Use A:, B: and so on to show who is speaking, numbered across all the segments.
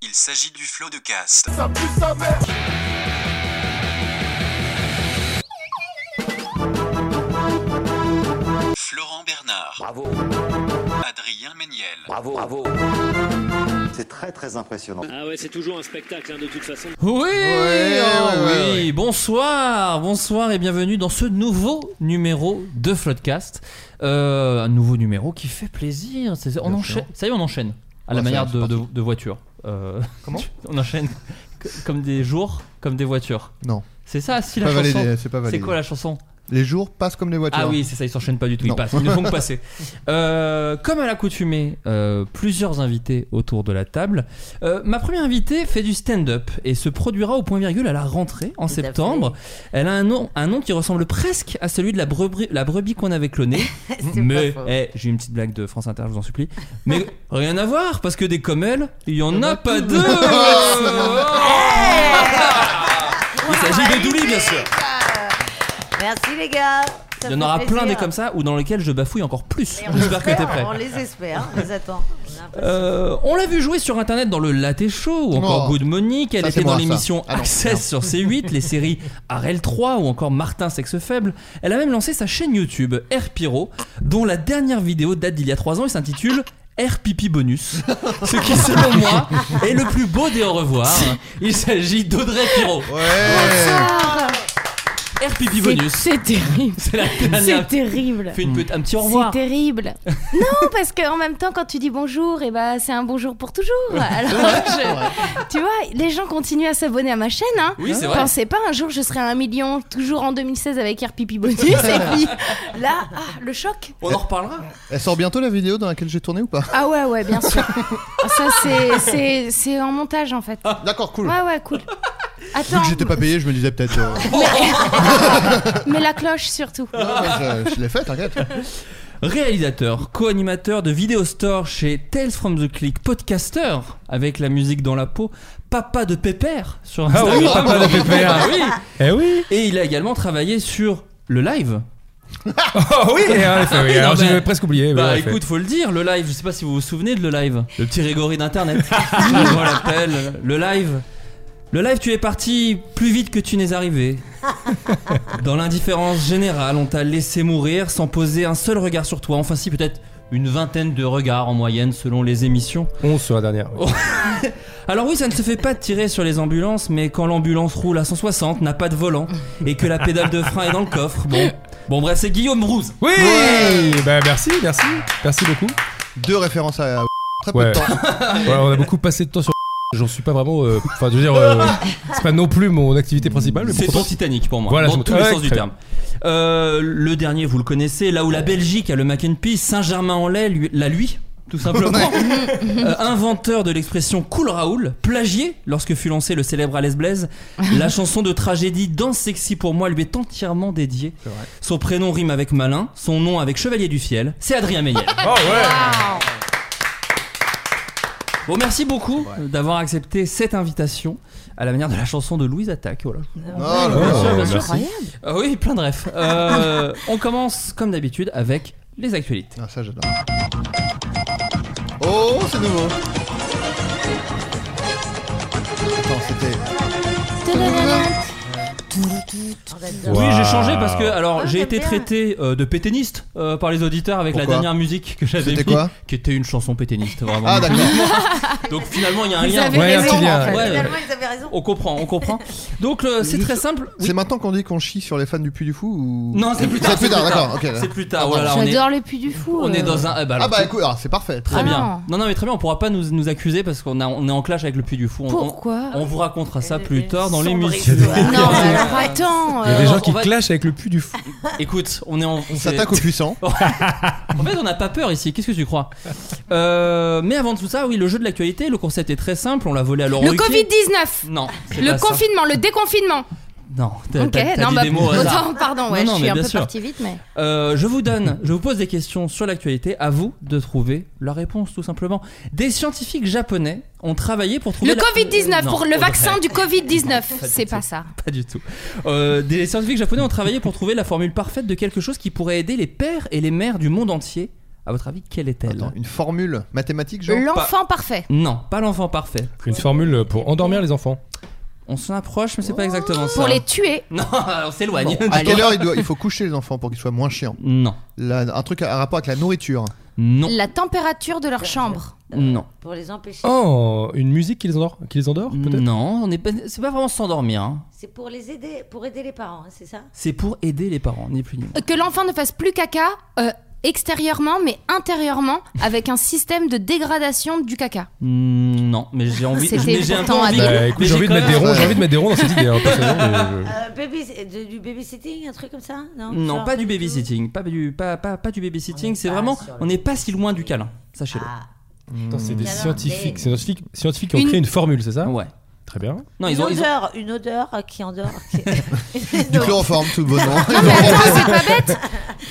A: Il s'agit du flot de cast. Florent Bernard,
B: Bravo,
A: Adrien Méniel,
B: bravo, bravo. C'est très très impressionnant.
C: Ah ouais, c'est toujours un spectacle hein, de toute façon.
D: Oui, oh oui. bonsoir, bonsoir et bienvenue dans ce nouveau numéro de Floodcast. Euh, un nouveau numéro qui fait plaisir. C'est- on
E: Bien
D: enchaîne, ça y est, on enchaîne à la
E: Ouais,
D: manière
E: c'est
D: de,
E: parti.
D: de- de voiture. Euh,
E: Comment
D: On enchaîne c- comme des jours, comme des voitures.
E: Non.
D: C'est ça, si la chanson.
E: Pas validé, c'est pas validé.
D: c'est quoi la chanson
E: Les jours passent comme les voitures.
D: Ah oui, c'est ça, ils s'enchaînent pas du tout, ils
E: Non.
D: passent, ils ne font que passer. Euh, comme à l'accoutumée, euh, plusieurs invités autour de la table. Euh, ma première invitée fait du stand-up et se produira au point virgule à la rentrée en
F: Tout à
D: septembre. Elle a un nom, un nom qui ressemble presque à celui de la brebis, la brebis qu'on avait clonée.
F: C'est
D: Mais,
F: pas faux.
D: eh, j'ai une petite blague de France Inter, je vous en supplie. Mais rien à voir, parce que des comme elle, il y en a pas deux Il
G: Ah,
D: s'agit de Douli, bien sûr
G: Merci les gars. Ça
D: Il y en
G: fait
D: aura plein
G: plaisir.
D: des comme ça ou dans lesquels je bafouille encore plus.
G: Et on
D: J'espère que t'es
G: espère,
D: prêt.
G: On les espère, on les attend. On a un peu-
D: Euh, on l'a vu jouer sur internet dans le Laté Show ou encore
E: Oh.
D: Good Monique. Elle
E: Ça,
D: était
E: c'est
D: dans
E: moi, ça.
D: l'émission
E: Ah non,
D: Access sur C8, les séries Arel 3 ou encore Martin Sexe Faible. Elle a même lancé sa chaîne YouTube Air Pyro, dont la dernière vidéo date d'il y a 3 ans et s'intitule Air Pipi Bonus. Ce qui, selon moi, est le plus beau des au revoir. Il s'agit d'Audrey Pyro.
E: Ouais.
D: Air Pipi
H: C'est-
D: Bonus.
H: C'est terrible.
D: C'est la
H: C'est
D: dernière.
H: terrible.
E: Hmm.
D: Fais une petite- un petit au
H: C'est
D: revoir.
H: terrible. non, parce qu'en même temps, quand tu dis bonjour, et bah, c'est un bonjour pour toujours. Alors, je- tu vois, les gens continuent à s'abonner à ma chaîne. Hein.
D: Oui, c'est vrai.
H: Pensez pas, un jour, je serai à un million, toujours en 2016 avec RPP Bonus. et puis là, ah, le choc.
D: On en reparlera.
E: Elle sort bientôt la vidéo dans laquelle j'ai tourné ou pas
H: Ah ouais, ouais, bien sûr. Ça, c'est- c'est c'est en montage, en fait.
D: Ah,
E: D'accord, cool.
H: Ouais, ouais, cool.
E: Vu
H: Attends,
E: que j'étais pas payé, je me disais peut-être. euh,
H: mais la cloche surtout.
E: ouais, je je l'ai fait, t'inquiète.
D: Réalisateur, co-animateur de Video Store chez Tales from the Click, podcaster avec la musique dans la peau, papa de Pépère sur Instagram.
E: Ah oui, papa de Pépère.
D: Ah oui.
I: Eh oui
D: Et il a également travaillé sur le live.
I: Oh oui eh,
E: Ah,
I: en effet, oui.
D: Ah Non,
I: Alors
D: mais-
I: j'avais presque oublié. mais en
D: bah
I: effet.
D: écoute, faut le dire, le live, je sais pas si vous vous souvenez de le live. Le petit Grégory d'internet. Je vous l'appelle, le live. Le live, tu es parti plus vite que tu n'es arrivé. Dans l'indifférence générale, on t'a laissé mourir sans poser un seul regard sur toi. Enfin, si, peut-être une vingtaine de regards en moyenne selon les émissions.
I: 11 sur la dernière. oui.
D: Alors oui, ça ne se fait pas de tirer sur les ambulances, mais quand l'ambulance roule à 160, n'a pas de volant, et que la pédale de frein est dans le coffre, bon... Bon bref, c'est Guillaume Rouse.
I: Oui Bah merci, merci. Merci beaucoup.
E: Deux références à. Très peu
I: Ouais.
E: de temps.
I: Ouais, on a beaucoup passé de temps sur. J'en suis pas vraiment. euh, Enfin, je veux dire, euh, c'est pas non plus mon activité principale. mais
D: C'est
I: pourtant-
D: trop Titanic pour moi,
I: Voilà,
D: dans
I: c'est-
D: tous les
I: ouais,
D: sens du
I: très
D: terme. Euh, le dernier, vous le connaissez, là où la Belgique a le mac and peas, Saint-Germain-en-Laye, lui- la lui, tout simplement. Euh, inventeur de l'expression Cool Raoul, plagié lorsque fut lancé le célèbre Alès Blaise, la chanson de tragédie Danse sexy pour moi lui est entièrement dédiée.
I: C'est vrai.
D: Son prénom rime avec malin, son nom avec chevalier du fiel, c'est Adrien Méniel.
I: Oh ouais
D: Bon, merci beaucoup d'avoir accepté cette invitation à la manière de la chanson de Louise Attaque. Voilà.
E: Non,
I: Oh,
E: non, non.
I: bien sûr, bien sûr.
G: Incroyable.
D: Ah oui, plein de refs. Euh, on commence comme d'habitude avec les actualités.
E: Ah, ça j'adore. Oh, c'est nouveau. Attends, c'était.
D: Oui, j'ai changé
I: Waouh.
D: parce que alors
G: Ah,
D: j'ai
G: j'aime
D: été
G: bien.
D: traité euh, de péténiste euh, par les auditeurs avec la
E: Pourquoi
D: dernière musique que j'avais
E: C'était
D: mis,
E: quoi
D: qui était une chanson péténiste vraiment.
E: Ah, d'accord.
D: Donc finalement il y a un
H: Vous
D: lien.
H: avez
I: Ouais, un
H: raison,
I: petit lien,
H: en fait.
D: ouais.
G: Finalement, ils avaient raison.
D: On comprend, on comprend. Donc le- c'est
E: Juste-
D: très simple. Oui.
E: C'est maintenant qu'on dit qu'on chie sur les fans du Puy du Fou ou...
D: Non, c'est plus tard.
E: C'est plus tard, d'accord. ok.
D: C'est plus tard.
E: Ah,
D: Voilà, on est,
H: J'adore le puits du fou.
D: on
H: euh.
D: est dans un. eh ben, alors,
E: Ah bah écoute, ah, c'est parfait.
D: Très
H: Ah
D: bien. Non. non, mais très bien. On pourra pas nous, nous accuser parce qu'on a- on est en clash avec le Puy du Fou. On- on-
H: Pourquoi
D: On vous racontera ça plus tard dans
G: Sombre
D: l'émission.
G: histoire.
H: Non, mais alors attends.
I: Il y a
H: euh,
I: des
D: on
I: gens qui
D: va-
I: clashent avec le pu du fou.
D: Écoute, on est en. on
E: On
D: s'est-
E: s'attaque aux puissants.
D: En fait, on n'a pas peur ici. Qu'est-ce que tu crois Euh, Mais avant tout ça, oui, le jeu de l'actualité, le concept est très simple. On l'a volé à Laurent
H: Le
D: Ruquier.
H: Covid-19
D: Non. c'est
H: le
D: pas ça.
H: confinement, le déconfinement.
D: Non. T'as
H: ok,
D: t'as- t'as
H: non,
D: dit
H: bah,
D: des mots au hasard.
H: autant, pardon, ouais,
D: Non, non,
H: je
D: mais
H: suis un
D: bien
H: peu
D: sûr.
H: partie vite, mais.
D: Euh, je vous donne, je vous pose des questions sur l'actualité. À vous de trouver la réponse, tout simplement. Des scientifiques japonais ont travaillé pour trouver
H: Le
D: la- Euh,
H: Covid-19,
D: Non,
H: pour le
D: Audrey,
H: vaccin du Covid-19.
D: Non, pas du
H: C'est
D: tout.
H: pas ça.
D: Pas du tout. Euh, des scientifiques japonais ont travaillé pour trouver la formule parfaite de quelque chose qui pourrait aider les pères et les mères du monde entier. À votre avis, quelle est-elle
E: Attends, une formule mathématique, genre
H: L'enfant parfait.
D: Non, pas l'enfant parfait.
I: Une formule pour endormir les enfants.
D: On s'en approche, mais c'est pas exactement ça.
H: Pour les tuer.
D: Non, on s'éloigne.
E: Bon, à quelle heure il, doit- il faut coucher les enfants pour qu'ils soient moins chiants
D: Non,
E: La- Un truc à, à rapport avec la nourriture.
D: non,
H: La température de leur chambre.
D: non,
G: Pour les empêcher.
I: Oh, une musique qui les endort, qui les endort peut-être
D: non. On est pas, c'est pas vraiment s'endormir. hein.
G: C'est pour les aider, pour aider les parents, hein, c'est ça
D: C'est pour aider les parents, ni plus ni moins.
H: Que l'enfant ne fasse plus caca euh, extérieurement, mais intérieurement, avec un système de dégradation du caca.
D: Hmm, Non, mais j'ai envie.
H: C'était
D: mais j'ai un peu
H: pourtant à
D: envie.
H: dire.
I: Bah, écoute,
D: Mais
I: j'ai envie de
D: quand
I: mettre des
D: même-
I: ronds, j'ai envie de mettre des ronds dans cette idée. hein, personnellement, mais je-
G: Euh, baby, de- du babysitting, un truc comme ça Non,
D: Non,
G: Genre
D: pas du
G: tout.
D: babysitting, pas du, pas, pas, pas du babysitting.
G: On est
D: C'est
G: pas
D: vraiment,
G: sur le-
D: on n'est pas si loin du câlin. Sachez-le.
G: Ah.
I: Putain, c'est des
G: Alors,
I: scientifiques,
G: mais-
I: c'est des scientifiques, scientifiques qui ont
H: Une-
I: créé une formule, c'est ça
D: Ouais.
I: Très bien.
D: Non,
G: une
D: ils ont, ils ont-
G: odeur, une odeur euh, qui endort. qui-
E: Du chloroforme, tout bonnement.
H: Mais attends, c'est pas bête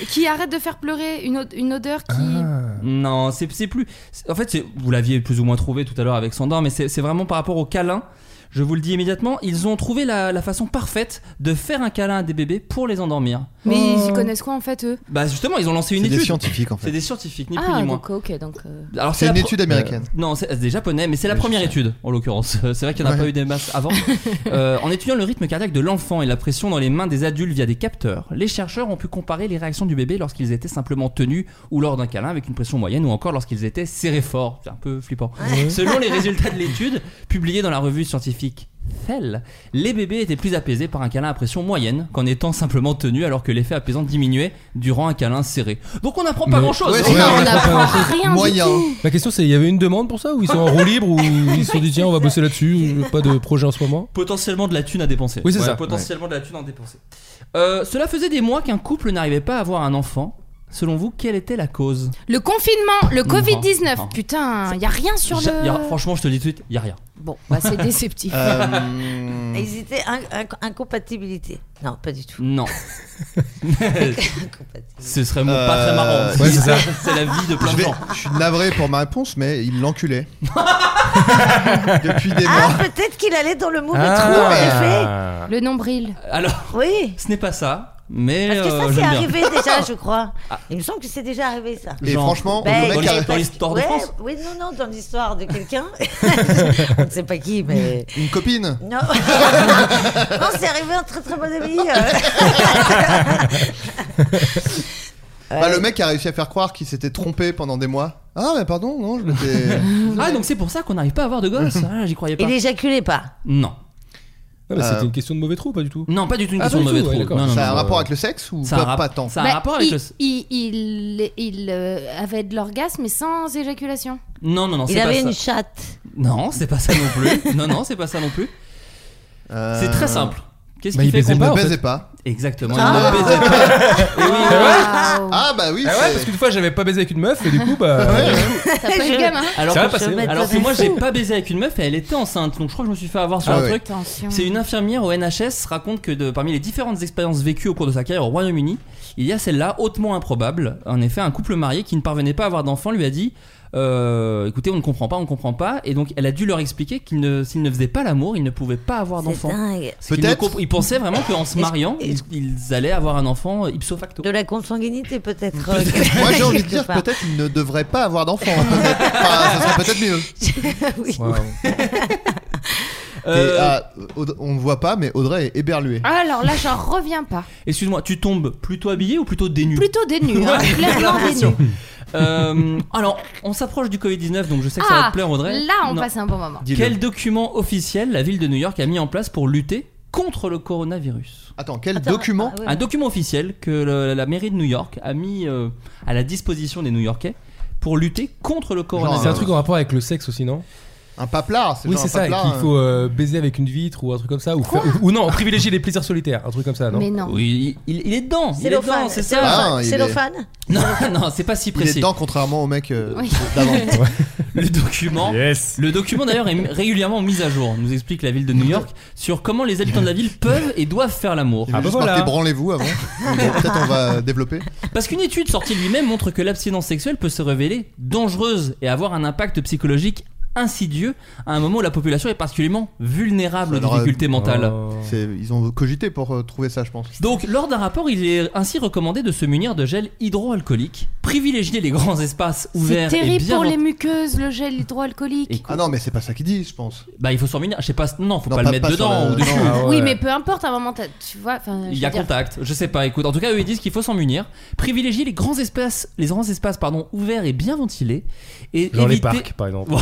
H: Qui arrête de faire pleurer une, ode- une odeur qui.
I: Ah.
D: Non, c'est c'est plus. c'est- En fait, c'est- vous l'aviez plus ou moins trouvé tout à l'heure avec Sandor, mais c'est c'est vraiment par rapport au câlin. Je vous le dis immédiatement, ils ont trouvé la, la façon parfaite de faire un câlin à des bébés pour les endormir.
H: Mais
I: Oh.
H: ils y connaissent quoi en fait eux
D: Bah justement, ils ont lancé une
E: C'est des
D: étude.
E: scientifiques en
D: C'est
E: fait.
D: des scientifiques, ni plus
H: Ah,
D: ni moins.
H: donc, ok, donc. euh,
D: Alors
E: C'est
D: la
E: une
D: pro- Euh,
E: étude américaine.
D: Non, c'est c'est des japonais, mais c'est la
E: Ouais, je
D: première
E: sais.
D: étude en l'occurrence. Euh, C'est vrai qu'il n'y en a
E: Ouais.
D: pas eu des masses avant. Euh, en étudiant le rythme cardiaque de l'enfant et la pression dans les mains des adultes via des capteurs, les chercheurs ont pu comparer les réactions du bébé lorsqu'ils étaient simplement tenus ou lors d'un câlin avec une pression moyenne ou encore lorsqu'ils étaient serrés fort. C'est un peu flippant. Selon les résultats de l'étude publiée dans la revue scientifique. Fell, les bébés étaient plus apaisés par un câlin à pression moyenne qu'en étant simplement tenus alors que l'effet apaisant diminuait durant un câlin serré. Donc on n'apprend pas hein.
I: Mais-
D: grand chose.
E: Ouais,
H: Non,
E: Ouais,
H: on
E: on
D: Euh,
H: n'apprend rien
E: Moyen.
H: du tout.
I: La question c'est, il y avait une demande pour ça Ou ils sont en roue libre Ou ils se sont dit, tiens, on va bosser là-dessus euh, Pas de projet en ce moment
D: potentiellement de la thune à dépenser.
I: Oui, c'est ça.
D: Potentiellement de la thune à dépenser. Euh, cela faisait des mois qu'un couple n'arrivait pas à avoir un enfant. Selon vous, quelle était la cause
H: Le confinement, le
D: Non, non.
H: Covid-19. Putain, il y a rien sur
D: Ja- y a-
H: le.
D: Franchement, je te le dis tout de suite, il y a rien.
H: Bon, bah c'est déceptif.
E: Euh,
G: Et Ils étaient in- inc- incompatibilité. Non, pas du tout.
D: Non.
G: Incompatibilité.
D: Ce serait mo- pas très
E: Euh,
D: marrant.
I: ouais, c'est ça.
D: C'est la vie de plein
E: Je,
D: de
E: vais-
D: gens.
E: je suis navré pour ma réponse, mais il l'enculait. Depuis des mois.
G: Ah, peut-être qu'il allait dans le
E: Ah.
G: mauvais trou, en effet.
I: Ah.
H: Le nombril.
D: Alors,
G: Oui.
D: ce n'est pas ça, mais
G: Parce que ça,
D: euh,
G: c'est
D: j'aime bien.
G: arrivé déjà, je crois. Il me semble que c'est déjà arrivé, ça.
E: Et
D: Genre, bah,
E: franchement,
G: Ben,
E: le
G: il
E: mec
G: y a
E: a-
D: dans
G: parce-
D: l'histoire de
G: ouais,
D: France
G: Oui, non, non, dans l'histoire de quelqu'un. On ne sait pas qui, mais.
E: une copine.
G: Non, non c'est arrivé un très très bon ami. euh.
E: Bah, le mec a réussi à faire croire qu'il s'était trompé pendant des mois. Ah, mais pardon, non, je m'étais.
D: Ah, donc c'est pour ça qu'on n'arrive pas à avoir de gosse
I: Hum.
D: Ah, J'y croyais pas.
G: Il n'éjaculait pas.
D: Non.
I: Ah, bah, C'était
E: Euh.
I: une question de mauvais trou, pas du tout
D: Non, pas du tout une
I: Ah,
D: question de
I: pas
D: mauvais
I: du tout,
D: trou.
I: ouais,
D: Non,
I: d'accord.
D: non,
E: ça a
D: non.
E: un rapport avec le sexe ou
D: Ça a un
E: pas,
D: rap-
E: pas tant
D: ça a un
H: Bah,
D: rapport avec
H: il,
D: le.
H: il, il- il, euh, avait de l'orgasme mais sans éjaculation.
D: Non, non, non, c'est
G: Il
D: pas
G: avait
D: ça.
G: une chatte.
D: Non, c'est pas ça non plus. non, non, c'est pas ça non plus.
E: Euh,
D: C'est très simple. Qu'est-ce
I: Bah,
D: qui
I: il
D: fait
I: baisait
D: qu'on
E: Il
I: pas,
E: ne
I: en fait.
E: baisait pas.
D: Exactement.
G: Ah.
D: il ne baisait pas.
H: Waouh.
E: Ah, bah oui,
I: Ah ouais,
E: c'est-
I: parce qu'une fois j'avais pas baisé avec une meuf et du coup bah.
H: T'as pas eu de gamme, hein
D: Alors,
I: Ça va
D: que,
I: passer, ouais.
D: alors que moi, j'ai pas baisé avec une meuf et elle était enceinte. Donc je crois que je me suis fait avoir sur
E: Ah
D: un
E: ouais.
D: truc.
H: Attention.
D: C'est une infirmière au NHS raconte que de, parmi les différentes expériences vécues au cours de sa carrière au Royaume-Uni, il y a celle-là hautement improbable. En effet, un couple marié qui ne parvenait pas à avoir d'enfant lui a dit euh, écoutez, on ne comprend pas, on ne comprend pas. Et donc, elle a dû leur expliquer qu'ils ne, s'ils ne faisaient pas l'amour, ils ne pouvaient pas avoir
G: C'est
D: d'enfant.
G: dingue.
D: Parce qu'ils ne
E: Peut-être.
D: comp- Ils pensaient vraiment qu'en se mariant, ils, ils allaient avoir un enfant euh, ipso facto.
G: De la consanguinité, peut-être. euh,
E: Moi j'ai envie de
G: Quelque
E: dire
G: part.
E: peut-être il ne devrait pas avoir d'enfant. Peut-être. Enfin, ça serait peut-être mieux.
G: Oui.
I: Waouh.
E: Et,
D: Euh,
E: ah, Aud- on ne voit pas, mais Audrey est héberluée.
H: Alors là, j'en reviens pas.
D: Excuse-moi, tu tombes plutôt habillé ou plutôt dénu
H: Plutôt des nus, hein,
D: Ouais, j'ai
H: clairement des
D: l'impression.
H: nus.
D: Euh, alors, on s'approche du Covid-19, donc je sais que ça va
H: Ah,
D: te plaire, Audrey.
H: là, on
D: Non.
H: passe un bon moment.
E: Dis-le.
D: Quel document officiel la ville de New York a mis en place pour lutter contre le coronavirus
E: Attends, quel
G: Attends,
E: document
G: ah, ouais,
D: Un document officiel que le- la mairie de New York a mis euh, à la disposition des New-Yorkais pour lutter contre le coronavirus.
I: C'est un truc en rapport avec le sexe aussi, non
E: Un paplard euh, c'est
I: Oui,
E: genre
I: c'est
E: un
I: ça.
E: paplard,
I: Qu'il
E: hein.
I: faut euh, baiser avec une vitre ou un truc comme ça, ou, faire- ou- ou non, privilégier les plaisirs solitaires, un truc comme ça, non
H: Mais non.
D: Oui, il, il est dedans, il est dedans,
G: Cellophane,
D: c'est ça.
E: Ah,
G: cellophane,
E: il est-
G: cellophane.
D: Non, non, c'est pas si
E: Il est
D: précis.
E: dedans, contrairement au mec euh,
H: Oui.
E: d'avant.
D: Le document
I: Yes.
D: Le document d'ailleurs est régulièrement mis à jour, nous explique la ville de New York, sur comment les habitants de la ville peuvent et doivent faire l'amour.
E: Il
I: Ah,
E: veut
I: bah
E: juste
I: voilà.
E: marquer branlez-vous avant. Bon, Peut-être on va développer.
D: Parce qu'une étude sortie lui-même montre que l'abstinence sexuelle peut se révéler dangereuse et avoir un impact psychologique insidieux à un moment où la population est particulièrement vulnérable aux
E: Alors, euh,
D: difficultés mentales.
I: Oh.
E: C'est- Ils ont cogité pour euh, trouver ça, je pense.
D: Donc, lors d'un rapport, il est ainsi recommandé de se munir de gel hydroalcoolique, privilégier les grands espaces
H: C'est
D: ouverts et
H: terrible
D: bien
H: pour
D: vent-
H: les muqueuses, le gel hydroalcoolique.
D: Et-
E: Ah non, mais c'est pas ça qu'ils disent, je pense.
D: Bah, il faut s'en munir. Je sais pas, non, faut
E: Non,
D: pas,
E: pas-
D: le mettre
E: pas sur
D: dedans
E: le-
D: ou dessus.
E: non.
I: Ah ouais.
H: Oui, mais peu importe, à un moment, t'as- tu vois. enfin, Ah, je
D: Il y a
H: veux dire-
D: contact, je sais pas, écoute. En tout cas, eux ils disent qu'il faut s'en munir, privilégier les grands espaces, les grands espaces pardon, ouverts et bien ventilés, et
I: Genre les
D: éviter-
I: parcs, par exemple.
D: Ouais.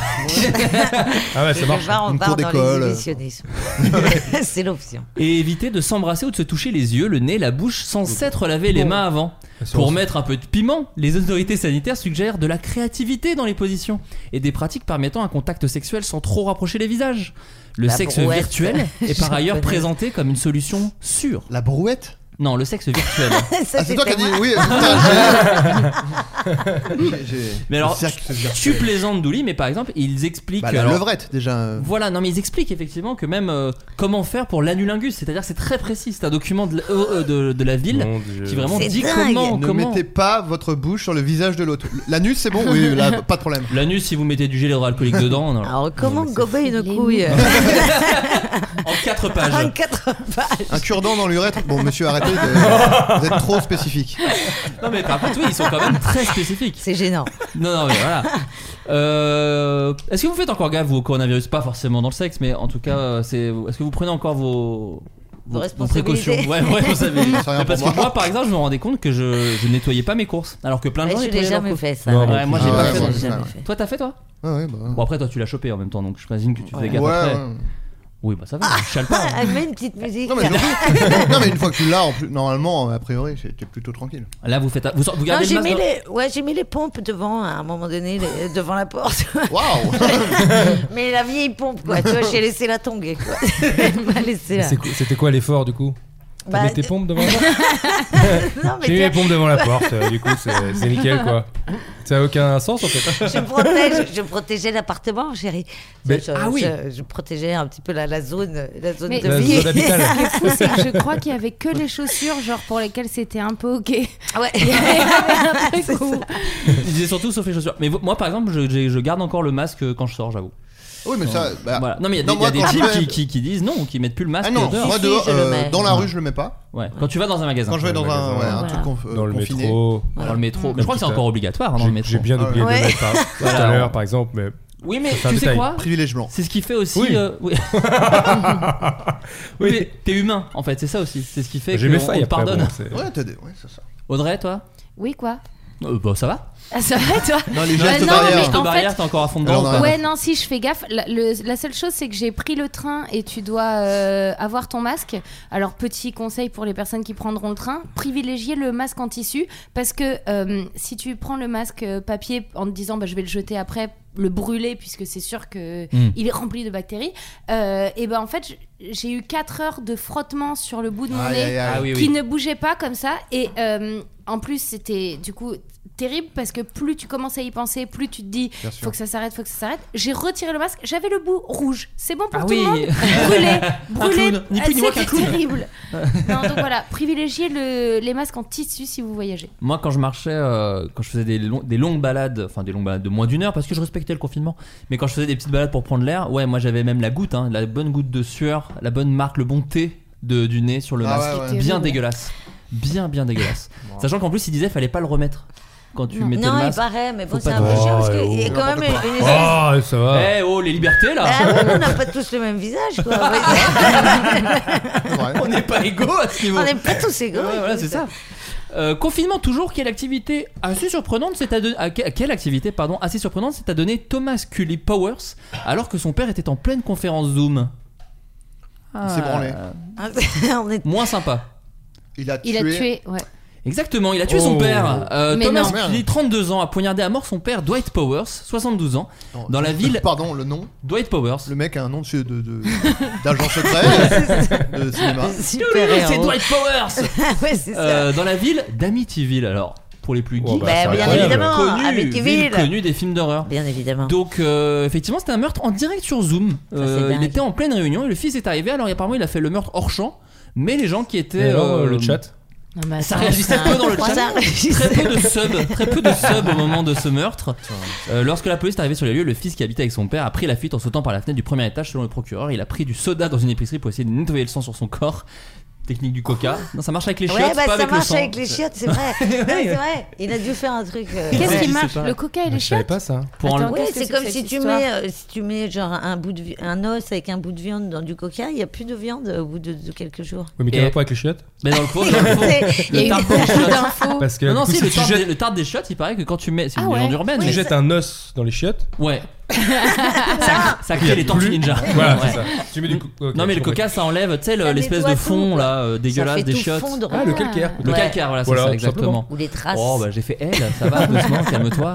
I: ah ouais, ça
G: On
I: marche.
G: va on
E: Une
G: part
E: cour
G: dans
E: d'école, euh.
G: les illusionnismes. C'est l'option.
D: et éviter de s'embrasser ou de se toucher les yeux, le nez, la bouche sans s'être lavé les mains avant. Pour mettre un peu de piment, les autorités sanitaires suggèrent de la créativité dans les positions et des pratiques permettant un contact sexuel sans trop rapprocher les visages. Le
G: La
D: sexe
G: brouette.
D: virtuel est par
G: Je
D: ailleurs
G: connais.
D: présenté comme une solution sûre.
E: La brouette
D: Non, le sexe virtuel.
G: Ça,
E: Ah, c'est toi qui as
G: c'était
E: dit
G: moi.
E: oui. putain, j'ai- j'ai- j'ai-
D: Mais alors,
E: le cercle se vire.
D: tu plaisantes, Douli, mais par exemple, ils expliquent.
E: Bah, la
D: alors-
E: levrette, déjà. euh,
D: Voilà, non mais ils expliquent effectivement que même euh, comment faire pour l'anulingus, c'est-à-dire que c'est très précis, c'est un document de, la- euh, euh, de- de la ville qui vraiment
G: C'est
D: dit
G: dingue.
D: comment,
E: Ne
D: comment...
E: mettez pas votre bouche sur le visage de l'autre. L'anus, c'est bon Oui, là, pas de problème.
D: L'anus si vous mettez du gel hydroalcoolique dedans, non.
G: Alors, comment gober une
H: Les
G: couille
D: en 4 pages.
G: 34 pages.
E: Un cure-dent dans l'urètre. Bon, monsieur, arrêtez. de- Vous êtes trop spécifique.
D: Non mais par contre oui, ils sont quand même très spécifiques.
G: C'est gênant.
D: Non non mais voilà. Euh, Est-ce que vous faites encore gaffe vous, au coronavirus Pas forcément dans le sexe, mais en tout cas, euh, c'est. Est-ce que vous prenez encore vos
G: Vos
D: précautions
G: responsabilités.
D: Ouais, vos responsabilités.
E: Ça sert à rien
D: Mais Parce
E: pour
D: que
E: moi.
D: moi, par exemple, je me rendais compte que je, je nettoyais pas mes courses, alors que plein de
G: Mais
D: gens
G: Ah, je l'ai
D: nettoyaient leurs
G: jamais
D: courses.
G: fait ça.
I: Non,
D: Ouais, moi j'ai
E: Ah,
D: pas
E: ouais,
D: fait.
E: moi,
D: donc-
E: j'ai
G: jamais
E: fait.
D: Toi t'as fait toi
E: Ouais, ouais, bah.
D: Bon après toi tu l'as chopé en même temps donc je j'imagine que tu faisais
E: Ouais,
D: gaffe après.
E: ouais.
D: Oui bah ça va, je chale pas. hein.
G: Ah, Elle met une petite musique.
E: Non mais, je- non, mais une fois que tu l'as, en plus- normalement, a priori, c'est- t'es plutôt tranquille.
D: Là vous faites vous, vous
G: Non,
D: gardez le
G: j'ai
D: masque
G: mis,
D: dans-
G: les... ouais, j'ai mis les pompes devant à un moment donné, les- devant la porte.
E: Waouh
G: Mais la vieille pompe, quoi. Tu vois, j'ai laissé la tongue, quoi. J'ai pas laissé la.
I: C'est quoi- C'était quoi l'effort du coup T'as
G: Bah,
I: mis tes pompes devant la porte
G: non,
I: J'ai mis
G: mais
I: les
G: tu vois,
I: pompes devant la porte, euh, du coup c'est c'est nickel quoi. Ça a aucun sens en fait.
G: je protège, je protégeais l'appartement, chérie.
I: Mais-
G: je,
I: ah oui.
G: je, je protégeais un petit peu la, la zone, la zone
H: Mais-
G: de
I: La
G: vie.
I: zone d'habital.
H: Ce qui est fou, c'est que je crois qu'il y avait que les chaussures, genre pour lesquelles c'était un peu ok.
G: ouais.
H: un truc où-
D: Ils disaient surtout sauf les chaussures. Mais vous- moi par exemple je, j'ai- je garde encore le masque euh, quand je sors j'avoue.
E: Oui, mais ça. bah,
D: Voilà. Non mais il y a des,
E: non, moi,
D: il y a
E: quand
D: des
E: je
D: types
E: vais-
D: qui, qui, qui disent non qui mettent plus le masque
E: Ah non,
D: dehors.
E: moi
G: si,
E: dehors,
G: je le
E: euh,
G: mets.
E: dans la rue, je le mets pas.
D: Ouais. Quand tu vas dans un magasin.
E: Quand je vais dans
I: le
E: un,
I: magasin,
E: ouais, un
G: voilà.
E: truc conf- euh,
I: Dans le
E: confiné.
I: métro.
D: Dans le métro.
I: Mm.
D: Mais je crois que c'est encore obligatoire hein, dans le
I: J'ai
D: métro.
I: j'ai bien
E: Ah
I: oublié
G: ouais.
I: de le mettre hein, tout à
D: Voilà.
I: l'heure par exemple, mais
D: Oui mais
I: C'est un
D: tu sais
I: détail.
D: quoi
E: Privilège blanc.
D: c'est ce qui fait aussi.
I: Oui.
D: euh, oui.
I: Oui.
D: Mais T'es humain en fait, c'est ça aussi. C'est ce qui fait
I: j'ai
D: qu'on
I: mes
D: on
I: failles
D: te
I: après.
D: pardonne.
I: bon, c'est-
E: Ouais, t'as des. Ouais, c'est ça.
D: Audrey, toi
H: Oui, quoi
D: Euh, Bah ça va.
H: Ah, ça va, toi
E: Non, les
H: Bah,
E: gestes
H: non,
E: barrières.
H: mais en
D: Ton barrière,
H: fait-
D: t'es encore à fond dedans.
E: Alors,
D: ou
E: on
D: pas
E: a- Ah.
H: Ouais, non, si, je fais gaffe. La, le- la seule chose, c'est que j'ai pris le train et tu dois euh, avoir ton masque. Alors, petit conseil pour les personnes qui prendront le train, privilégiez le masque en tissu parce que euh, si tu prends le masque euh, papier en te disant bah, je vais le jeter après, le brûler puisque c'est sûr que
D: Mm.
H: il est rempli de bactéries, et ben en fait, j- j'ai eu 4 heures de frottement sur le bout de mon
E: Aïe,
H: nez
E: aïe, aïe.
D: Ah oui,
H: qui
D: oui.
H: ne bougeait pas comme ça. Et euh, en plus, c'était du coup terrible parce que plus tu commences à y penser, plus tu te dis
E: Bien sûr.
H: faut que ça s'arrête, faut que ça s'arrête. J'ai retiré le masque, j'avais le bout rouge. C'est bon pour
D: Ah
H: tout
D: oui.
H: le monde. Brûlé, brûlé.
D: clown. Ni plus ni moins qu'un
H: C'était
D: clown.
H: terrible. non, donc voilà, privilégiez le- les masques en tissu si vous voyagez.
D: Moi, quand je marchais, euh, quand je faisais des, long- des longues balades, enfin des longues balades de moins d'une heure, parce que je respectais le confinement, mais quand je faisais des petites balades pour prendre l'air, ouais, moi j'avais même la goutte, hein, la bonne goutte de sueur, la bonne marque, le bon thé de, du nez sur le
E: Ah
D: masque.
E: ouais, ouais.
D: Bien
H: Terrible.
D: dégueulasse. Bien, bien dégueulasse. Sachant qu'en plus, il disait fallait pas le remettre quand tu mettais
G: Non,
D: le
G: il
D: masque.
G: paraît, mais bon,
D: Faut
G: c'est
D: pas euh,
G: un peu
I: dire.
G: chiant parce
I: Oh,
G: qu'il y a
I: oh.
G: quand même une- une-
I: Oh, Ouais, ça va.
D: Eh oh, les libertés là
G: Ah ouais, mais on n'a pas tous le même visage, quoi.
D: Ah. On n'est pas égaux à ce niveau.
G: On n'est pas tous égaux.
D: Ouais, voilà, c'est ça. Euh, confinement toujours, quelle activité assez surprenante c'est à, don- à que- à quelle activité pardon assez surprenante c'est à donner Thomas Cully Powers alors que son père était en pleine conférence Zoom.
E: Il
D: Ah.
E: s'est branlé.
G: Ah, on est
D: Moins sympa.
E: Il a tué.
H: Il a tué, ouais.
D: Exactement, il a tué
I: Oh.
D: son père. Euh,
H: Mais
D: Thomas
H: non.
D: Cully, 32 ans, a poignardé à mort son père Dwight Powers, 72 ans.
E: Non,
D: Dans la
E: le-
D: ville-
E: Pardon, le nom.
D: Dwight Powers.
E: Le mec a un nom de, de, de- d'agent secret de cinéma.
G: super
D: Ah. C'est
G: héros. Ah,
D: Dwight Powers
G: ouais, hein. c'est ça.
D: Euh, Dans la ville d'Amityville, alors, pour les plus
I: Oh,
D: geeks.
I: bah, c'est
G: Bah, bien
I: incroyable.
G: évidemment,
D: Connue,
G: Amityville.
D: ville connue des films d'horreur.
G: Bien évidemment.
D: Donc euh, effectivement c'était un meurtre en direct sur Zoom. Euh,
G: c'est dingue.
D: il était en pleine réunion et le fils est arrivé alors apparemment il a fait le meurtre hors champ mais les gens qui étaient
I: Et alors,
D: euh,
I: euh, le chat
H: Non, bah, mais
D: ça
H: attends,
D: réagissait
H: c'est
D: un peu dans le
G: Ça
D: chat.
G: réagissait.
D: Très peu de subs, très peu de subs au moment de ce meurtre. Euh, lorsque la police est arrivée sur les lieux, le fils qui habitait avec son père a pris la fuite en sautant par la fenêtre du premier étage selon le procureur. Il a pris du soda dans une épicerie pour essayer de nettoyer le sang sur son corps. Technique du coca. Non, ça marche avec les chiottes,
G: Ouais, bah
D: pas
G: ça
D: avec le
G: marche
D: sang.
G: avec les chiottes, c'est vrai. Non, c'est vrai. Il a dû faire un truc. euh,
H: Qu'est-ce
D: Ouais,
H: qui
D: je
H: marche
D: sais pas.
H: Le coca et
I: Je
H: les
I: savais
H: chiottes
I: pas ça. hein.
D: Pour enlever-
H: Attends,
G: Oui,
H: qu'est-ce que
G: c'est comme
H: que
G: si
H: cette
G: tu
H: histoire
G: mets, euh, si tu mets genre un bout de vi- un os avec un bout de viande dans du coca, il n'y a plus de viande au bout de, de quelques jours.
I: Oui, mais
D: Et-
I: quel rapport avec les chiottes
D: Mais dans le fond, dans le fond,
G: C'est-
H: Il y
D: le
H: a eu
D: tarte
H: beaucoup
D: des chiottes.
H: d'infos.
I: Parce que
D: Non, non,
I: du coup,
D: si, le
I: si tu
D: tarte,
I: jettes,
D: des, le tarte des chiottes, il paraît que quand tu mets. C'est une
H: Ah ouais.
D: légende urbaine,
I: tu
D: mais-
I: jettes un os dans les chiottes,
D: Ouais.
G: Ah.
D: ça, ça crée les tortues ninja.
I: voilà,
D: Ouais.
I: c'est ça. Tu mets du co- ok,
D: Non mais
I: je
D: le
I: comprends.
D: coca ça enlève, tu sais,
G: Ça
D: le-
G: met
D: l'espèce
G: tout
D: de
G: à
D: fond
G: tout.
D: là, euh,
G: Ça
D: dégueulasse
G: fait
D: des
G: tout
D: chiotes.
G: fondre.
I: Ah, le calcaire.
D: Le
G: Ouais. Ah,
D: calcaire, voilà, c'est
I: Voilà,
D: ça,
I: tout
D: exactement.
I: simplement.
G: Ou les traces.
D: Oh bah j'ai fait elle, ça va, doucement, calme-toi.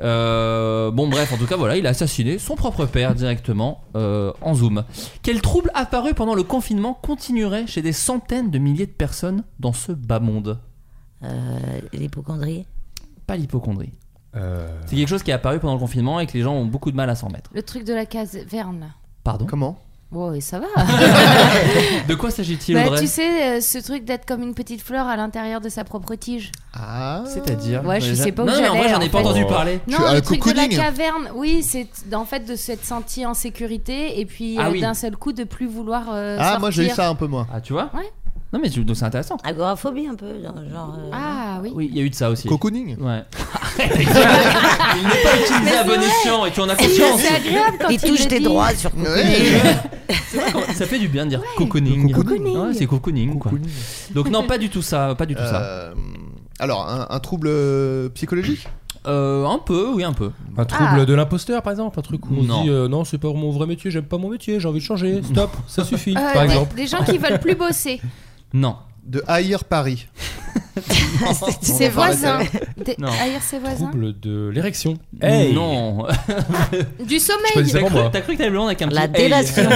D: Euh, bon bref, en tout cas voilà, il a assassiné son propre père directement euh, en zoom. Quel trouble apparu pendant le confinement continuerait chez des centaines de milliers de personnes dans ce bas monde
G: Euh, L'hypocondrie.
D: Pas l'hypochondrie.
I: Euh,
D: C'est quelque chose qui est apparu pendant le confinement et que les gens ont beaucoup de mal à s'en mettre.
H: Le truc de la caverne, là.
D: Pardon
E: Comment
H: Wow, et ça va.
D: De quoi s'agit-il
H: bah,
D: Audrey
H: tu sais, euh, ce truc d'être comme une petite fleur à l'intérieur de sa propre tige.
E: Ah.
D: C'est-à-dire
H: Ouais, je
D: Mais
H: sais pas où
D: Non, mais en
H: j'allais,
D: vrai, j'en
H: en
D: ai pas
H: fait.
D: entendu parler.
E: Tu as
H: Non,
E: le
H: le truc de la
E: cocooning.
H: caverne, oui, c'est en fait de s'être senti en sécurité et puis
D: Ah
H: euh,
D: oui.
H: d'un seul coup de plus vouloir euh,
E: Ah, moi j'ai eu
H: sortir.
E: ça un peu moins.
D: Ah, tu vois
H: Ouais.
D: Non, mais tu- donc c'est intéressant.
G: Agoraphobie un peu, dans- genre. euh,
H: Ah oui.
D: Oui, il y a eu de ça aussi.
E: Cocooning
D: Ouais. il n'est pas utilisé à bon escient et tu en as conscience.
H: C'est agréable quand
G: Il
H: il
G: touche
H: le
G: tes
H: dit.
G: droits sur
D: Ça fait du bien de dire cocooning.
E: Cocooning.
D: Ouais, c'est cocooning quoi. Donc non, pas du tout ça, pas du tout ça.
E: Euh, alors, un, un trouble euh, psychologique
D: Euh, un peu, oui, un peu.
I: Un trouble de l'imposteur, par exemple, un truc où on
D: Non.
I: se dit euh, non, c'est pas mon vrai métier, j'aime pas mon métier, j'ai envie de changer, stop, ça suffit,
H: Euh,
I: par
H: des-
I: exemple.
H: Des gens qui veulent plus bosser.
D: Non.
E: De haïr Paris.
H: Ses voisins. Des-
D: Non.
H: Haïr ses voisins.
I: Trouble de l'érection. Hey
D: Non.
H: Du
I: Je
H: sommeil.
I: connaissais- C'est
D: T'as
I: bon,
D: cru,
I: moi.
D: t'as cru que t'avais le blonde avec un
G: La
D: petit hey.
G: délation.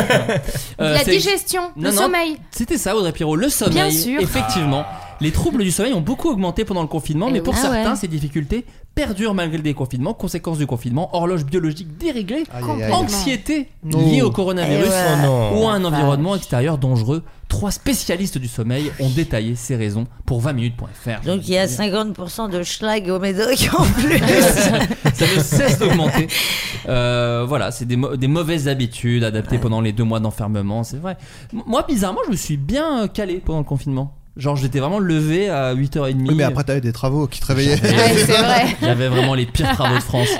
D: Euh,
H: La
D: c'est-
H: digestion. Le
D: Non, non.
H: sommeil.
D: C'était ça, Audrey Pirot, le sommeil.
H: Bien sûr.
D: Effectivement. Les troubles du sommeil ont beaucoup augmenté pendant le confinement,
H: Eh
D: mais pour
H: ouais.
D: certains,
H: Ah ouais.
D: ces difficultés perdurent malgré le déconfinement. Conséquence du confinement, horloge biologique déréglée,
E: Aïe, aïe, aïe.
D: anxiété
E: Non.
D: liée au coronavirus
G: Eh ouais.
I: Oh non.
D: ou à un
G: La
D: environnement
G: vache.
D: extérieur dangereux. Trois spécialistes du sommeil ont détaillé ces raisons pour 20minutes.fr.
G: Donc il y a 50% de schlag au médoc en plus.
D: ça ne cesse d'augmenter. Euh, voilà, c'est des, mau- des mauvaises habitudes adaptées pendant les deux mois d'enfermement, c'est vrai. M- Moi, bizarrement, je me suis bien euh, calé pendant le confinement. Genre, j'étais vraiment levé à 8h30.
E: Oui, mais après t'avais des travaux qui te réveillaient.
H: Ouais, c'est vrai.
D: J'avais vraiment les pires travaux de France.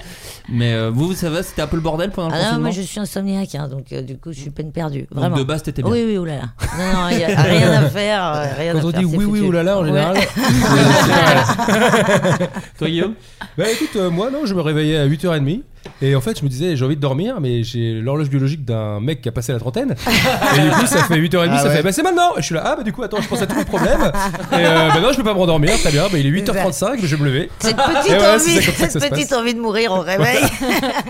D: Mais euh, vous, ça va, c'était un peu le bordel pendant le
G: Ah non,
D: confinement
G: moi je suis insomniaque, hein, donc euh, du coup je suis peine perdue.
D: Donc,
G: Vraiment.
D: de base, t'étais bien.
G: Oui, oui, oulala. Non, non, il n'y a rien à faire. euh, rien
I: Quand
G: à
I: on
G: faire,
I: dit
G: c'est
I: oui, oui,
G: foutu.
I: oulala, en
G: Ouais.
I: général.
D: Toi, Guillaume
I: Bah écoute, euh, moi non, je me réveillais à 8h30 et en fait je me disais j'ai envie de dormir mais j'ai l'horloge biologique d'un mec qui a passé la trentaine et du coup ça fait 8h30,
E: Ah
I: ça
E: ouais.
I: fait bah c'est maintenant et je suis là ah bah du coup attends je pense à tous les problèmes et euh, bah non je peux pas me rendormir, très bien, bah il est 8h35, je vais me lever
G: Cette petite,
I: Et voilà,
G: envie,
I: c'est comme ça que ça se
G: cette petite
I: passe.
G: envie de mourir au réveil.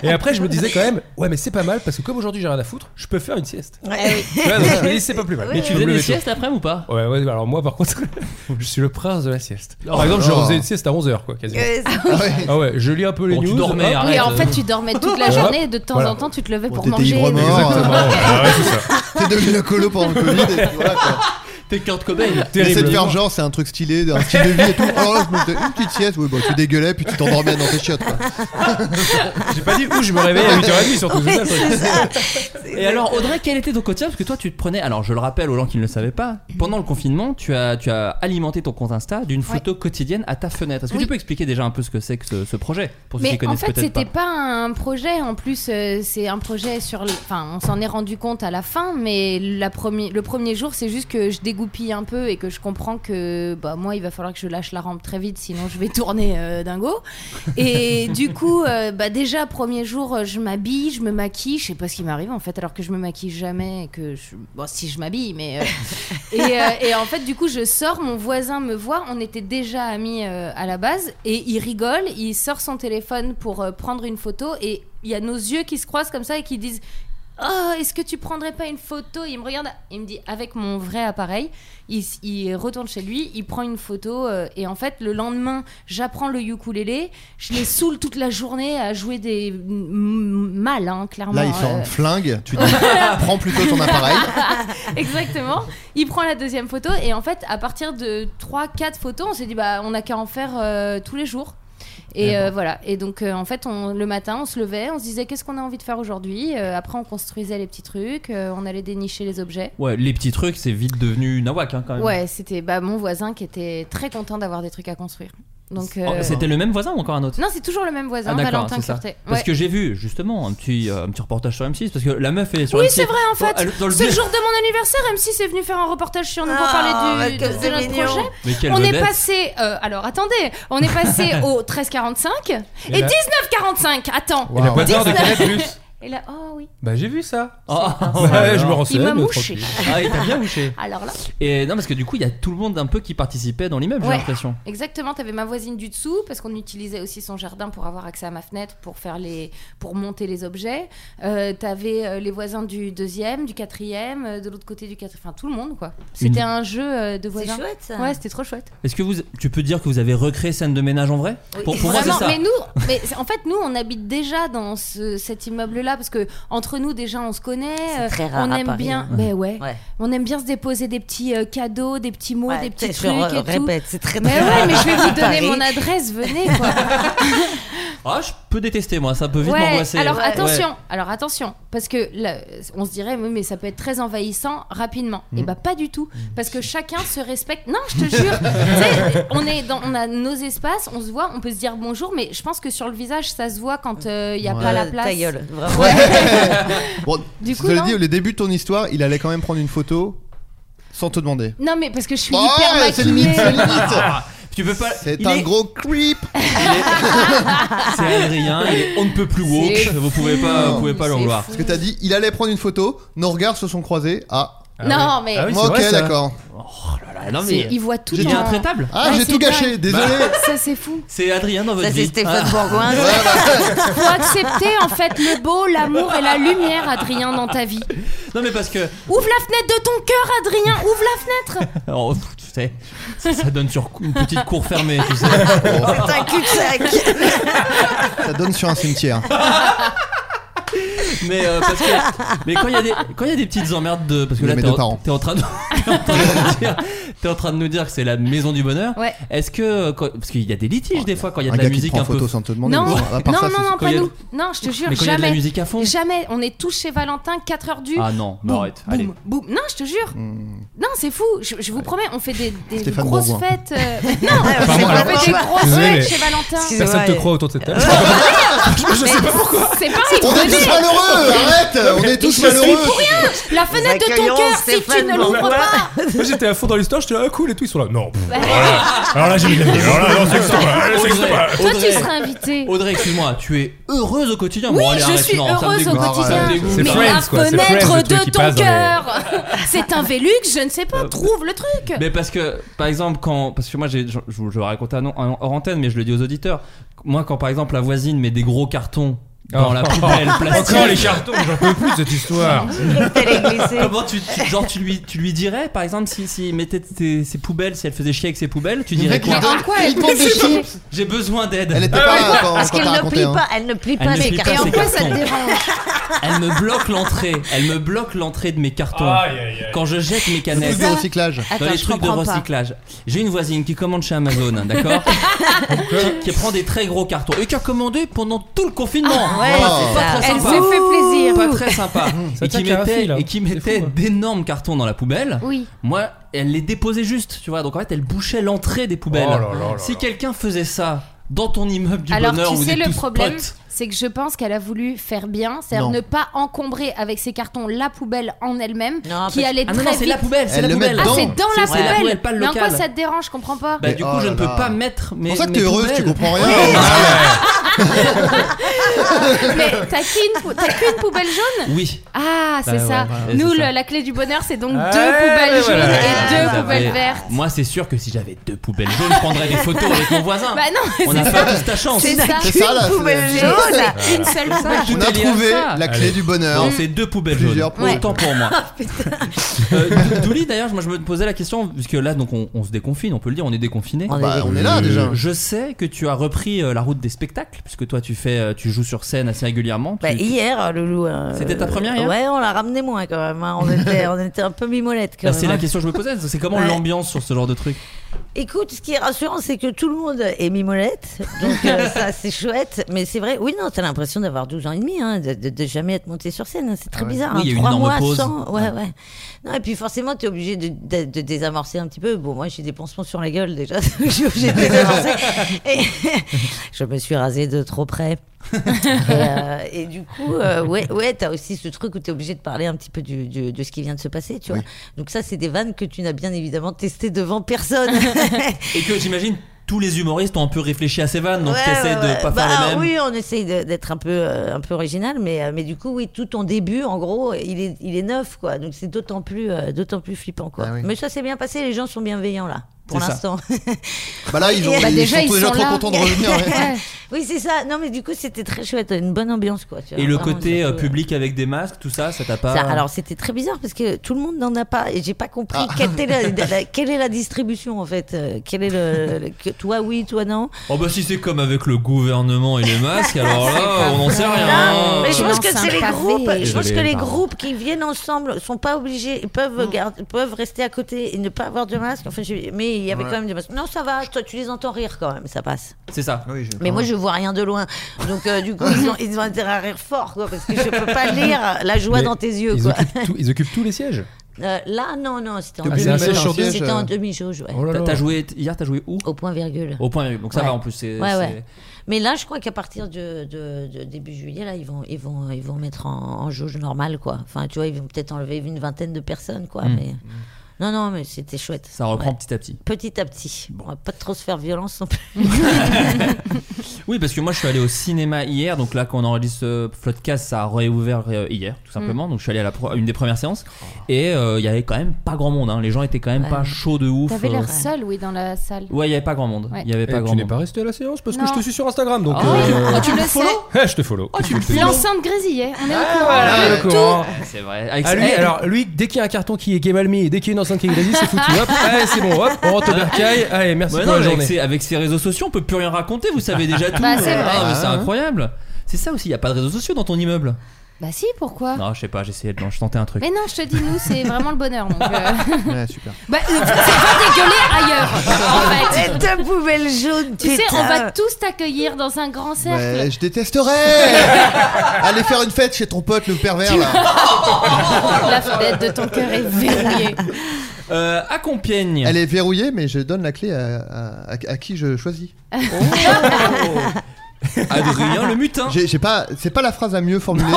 I: et après je me disais quand même ouais mais c'est pas mal parce que comme aujourd'hui j'ai rien à foutre, je peux faire une sieste.
G: Ouais.
I: Ouais, donc, je me dis c'est pas plus mal.
G: Mais
I: Je
D: Tu
I: me
D: faisais des
I: levais tôt.
D: siestes après ou pas
I: Ouais, ouais, alors moi par contre, je suis le prince de la sieste.
D: Oh
I: Par exemple, je
E: là.
I: faisais une sieste à 11h quoi, quasiment.
G: Ouais, c'est-
E: Ah ouais.
I: Ah ouais, je lis un peu les
D: Bon, tu
I: news. Ah,
D: dormais,
I: hop,
D: hein.
H: Oui,
D: Arrête.
H: en fait, tu dormais toute la
I: Hop.
H: journée et de temps
I: Voilà.
H: en temps, tu te levais
E: Bon,
H: pour
E: t'étais
H: manger.
E: ivre mort.
D: euh,
I: Exactement. Ah ouais, c'est ça.
E: T'es devenu le colo pendant le Covid. et puis voilà, quoi.
D: T'es Kurt Cobain.
E: T'essaies
I: Terrible.
E: de faire genre, c'est un truc stylé, un style de vie et tout. Alors là, je me faisais une petite sieste. Oui, bah tu dégueulais, puis tu t'endormais dans tes chiottes. quoi.
I: J'ai pas dit où je me réveille à 8h30 surtout. c'est ça, le truc.
G: c'est ça.
D: Et alors, Audrey, quel était ton quotidien Parce que toi, tu te prenais. Alors, je le rappelle aux gens qui ne le savaient pas, pendant le confinement, tu as, tu as alimenté ton compte Insta d'une photo quotidienne à ta fenêtre. Est-ce que
H: Oui.
D: tu peux expliquer déjà un peu ce que c'est que ce, ce projet Pour ceux
H: Mais
D: qui
H: en
D: connaissent
H: fait,
D: peut-être
H: c'était
D: pas.
H: pas. un projet. En plus, euh, c'est un projet sur. le- Enfin, on s'en est rendu compte à la fin, mais la premi- le premier jour, c'est juste que je dégoupille un peu et que je comprends que bah, moi, il va falloir que je lâche la rampe très vite, sinon je vais tourner euh, dingo. Et du coup, euh, bah, déjà, premier jour, euh, je m'habille, je me maquille. Je sais pas ce qui m'arrive en fait, alors que je me maquille jamais. et Que je... Bon, si je m'habille, mais. euh, et, euh, et en fait, du coup, je sors, mon voisin me voit, on était déjà amis euh, à la base, et il rigole, il sort son téléphone pour euh, prendre une photo, et il y a nos yeux qui se croisent comme ça et qui disent Oh, est-ce que tu prendrais pas une photo Il me regarde, il me dit Avec mon vrai appareil, il, s- il retourne chez lui, il prend une photo, euh, et en fait, le lendemain, j'apprends le ukulélé, je les saoule toute la journée à jouer des. m- m- mal, hein, clairement.
E: Là, il sort
H: euh.
E: un flingue. Tu dis, prends plutôt ton appareil.
H: Exactement. Il prend la deuxième photo et en fait, à partir de 3-4 photos, on s'est dit bah on n'a qu'à en faire euh, tous les jours.
D: Eh
H: Et euh, voilà. Et donc euh, en fait, on, le matin, on se levait, on se disait qu'est-ce qu'on a envie de faire aujourd'hui. Euh, après, on construisait les petits trucs, euh, on allait dénicher les objets.
D: Ouais, les petits trucs, c'est vite devenu nawak hein, quand même.
H: Ouais, c'était bah, mon voisin qui était très content d'avoir des trucs à construire. Donc
D: Oh,
H: euh,
D: C'était le même voisin ou encore un autre
H: non, c'est toujours le même voisin,
D: Ah, d'accord,
H: Valentin
D: c'est ça.
H: Curtet.
D: Parce
H: Ouais.
D: que j'ai vu justement un petit, euh, un petit reportage sur M6 parce que la meuf est sur
H: Oui,
D: M6.
H: c'est vrai en
D: Bon,
H: fait.
D: elle- dans le
H: C'est le
D: blé-
H: jour de mon anniversaire. M6 est venu faire un reportage sur nous pour
G: Ah,
H: parler du,
G: bah,
H: de,
G: que
H: de
G: c'est
H: notre
G: mignon.
H: projet.
D: Mais quelle
H: on est
D: vedette.
H: passé. euh, alors attendez, on est passé au 13h45
I: Et
H: et
I: là-
H: 19h45. Attends.
I: Et la boîte d'or de
H: 19.
I: Canal Plus.
H: Et là, oh oui.
I: Bah j'ai vu ça.
D: Oh,
I: Ouais,
D: alors.
I: je me renseigne.
H: Il m'a mouché.
D: Ah, il t'a bien mouché.
H: Alors là,
D: Et non, parce que du coup, il y a tout le monde un peu qui participait dans l'immeuble, j'ai
H: Ouais.
D: l'impression.
H: exactement. T'avais ma voisine du dessous parce qu'on utilisait aussi son jardin pour avoir accès à ma fenêtre pour faire les, pour monter les objets. Euh, T'avais euh, les voisins du deuxième, du quatrième, euh, de l'autre côté du quatrième. Enfin tout le monde quoi. C'était
D: Une-
H: un jeu euh, de
G: C'est
H: voisins.
G: chouette ça.
H: Ouais, c'était trop chouette.
D: Est-ce que vous, tu peux dire que vous avez recréé scène de ménage en vrai
G: Oui.
D: Pour, pour moi, c'est
H: Vraiment,
D: ça.
H: Mais nous, mais c'est- en fait, nous, on habite déjà dans ce- cet immeuble-là parce que entre nous, déjà, on se connaît.
G: C'est
H: euh,
G: très rare
H: on
G: à
H: aime
G: Paris,
H: bien.
G: hein.
H: Mais ouais,
G: Ouais.
H: on aime bien se déposer des petits euh, cadeaux, des petits mots,
G: Ouais,
H: des petits
G: peut-être
H: trucs
G: je
H: et
G: re-
H: tout.
G: répète, c'est très
H: Mais
G: très
H: ouais, mais je vais vous
G: rare à
H: donner
G: Paris.
H: mon adresse, venez quoi.
D: Ah, je peux détester, moi, ça peut vite
H: Ouais,
D: m'angoisser.
H: alors
D: Ouais.
H: attention, alors attention, parce que là, on se dirait, oui, mais ça peut être très envahissant rapidement.
D: Mm.
H: Et bah pas du tout, parce que chacun se respecte. Non, je te jure, tu sais, on est, dans, on a nos espaces, on se voit, on peut se dire bonjour, mais je pense que sur le visage, ça se voit quand euh, il y a
G: Euh,
H: pas la place.
G: Ta gueule, vraiment.
E: Bon,
H: Du coup,
E: je te l'ai
H: non.
E: dit, au début de ton histoire, il allait quand même prendre une photo sans te demander.
H: Non, mais parce que je suis
E: Oh,
H: hyper
E: c'est limite, c'est
H: maquillée.
E: limite.
D: Ah, tu peux pas.
E: C'est
D: il
E: un
D: est-
E: gros creep.
D: C'est Adrien, il est on ne peut plus
H: C'est
D: walk. Vous pouvez pas, vous pouvez pas le
H: C'est
D: vouloir.
H: fou.
E: Parce que t'as dit, il allait prendre une photo, nos regards se sont croisés. Ah,
H: Non, mais
I: Ah oui,
E: ok,
I: vrai, ça.
E: d'accord.
D: Ah, non, mais-
H: c'est- ils voient tout
D: Il est
H: en-
D: intraitable.
E: Ah,
H: Ouais,
E: j'ai
H: c'est
E: tout
H: dingue.
E: gâché, désolé.
H: Ça, c'est fou.
D: C'est Adrien dans votre
G: Ça, c'est
D: vie. Ah.
G: Stéphane Bourgoin.
H: Faut accepter en fait le beau, l'amour et la lumière, Adrien, dans ta vie.
D: Ah, non, mais parce que.
H: Ouvre la fenêtre de ton cœur, Adrien, ouvre la fenêtre.
D: Oh, pff, tu sais, ça, ça donne sur une petite cour fermée, tu sais.
G: C'est un cul-de-sac. Ah,
H: Bah.
E: Ça donne sur un cimetière.
D: Mais, euh, parce que- mais quand il y a des quand il y a des petites emmerdes de parce que
E: Les
D: là
E: mes
D: t'es
E: deux
D: en,
E: parents.
D: t'es en train de t'es en train de nous dire t'es en train de nous dire que c'est la maison du bonheur.
H: Ouais.
D: Est-ce que euh, quand- parce qu'il y a des litiges des fois quand il y a
E: Un
D: de la
E: gars qui te
D: musique
E: prend
D: un
E: en
D: peu
E: photo sans te demander.
H: Non.
E: bon, à part
H: non,
E: ça,
H: non,
E: c'est-
H: non,
D: quand il
H: pas
D: y a de-
H: nous. Non, je te jure,
D: mais quand il y a de la
H: jamais.
D: musique à fond.
H: Jamais. On est tous chez Valentin, 4h du.
D: Ah non, mais
H: boum,
D: arrête,
H: boum,
D: allez. Hmm.
H: boum. Non, je te jure. Non, c'est fou. Je, je vous promets, on fait des, des
E: Stéphane
H: grosses
E: Bourgoin.
H: fêtes. euh, Non,
I: Enfin, moi,
H: on
I: alors,
H: fait des grosses
I: Désolé, mais-
H: fêtes chez Valentin.
I: Personne te croit autour de cette table.
H: Je sais pas pourquoi. C'est pareil.
E: On est tous
H: venez.
E: malheureux, arrête On est tous
H: Je suis
E: malheureux.
H: pour rien. La fenêtre de ton
G: accueillons
H: cœur, si tu
G: Stéphane
H: ne l'ouvres
I: Bourgoin.
H: pas.
I: Moi j'étais à fond dans l'histoire, j'étais ah cool et tout, ils sont là. Non. pff,
H: Bah,
I: Alors là j'ai mis la vie. Alors là, non, c'est que ça, ouais, Ah, c'est que ça.
D: Audrey,
H: Toi, tu
D: Audrey,
H: seras invité.
D: Audrey, excuse-moi, tu es heureuse au quotidien.
H: Oui,
D: bon, allez,
H: je
D: arrête,
H: suis
D: non, ça me
H: heureuse au
D: dégoûte.
H: quotidien.
D: Ça me dégoûte.
I: C'est
H: mais
I: Friends,
H: la
I: quoi, c'est
H: fenêtre
I: Friends, le truc qui
H: de ton
I: passe dans les-
H: cœur, c'est un Vélux, je ne sais pas, trouve le truc.
D: euh, Mais parce que, par exemple, quand. Parce que moi, j'ai- je, je vous je vous racontais un, un- hors antenne, mais je le dis aux auditeurs. Moi, quand par exemple la voisine met des gros cartons dans
I: Oh.
D: la poubelle plastique.
I: Encore les cartons, j'en peux plus de cette histoire.
G: T'allais glisser.
D: Comment tu, tu- genre tu lui tu lui dirais par exemple si si il mettait tes- ses poubelles si elle faisait chier avec ses poubelles tu dirais
E: Mec, il
D: quoi
E: donne-
H: en Ah, quoi elle
E: il porte des
H: fait chier
E: chips.
D: j'ai besoin d'aide
H: Ah
E: Elle était pas là quand-
G: Parce
E: quand
G: qu'elle
E: t'as
G: ne
E: raconté.
G: plie
E: hein.
G: pas, elle ne plie
D: Elle
G: pas
D: ne
G: les
D: plie pas
H: Et
G: cartons.
H: en
D: ses
H: quoi ça te
D: cartons.
H: dérange
D: Elle me bloque l'entrée. Elle me bloque l'entrée de mes cartons.
I: Aïe, aïe, aïe.
D: Quand je jette mes canettes.
E: trucs de recyclage.
D: Dans
E: Attends,
D: les
E: je
D: trucs de
E: comprends pas.
D: recyclage. J'ai une voisine qui commande chez Amazon, hein, d'accord qui, qui prend des très gros cartons et qui a commandé pendant tout le confinement.
H: Ah, ouais,
D: Voilà,
H: c'est
D: pas
H: ça.
D: très
H: Elle
D: sympa.
H: s'est fait plaisir.
D: Pas très sympa.
I: Ça
D: et qui
I: tient qu'à un
D: mettait,
I: fil, hein.
D: et qui mettait d'énormes cartons dans la poubelle.
H: Oui.
D: Moi, elle les déposait juste, tu vois. Donc en fait, elle bouchait l'entrée des poubelles.
I: Oh là là là
D: si quelqu'un faisait ça dans ton immeuble du
H: Alors
D: bonheur,
H: tu
D: vous
H: sais
D: êtes
H: le
D: tous
H: problème,
D: potes.
H: c'est que je pense qu'elle a voulu faire bien, c'est-à-dire
D: Non.
H: ne pas encombrer avec ses cartons la poubelle en elle-même, qui
D: parce-
H: allait
D: Ah non,
H: très
D: non, c'est
H: vite.
D: la poubelle, c'est Elle la le met poubelle.
H: Ah c'est
D: dedans.
H: dans
D: C'est-
H: la
D: c'est la
H: poubelle.
D: poubelle, pas le
H: Mais en quoi
D: local.
H: ça te dérange Je comprends pas.
D: Bah, du coup, je ne peux pas mettre mes.
E: oh C'est pour ça que
D: mes
E: t'es heureuse, tu
D: poubelles.
E: comprends rien. Ah,
H: Mais t'as qu'une pou- t'as qu'une poubelle jaune
D: Oui.
H: Ah, c'est
D: Bah,
H: ça.
D: ouais, ouais,
H: Nous,
D: c'est
H: le-
D: ça.
H: la clé du bonheur, c'est donc
D: Ah,
H: deux poubelles
D: voilà.
H: jaunes
D: Ah,
H: et deux
D: vous
H: poubelles
D: avez-
H: vertes.
D: Moi, c'est sûr que si j'avais deux poubelles jaunes, je prendrais des photos avec mon voisin.
H: Bah non, mais
D: On
H: c'est
D: n'a
H: ça.
D: pas tous ta chance.
H: C'est ça.
E: C'est ça, là,
H: Une poubelle
E: c'est-
H: jaune,
E: c'est-
H: une seule
E: Voilà.
H: poubelle.
E: On a trouvé la clé
D: Allez.
E: du bonheur.
D: Non, c'est deux poubelles jaunes.
E: Plusieurs poubelles.
D: Autant pour moi.
H: Ah,
D: Euh, Dou- Douli, d'ailleurs, moi je me posais la question, puisque là, donc on, on se déconfine, on peut le dire, on est déconfiné. Euh,
E: On est Bah, déconfiné. on est là, déjà.
D: Je sais que tu as repris euh, la route des spectacles, puisque toi tu fais, euh, tu joues sur scène assez régulièrement.
G: Bah,
D: Tu- tu-
G: hier, euh, Loulou. euh,
D: C'était ta première hier
G: Ouais, on l'a ramené moins quand même. hein. On, était, on était un peu mimolette quand
D: Là,
G: même.
D: Bah, c'est
G: hein.
D: la question que je me posais, c'est comment
G: Ouais.
D: l'ambiance sur ce genre de truc
G: Écoute, ce qui est rassurant, c'est que tout le monde est mimolette. Donc, euh, ça, c'est chouette. Mais c'est vrai, oui, non, t'as l'impression d'avoir 12 ans et demi, hein, de, de- de jamais être monté sur scène. hein. C'est très
D: Ah ouais.
G: bizarre.
D: Oui,
G: hein.
D: il y a eu une
G: Trois
D: énorme
G: mois
D: pause.
G: sans. Ouais, ouais. Non, et puis forcément, t'es obligé de, de- de désamorcer un petit peu. Bon, moi, j'ai des pansements sur la gueule déjà. donc Je suis obligée de désamorcer. Et- je me suis rasée de trop près. et, euh, et du coup, euh, ouais, ouais, t'as aussi ce truc où t'es obligé de parler un petit peu du, du- de ce qui vient de se passer, tu vois. Donc ça, c'est des vannes que tu n'as bien évidemment testé devant personne.
D: Et que j'imagine tous les humoristes ont un peu réfléchi à ces vannes, donc
G: Ouais,
D: t'essaies
G: ouais, ouais.
D: de pas
G: Bah,
D: faire les mêmes.
G: Oui, on essaye de- d'être un peu, euh, un peu original, mais, euh, mais du coup, oui, tout ton début, en gros, il est, il est neuf, quoi. Donc c'est d'autant plus, euh, d'autant plus flippant, quoi.
E: Ah oui.
G: Mais ça s'est bien passé, les gens sont bienveillants là. Pour
E: C'est ça.
G: l'instant.
E: Bah là, ils ont- Bah, ils déjà, sont ils tous déjà sont trop là. contents de revenir, ouais.
G: oui, c'est ça. Non, mais du coup, c'était très chouette. Une bonne ambiance, quoi. tu vois,
D: Et le
G: vraiment,
D: côté euh,
G: surtout, euh,
D: public avec des masques, tout ça, ça t'a
I: Ah.
D: pas.
G: ça- alors c'était très bizarre parce que tout le monde n'en a pas et j'ai pas compris
D: Ah.
G: quelle, était la, la- quelle est la distribution en fait. euh, quel est le, le- que- toi oui, toi non.
D: Oh bah si c'est comme avec le gouvernement et les masques, alors là, on n'en sait
I: Oh
D: rien. hein.
G: Non, mais je pense que c'est les
H: pavé.
G: groupes. Je pense
D: Désolé,
G: que les
D: pardon.
G: groupes qui viennent ensemble sont pas obligés, ils
I: Mm.
G: peuvent gard- peuvent rester à côté et ne pas avoir de masque. Enfin, je- mais il y avait
D: Ouais.
G: quand même des masques. Non, ça va. Toi, tu les entends rire quand même, ça passe.
D: C'est ça.
G: Mais
I: Ah
G: moi, je vois rien de loin. Donc, euh, du coup, ils ont, ils ont intérêt à rire fort, quoi, parce que je peux pas lire la joie
I: Mais
G: dans tes yeux,
I: Ils
G: quoi.
I: occupent, tout- ils occupent tous les sièges.
G: Euh, là, non, non, c'était en
I: Ah, c'est un siège sur
G: demi-jauge.
I: siège,
G: C'était en
I: euh.
G: demi-jauge, ouais.
I: Oh là
D: T'as-
I: là.
D: T'as joué hier, t'as joué où
G: Au point virgule.
D: Au point virgule. Donc ça
G: Ouais.
D: va en plus. c'est-
G: Ouais,
D: c'est-
G: ouais. Mais là, je crois qu'à partir de, de- de début juillet, là, ils vont, ils vont, ils vont mettre en, en jauge normale, quoi. Enfin, tu vois, ils vont peut-être enlever une vingtaine de personnes, quoi.
D: Mm.
G: Mais... Non, non, mais c'était chouette.
D: Ça reprend petit à petit.
G: Petit à petit. On va pas trop se faire violence non plus.
D: Oui, parce que moi je suis allé au cinéma hier, donc là quand on enregistre ce podcast, ça a réouvert euh, hier, tout simplement.
G: Mm.
D: Donc je suis allé à, la pro- à une des premières séances et euh, il y avait quand même pas grand monde. hein. Les gens étaient quand même
H: Ouais.
D: pas chauds de ouf.
H: T'avais
D: euh.
H: l'air seul, oui, dans la salle.
D: Ouais, il y avait pas grand monde.
H: Ouais.
D: Il y avait
I: Et
D: pas
I: Eh, tu
D: grand
I: n'es
D: monde.
I: pas resté à la séance parce que
H: Non.
I: je te suis sur Instagram donc.
D: Ah,
I: euh,
H: Ah, tu me follow
I: Eh, je te follow.
D: tu me
I: Je te follow.
H: L'enceinte grésillait, on est au courant.
I: Voilà, le
H: Tout.
I: courant.
D: C'est vrai. Avec
I: Ah,
D: ça-
I: lui,
D: Eh,
I: alors lui, dès qu'il y a un carton qui est, qui est mal mis et dès qu'il y a une enceinte qui est grésille, c'est foutu. Hop, allez, c'est bon, hop, on rentre au bercail. Allez, merci
D: Ouais,
I: pour la
D: non, mais
I: journée.
D: Avec ces, avec ces réseaux sociaux, on peut plus rien raconter. Vous savez déjà tout.
H: Bah, c'est vrai.
D: Ah, mais c'est
I: Ah, ouais.
D: incroyable. C'est ça aussi. Il y a pas de réseaux sociaux dans ton immeuble.
H: Bah si, pourquoi
D: Non, je sais pas. J'essayais de. non, Je tentais un truc.
H: Mais non, je te dis, nous, c'est vraiment le bonheur. Donc, euh,
D: Ouais, super.
H: Bah, euh, c'est pas dégueuler ailleurs, en fait.
G: Ta poubelle jaune,
H: Tu sais,
G: putain.
H: on va tous t'accueillir dans un grand cercle.
E: Ouais, je détesterais Allez faire une fête chez ton pote le pervers là.
H: Oh, La fenêtre de ton cœur est verrouillée.
D: Euh, à Compiègne.
E: Elle est verrouillée, mais je donne la clé à, à- à- à qui je choisis.
D: Oh. Adrien le mutin.
E: J'ai j'ai pas, c'est pas la phrase la mieux formulée. de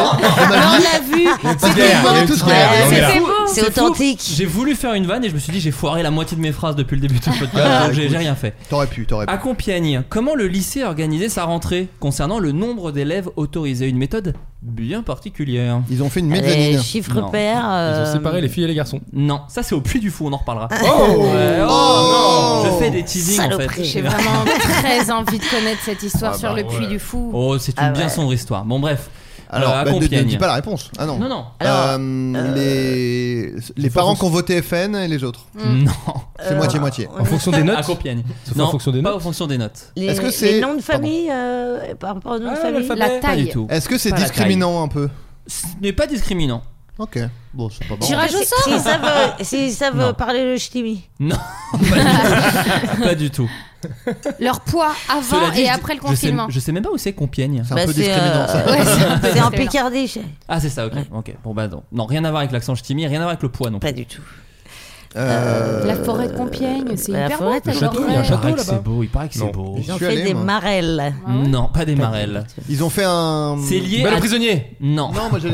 E: ma vie.
H: vu.
E: C'est tout ce qu'il y a.
G: Ouais,
E: On est là.
G: c'est beau. C'est
D: fou.
G: authentique.
D: J'ai voulu faire une vanne et je me suis dit j'ai foiré la moitié de mes phrases depuis le début de ce
E: Ah,
D: podcast. donc J'ai
E: écoute,
D: j'ai rien fait.
E: T'aurais pu, t'aurais pu.
D: À Compiègne, comment le lycée a organisé sa rentrée concernant le nombre d'élèves autorisés Une méthode bien particulière.
E: Ils ont fait une
G: Les chiffres
D: Non.
G: pairs. euh,
I: filles et les garçons.
D: Non, ça c'est au puits du fou, on en reparlera.
I: Oh
D: Ouais, oh,
I: Oh
D: non, je fais des teasings en fait.
G: Saloperie.
H: J'ai vraiment très envie de connaître cette histoire
D: Ah
H: sur
D: bah
H: le
D: ouais.
H: puits du fou.
D: Oh, c'est une
H: Ah
D: bien
H: ouais.
D: sombre histoire. Bon bref.
E: Alors,
D: Euh, à
E: bah, ne, ne
D: Compiègne.
E: dis pas la réponse. Ah non.
D: Non, non.
E: Euh, les les parents qui ont voté FN et les autres.
D: Non.
G: euh,
E: C'est moitié-moitié.
I: En Ah. fonction des notes
D: À Compiègne.
I: Ça fait
D: Non,
I: en fonction des
D: pas
I: notes
D: en fonction des notes.
G: Les,
E: Est-ce que
G: les
E: c'est-
G: noms de famille euh, par rapport aux noms de famille
D: Ah,
I: l'alphabet.
H: La
D: Pas
H: taille.
D: du tout.
E: Est-ce que c'est
D: Pas la taille.
E: discriminant un peu
D: ce n'est pas discriminant.
E: Ok, bon, c'est pas
G: Tirage au sort S'ils savent, s'ils savent
D: Non.
G: parler le ch'timi.
D: Non, pas du tout. Pas du tout.
H: Leur poids avant
D: Cela dit,
H: et
D: je-
H: après le
D: je sais-
H: confinement.
D: Je sais, même pas où c'est Compiègne.
E: C'est un Bah, peu c'est, discriminant, euh, ça.
G: ouais, c'est un peu C'est en
H: discriminant.
G: Picardie. je-
D: Ah, c'est ça, ok. ok. Bon, bah non. Non, rien à voir avec l'accent ch'timi, rien à voir avec le poids non
G: Pas du tout.
H: La forêt de Compiègne, c'est
G: la
H: hyper
G: forêt
H: beau. t'as
G: de
H: Bah,
I: château,
H: leur
I: il y a un
H: forêt.
I: château.
D: Il paraît que
I: là-bas.
D: c'est beau, il paraît que
E: Non.
D: c'est beau.
E: Ils ont
G: Ils ont
E: suis
G: fait
E: allé,
G: des
E: moi.
G: marelles.
D: Non, pas des marelles.
E: Ils ont fait un.
D: C'est lié
I: Balle
D: à-
I: aux prisonniers
D: Non.
E: Non, moi j'ai un,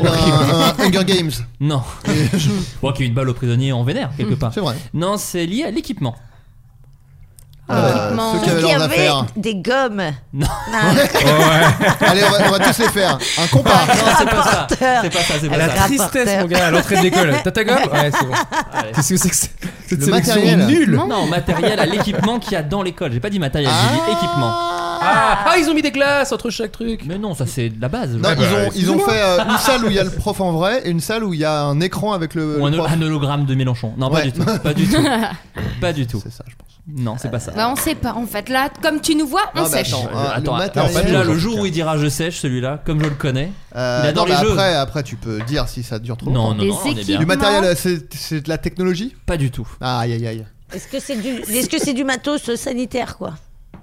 E: un Hunger Games.
D: Non. bon, qu'il y ait une balle aux prisonniers en vénère, quelque part.
E: Mmh. C'est vrai.
D: Non, c'est lié à l'équipement.
H: Équipement.
E: Euh, ceux qui
G: Il
E: avaient
G: y
E: leurs
G: avait
E: affaires.
G: des gommes.
D: Non.
E: Allez, on va, on va tous les faire. Un compas.
D: Non, c'est pas ça. C'est
E: Ah.
D: pas ça, c'est pas
I: La
G: Elle
D: ça.
G: a-
I: tristesse,
G: Rapporteur.
I: mon gars, à l'entrée de l'école. T'as ta gomme Ouais, c'est bon.
D: Allez.
I: Qu'est-ce que c'est que c'est- cette
E: Le
I: sélection
E: matériel.
I: nulle
D: Non, matériel à l'équipement qu'il y a dans l'école. J'ai pas dit matériel,
E: Ah.
D: j'ai dit équipement.
I: ah, ah, ils ont mis des classes entre chaque truc.
D: Mais non, ça c'est de la base.
E: Non,
D: Ouais.
E: ils ont, ils ont
I: excusez-moi.
E: fait euh, une salle où il y a le prof en vrai et une salle où il y a un écran avec le.
D: Ou un,
E: le prof. Ah,
D: un hologramme de Mélenchon. Non, pas
E: Ouais.
D: du tout. Pas du tout. Pas du tout.
E: C'est ça, je pense.
D: Non, c'est pas ça.
H: Bah on sait pas en fait. Là, comme tu nous vois, on
E: Ah, bah,
H: sèche.
E: attends.
D: Euh,
E: Ah,
D: attends,
E: le
D: alors,
E: matériel,
D: celui-là, le
E: en
D: jour
E: tout
D: où il dira je sèche, celui-là, comme je le connais.
E: Euh,
D: Il adore
E: non,
D: les
E: mais
D: jeux.
E: Après, après, tu peux dire si ça dure trop
D: Non,
E: longtemps.
D: non, non, on est
H: Les
D: bien.
E: Du
H: équipes.
E: matériel, euh, c'est c'est de la technologie
D: Pas du tout.
E: Ah, Aïe, aïe, aïe.
G: Est-ce que c'est du, est-ce que c'est du matos sanitaire, quoi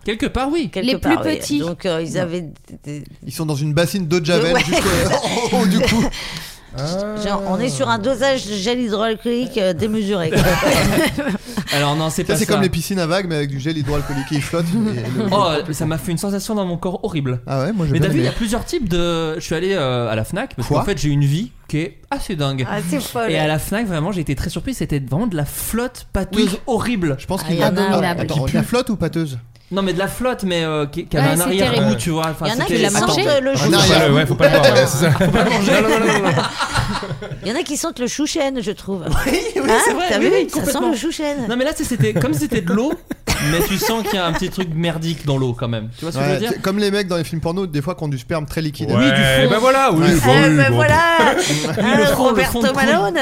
D: Quelque part, oui.
G: quelque
H: Les
G: part,
H: plus
G: oui.
H: petits.
G: Donc, euh, ils avaient. des- des-
E: Ils sont dans une bassine d'eau de javel
G: Ouais.
E: jusqu'au en haut oh, du cou.
G: Genre, on est sur un dosage de gel hydroalcoolique euh, démesuré. quoi.
D: Ah, Alors, non, c'est
E: Ça,
D: pas ça.
E: c'est comme les piscines à vagues, mais avec du gel hydroalcoolique qui flotte. et le-
D: Oh, ça m'a fait une sensation dans mon corps horrible.
E: Ah ouais, moi j'ai
D: Mais
E: bien
D: t'as vu, il y a
E: aimé.
D: plusieurs types de. Je suis allé euh, à la Fnac parce
E: Quoi
D: qu'en fait, j'ai une vie qui est assez dingue.
G: ah, c'est folle.
D: Et à la Fnac, vraiment, j'ai été très surpris. C'était vraiment de la flotte pâteuse
E: Oui.
D: horrible.
E: Je pense
G: Ah,
E: qu'il
G: il y en a,
E: Ah,
G: ouais.
E: Attends,
D: Qui
E: la flotte ou pâteuse
D: Non, mais de la flotte, mais euh, qui, qui avait
H: Ouais,
D: un
H: c'est
D: arrière-goût,
H: terrible.
D: tu vois. Enfin,
G: Il y en a qui
D: c'était-
G: la sentent
D: Attends,
G: euh, le
E: Un
G: chou.
E: arrière.
I: Ouais, faut pas le voir. ouais, c'est ça.
D: faut pas le manger. Non, non, non, non, non.
G: Il y en a qui sentent le chouchen, je trouve.
D: Oui, oui,
G: Hein
D: c'est vrai.
G: T'as
D: oui,
G: vu
D: oui,
G: Ça sent
D: complètement.
G: le chouchen.
D: Non mais là tu sais, c'était comme si c'était de l'eau, mais tu sens qu'il y a un petit truc merdique dans l'eau quand même. Tu vois ce que
E: Ouais,
D: je veux dire
E: c'est Comme les mecs dans les films porno, des fois, qui ont du sperme très liquide.
D: Oui, du fond.
I: Ouais, bah voilà, oui,
G: Eh
I: bon, oui,
G: ben
I: bon.
G: voilà Hein,
D: le fond, le fond de
G: Roberto
D: couille.
G: Malone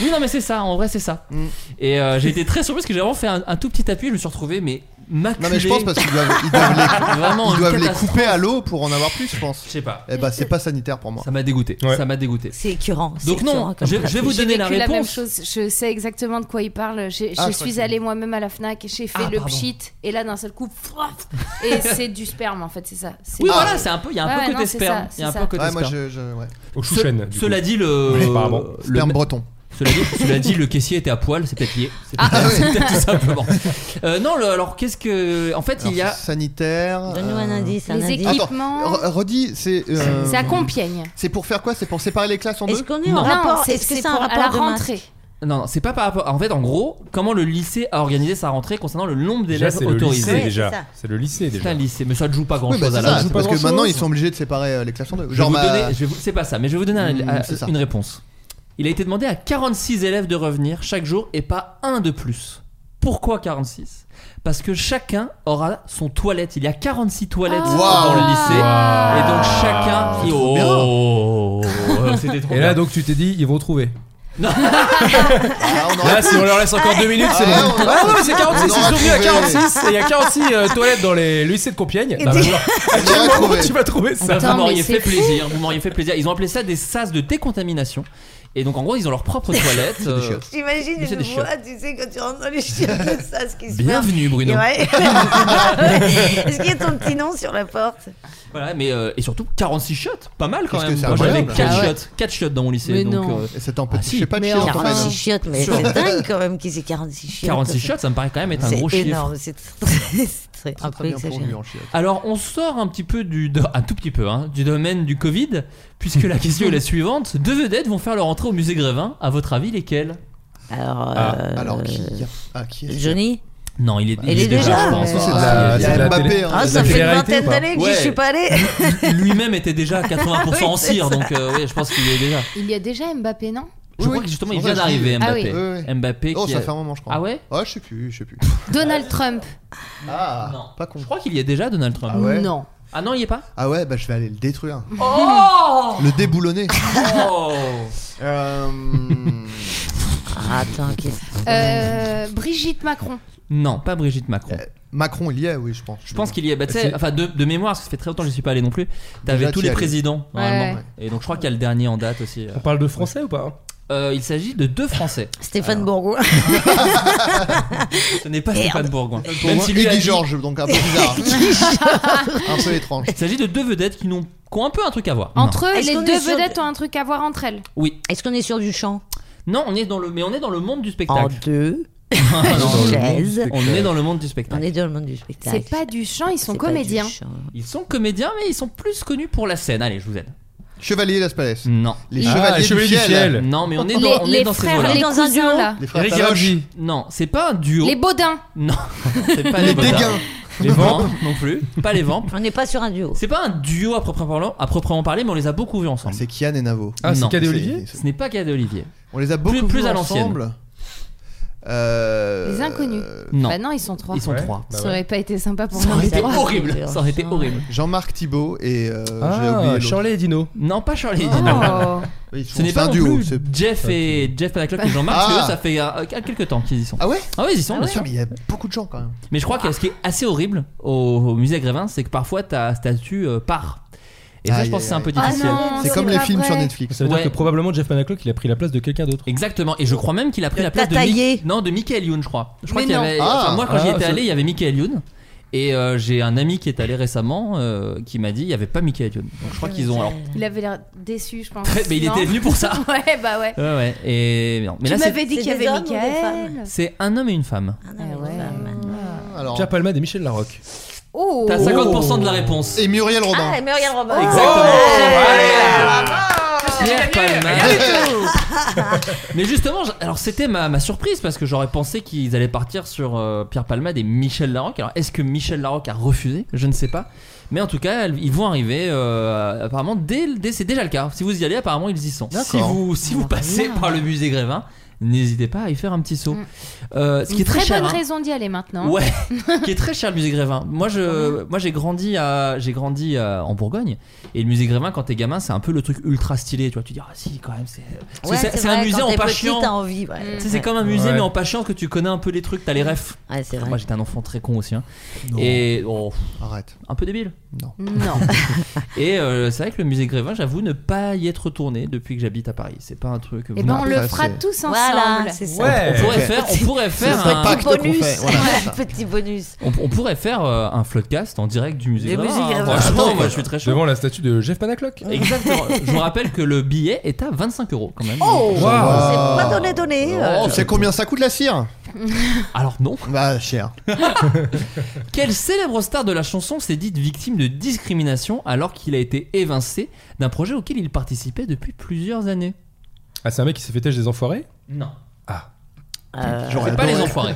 D: Oui non mais c'est ça, en vrai c'est ça.
E: Mm.
D: Et euh, j'ai été très surpris parce que j'ai vraiment fait un, un tout petit appui, je me suis retrouvé mais maculé.
E: Non, mais je pense parce qu'ils doivent, ils doivent les,
D: vraiment
E: ils
D: une
E: doivent les
D: catastrophe.
E: couper à l'eau pour en avoir plus, je pense.
D: Je sais pas.
E: Eh bah, c'est pas sanitaire pour moi.
D: Ça m'a dégoûté.
I: Ouais.
D: Ça m'a dégoûté.
G: C'est écurant. c'est
D: Donc non,
H: hein,
G: écœurant comme
D: je, je
G: pratique.
D: vais vous
H: J'ai
D: donner
H: vécu
D: la
H: la même
D: réponse.
H: chose. Je sais exactement de quoi il parle. J'ai- je
E: Ah, je crois que-
H: suis allée moi-même à la Fnac et j'ai fait
D: Ah,
H: le
D: pardon.
H: pchit et là d'un seul coup, frouf, et c'est du sperme en fait, c'est ça. C'est-
D: Oui voilà, c'est un peu, il y a un
H: Ouais,
D: peu
H: ouais,
D: côté
H: non, c'est
D: sperme.
H: ça,
D: Il y a un
H: c'est
D: peu
H: ça.
D: côté
E: Ouais, moi
D: sperme.
E: je. je- ouais.
I: Au
D: Ce-
I: chouchen. du
D: cela
I: coup.
D: dit le,
I: Oui, par rapport.
D: le
E: Sperme breton.
D: Cela dit, cela dit, le caissier était à poil, c'est peut-être lié. C'est peut-être
E: Ah,
D: c'est peut-être tout simplement. Euh, non, le- alors qu'est-ce que. En fait,
E: Alors,
D: il y a.
E: c'est Sanitaire.
G: Donne-nous un
E: euh,
G: indice, un
H: Les
G: indice.
H: équipes.
E: Attends,
H: Équipement.
E: re- redis, c'est. euh,
H: C'est à Compiègne.
E: C'est pour faire quoi C'est pour séparer les classes en deux
G: Est-ce qu'on est en
D: Non.
G: rapport
H: c'est-
G: Est-ce que
H: c'est
G: c'est un
H: pour- à la
G: rapport de maths
H: rentrée.
D: Non, non, c'est pas par rapport. En fait, en gros, comment le lycée a organisé sa rentrée concernant le nombre
I: Déjà,
D: d'élèves
I: c'est le lycée
D: autorisés
G: Ouais, c'est
I: déjà.
G: ça.
I: C'est le lycée
D: C'est
I: déjà.
D: un lycée, mais ça ne joue pas grand
E: Oui, bah,
D: chose
E: c'est
D: à
E: ça,
D: la
E: c'est
I: pas
E: parce que
I: grand-chose.
E: maintenant ils sont obligés de séparer euh, les classes en deux.
D: Je vais
E: Genre,
D: vous
E: ma-
D: donner- je vais vous- c'est pas ça, mais je vais vous donner un-
E: Hmm,
D: un-
E: c'est ça.
D: une réponse. Il a été demandé à 46 élèves de revenir chaque jour et pas un de plus. Pourquoi 46 Parce que chacun aura son toilette. Il y a 46 toilettes
E: Ah.
D: dans le lycée. Et donc chacun.
I: C'est
D: Oh,
I: trop bien.
D: oh, oh, c'était trop
I: Et là,
D: bien.
I: donc, tu t'es dit, ils vont trouver.
E: Ah, on aurait-
I: Là, si on leur laisse encore deux minutes, c'est
E: Ah,
I: bon.
E: on aura-
I: Ah non, mais c'est 46,
E: on
I: ils
E: aura
I: sont venus à
E: trouvé.
I: 46. Et il y a 46 euh, toilettes dans les le lycée de Compiègne. Bah,
G: Et
I: bah,
E: on aurait
I: Comment
E: trouvé.
I: tu vas trouver ça
D: Bah,
H: Attends,
D: vous m'auriez
H: mais
D: fait
H: c'est
D: plaisir. Vous m'auriez fait plaisir. Ils ont appelé ça des sas de décontamination. Et donc en gros, ils ont leur propre toilette. euh,
E: chiottes.
G: J'imagine
D: Mais c'est
G: une
D: des
G: voix, tu sais, quand tu rentres dans les chiottes, ça, ce qui se passe.
D: Bienvenue Bruno.
G: Ouais. Est-ce qu'il y a ton petit nom sur la porte
D: Voilà, mais euh, et surtout 46 chiottes, pas mal quand
E: Qu'est-ce
D: même.
E: que c'est
D: Moi j'avais
E: incroyable.
D: 4
E: Ah
H: ouais.
D: chiottes, 4 chiottes dans mon lycée.
H: Mais
D: donc,
H: non.
D: euh,
E: Et c'est en
D: Ah,
E: petit.
D: si.
E: Je sais pas de
D: Mais
E: chier en
D: en
E: campagne.
D: France,
G: 46 chiottes, mais
D: Sur-
G: c'est dingue quand même qu'ils aient 46 chiottes.
D: 46 chiottes, ça me paraît quand même être un
G: C'est
D: gros chiffre.
G: énorme, c'est très- c'est très-
E: C'est
G: un
E: très
G: peu
E: bien pour
G: exagéré.
E: lui
D: hein.
E: en chiottes.
D: Alors on sort un petit peu du do- un tout petit peu hein, du domaine du Covid puisque la question est la suivante deux vedettes vont faire leur entrée au musée Grévin à votre avis lesquelles
G: Alors,
I: Ah,
G: euh,
E: Alors qui Ah, qui est-ce
G: Johnny
D: Non il est
G: Il
D: il
G: est déjà,
D: je pense.
E: que c'est de
I: Ah,
E: la-
I: il
E: il
I: y
E: y
I: a de la
E: a Mbappé.
I: télé-
E: hein.
G: Ah,
I: de
G: ça
I: la
G: fait une
I: télé-réalité ou
G: vingtaine
I: pas
G: d'années que
D: Ouais.
G: j'y suis pas allée.
D: Lui-même était déjà à 80% en
G: Oui, c'est
D: cire
G: ça.
D: donc euh, oui je pense qu'il est déjà.
H: Il y a déjà Mbappé, non
D: Je
E: Oui,
D: crois
E: oui,
D: que justement
E: c'est
D: il
E: vrai,
D: vient
E: je dis-
D: d'arriver
H: Ah oui.
D: Mbappé.
E: Oui, oui.
D: Mbappé
E: Oh,
D: qui
E: ça
D: a-
E: fait un moment, je crois.
D: Ah ouais
E: Oh, je sais plus, je sais plus.
D: Euh,
H: Donald Trump.
E: Ah,
D: Non.
E: pas con.
D: Je crois qu'il y est déjà Donald Trump.
E: Ah ouais.
H: Non.
D: Ah non il y est pas
E: Ah ouais, bah je vais aller le détruire.
D: Oh
E: Le déboulonner.
D: Oh
E: Euh,
G: Ah, Attends, qu'est-ce
H: Euh, Brigitte Macron.
D: Non, pas Brigitte Macron.
E: Macron, il y est, oui, je pense.
D: Je pense qu'il y a. bah, tu sais,
E: C'est-
D: enfin, de, de mémoire, parce que ça fait très longtemps que je suis pas allé non plus. T'avais
E: Déjà,
D: tous
E: t'y
D: les
E: allais.
D: présidents,
H: Ouais.
D: normalement.
H: Ouais.
D: Et donc, je crois qu'il y a le dernier en date aussi. euh.
I: On parle de français ou pas hein
D: Euh, il s'agit de deux Français.
G: Stéphane Bourgoin.
D: Ce n'est pas
G: Merde.
D: Stéphane Bourgoin.
E: Euh, Pour
D: Même
E: moi,
D: si lui a
E: Eddie
D: dit-
E: Georges, donc un peu bizarre. un peu étrange.
D: Il s'agit de deux vedettes qui, n'ont, qui ont un peu un truc à voir.
H: Entre eux,
G: Est-ce
H: les
G: qu'on
H: deux
G: est sûr de-
H: vedettes ont un truc à voir entre elles.
D: Oui.
G: Est-ce qu'on est sur du champ
D: Non, on est dans le, mais on est dans le monde du
G: En
D: spectacle.
G: deux.
D: Non, non,
G: chaise.
D: on est dans le monde du
G: On
D: spectacle.
G: est dans le monde du spectacle.
H: C'est pas du chant, ils sont
G: C'est pas du
H: comédiens.
G: chant.
D: Ils sont comédiens, mais ils sont plus connus pour la scène. Allez, je vous aide.
E: Chevalier Las Palais.
D: Non.
E: Les
I: Ah,
E: chevaliers
I: les Chevaliers
E: du
I: du
E: ciel.
I: Ciel.
D: Non, mais on est dans,
H: Les,
D: on
H: les
D: est dans ces
H: frères,
D: eaux-là.
H: les
G: Dans un
H: cousins
G: duo.
H: là.
E: Les frères
I: Eric
E: Taloche.
I: Ramsey,
D: Non, c'est pas un duo.
H: Les Baudins.
D: Non, c'est pas Ah, les,
E: Les
D: Beaux-Arts.
E: Dégains.
D: Les Vampes non plus. Pas les Vampes.
G: On n'est pas sur un duo.
D: C'est pas un duo à proprement, parlant- à proprement parler, mais on les a beaucoup vus ensemble.
E: C'est Ah, Kian et Navo.
I: Ah, c'est
D: Non.
I: Cadet
E: C'est-
I: Olivier
E: c'est-
D: Ce n'est pas Cadet Olivier.
E: On les a beaucoup
D: Plus- plus
E: vus
D: à l'ancienne.
E: ensemble. Euh,
H: Les inconnus.
D: Non.
H: Bah non, ils sont trois.
D: Ils sont
I: Ouais.
D: trois.
I: Bah
H: Ça
I: ouais.
H: aurait pas été sympa pour Oh.
D: Ça
H: nous.
D: aurait
H: les
D: été
H: trois.
D: horrible. Ça aurait été
G: Ah.
D: horrible.
E: Jean-Marc Thibault et euh, j'ai oublié
I: Ah,
E: l'autre.
I: Shirley et Dino.
D: Non, pas Charlie.
H: Oh.
E: Oui, ils sont-
D: Ce n'est
E: c'est
D: pas
E: un
D: non
E: duo.
D: plus
E: c'est-
D: Jeff et Jeff à la cloque et Jean-Marc. parce que
E: Ah.
D: eux, ça fait euh, quelques temps qu'ils y sont.
E: Ah ouais
D: Ah oui, ils y sont,
E: Ah
D: bien
E: ouais,
D: sûr.
E: mais il y a beaucoup de gens quand même.
D: Mais je crois que ce qui est assez horrible au, au musée Grévin, c'est que parfois ta statue euh, part. Et ça,
E: Aïe,
D: je pense que c'est un
E: aïe,
D: peu
H: Ah
D: difficile.
H: non,
E: C'est comme les
H: pas
E: films sur
H: vrai.
E: Netflix.
I: Ça veut
D: Ouais.
I: dire que probablement Jeff Panaclock il a pris la place de quelqu'un d'autre.
D: Exactement, et je crois même qu'il a pris
G: Le
D: la place de,
G: plataillé.
D: non, de Michael Youn, je crois. Je crois
H: Mais
D: qu'il y
H: non.
D: avait.
E: Ah.
D: enfin, moi, quand j'y
I: Ah,
D: étais
I: ça-
D: allé, il y avait Michael Youn. Et euh, j'ai un ami qui est allé récemment euh, qui m'a dit il n'y avait pas Michael Youn. Donc je crois
H: Ah,
D: qu'ils ont. Alors,
H: Il avait l'air déçu, je pense.
D: très- mais il
H: Non
D: était venu pour ça.
H: Ouais, bah ouais.
D: Ouais, ouais. Et non. Mais
H: tu
D: là, c'est-
H: m'avais dit
G: C'est
H: qu'il y
G: des
H: avait
G: hommes ou des
H: Michael.
G: femmes
D: c'est un homme et une femme.
G: Ah,
H: Ah
G: non,
H: ouais.
G: les femmes.
D: Ah,
E: Alors,
I: Pierre Palmade et Michel Larocque.
H: Oh
D: T'as 50% de la réponse.
E: et Muriel Robin.
G: Ah, et Muriel Robin.
D: Exactement.
G: Ouais.
D: Pierre Palmade. Mais justement, j- alors c'était ma, ma surprise parce que j'aurais pensé qu'ils allaient partir sur euh, Pierre Palmade et Michel Larocque. Alors est-ce que Michel Larocque a refusé Je ne sais pas. Mais en tout cas, elles- ils vont arriver euh, apparemment dès, dès- c'est déjà le cas. Si vous y allez, apparemment ils y sont. Si
E: D'accord.
D: vous si vous passez par le musée Grévin, n'hésitez pas à y faire un petit saut.
H: Mm.
D: Euh, ce qui est très,
H: très
D: cher.
H: bonne
D: hein.
H: raison d'y aller maintenant.
D: Ouais, qui est très cher le musée Grévin. Moi,
G: Ah
D: je, moi, j'ai grandi à, j'ai grandi à- en Bourgogne. Et le musée Grévin, quand t'es gamin, c'est un peu le truc ultra stylé. Tu vois, tu dis, ah si, quand même, c'est. parce que
G: Ouais,
D: c'est, c'est un
G: vrai,
D: musée
G: quand
D: en
G: t'es
D: pas
G: petit,
D: chiant.
G: T'as envie. ouais.
H: Mm.
D: Tu sais, c'est comme un musée,
I: Ouais.
D: mais en pas chiant, que tu connais un peu les trucs, t'as les refs.
G: Ouais, Mm, c'est
D: Moi,
G: vrai.
D: j'étais un enfant très con aussi. hein.
E: Non,
D: Et oh,
E: Arrête.
D: un peu débile.
H: Non.
D: Et euh, c'est vrai que le musée Grévin, j'avoue ne pas y être retourné depuis que j'habite à Paris. C'est pas un
G: Eh
D: truc.
H: Et ben on le
E: Après,
H: fera
E: c'est-
H: tous ensemble.
G: Voilà, c'est ça.
D: on
I: Ouais.
D: pourrait
E: Ok.
D: faire, on pourrait faire
E: C'est
D: un,
E: pas- pacte qu'on
G: bonus.
E: fait, voilà,
G: Ouais,
E: c'est ça.
G: petit bonus.
D: on, on pourrait faire euh, un floodcast en direct du musée
G: Du
D: Grévin.
G: musée
D: hein.
G: Grévin.
D: Franchement, moi, je suis très chaud.
I: Devant la statue de Jeff Panaclock.
D: Exactement. Je vous rappelle que le billet est à 25 euros quand même.
G: Oh,
I: Waouh.
G: c'est
D: Ah,
G: pas donné donné. euh.
E: Tu sais combien ça coûte la cire
D: Oh, Alors non.
E: Bah, cher.
D: Quelle célèbre star de la chanson s'est dite victime de discrimination alors qu'il a été évincé d'un projet auquel il participait depuis plusieurs années
I: Ah, c'est un mec qui s'est fait têche des enfoirés
D: Non.
G: Euh,
E: J'aurais
D: Pas les
E: adoré.
D: enfoirés.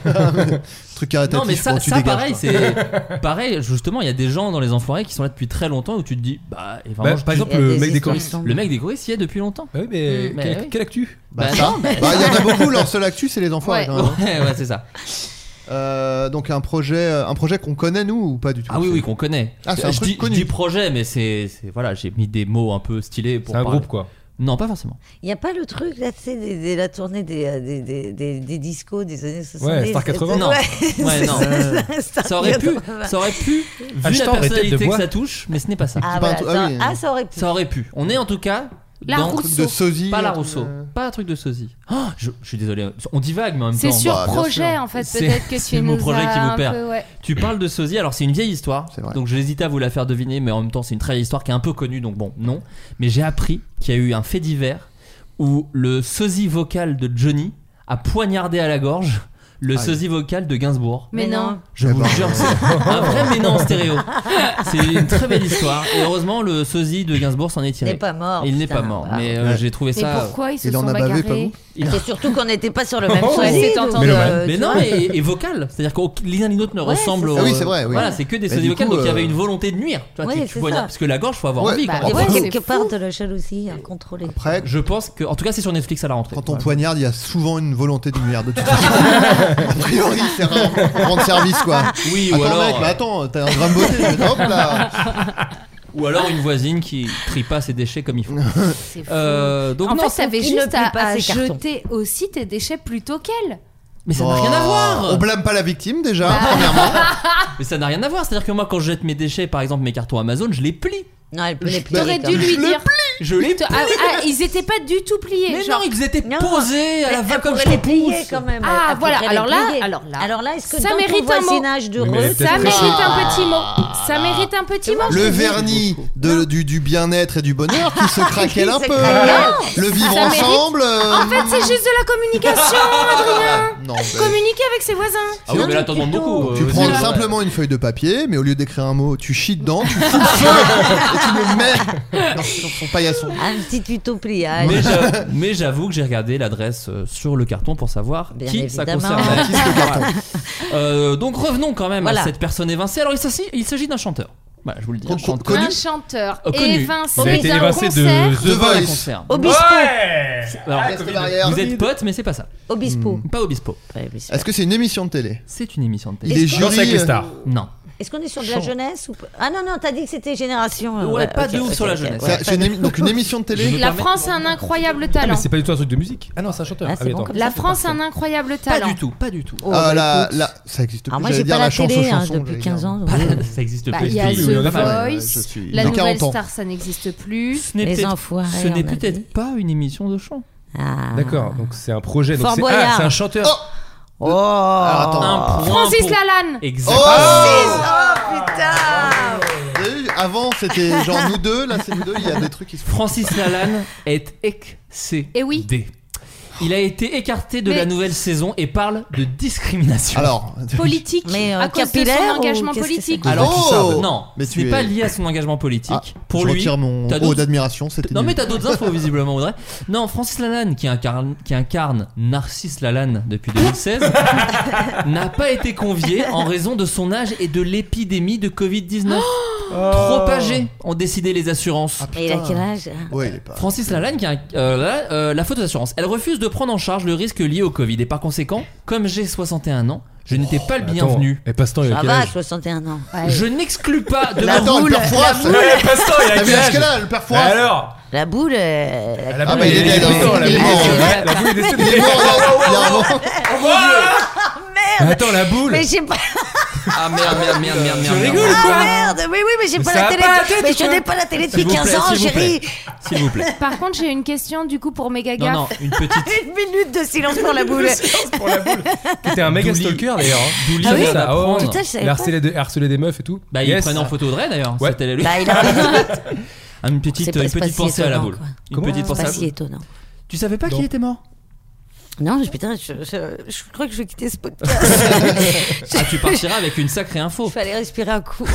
E: Truc à
D: Non mais ça, ça pareil, c'est pareil. Justement, il y a des gens dans les enfoirés qui sont là depuis très longtemps où tu te dis, bah, et vraiment,
I: Bah,
D: je-
I: Par exemple,
G: Il y a
I: le
G: des
I: mec des
G: histoires
I: choristes.
G: ensemble.
D: le mec des Goris il y est depuis longtemps.
I: Bah oui, mais,
D: Mm.
I: quelle,
D: Mais oui.
I: quelle actu
E: Bah,
D: Bah,
E: ça.
D: non, mais-
E: Bah, il y en a beaucoup, leur seule actu, c'est les enfoirés.
H: Ouais.
E: quand même.
D: Ouais, ouais, c'est ça.
E: Euh, donc un projet, un projet qu'on connaît nous ou pas du tout
D: Ah oui, oui, qu'on connaît.
E: Ah, c'est un
D: je,
E: truc
D: dis, je
E: connu.
D: dis projet, mais c'est, c'est- voilà, j'ai mis des mots un peu stylés pour
I: C'est un
D: parler.
I: groupe quoi.
D: Non, pas forcément.
G: Il n'y a pas le truc là, tu sais, des- des- la tournée des, euh, des, des, des, des discos des années 70.
I: Star 80.
G: Ouais,
D: Non. Ouais,
G: c'est
D: non.
G: ça, Star
D: Ça aurait pu,
G: 80.
D: ça aurait pu, vu
I: Ah, je
D: la
I: t'en aurais tête de
D: personnalité que
I: bois.
D: ça touche, mais ce n'est pas ça.
G: Ah,
E: C'est pas un
G: voilà,
E: truc-
G: ça,
E: ah oui.
G: ah, ça aurait pu.
D: Ça aurait pu. On est en tout cas
H: La
D: dans
E: Un truc de euh. sosie.
D: pas la
E: un truc
D: Rousseau,
E: de-
D: pas un truc de sosie. Oh, je, je suis désolé, on divague mais en même
H: C'est
D: temps.
H: sur
E: bah, bien
H: projet
E: sûr.
H: en fait,
D: C'est-
H: peut-être que
D: c'est
H: tu
D: le mot
H: nous
D: projet
H: as
D: qui vous
H: un
D: perd.
H: peu, ouais.
D: Tu parles de sosie, alors c'est une vieille histoire,
E: C'est vrai.
D: donc j'hésite à vous la faire deviner, mais en même temps c'est une très vieille histoire qui est un peu connue, donc bon, non. Mais j'ai appris qu'il y a eu un fait divers où le sosie vocal de Johnny a poignardé à la gorge le
E: Aïe.
D: sosie vocal de Gainsbourg.
H: Mais non.
D: Je
E: Eh
D: vous
E: ben.
D: jure, que c'est un vrai mais non stéréo. C'est une très belle histoire. Et heureusement, le sosie de Gainsbourg s'en est
G: Il
D: tiré.
G: n'est pas mort.
D: Il n'est
G: putain,
D: pas mort.
G: voilà.
D: Mais euh,
E: Ouais.
D: j'ai trouvé
H: Mais
D: ça.
H: pourquoi ils se
E: Il en
H: sont
E: a bavé, pas
H: bagarrés
G: C'est surtout qu'on n'était pas sur le même euh,
I: Oh,
G: choix.
H: c'est
I: Mais le mal.
D: Mais non, et, et vocal. C'est-à-dire que l'un ni l'autre ne
G: Ouais,
D: ressemble
G: c'est
D: au.
E: ça. Ah oui, c'est vrai, oui.
D: Voilà, c'est que des
E: Mais
D: sosies
E: du
D: vocales.
E: coup,
D: donc il y
E: euh,
D: avait une volonté de nuire. Tu vois,
G: Ouais,
D: tu- tu
G: c'est
D: vois,
G: ça.
D: parce que la gorge, faut avoir
E: Ouais.
D: envie.
H: Bah,
D: quoi.
G: Et
H: Ouais,
G: puis,
H: c'est
G: quelque
H: fou.
G: part de la jalousie, hein, incontrôlée.
E: Après,
D: Je pense que. En tout cas, c'est sur Netflix à la rentrée.
E: quand on
D: Ouais.
E: poignarde, il y a souvent une volonté de nuire de toute façon. a priori, c'est rarement pour rendre service quoi.
D: Oui, ou
E: attends
D: alors.
E: mec, mais
D: euh,
E: attends, t'as un grain de beauté. mais Hop là.
D: Ou alors une voisine qui trie pas ses déchets comme il faut.
H: C'est fou.
D: Euh, donc
H: en
D: non,
H: fait, t'avais
G: il ne
H: juste
G: plie
H: à,
G: pas
H: à
G: ses cartons.
H: jeter aussi tes déchets plutôt qu'elle.
D: mais ça n'a rien à
E: Oh,
D: voir.
E: On blâme pas la victime déjà,
H: Bah.
E: premièrement.
D: Mais ça n'a rien à voir. C'est-à-dire que moi, quand je jette mes déchets, par exemple mes cartons Amazon, je les plie.
G: Non, elle peut les plier.
H: T'aurais dû
G: quand
H: lui
D: Je le
H: dire.
D: Je les
H: Ah,
D: plie.
H: ah, ils étaient pas du tout pliés.
D: Mais
H: genre.
D: non, ils étaient
G: Non,
D: posés à la
G: même.
D: va
G: Elle
D: comme
G: pourrait
D: je
G: les
D: les
G: plier quand même.
H: Ah,
G: Elle
H: voilà,
G: pourrait les
H: alors là-
G: plier.
H: alors là-
G: alors là, est-ce que
H: Ça
G: dans
H: mérite
G: ton
H: un mot.
G: voisinage de
I: Oui, mais elle est
G: Rose,
I: peut-être
H: ça mérite
I: pressée.
H: un petit mot. Ça mérite un petit mot.
G: Ah,
E: Le vernis de- du, du bien-être et du bonheur qui se craquelle un
G: Qui se
E: peu.
G: craquelle.
E: Le vivre
H: Ça mérite-
E: ensemble. euh,
H: En fait, Ah, c'est juste de la communication, Adrien.
E: non, mais-
H: Communiquer avec ses voisins.
D: Ah oui, mais là, t'en demandes beaucoup.
E: Tu
D: euh,
E: prends
D: vas-y, ouais.
E: simplement une feuille de papier, mais au lieu d'écrire un mot, tu chies dedans, tu fous le feu et tu le
G: Ah,
E: mets dans son son paillasson.
G: Un petit tuto pliage.
D: Mais j'a- Mais j'avoue que j'ai regardé l'adresse euh, sur le carton pour savoir
G: Bien
D: qui ça
G: évidemment.
D: concernait.
E: Qui se carton
D: Euh, donc revenons quand même
G: Voilà.
D: à cette personne évincée. Alors il s'agit, il s'agit d'un chanteur. Voilà, je vous le dis.
E: Con-
D: un
E: con-
D: chanteur.
E: Connu.
H: Un chanteur
D: Oh, connu.
I: Il a
H: évincé
I: été
H: d'un
I: évincé
H: concert.
I: de
E: The
I: The
D: Pas d'un
E: Voice.
D: concert.
G: Obispo.
I: Ouais
D: Alors,
E: Reste barrière.
D: vous êtes potes, mais c'est pas ça.
G: Obispo.
I: Mm.
D: Pas Obispo.
G: Ouais, bien sûr.
E: Est-ce que c'est une émission de télé
D: C'est une émission de
E: Il
D: télé.
E: est
I: Danse avec
E: jury.
I: les stars.
D: Non.
G: Est-ce qu'on est sur de la jeunesse ou pas Ah non, non, t'as dit que c'était génération. euh,
D: Ouais, pas
G: ok,
D: de ouf
G: ok,
D: sur la
G: ok,
D: jeunesse.
G: ouais.
E: euh, C'est- c'est une émi- donc une émission de télé
H: La France a un incroyable
I: Ah, mais
H: talent.
I: c'est pas du tout un truc de musique. Ah non, c'est un chanteur.
G: Ah, c'est
I: oui,
G: bon
I: attends.
G: comme
H: La
G: ça,
H: France a un incroyable
D: Pas
H: talent.
D: du tout, pas du tout.
G: Oh,
E: Ah,
G: bah,
E: la-
G: écoute.
E: la- ça existe plus.
G: Alors moi,
E: j'allais
G: j'ai
E: dire
G: pas la,
E: chance aux
G: télé hein,
E: chansons,
G: depuis
E: j'allais
G: 15
E: dire.
G: ans.
D: Pas-
G: ouais.
D: Ah, ça existe
H: Bah,
D: plus.
H: il y a
I: Oui,
H: The
I: oui, on a fait,
H: Voice,
E: ouais, je suis-
H: la
E: Dans
H: nouvelle
E: 40 ans.
H: star, ça n'existe plus.
D: Ce n'est
G: Les
D: peut-être-
G: enfoirés,
D: ce n'est
G: on a dit.
D: peut-être pas une émission de chant.
G: Ah.
I: D'accord, donc c'est un projet. Donc
G: Fort
I: c'est ah,
G: Boyard.
I: c'est un chanteur.
G: Oh
E: Alors, attends.
G: Ah.
D: Un point
H: Francis
D: pour-
H: Lalanne.
D: Exactement.
E: Vous avez vu, Avant, c'était genre nous deux, là, c'est nous deux, il y a des trucs qui se font.
D: Francis Lalanne est excédé.
H: Eh oui.
D: Il a été écarté de
H: Mais-
D: la nouvelle saison et parle de discrimination.
E: Alors,
H: Politique.
G: Mais, euh,
H: à cause de
G: capillaire
H: son
G: ou
H: engagement
G: qu'est-ce que
H: politique.
E: c'est
D: Alors,
E: Oh
D: tout ça, non,
E: Mais
D: mais
E: tu
D: c'est
E: es-
D: pas lié à son engagement politique.
E: ah,
D: Pour
E: je
D: lui,
E: retire mon
D: t'as
E: haut
D: d'autres-
E: d'admiration, c'était
D: non
E: nul.
D: mais t'as d'autres infos visiblement Audrey. Non, Francis Lalanne qui incarne, qui incarne Narcisse Lalanne depuis 2016 n'a pas été convié en raison de son âge et de l'épidémie de Covid-19
E: Oh.
D: trop âgé ont décidé les assurances.
G: Mais il a quel âge hein
E: Ouais, il est pas.
D: Francis Lalanne qui a euh, la- euh, la faute aux assurances. Elle refuse de prendre en charge le risque lié au Covid et par conséquent, comme j'ai 61 ans, je n'étais pas le
I: Attends,
D: bienvenu.
I: Et passe-temps, il a
G: Ça
I: quel
G: va,
I: âge
G: 61 ans.
H: Ouais.
D: Je n'exclus pas de
E: Mais
D: me
E: attends, le père Fouras,
I: Eh, Passe-temps, il
E: T'as
I: a
E: vu
I: quel
E: l'âge qu'elle
I: âge
E: a, le père
I: Mais
E: Fouras
I: Alors
G: La boule. euh, elle a-
I: La
E: Ah,
I: boule,
E: bah, il est
I: elle est
E: dead,
I: décédée.
E: hein.
I: Elle est
E: Il est
I: morte.
E: mort,
I: La boule est
E: Il est
I: décédée.
E: mort, là, il y a un moment.
I: Attends, la boule
G: Mais j'ai pas.
D: Ah merde, merde, merde, merde,
I: Tu
D: merde, merde.
I: rigoles
G: Ah
I: quoi
G: merde Oui, oui, mais j'ai
I: Mais
G: pas
I: ça
G: la
I: a
G: télé.
I: pas la tête,
G: mais
I: ou
G: je
I: quoi
G: n'ai pas la télé depuis
D: S'il vous
G: 15
D: plaît,
G: ans,
D: s'il vous
G: chérie.
D: plaît. S'il vous plaît.
H: Par contre, j'ai une question du coup pour méga
D: Non, non,
H: gaffe.
D: une petite.
G: Une minute de silence pour la boule.
I: pour la boule. T'es un méga
D: Douli.
I: stalker d'ailleurs. Douli,
D: Ah oui Putain,
G: je savais
I: il
G: pas.
I: a harcelé des, harcelé des meufs et tout.
D: Bah, il
I: Yes.
D: prenait en photo Audrey d'ailleurs.
I: Ouais.
D: C'était lui.
G: Bah, il a raison.
D: Ah, Une petite,
G: Bah, C'est pas-
D: une
G: c'est pas
D: petite
G: si
D: pensée à la
G: étonnant,
D: boule.
G: quoi.
D: Une
I: Comment
D: petite
G: C'est
D: pensée à
G: pas
D: la
G: si
D: boule.
G: étonnant.
D: Tu savais pas qu'il
I: Non.
D: était mort
G: Non, je- putain, je, je, je crois que je vais quitter ce podcast.
D: Ah, tu partiras avec une sacrée
G: Il
D: info.
G: fallait respirer un coup.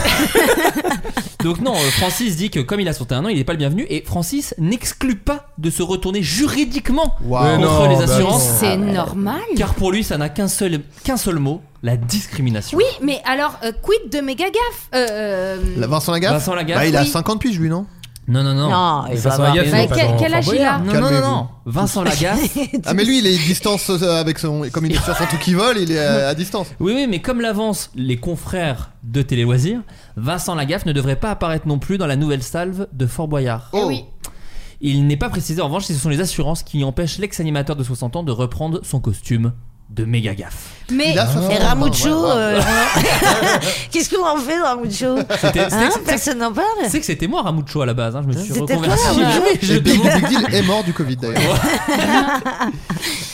D: Donc, non, euh, Francis dit que comme il a 61 ans, il n'est pas le bienvenu. Et Francis n'exclut pas de se retourner juridiquement
E: Waouh.
I: Mais
D: contre
I: non,
D: les
I: bah
D: assurances.
I: attends.
H: C'est normal.
D: Car pour lui, ça n'a qu'un seul, qu'un seul mot la discrimination.
H: Oui, mais alors, euh, quid de méga gaffe Euh, euh,
E: La- Vincent Lagaffe
D: Vincent Lagaffe.
E: Bah, il a
H: Oui. Bah,
E: 50 piges, lui, non
D: Non, non, non.
G: Non, il
I: Vincent
G: va avoir
I: Lagaffe,
G: raison.
I: non,
H: quel-
I: pas dans
H: quel
I: Fort
H: âge il
I: Boyard.
H: a
D: Non, non, non, non.
E: Calmez-vous.
D: Vincent Lagaffe.
E: Ah, mais lui, il est distance euh, avec son. Comme il est sur son truc qui vole, il est euh, à distance.
D: Oui, oui, mais comme l'avancent les confrères de Téléloisirs, Vincent Lagaffe ne devrait pas apparaître non plus dans la nouvelle salve de Fort Boyard.
E: Oh.
H: Eh oui.
D: Il n'est pas précisé en revanche si ce sont les assurances qui empêchent l'ex-animateur de 60 ans de reprendre son costume de méga gaffe.
H: Mais
E: Il a 60
G: Et
E: ans,
G: Ramucho,
E: ouais, ouais.
G: euh, qu'est-ce qu'on en fait, Ramucho
D: C'était-
G: Hein
D: c'était-
G: Personne n'en parle
D: Tu sais que c'était moi Ramucho à la base, hein,
H: Euh,
D: je me suis
G: C'était
D: reconverti.
G: toi, ouais.
D: Oui, je
E: Et Big,
D: demande.
E: Big Deal est mort du Covid d'ailleurs.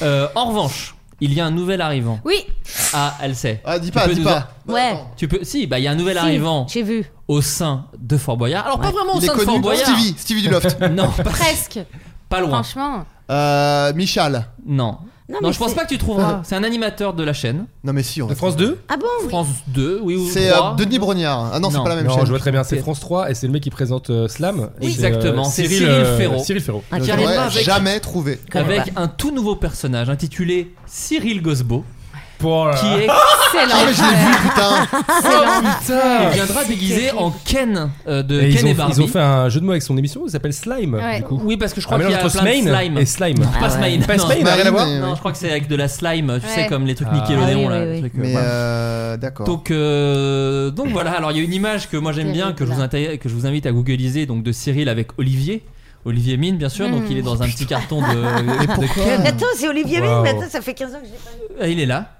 D: Euh, en revanche, il y a un nouvel arrivant.
H: oui,
D: Ah, elle sait.
E: Ah, dis
D: Tu
E: pas,
D: peux
E: dis
D: nous-
E: pas.
G: Ouais.
D: Tu peux. Si, bah il y a un nouvel
G: Si,
D: arrivant
G: J'ai vu.
D: au sein de Fort Boyard. Alors pas vraiment au
E: Il est
D: sein de Fort
E: connu.
D: Boyard.
E: Stevie, Stevie du Loft.
D: Non, pas,
H: presque.
D: pas loin.
H: Franchement,
E: Euh, Michal.
D: Non.
G: Non,
D: Non,
G: Ah, mais
D: je pense
G: c'est-
D: pas que tu trouveras. C'est un animateur de la chaîne.
E: Non, mais si, on
I: De France 2
G: Ah bon
D: France 2, oui ou
E: C'est euh,
D: 3.
E: Denis Brognard. Ah non, c'est
D: Non.
E: pas la même
I: Non,
E: chaîne.
I: je vois très bien, c'est France 3 et c'est le mec qui présente euh, Slam.
D: Oui.
I: Et c'est, euh,
D: Exactement, c'est Cyril
I: euh,
D: Ferraud.
I: Cyril Ferraud.
G: Ah,
E: Je
D: J'arrive
E: l'aurais
D: pas avec-
E: jamais trouvé.
G: Comme
D: avec un tout nouveau personnage intitulé Cyril Gosbo
I: Pour, euh,
D: qui est
H: Excellent.
E: Ah, mais je l'ai vu, putain.
H: Excellent.
I: putain
D: Il viendra déguisé en Ken euh, de
I: Et ils,
D: Ken et
I: ont,
D: Barbie.
I: ils ont fait un jeu de mots avec son émission, il s'appelle Slime.
H: Ouais.
I: Du coup.
D: Oui, parce que je
I: Un
D: crois qu'il y a
I: mélange
D: plein
I: entre Smain
D: de slime.
I: et Slime.
D: Pas
G: Ah ouais.
D: Smine.
I: Pas
D: Non,
I: Smain, rien à voir.
E: Marine,
D: Non,
E: ouais.
D: je crois que c'est avec de la slime, tu sais,
H: Ouais.
D: comme les trucs
I: Ah.
D: Nickelodeon.
G: Ah oui,
D: là,
G: oui,
D: le
G: oui.
D: truc, euh,
E: Mais
D: voilà.
E: euh, d'accord.
D: Donc, euh, donc voilà, alors il y a une image que moi j'aime bien, que je, vous inté- que je vous invite à googliser, donc de Cyril avec Olivier. Olivier Mine, bien sûr, donc
H: Mm.
D: il est dans un petit carton de, de Ken.
G: Hmm. Attends, c'est Olivier Mine,
I: Wow.
G: mais attends, ça fait 15 ans que je l'ai pas vu.
D: Ah, Il est là.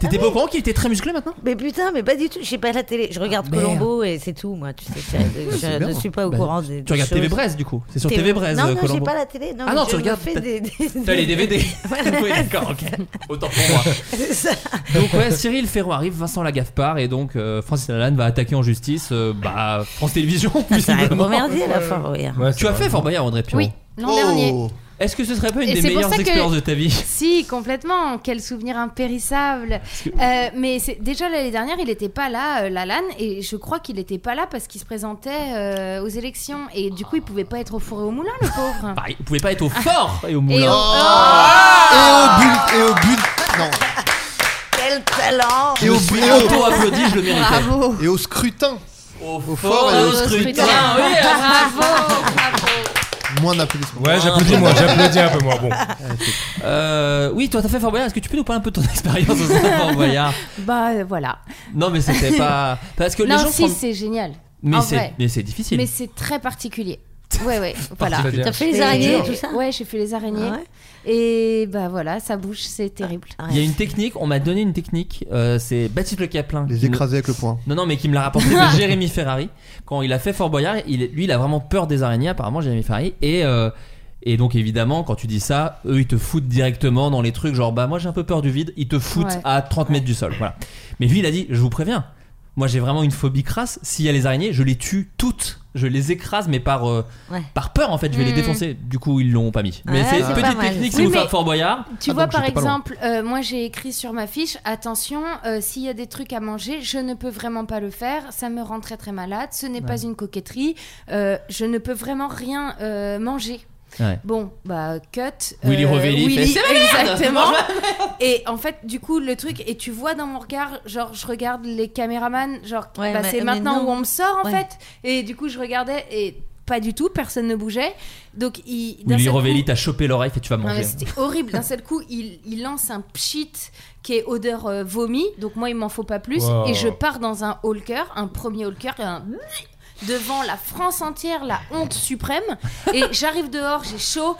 D: T'étais pas au courant qu'il était très musclé maintenant
G: Mais putain, mais pas du tout, je sais pas la télé. Je regarde
D: Ah, merde. Ah,
G: Colombo et c'est tout, moi, tu sais. Je, je
E: c'est bien.
G: ne suis pas au
D: Bah,
G: courant des.
D: Tu regardes TV
G: Brest
D: Brest du coup C'est sur TV Brest.
G: Non, non, j'ai
D: Colombo.
G: pas la télé. Non,
D: Ah
G: mais
D: non,
G: je
D: tu
G: me
D: regardes,
G: fais
D: t'as-
G: des. des-
D: T'as les DVD Oui, d'accord, ok. Autant pour moi.
G: C'est ça.
D: Donc, ouais, Cyril Ferro arrive, Vincent Lagaffe part, et donc euh, Francis Lalanne va attaquer en justice euh, bah, France Télévisions,
G: Ça a
D: visiblement.
G: remerdié la fin, regarde.
I: Ouais,
D: Tu as
I: c'est
D: fait
I: vrai.
D: Fort Boyard, André Piron
H: Oui, l'an
E: Oh.
H: dernier.
D: Est-ce que ce serait pas une
H: Et
D: des
H: c'est pour
D: meilleures
H: ça que-
D: expériences de ta vie
H: Si, complètement. Quel souvenir impérissable. Euh, mais c'est- déjà l'année dernière, il n'était pas là, euh, Lalanne, et je crois qu'il n'était pas là parce qu'il se présentait euh, aux élections. Et du coup, il pouvait pas être au four et au moulin, le pauvre.
D: Pareil, vous pouvez pas être au
H: Ah.
D: fort et
H: Et oh,
D: au Bah, moulin. Ah,
H: au-
E: Et
G: Oh.
E: au but, et au but, non.
G: Quel talent
E: Et
D: Je
E: au,
D: me suis
E: et au-
D: auto-applaudi, je le méritais.
H: Bravo.
E: et au scrutin.
D: Au,
E: fort et au
H: oh, scrutin.
D: Ah, oui, hein. euh,
H: Bravo, bravo.
E: Moins d'applaudissements. Ah.
I: Ouais, j'applaudis moi, j'applaudis un peu moi. Bon.
D: Euh, oui, toi, t'as fait Fort Boyard. Est-ce que tu peux nous parler un peu de ton expérience au sein de Fort Boyard
H: Bah euh, voilà.
D: Non, mais c'était pas. Parce que les
H: Non,
D: gens.
H: si,
D: prennent-
H: c'est génial.
D: Mais
H: en
D: c'est
H: vrai.
D: mais c'est difficile.
H: Mais c'est très particulier. Ouais, ouais, voilà.
I: C'est-à-dire-
G: T'as fait les
H: Et-
G: araignées et tout ça
H: Ouais, j'ai fait les araignées.
G: Ah ouais
H: Et bah voilà, ça bouge, c'est terrible.
G: Ah,
D: Il y a une technique, on m'a donné une technique, euh, c'est Baptiste Le Caplin.
E: Les
D: qui me-
E: écraser avec le poing.
D: Non, non, mais qui me l'a rapporté de Jérémy Ferrari. Quand il a fait Fort Boyard, il, lui, il a vraiment peur des araignées, apparemment, Jérémy Ferrari. Et, euh, et donc, évidemment, quand tu dis ça, eux, ils te foutent directement dans les trucs, genre, bah, moi, j'ai un peu peur du vide, ils te foutent
H: Ouais.
D: à 30 mètres du sol. Voilà. Mais lui, il a dit, je vous préviens, moi, j'ai vraiment une phobie crasse. S'il y a les araignées, je les tue toutes. Je les écrase, mais par, euh,
G: Ouais.
D: par peur, en fait, je vais les
H: Mhm.
D: défoncer. Du coup, ils l'ont pas mis. Mais
H: Ah,
G: Ouais,
D: c'est
G: c'est
D: une
G: pas
D: petite
G: mal.
D: technique si
H: Oui,
D: vous
H: mais-
D: faites Fort Boyard.
H: Tu
E: Ah,
H: vois,
E: donc
H: par
E: j'étais pas loin.
H: exemple, euh, moi j'ai écrit sur ma fiche attention, euh, s'il y a des trucs à manger, je ne peux vraiment pas le faire, ça me rend très très malade, ce n'est pas une coquetterie, euh, je ne peux vraiment rien euh, manger.
D: Ouais.
H: Bon, bah, cut.
D: Willy Revelli
H: Willy,
D: fait, C'est ma merde
H: exactement.
D: Mange
H: et en fait, du coup, le truc, et tu vois dans mon regard, genre, je regarde les caméramans, genre,
G: Ouais,
H: bah,
G: mais-
H: c'est
G: mais
H: maintenant
G: non.
H: où on me sort, en
G: Ouais.
H: fait. Et du coup, je regardais, et pas du tout, personne ne bougeait. Donc, il. d'un
D: Willy
H: seul coup-
D: Rovelli t'a chopé l'oreille et tu vas
H: non,
D: manger.
H: mais c'était horrible. D'un seul coup, il, il lance un pchit qui est odeur euh, vomi. Donc moi, il m'en faut pas plus.
I: Wow.
H: Et je pars dans un holker, un premier holker, un devant la France entière, la honte suprême. Et j'arrive dehors, j'ai chaud.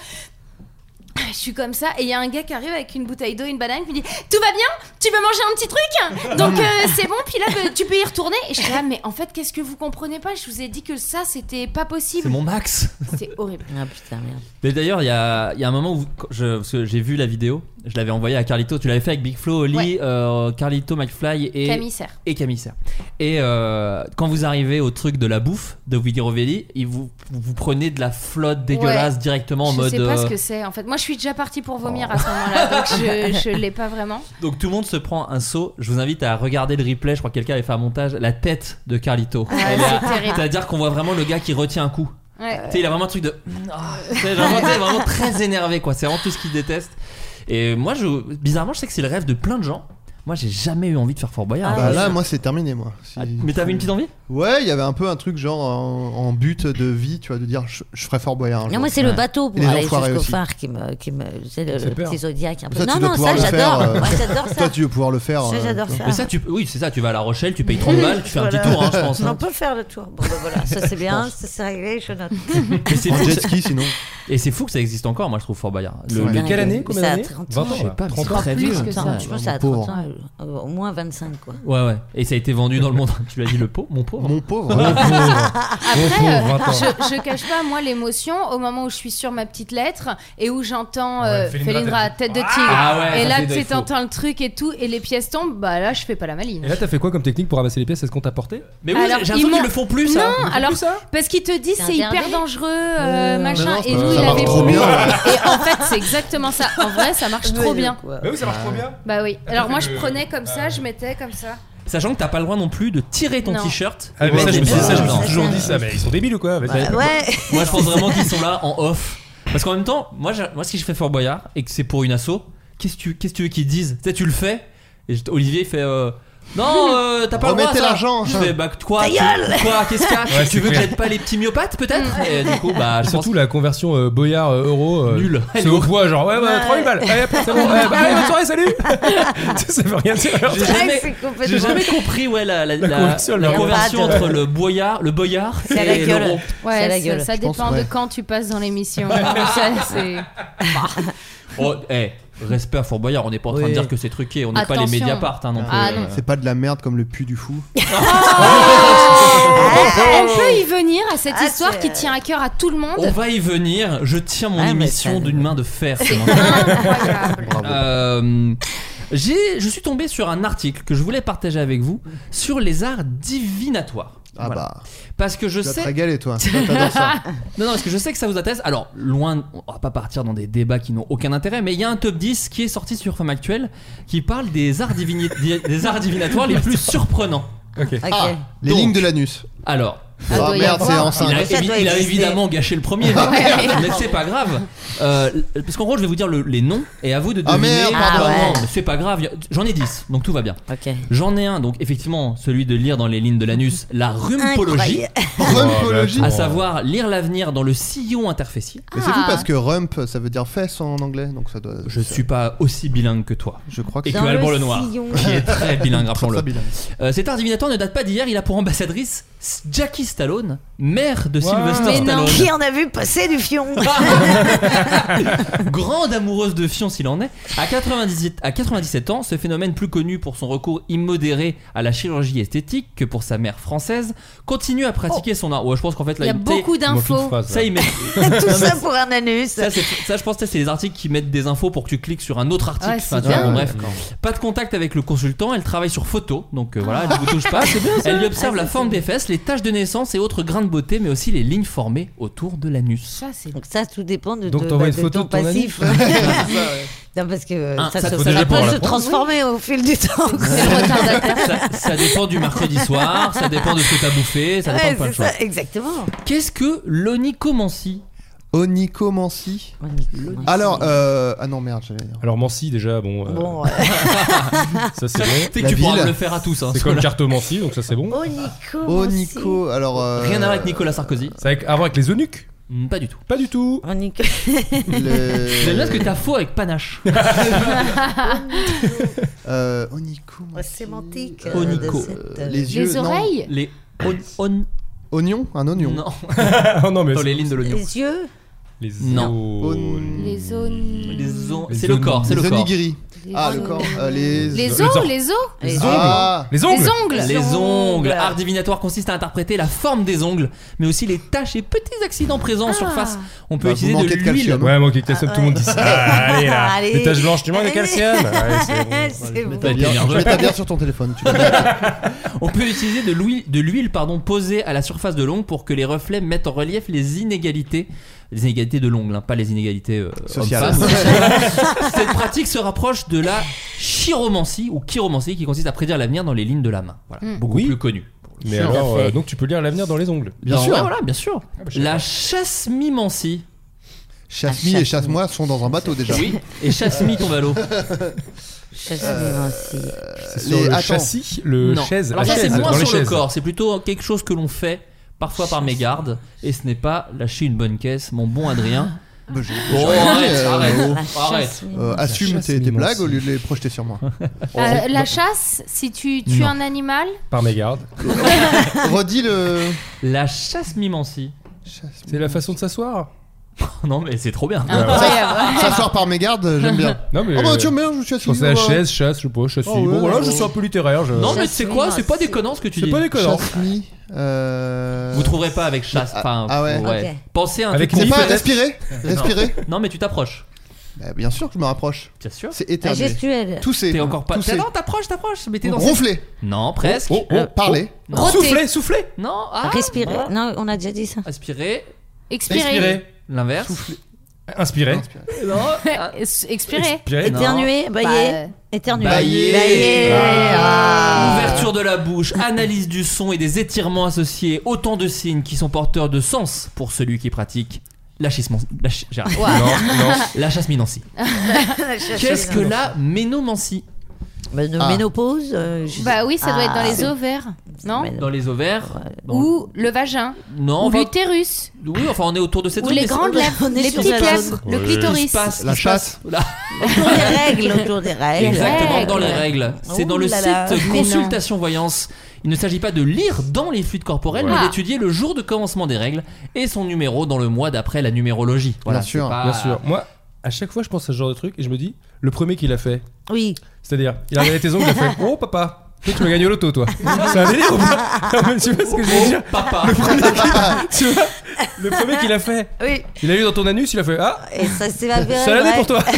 H: Je suis comme ça et il y a un gars qui arrive avec une bouteille d'eau, une banane, qui me dit tout va bien, tu veux manger un petit truc, donc euh, c'est bon, puis là bah, tu peux y retourner. Et je suis là mais en fait qu'est-ce que vous comprenez pas Je vous ai dit que ça c'était pas
D: C'est
H: possible.
D: mon max.
H: C'est horrible.
G: Ah putain, merde.
D: Mais d'ailleurs, il y a, il y a un moment où quand je, parce que j'ai vu la vidéo, je l'avais envoyée à Carlito. Tu l'avais fait avec Big Flo, Oli,
H: Ouais.
D: euh, Carlito, McFly et
H: Camille Serre.
D: et Camille Serre. Et euh, quand vous arrivez au truc de la bouffe de Willy Rovelli, il vous, vous prenez de la flotte dégueulasse directement en
H: je
D: mode.
H: sais pas
D: euh,
H: ce que c'est en fait. Moi je suis déjà partie pour vomir à ce moment-là, donc je, je l'ai pas vraiment.
D: Donc tout le monde se prend un saut. Je vous invite à regarder le replay. Je crois que quelqu'un avait fait un montage. La tête de Carlito. Elle est à-
H: c'est terrible.
D: C'est-à-dire qu'on voit vraiment le gars qui retient un coup.
H: Ouais.
D: Tu sais, il a vraiment un truc de. Ah, tu sais, vraiment, tu sais, vraiment très énervé, quoi. C'est vraiment tout ce qu'il déteste. Et moi, je... bizarrement, je sais que c'est le rêve de plein de gens. Moi, j'ai jamais eu envie de faire Fort
H: Ah,
D: Boyard.
E: Bah là, moi, c'est terminé, moi. Si-
D: Ah, mais t'avais une petite envie
E: Ouais, il y avait un peu un truc genre en, en but de vie, tu vois, de dire je, je ferais Fort Boyard. un
G: Non,
E: jour.
G: moi, c'est
D: Ouais.
G: le bateau
E: Et
G: pour
E: les
G: aller
E: enfoirés
G: jusqu'au
E: aussi.
G: phare qui me. Qui me c'est le,
I: fait
G: le
I: peur.
G: petit zodiaque un peu.
E: Ça, tu
G: non,
E: dois
G: non,
E: pouvoir
G: ça,
E: le faire,
G: j'adore.
E: euh.
G: Ouais, j'adore
E: Toi,
G: ça.
E: tu veux pouvoir le faire.
G: Ça,
E: euh,
G: j'adore
E: toi.
H: Ah.
G: ça.
D: Mais ça, tu... Oui, c'est ça. Tu vas à La Rochelle, tu payes 30 balles, tu fais un petit tour, hein, je pense.
G: On
D: hein.
G: peut faire le tour. Bon, bah, voilà, ça c'est bien, ça c'est réglé, je note.
D: Mais c'est
E: En
D: fou,
E: jet ski, sinon.
D: c'est- Et c'est fou que ça existe encore, moi, je trouve Fort Boyard. Le-
G: C'est
D: le-
G: dingue.
I: Quelle année
G: Mais
I: Combien
G: ça a
I: d'années
G: 30
I: 20
G: ans, je
I: ans
G: sais
I: là.
D: pas, mais
I: 30
D: c'est
I: ans
D: très
H: Plus
D: vieux.
H: que ça.
G: Attends, je pense que ça a
E: pauvre.
G: 30 ans, euh, au moins 25 quoi.
D: Ouais, ouais. Et ça a été vendu dans le monde. tu l'as dit, le pot, mon pauvre.
E: Mon pauvre.
H: Après,
I: Au
H: euh,
I: pauvre, vingt ans.
H: je, je cache pas, moi, l'émotion au moment où je suis sur ma petite lettre et où j'entends euh,
I: Ouais, Felindra,
H: Felindra,
I: tête
H: tête de
I: de-
H: tigre.
D: Ah ouais,
H: et
D: ça,
H: là,
D: c'est
H: tu sais,
D: dingue, faut.
H: t'entends le truc et tout, et les pièces tombent, bah là, je fais pas la
I: Et
H: maline.
I: là, t'as fait quoi comme technique pour ramasser les pièces Est-ce qu'on t'a porté
D: Mais oui, j'ai
H: Alors, ils
D: l'impression qu'ils
H: m'ont-
D: le font plus,
H: Non,
D: ça. Ils le font
H: alors-
D: plus, ça.
H: Parce qu'ils te disent
G: C'est
H: c'est hyper
G: interdit
H: dangereux, euh, machin,
E: non,
H: et
E: ça
H: nous, il
E: marche
H: avait
E: trop
H: plus.
E: bien,
H: Et en fait, c'est exactement ça. En vrai, ça marche trop bien.
I: Mais oui, ça marche trop bien.
H: Bah oui. Alors moi, je
I: le-
H: prenais comme ça, je mettais comme ça.
D: Sachant que t'as pas le droit non plus de tirer ton
H: Non.
D: t-shirt.
I: Ah,
D: et
I: mais ça,
D: mettre
I: je me
D: des
I: suis ça, je me
D: pièces
I: suis
D: dedans.
I: toujours dit ça, mais ils sont débiles ou quoi Vas-y.
G: Ouais,
D: Moi, je pense vraiment qu'ils sont là en off. Parce qu'en même temps, moi, j'ai- moi si je fais Fort Boyard et que c'est pour une asso, qu'est-ce que tu, qu'est-ce que tu veux qu'ils disent Tu sais, tu le fais. Et je- Olivier fait. euh, non, euh, t'as pas
E: Remettez
D: le droit à ça.
E: l'argent.
D: Je fais bah quoi
E: Ta
D: tu-
E: gueule
D: Quoi Qu'est-ce qu'il y a
I: Ouais,
D: Tu
I: c'est
D: veux que
I: clair.
D: j'aide pas les petits myopathes peut-être Et du coup bah je pense
I: Surtout la conversion euh, Boyard euh, euro. euh,
D: Nul.
I: C'est au poids, genre ouais, bah, 3000 balles. Allez, hop, c'est bon. Ouais, bah, allez, bonne soirée, salut. Tu sais, ça veut rien dire.
D: J'ai jamais, j'ai jamais compris ouais, la, la, la-
I: conversion,
D: la
I: le
D: conversion
I: rond.
D: entre le boyard, le boyard
G: C'est à la
D: et
G: gueule.
D: l'euro.
G: C'est
H: Ouais,
G: la
H: ça-
G: gueule,
H: ça,
G: je
H: dépend
G: pense, ouais.
H: de quand tu passes dans l'émission. Ça, c'est-
D: Oh, eh, respect à Fort Boyard, on n'est pas en train
E: Oui.
D: de dire que c'est truqué, on n'est pas les
H: Attention.
D: Mediapart hein, non plus.
H: Ah, non.
D: Euh,
E: C'est pas de la merde comme le pu du fou.
H: On Ah, peut y venir à cette
G: Ah,
H: histoire
G: c'est-
H: qui tient à cœur à tout le monde.
D: On va y venir, je tiens mon
G: Ah, mais
D: émission
G: ça-
D: d'une main de fer.
H: C'est
D: Clément.
H: incroyable.
E: Bravo.
D: Euh, j'ai- je suis tombé sur un article que je voulais partager avec vous sur les arts divinatoires.
E: Ah
D: Voilà.
E: bah,
D: Parce que je
E: tu vas te
D: sais
E: régaler toi. Toi, t'adores ça.
D: Non, non, parce que je sais que ça vous intéresse. Alors, loin, on va pas partir dans des débats qui n'ont aucun intérêt, mais il y a un top 10 qui est sorti sur Femme Actuelle qui parle des arts, divini- di- des arts divinatoires les plus surprenants.
G: Ok.
D: Ah,
E: Les
D: donc,
E: lignes de l'anus.
D: Alors,
G: Ça
E: Ah
G: doit y
E: merde, c'est
G: avoir.
D: il
E: en
D: a,
E: cinq.
G: Ça
D: évi-
G: doit
D: il a
G: exister.
D: évidemment gâché le premier, mais c'est pas grave. Euh, parce qu'en gros, je vais vous dire le- les noms et à vous de
E: Ah,
D: deviner.
E: merde,
G: pardon.
D: Non,
G: Ah, ouais.
D: mais c'est pas grave, y a- j'en ai 10, donc tout va bien.
G: Ok.
D: J'en ai un, donc effectivement, celui de lire dans les lignes de l'anus, la rhumpologie,
G: Incroyable.
E: Rumpologie.
D: à savoir lire l'avenir dans le sillon interfécié.
E: Mais c'est
H: Ah.
E: fou parce que rump ça veut dire fesse en anglais donc ça doit.
D: Je suis pas aussi bilingue que toi.
E: Je crois que
D: Et
E: c'est
D: que Alban le Noir,
G: sillon.
D: qui est très bilingue, rappelons-le.
E: très bilingue.
D: Euh, cet art divinatoire ne date pas d'hier, il a pour ambassadrice Jackie Stallone, mère de
I: Wow.
D: Sylvester
H: Mais non.
D: Stallone,
G: Qui en a vu passer du fion
D: grande amoureuse de Fion s'il en est. À 97, à 97 ans, ce phénomène plus connu pour son recours immodéré à la chirurgie esthétique que pour sa mère française, continue à pratiquer son art. Ouais, je pense qu'en fait
H: Oh. Il
D: là,
H: y a
D: il- t'es-
H: beaucoup d'infos.
D: Ça, il met-
G: Tout ça pour un anus.
D: ça, c'est- ça, je pense que c'est les articles qui mettent des infos pour que tu cliques sur un autre article.
H: Ouais, c'est
D: Enfin, tu vois,
H: dingue.
D: bon, bref. Pas de contact avec le consultant, elle travaille sur photo, donc euh, voilà, elle ne vous touche
H: Ah,
D: pas. Elle lui observe la forme des fesses, les taches de naissance et autres grains de beauté, mais aussi les lignes formées autour de l'anus.
H: Ça, c'est
G: Donc ça, tout dépend de,
I: Donc
G: de,
I: t'envoies
G: bah,
I: une
G: de
I: photo
G: ton
I: de ton
G: passif. non, parce que euh,
D: Ah,
G: ça,
D: ça,
G: se-
D: faut
G: ça
I: déjà
G: va
I: pouvoir
G: pas se
I: l'apprendre.
G: transformer au fil du temps.
H: c'est le retardataire.
D: Ça, ça dépend du mercredi soir, ça dépend de ce que t'as bouffé, ça dépend
G: Ouais,
D: de plein de
G: c'est
D: choses.
G: ça, exactement.
D: Qu'est-ce que l'onicomancie
E: Onychomancie. Alors euh... ah non merde j'allais dire.
I: Alors, Mancy, déjà, bon, euh,
G: Bon, euh,
I: ça c'est bon.
D: C'est que
E: La
D: tu pourras
E: ville.
D: le faire à tous. hein.
I: C'est comme Cartomancy, donc ça c'est bon.
G: Onico.
E: Onycho alors. euh,
D: Rien à voir avec Nicolas Sarkozy.
I: Ça a à voir avec les eunuques
D: Hmm, Pas du tout.
I: Pas du tout.
G: Onico.
E: euh, les-
D: J'aime bien ce que t'as faux avec panache.
E: Euh, Onychomancie.
G: La sémantique.
E: Euh,
D: Onico.
G: de cette, euh,
E: Les yeux.
H: Les
E: non.
H: oreilles
D: Les on, on-
E: Oignon un oignon.
D: non.
I: Ah non, mais.
D: Dans Oh, les lignes de l'oignon.
G: Les yeux.
I: Les
D: Non.
I: zones.
H: Les zones.
D: Les on-
I: Les
D: C'est le
I: zones-
D: corps, c'est le
E: Les
D: corps.
E: onigiri. Ah le
H: os.
E: corps. euh, les.
H: Les
I: Les
H: os,
I: os.
H: les os,
G: Les
I: ongles.
E: Ah.
I: Les ongles.
H: les ongles.
D: Les
G: ongles.
D: ongles. Art divinatoire consiste à interpréter la forme des ongles, mais aussi les taches et petits accidents présents en
H: Ah.
D: surface. On peut
E: Bah, vous
D: utiliser
E: manquez
D: de
E: de
D: l'huile.
E: calcium.
I: Ouais, manquer de calcium,
G: Ah,
I: tout le monde dit ça. Ah, allez là.
G: Allez.
I: Les taches blanches, tu manques de calcium. Allez, c'est bon.
G: C'est bon.
D: T'as été
E: Bien,
D: bien
E: je
D: joué.
E: vais ta bière sur ton téléphone. Tu vas-
D: On peut utiliser de l'huile, de l'huile pardon, posée à la surface de l'ongle pour que les reflets mettent en relief les inégalités. Les inégalités de l'ongle, hein, pas les inégalités euh,
E: Sociales.
D: hommes-femmes. Cette pratique se rapproche de la chiromancie ou chiromancie qui consiste à prédire l'avenir dans les lignes de la main. Voilà,
H: Mm.
D: beaucoup
I: Oui.
D: plus connu.
I: Mais
G: Tout à
I: alors,
G: fait.
I: euh, donc tu peux lire l'avenir dans les ongles.
E: Bien
D: Dans-
E: sûr.
D: ouais, voilà, bien sûr.
I: bah, je sais
D: la chasmimancie.
E: Chasse-mi
G: Ah,
E: et chasse-moi sont dans un bateau déjà.
D: Oui. Et chasse-mi ton ballot.
G: Chasse
E: Euh,
G: Nancy.
I: C'est
E: les-
I: sur le
E: attends.
I: châssis, le
D: Euh, Non.
I: Euh, chaise.
D: Alors
I: la
D: ça, c'est
I: chaise,
D: moins
I: dans les
D: sur le
I: chaises.
D: corps, c'est plutôt quelque chose que l'on fait parfois par mégarde et ce n'est pas lâcher une bonne caisse, mon bon Adrien.
E: Bah, j'ai-
D: Oh,
E: j'ai rien
D: arrête,
E: dit, euh,
D: arrête.
G: La
D: Arrête.
G: chasse
E: euh, assume
I: chasse
E: tes, tes
I: immense.
E: blagues au lieu de les projeter sur moi.
H: Euh, la chasse, si tu tues
D: Non.
H: un animal,
I: Par mégarde.
E: Redis le.
D: La chasse mimancie.
E: Chasse-mi.
I: C'est la façon de s'asseoir.
D: Non mais c'est trop bien.
I: Ouais, ouais.
E: S'asseoir par mégarde, j'aime bien.
I: Non, mais.
E: Oh bah
I: euh,
E: tiens, merde, je me suis
I: Je
E: assis.
I: pensais à
E: euh,
I: chaise, chasse, je sais pas, châssis.
E: Ah ouais,
I: bon, voilà,
E: ouais.
I: je suis un peu littéraire. je-
D: Oh, Non mais
H: Chasse
D: c'est quoi C'est pas
H: mimancie.
D: déconnant ce que tu
I: C'est
D: dis.
I: pas déconnant.
E: Chasse-mi. euh,
D: Vous trouverez pas avec chasse.
E: Ah,
D: Enfin,
E: ah ouais.
G: Ok.
D: Pensez à un
I: Avec
D: truc
E: C'est
I: Mi,
D: con.
E: pas
I: peut-être
E: respirer Respirer
D: Non mais tu t'approches.
E: Bah, Bien sûr que je me rapproche.
D: Bien sûr.
E: C'est
G: La
E: éternuer.
G: gestuelle.
E: Tousser.
D: T'es encore pas.
E: Tousser.
D: Non t'approches, t'approches. Mais t'es dans.
E: Ronfler.
D: Non presque.
I: Oh, oh,
E: Euh, Parler.
D: Non.
H: Roter.
I: Soufflez, soufflez.
D: Non. ah,
G: Respirer.
I: bah.
D: voilà.
G: Non, on a déjà dit ça.
D: Aspirer.
H: expirer.
I: Expirez.
D: L'inverse.
I: Inspirez.
D: Non. Eh, ah,
H: Expirer.
I: Expirez.
D: Non.
G: Éternuer,
I: Bah,
H: Bah,
I: euh,
G: bailler. Éternuer.
D: Bailler.
G: Bailler. Ah.
D: Ouverture de la bouche, analyse du son et des étirements associés, autant de signes qui sont porteurs de sens pour celui qui pratique lâchissement. lâch- j'ai arrêté.
I: Non, non.
D: La chasse minancie. Qu'est-ce que la ménomancie
G: Mais de
D: Ah.
G: Bah, ménopause euh, je-
H: Bah oui, ça doit être dans
G: Ah.
H: les ovaires, non
D: Dans les ovaires dans-
H: Euh, Ou le vagin
D: Non,
H: Ou
D: enfin-
H: l'utérus
D: Oui, enfin on est autour de cette
H: Ou
D: zone,
H: les
D: mais ça-
H: grandes lèvres,
G: On est
H: les
G: sur
H: petites
G: la
H: lèvres,
G: zone.
H: le
D: Oui. Il
H: clitoris.
D: se passe-
E: La
D: il se passe-
E: chatte.
D: Oula.
G: Autour des règles, autour des règles.
D: Exactement, dans les
H: Règles.
D: règles. C'est dans
G: Ouh
D: le
G: là là.
D: site
H: Mais non.
D: Consultation Voyance. Il ne s'agit pas de lire dans les fluides corporels,
H: Ouais.
D: mais
H: Ah.
D: d'étudier le jour de commencement des règles et son numéro dans le mois d'après la numérologie. Voilà,
E: Bien sûr,
D: c'est pas-
I: Bien sûr. Moi, à chaque fois, je pense à ce genre de truc et je me dis, le premier qui l'a fait,
G: Oui.
I: c'est-à-dire, il a regardé tes ongles, il a fait, oh papa. Toi, tu m'as gagné au loto, toi. C'est un délire ou pas Tu vois ce que je veux dire
D: Papa.
I: Tu vois Le premier qui l'a fait,
G: Oui.
I: il a eu dans ton anus, il a fait Ah,
G: Et ça s'évaporait.
I: c'est l'année pour toi
E: Aïe,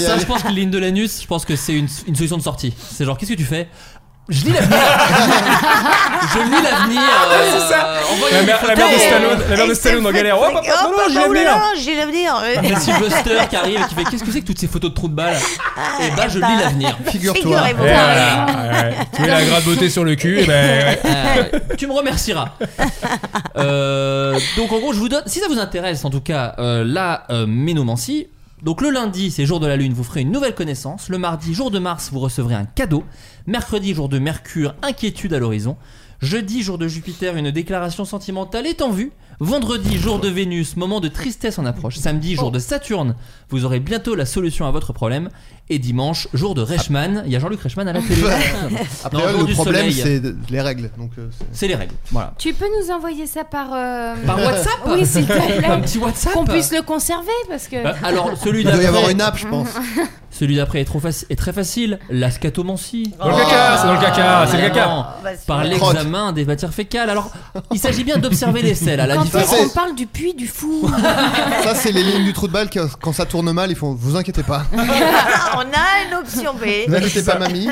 D: Ça,
E: aïe.
D: je pense que l'île de l'anus, je pense que c'est une, une solution de sortie. C'est genre, qu'est-ce que tu fais je lis l'avenir! je lis l'avenir! euh,
I: C'est ça.
D: envoyez
I: La
D: une
I: mère, la
D: photo.
I: mère de Stallone, la mère de Stallone en galère. Oh, papa, non, non, j'ai
G: j'ai
I: l'avenir.
G: l'avenir. J'ai l'avenir. euh,
D: Merci Buster qui arrive et qui fait Qu'est-ce que c'est que toutes ces photos de trous de balle
G: Ah,
D: Et
G: eh
D: bah, je
G: ben.
D: lis l'avenir!
E: Figure-toi.
I: Eh, voilà, ouais, ouais. Tu mets la grabotée sur le cul, et ben. ouais.
D: Euh, tu me remercieras. Euh, donc en gros, je vous donne, si ça vous intéresse en tout cas, euh, la euh, ménomancie. Donc le lundi, c'est jour de la lune, vous ferez une nouvelle connaissance. Le mardi, jour de Mars, vous recevrez un cadeau. Mercredi, jour de Mercure, inquiétude à l'horizon. Jeudi, jour de Jupiter, une déclaration sentimentale est en vue. Vendredi, jour de Vénus, moment de tristesse en approche. Samedi, jour de Saturne, vous aurez bientôt la solution à votre problème. Et dimanche, jour de Reichmann, il y a Jean-Luc Reichmann à la télé.
E: Après,
D: Non, jour
E: le
D: du
E: problème,
D: soleil.
E: c'est de- les règles. Donc, euh, c'est-
D: C'est les règles. Voilà.
H: Tu peux nous envoyer ça par. euh,
D: Par WhatsApp
H: Oui, s'il te
D: Un
H: plaît.
D: petit WhatsApp
H: Qu'on puisse le conserver parce que.
D: Bah, Alors, celui
E: il doit y avoir
D: d'après
E: une app, je pense.
D: celui d'après est, trop faci- est très facile. La scatomancie.
H: Ah.
D: Ah,
I: Dans le caca, c'est dans le caca, c'est le caca.
G: Ah, bah,
D: Par l'examen des matières fécales. Alors, il s'agit bien d'observer les selles. À la
H: Quand
D: différence.
H: on
E: c'est-
H: parle du puits du fou.
E: Ça, c'est les lignes du trou de balle que- quand ça tourne mal, ils font vous inquiétez pas.
G: Ah, On a une option B.
E: Vous inquiétez pas, mamie.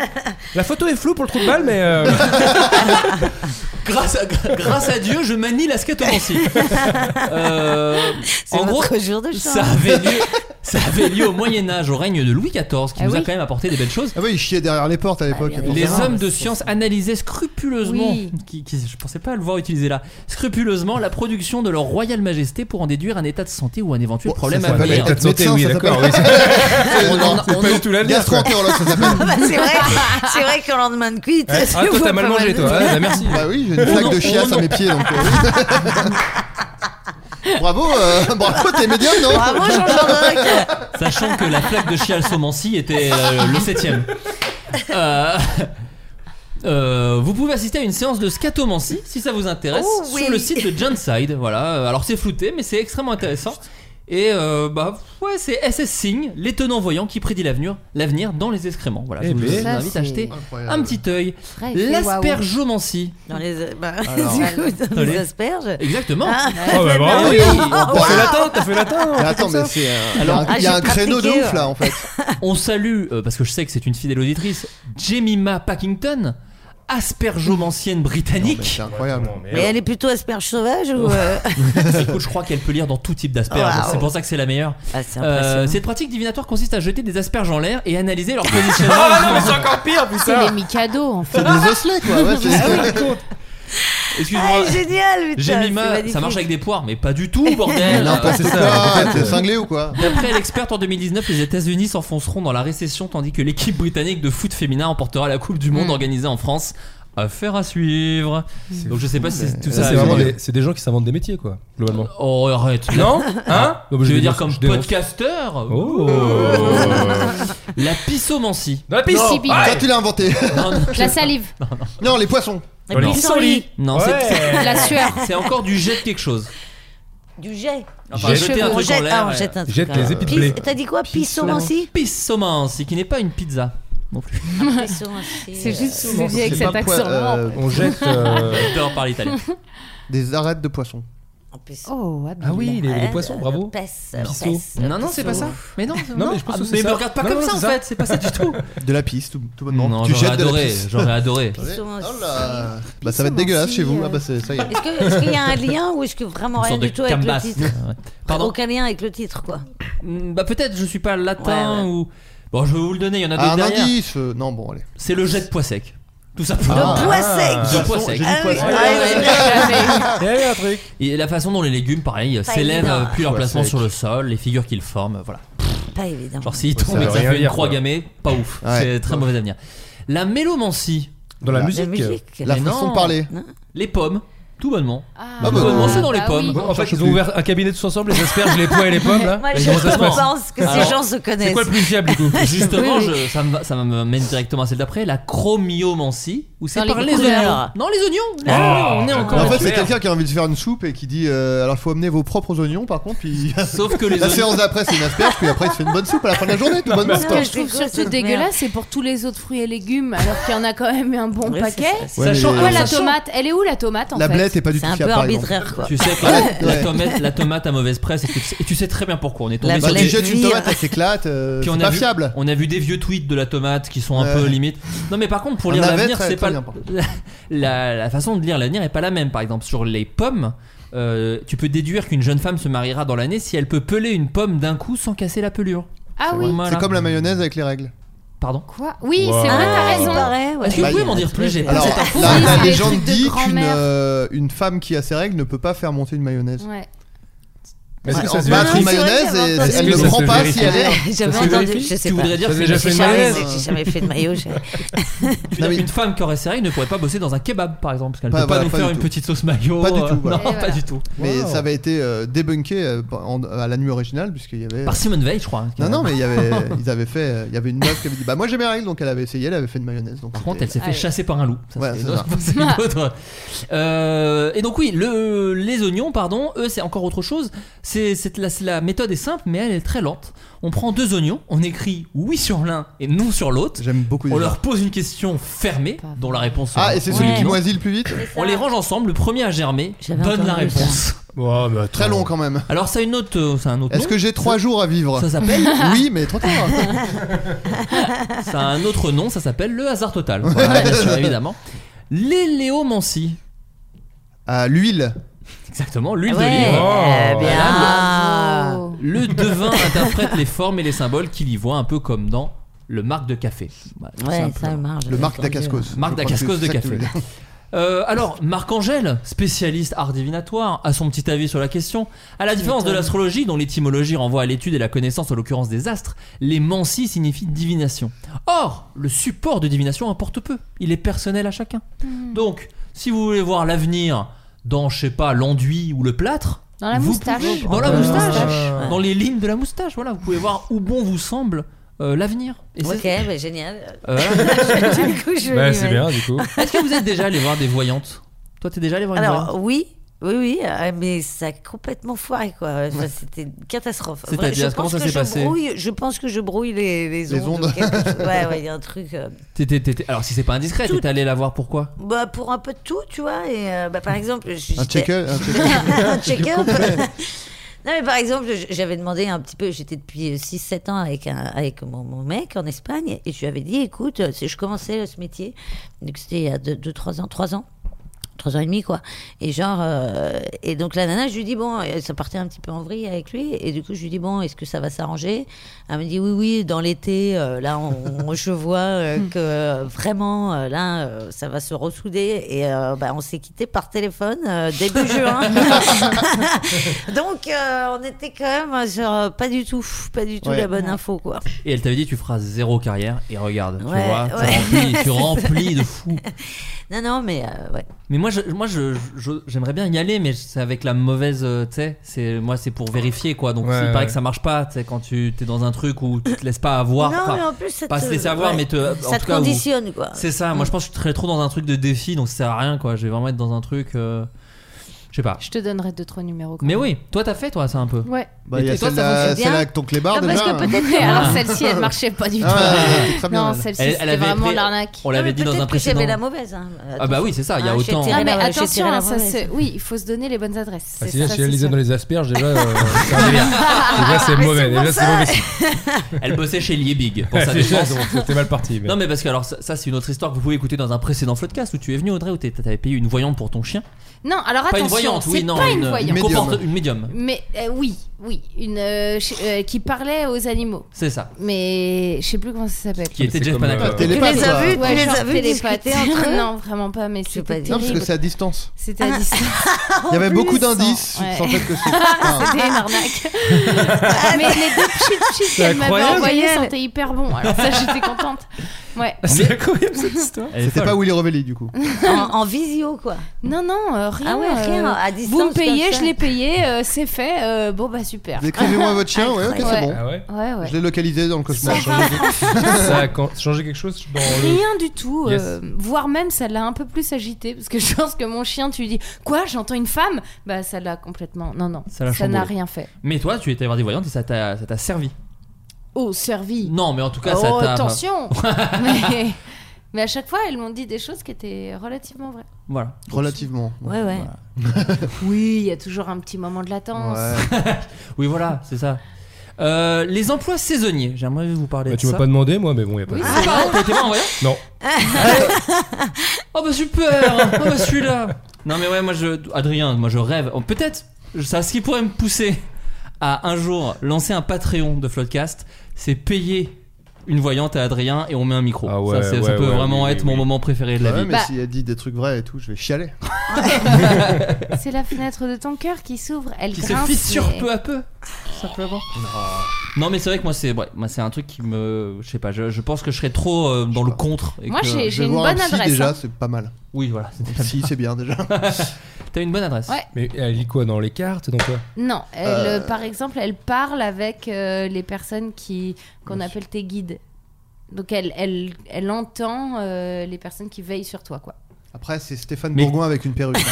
I: La photo est floue pour le trou de balle, mais. euh,
D: Grâce à, grâce à Dieu, je manie la scatomancie. Euh,
G: C'est
D: en gros,
G: notre jour de
D: ça
G: chance.
D: avait lieu. Ça avait lieu au Moyen-Âge, au règne de Louis XIV, qui
H: Ah
D: nous a
H: oui.
D: quand même apporté des belles choses.
E: Ah oui, il chiait derrière les portes à l'époque.
G: Ah, bien
D: Les
G: Évidemment,
D: hommes de
G: c'est
D: science
G: ça.
D: analysaient scrupuleusement,
H: Oui.
D: qui, qui- je pensais pas le voir utiliser là, scrupuleusement la production de leur royale majesté pour en déduire un état de santé ou un éventuel
E: Bon,
D: problème
E: ça
D: à
E: s'appelle
D: venir.
E: être médecin,
I: oui,
E: ça
I: d'accord.
E: s'appelle-
I: oui.
E: C'est-
D: On en-
E: non,
D: on en-
I: C'est pas du tout l'avenir. quoi.
E: Gastro-entérologue, ça s'appelle.
G: Ah bah, c'est vrai, c'est vrai qu'en lendemain de cuite.
I: Ah,
G: c'est
I: toi,
G: bon,
I: t'as mal
G: pas
I: mangé, toi. Ah, bah, merci.
E: Bah oui, j'ai
D: On
E: une flaque
D: en-
E: de chiasse
D: on
E: à
D: en-
E: mes pieds donc. euh, oui. bravo, euh, bravo, t'es médium, non
G: Bravo Jean-Jean
D: Sachant que la plaque de Chial Somancy était euh, le septième. Euh, euh, vous pouvez assister à une séance de scatomancie si ça vous intéresse
G: Oh,
D: sur
G: oui.
D: le site de Gentside. Voilà. Alors c'est flouté, mais c'est extrêmement intéressant. Et euh, bah ouais, c'est SS Signe, l'étonnant voyant qui prédit l'avenir, l'avenir dans les excréments. Voilà.
I: Eh
D: je vous
I: ben.
H: Ça,
D: invite à
H: c'est
D: acheter un
E: Incroyable.
D: petit œil.
H: Vrai, il fait
D: L'aspergeomancie.
G: Dans les, bah,
E: Alors.
G: du coup, dans les asperges.
D: Exactement. Ah
I: Oh, bah, bravo.
D: Oui.
I: T'as fait latin, t'as fait latin.
E: Mais attends, mais c'est. euh, il y a un-
G: Ah,
E: il y a
G: j'ai
E: un créneau de
G: pratiqué,
E: ouf là en fait.
D: On salue, euh, parce que je sais que c'est une fidèle auditrice, Jemima Packington, aspergeomancienne britannique.
E: C'est incroyable.
G: Mais elle est plutôt asperge sauvage ou. euh,
D: Écoute, je crois qu'elle peut lire dans tout type d'asperges.
G: Waouh.
D: C'est pour ça que c'est la meilleure.
G: Ah, c'est
D: Euh,
G: impressionnant.
D: cette pratique divinatoire consiste à jeter des asperges en l'air et analyser leur positionnement.
I: Ah non, mais c'est encore pire,
H: C'est les
I: putain.
H: Mikado en fait.
E: C'est des osselets quoi. Ouais, c'est-
D: Excuse-moi.
G: Ah, génial, putain. c'est
D: Jemima,
G: magnifique.
D: ça marche avec des poires, mais pas du tout, bordel.
E: N'importe
I: c'est ça,
E: quoi,
I: en fait,
E: t'es
I: euh,
E: cinglé ou quoi
D: D'après l'experte en 2019, les États-Unis s'enfonceront dans la récession tandis que l'équipe britannique de foot féminin emportera la Coupe du Monde
H: Mm.
D: organisée en France. Affaire à suivre. Donc je sais pas si c'est tout
I: Ça,
D: ça.
I: c'est
D: mais-
I: vraiment des, c'est des gens qui s'inventent des métiers, quoi, globalement.
D: Oh arrête. Ah.
I: Non Hein Non, bah,
D: Je veux dire
I: dénonce,
D: comme
I: je dénonce.
D: podcasteur.
I: Oh
D: La pissomancie.
I: Dans la piste
H: Non. Sibylle.
E: Ça tu l'as inventé.
D: Non, non,
H: La salive,
E: Non, les poissons.
G: Et
I: Voilà.
G: puis sans lit.
D: non, c'est-
H: la sueur.
D: c'est encore du jet de quelque chose.
G: Du jet.
D: Enfin,
I: Jet.
D: jeter un
G: on
D: truc en
G: jette,
D: l'air.
G: ah, on
D: ouais.
G: jette un truc.
I: Jette
G: hein.
I: les épis de
G: Pis-
I: blé.
G: T'as dit quoi Pissomancie
D: Pissomancie, qui n'est pas une pizza non plus.
G: Pissomancie.
H: C'est juste
G: euh,
H: c'est dit avec
E: C'est
H: cet
E: pas poi-
H: accent.
E: euh,
I: On jette. euh,
D: J'adore parler italien.
E: Des arêtes de poissons.
G: en plus.
H: Oh, habile.
I: Ah oui, les, les
G: Ah,
I: poissons,
G: le- le
I: bravo.
G: pesse,
I: Pisso.
G: le pesse, le
D: Non, non, c'est pas
G: pisso.
D: ça. Mais non, Ah,
I: Non, mais je pense que c'est
D: mais
I: ça.
D: me regarde pas
I: Non,
D: comme
I: non,
D: ça en
I: c'est ça.
D: fait, c'est pas ça du tout.
E: De la pisse, tout, tout bonnement.
D: Non,
E: tu
D: j'aurais
E: jettes de la
D: adoré,
E: pisse.
D: j'aurais adoré.
G: Pissomancie.
E: Oh là Bah ça va être dégueulasse chez vous. Ah bah c'est- ça y est.
G: Est-ce que- est-ce qu'il y a un lien ou est-ce que vraiment
D: Une
G: rien
D: sorte de
G: du tout avec le
D: cambasse.
G: titre
D: Ouais. Pardon
G: Aucun lien avec le titre, quoi.
D: Mm, Bah peut-être je suis pas latin
G: Ouais,
D: ou bon je vais vous le donner il y en a
E: Ah,
D: d'autres
E: un
D: derrière.
E: indice. euh, Non bon allez.
D: C'est le jet de pois sec. Tout simplement.
G: Le pois sec.
D: De pois sec.
E: J'ai dit
G: Ah oui,
E: poisson.
G: ah oui, c'est vrai.
I: Il y a eu un truc.
D: Et la façon dont les légumes pareil
G: Pas
D: s'élèvent
G: évident.
D: euh, puis leur
E: Pois
D: placement
E: sec.
D: sur le sol, les figures qu'ils forment, voilà.
G: pas évident.
D: Genre s'il
G: Ouais, ça
D: tombe et
G: veut
D: que ça
G: rien
D: fait une
G: dire,
D: croix
G: quoi.
D: gammée, pas ouf.
G: Ouais.
D: C'est très mauvais avenir. La mélomancie.
I: Dans
E: la La musique. musique. La
D: Mais
E: façon
D: non.
E: de parler.
D: Les pommes. Tout bonnement.
I: bah
H: Ah.
D: tout bonnement,
I: oui.
D: c'est dans les
I: Bah
D: pommes.
I: oui. En fait, ils ont ouvert un cabinet tous ensemble, les asperges, les pois et les pommes, là.
G: Moi,
I: Et
G: je
I: comment ça se
G: pense
I: passe
G: que ces
I: Alors,
G: gens se connaissent.
I: C'est quoi le plus fiable, du coup
D: Justement,
G: Oui, oui.
D: je- ça me va- ça m'amène directement à celle d'après, la chromiomancie, où c'est
G: Dans les
D: par les
G: couleurs.
D: oignons. Non, les oignons.
E: Ah,
D: Là, on est encore.
E: en fait, c'est
D: clair.
E: quelqu'un qui a envie de faire une soupe et qui dit euh, alors faut amener vos propres oignons par contre. Puis...
D: Sauf que les
E: la
D: oignons-
E: séance d'après c'est une asperge puis après il se fait une bonne soupe à la fin de la journée. Tout bonnement.
H: Ce que je trouve
G: quoi,
H: surtout
G: cette
H: dégueulasse, c'est pour tous les autres fruits et légumes, alors qu'il y en a quand même un bon
G: Ouais, c'est
H: paquet.
G: ça, c'est
E: Ouais,
H: Sachant
E: mais-
H: quoi, la
E: Sachant-
H: tomate Elle est où la tomate en
E: La
H: fait
E: blette est pas du tout
G: C'est un peu
E: fiable, par exemple.
G: arbitraire, quoi.
D: Tu sais, que
E: Ah,
D: la,
E: ouais.
D: tomate, la tomate à mauvaise presse, et tu sais, et tu sais très bien pourquoi. On est tombé
G: La
E: Bah,
D: sur
G: blette.
D: des-
E: tu jettes une
G: vivre.
E: tomate, elle s'éclate, euh,
D: Puis
E: c'est
D: on a
E: pas
D: vu-
E: fiable.
D: On a vu des vieux tweets de la tomate qui sont un
E: Ouais.
D: peu limite. Non, mais par contre, pour
E: Un
D: lire
E: navet,
D: l'avenir,
E: très-
D: c'est
E: très
D: pas
E: bien, par contre.
D: la, la- la façon de lire l'avenir est pas la même. Par exemple, sur les pommes, euh, tu peux déduire qu'une jeune femme se mariera dans l'année si elle peut peler une pomme d'un coup sans casser la pelure.
H: Ah oui.
D: Voilà.
E: C'est comme la mayonnaise avec les règles.
D: Pardon.
H: Quoi Oui,
I: Wow.
H: c'est vrai, t'as
G: Ah, il
H: raison.
G: paraît, ouais.
D: Est-ce que vous
E: Bah,
D: pouvez
E: il y
D: m'en dire plus J'ai pas
E: Alors,
D: cette info.
E: la,
H: Oui,
E: la
H: c'est des
E: légende
H: trucs de
E: dit qu'une
H: grand-mère.
E: euh, une femme qui a ses règles ne peut pas faire monter une mayonnaise.
H: Ouais.
I: Est-ce que
E: Ouais,
I: ça
E: on
I: se
E: bat
I: vérifie
E: une
G: c'est vrai
E: mayonnaise
G: qu'il y a
E: et
G: longtemps.
E: elle
I: Est-ce que
E: ne
I: ça
E: prend
I: se
E: pas
I: vérifie
E: si elle est.
G: J'avais
I: Ça se
G: entendu,
I: vérifie
G: je sais
D: Tu
G: pas.
D: voudrais dire
I: Ça,
D: que
I: c'est
G: J'ai
I: déjà fait une
G: jamais-
I: mayonnaise.
G: J'ai jamais fait de maillot. j'ai-
E: Non, mais-
D: Une femme qui aurait ses règles ne pourrait pas bosser dans un kebab, par exemple, parce qu'elle
E: Pas-
D: peut pas
E: voilà,
D: nous
E: pas
D: faire
E: du
D: une
E: tout.
D: petite sauce mayo.
E: Pas du
D: euh,
E: tout, voilà.
D: Non,
H: Et
D: pas
H: voilà.
D: du tout.
E: Mais
I: Wow.
E: ça avait été euh, débunké euh, en- à la nuit originale puisqu'il y avait.
D: Par Simone Veil, je crois. hein, qui
E: Non
D: a-
E: non mais il y avait ils avaient fait euh, il y avait une meuf qui avait dit bah moi j'ai mes règles donc elle avait essayé elle avait fait une mayonnaise donc
D: Par contre, elle
E: c'était-
D: s'est fait
H: Ouais.
D: chasser par un loup. Ça,
E: Ouais,
D: c'est
E: c'est
D: une autre- c'est une autre. Euh, et donc oui, le, les oignons, pardon, eux, c'est encore autre chose. C'est, c'est la, c'est la méthode est simple, mais elle est très lente. On prend deux oignons, on écrit oui sur l'un et non sur l'autre.
E: j'aime beaucoup
D: On
E: déjà.
D: leur pose une question fermée,
H: Pas vrai.
D: dont la réponse.
E: Ah
D: sera
E: et c'est
D: oui
E: celui
D: ou
E: qui
D: non.
E: moisit le plus vite
D: On les range ensemble. Le premier à germer
G: J'avais
D: donne la
G: entendu ça.
D: réponse.
I: Oh, mais attends.
E: très long quand même.
D: Alors ça a une autre, euh, ça a un autre.
E: Est-ce
D: nom.
E: que j'ai trois jours à vivre
D: ça s'appelle
E: Oui mais trois jours.
D: Ça a un autre nom, ça s'appelle le hasard total. Voilà, bien sûr, évidemment. L'éléomancie.
E: Ah l'huile
D: Exactement, l'huile
G: Ouais,
D: d'olive.
G: euh,
I: Oh.
G: bien.
H: Bravo.
D: Le devin interprète les formes et les symboles qu'il y voit un peu comme dans le marc de café. Voilà, tout
G: Ouais,
D: simplement.
G: ça marche.
E: le marc d'Acascos.
D: Marc
E: Je crois
D: d'Acascos
E: que c'est
D: de
E: ça que tu voulais
D: café.
E: dire.
D: Euh, alors, Marc-Angèle, spécialiste art divinatoire, a son petit avis sur la question. À la différence de l'astrologie, dont l'étymologie renvoie à l'étude et la connaissance en l'occurrence des astres, les mancies signifient divination. Or, le support de divination importe peu. Il est personnel à chacun.
G: Hmm.
D: Donc, si vous voulez voir l'avenir dans, je sais pas, l'enduit ou le plâtre,
H: Dans la
D: vous
H: moustache.
D: pouvez- dans
I: Ah,
D: la
G: Ouais.
D: moustache,
G: Ouais.
D: dans les lignes de la moustache, voilà, vous pouvez voir où bon vous semble euh, l'avenir. Et c'est-
G: Ok, bah, génial.
D: Euh,
G: du coup, je
I: Bah,
G: m'y
I: c'est
G: mets.
I: bien, du coup.
D: Est-ce que vous êtes déjà allé voir des voyantes Toi, t'es déjà allé voir une voyante
G: Alors, oui. Oui, oui, euh, mais ça a complètement foiré, quoi. Enfin, C'était une catastrophe.
D: C'est-à-dire,
G: Vrai, je pense
D: comment ça
G: que
D: s'est
G: je
D: passé
G: brouille- Je pense que je brouille les, les
E: Les ondes.
G: ondes. ou quelque chose. Ouais, ouais, il y a un truc. euh,
D: T'es- t'es- t'es- Alors, si c'est pas indiscret,
G: Tout-
D: t'es allé la voir pourquoi
G: bah, pour un peu de tout, tu vois. Et, euh, bah, par exemple,
E: Un
G: j'étais-
E: checker un checker.
G: un check-up. Non mais par exemple, je- j'avais demandé un petit peu, j'étais depuis 6-7 ans avec, un, avec mon, mon mec en Espagne, et je lui avais dit, écoute, euh, si je commençais euh, ce métier, donc c'était il y a 2-3 ans, 3 ans, 3 ans et demi quoi, et genre, euh, et donc la nana, je lui dis, bon, euh, ça partait un petit peu en vrille avec lui, et du coup je lui dis, bon, est-ce que ça va s'arranger Elle me dit, oui, oui, dans l'été, euh, là, on, on- je vois euh, que euh, vraiment, euh, là, euh, ça va se ressouder, et euh, bah, on s'est quitté par téléphone euh, début juin. Donc, euh, on était quand même sur euh, pas du tout, pas du tout
E: Ouais.
G: la bonne info, quoi.
D: Et elle t'avait dit, tu feras zéro carrière, et regarde, tu
G: Ouais,
D: vois,
G: ouais.
D: tu, remplis, tu remplis de fou.
G: Non, non, mais euh, ouais.
D: Mais moi, je, moi je, je- j'aimerais bien y aller, mais c'est avec la mauvaise. euh, tu sais, c'est, moi, c'est pour vérifier, quoi. Donc,
I: Ouais,
D: il paraît
I: ouais.
D: que ça marche pas, tu sais, quand tu t'es dans un truc où tu te laisses pas avoir.
G: non,
D: enfin,
G: mais en plus, ça
D: pas
G: te
D: se laisser avoir,
G: ouais.
D: mais te- en
G: ça
D: tout
G: te
D: cas, où-
G: conditionne, quoi.
D: C'est ça, moi je pense que je serais trop dans un truc de défi, donc ça sert à rien quoi. Je vais vraiment être dans un truc. euh, Je sais pas.
H: Je te donnerai deux trois numéros. quand
D: Mais
H: même.
D: oui, toi t'as fait toi ça un peu.
H: Ouais.
E: Bah il y
D: Et
E: a
D: toi, ça
E: celle-là
D: fonctionne
G: bien
E: celle-là avec ton clébard
H: Non,
E: déjà.
H: parce que peut-être que alors celle-ci elle marchait pas du tout.
E: Ah, ouais, ouais, ouais, très bien,
H: non,
E: elle.
H: celle-ci
D: Elle- elle
H: c'était
D: avait
H: vraiment
D: pris-
H: l'arnaque.
D: On l'avait
G: Non, mais
D: dit dans
G: peut-être
D: un
G: que j'avais
D: précédent.
G: la mauvaise. hein.
D: Ah bah oui, c'est ça, il y a
G: Ah, j'ai
D: autant.
G: tiré
H: Non mais
G: la- j'ai
H: attention,
G: tiré la
H: hein, ça
G: mauvaise.
H: c'est oui, il faut se donner les bonnes adresses.
I: Ah,
H: C'est
I: si là,
H: ça,
I: si elle
H: c'est
I: lisait
H: sûr.
I: dans les asperges, déjà, euh, c'est un délire. Déjà, c'est mauvais. Déjà, c'est mauvais.
D: Elle bossait chez Liebig pour sa
I: Ouais, déjà,
D: défense.
I: c'est bon, T'es mal parti. mais-
D: Non mais parce que alors ça, ça, c'est une autre histoire que vous pouvez écouter dans un précédent podcast où tu es venu Audrey où t'es- t'avais payé une voyante pour ton chien.
H: Non, alors
D: pas
H: attention,
D: une voyante,
H: c'est
D: oui non,
H: pas
D: une,
H: une voyante.
E: Mais-
D: comporte-
E: Médium.
D: une médium.
H: Mais euh, oui, oui, une euh, ch- euh, qui parlait aux animaux.
D: C'est ça.
H: Mais je sais plus comment ça s'appelle.
D: Qui était
I: c'est
D: Jeff
I: comme,
D: Panaclock.
I: euh,
E: Tu les
G: Tu les as
E: as
G: vus
H: Ouais,
G: Tu les
H: genre
G: as vus
H: télépathe.
G: discuter entre eux
H: Non, vraiment pas, mais
G: sais pas
H: c'était
G: dire.
E: Non parce que
H: terrible.
E: c'est à distance.
G: Ah,
H: C'était à distance.
E: Il y avait
H: plus,
E: beaucoup
H: sans-
E: d'indices, tu te
H: ouais.
E: sentais que c'est- Ah.
H: C'était une arnaque.
G: Ah,
H: Mais les deux petites chips
I: C'est
H: qu'elle m'avait
I: incroyable.
H: envoyées
I: Génial.
H: sentaient hyper bon. Alors ça, j'étais contente. Ouais.
I: C'est incroyable cette histoire.
E: C'était pas Willy Revelli du coup.
G: en, en visio, quoi.
H: Non, non, euh, rien.
G: Ah ouais, rien,
H: euh,
G: à
H: Vous me
G: distance,
H: payez,
G: comme ça.
H: je l'ai payé, euh, c'est fait. euh, bon, bah super.
E: Décrivez-moi votre chien, ouais, ok, c'est
H: Incroyable.
E: bon.
H: Ouais. Ouais,
D: Ah
H: ouais.
E: Je l'ai localisé dans le
I: Ça
E: cosmos.
I: a changé, Ah ça a can- changé quelque chose dans le.
H: Rien du tout,
I: Yes.
H: euh, voire même ça l'a un peu plus agité parce que je pense que mon chien, tu lui dis quoi, j'entends une femme, bah ça l'a complètement, non non,
D: Ça l'a
H: n'a
D: chamboulé.
H: rien fait.
D: Mais toi, tu étais voir des voyantes et ça t'a ça t'a servi.
H: Oh servi.
D: Non, mais en tout cas, ça
H: oh
D: t'a.
H: attention. mais, mais à chaque fois, elles m'ont dit des choses qui étaient relativement vraies.
D: Voilà.
E: Relativement.
G: Ouais, ouais.
H: Oui, il y a toujours un petit moment de latence.
D: Oui, voilà, c'est ça. Euh, les emplois saisonniers, j'aimerais vous parler
I: Bah,
D: de
I: tu
D: ça.
I: m'as pas demandé, moi, mais bon, y a pas
H: Oui,
I: de.
H: c'est
D: Ah,
H: vrai.
D: t'as été voir en voyant
I: Non.
D: Oh bah super Oh bah celui-là Non mais ouais, moi je. Adrien, moi je rêve. Oh, Peut-être, ça, ce qui pourrait me pousser à un jour lancer un Patreon de Floodcast, c'est payer une voyante à Adrien et on met un micro.
I: Ah ouais,
D: ça, c'est- ça
I: ouais,
D: peut
I: ouais,
D: vraiment
I: oui,
D: être
I: oui,
D: mon
I: oui.
D: moment préféré de la
E: Ouais,
D: vie.
E: mais
H: Bah-
E: s'il a dit des trucs vrais et tout, je vais chialer.
H: C'est la fenêtre de ton cœur qui s'ouvre, elle
D: Qui se
H: grince.
D: fissure
H: mais-
D: peu à peu, tout simplement. Non mais c'est vrai que moi c'est ouais, moi c'est un truc qui me je sais pas je, je pense que je serais trop euh, dans le contre et
H: Moi,
D: que-
H: j'ai-
E: Je vais
H: une
E: voir un
H: bonne
E: psy
H: adresse,
E: déjà,
H: hein.
E: c'est pas mal.
D: oui voilà
E: Si, c'est bien déjà.
D: t'as une bonne adresse
H: Ouais.
I: Mais elle lit quoi dans les cartes Dans quoi
H: Non, elle, euh, par exemple, elle parle avec euh, les personnes qui qu'on appelle tes guides. Donc elle, elle, elle entend euh, les personnes qui veillent sur toi, quoi.
E: Après, c'est Stéphane
D: Mais-
E: Bourgoin avec une perruque.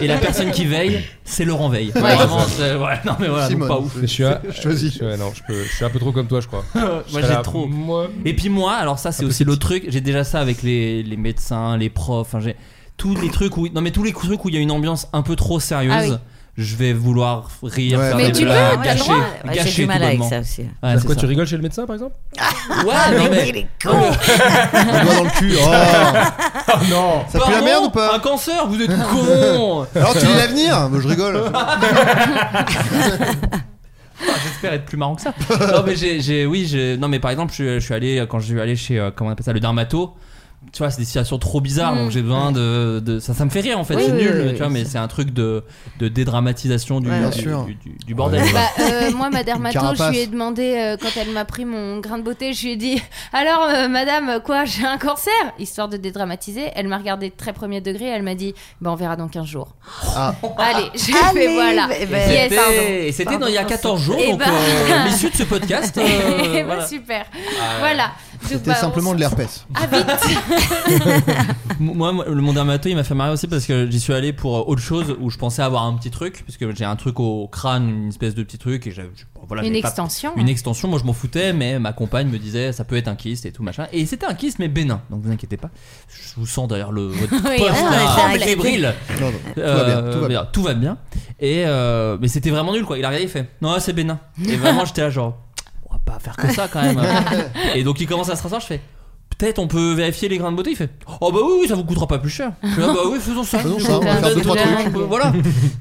D: Et la personne qui veille, c'est Laurent Veille.
H: Ouais.
D: Vraiment, c'est- ouais, non mais voilà, donc
E: Simone.
D: pas ouf.
I: Je suis à-
E: Choisis.
I: je suis à- non, je, peux- je suis un peu trop comme toi, je crois.
D: Moi j'ai trop.
I: Moi.
D: Et puis moi, alors ça c'est aussi l'autre truc, j'ai déjà ça avec les, les médecins, les profs, enfin, j'ai tous les trucs où non mais tous les trucs où il y a une ambiance un peu trop sérieuse.
H: Ah oui.
D: Je vais vouloir rire,
E: Ouais,
D: faire
E: Mais
D: des
E: tu
D: blagues,
H: peux, t'as le
D: gâcher,
H: droit.
G: Ah, Ouais,
D: gâcher
G: J'ai du mal
D: tout
G: avec
D: bonnement.
G: ça aussi.
D: Ouais, c'est
I: Quoi,
D: ça.
I: tu rigoles chez le médecin, par exemple
D: Ouais, non, mais- euh,
E: Un doigt dans le cul. Oh,
I: Non
E: ça pue la
D: Pardon,
E: merde ou pas
D: Un cancer, vous êtes con.
E: Alors, tu lis l'avenir Moi, Je rigole.
D: Ah, J'espère être plus marrant que ça. non mais j'ai, j'ai- oui, j'ai, non mais par exemple, je, suis- je suis allé quand je suis allé chez euh, comment on appelle ça, le dermato. Tu vois, c'est des situations trop bizarres, donc j'ai besoin de, de- ça, ça me fait rire en fait.
G: Oui,
D: c'est
G: oui,
D: nul,
G: oui, oui,
D: tu vois, mais c'est un truc de, de dédramatisation du,
G: Ouais,
E: bien
D: du,
E: sûr.
D: du- du- du bordel.
I: Ouais.
H: Bah, euh, moi, ma dermato, je
E: carapace.
H: lui ai demandé, euh, quand elle m'a pris mon grain de beauté, je lui ai dit Alors, euh, madame, quoi, j'ai un cancer Histoire de dédramatiser. Elle m'a regardé très premier degré, elle m'a dit Bah, on verra dans 15 jours.
E: Ah.
H: Allez, j'ai
G: Allez,
H: fait voilà.
G: bah, bah,
D: Et
H: Yes.
D: c'était, et c'était dans il y a 14 jours,
H: Eh
D: donc
H: ben.
D: euh, l'issue de ce podcast. euh,
H: Eh ben,
D: voilà. Ah,
H: Super. Voilà. Donc,
E: C'était
H: bah, on
E: simplement
H: s-
E: de l'herpès.
H: Ah, vite
D: Moi, moi, le mon dermato, il m'a fait marrer aussi parce que j'y suis allé pour euh, autre chose où je pensais avoir un petit truc, parce que j'ai un truc au crâne, une espèce de petit truc, et j'avais- je- voilà,
H: Une
D: j'avais pas-
H: extension.
D: Une extension, moi je m'en foutais, mais ma compagne me disait ça peut être un kyste et tout machin. Et c'était un kyste, mais bénin, donc vous inquiétez pas. Je vous sens derrière le votre
H: Oui,
D: poste,
H: on
D: là,
G: tremble.
D: fébrile.
E: Non, non. Tout va bien.
D: Euh,
E: Tout va bien.
D: tout va bien. Et euh, mais c'était vraiment nul quoi. Il a regardé, il fait non c'est bénin. Et vraiment j'étais là genre on va pas faire que ça quand même. et donc il commence à se rasseoir, je fais. Peut-être on peut vérifier les grains de beauté. Il fait Oh bah oui, oui ça vous coûtera pas plus cher. Je fais, ah bah oui, faisons ça.
E: Faisons
D: Du
E: ça,
D: coup,
E: on va
D: me
E: faire
D: donne
E: deux, trois
D: de-
H: trucs.
D: Voilà.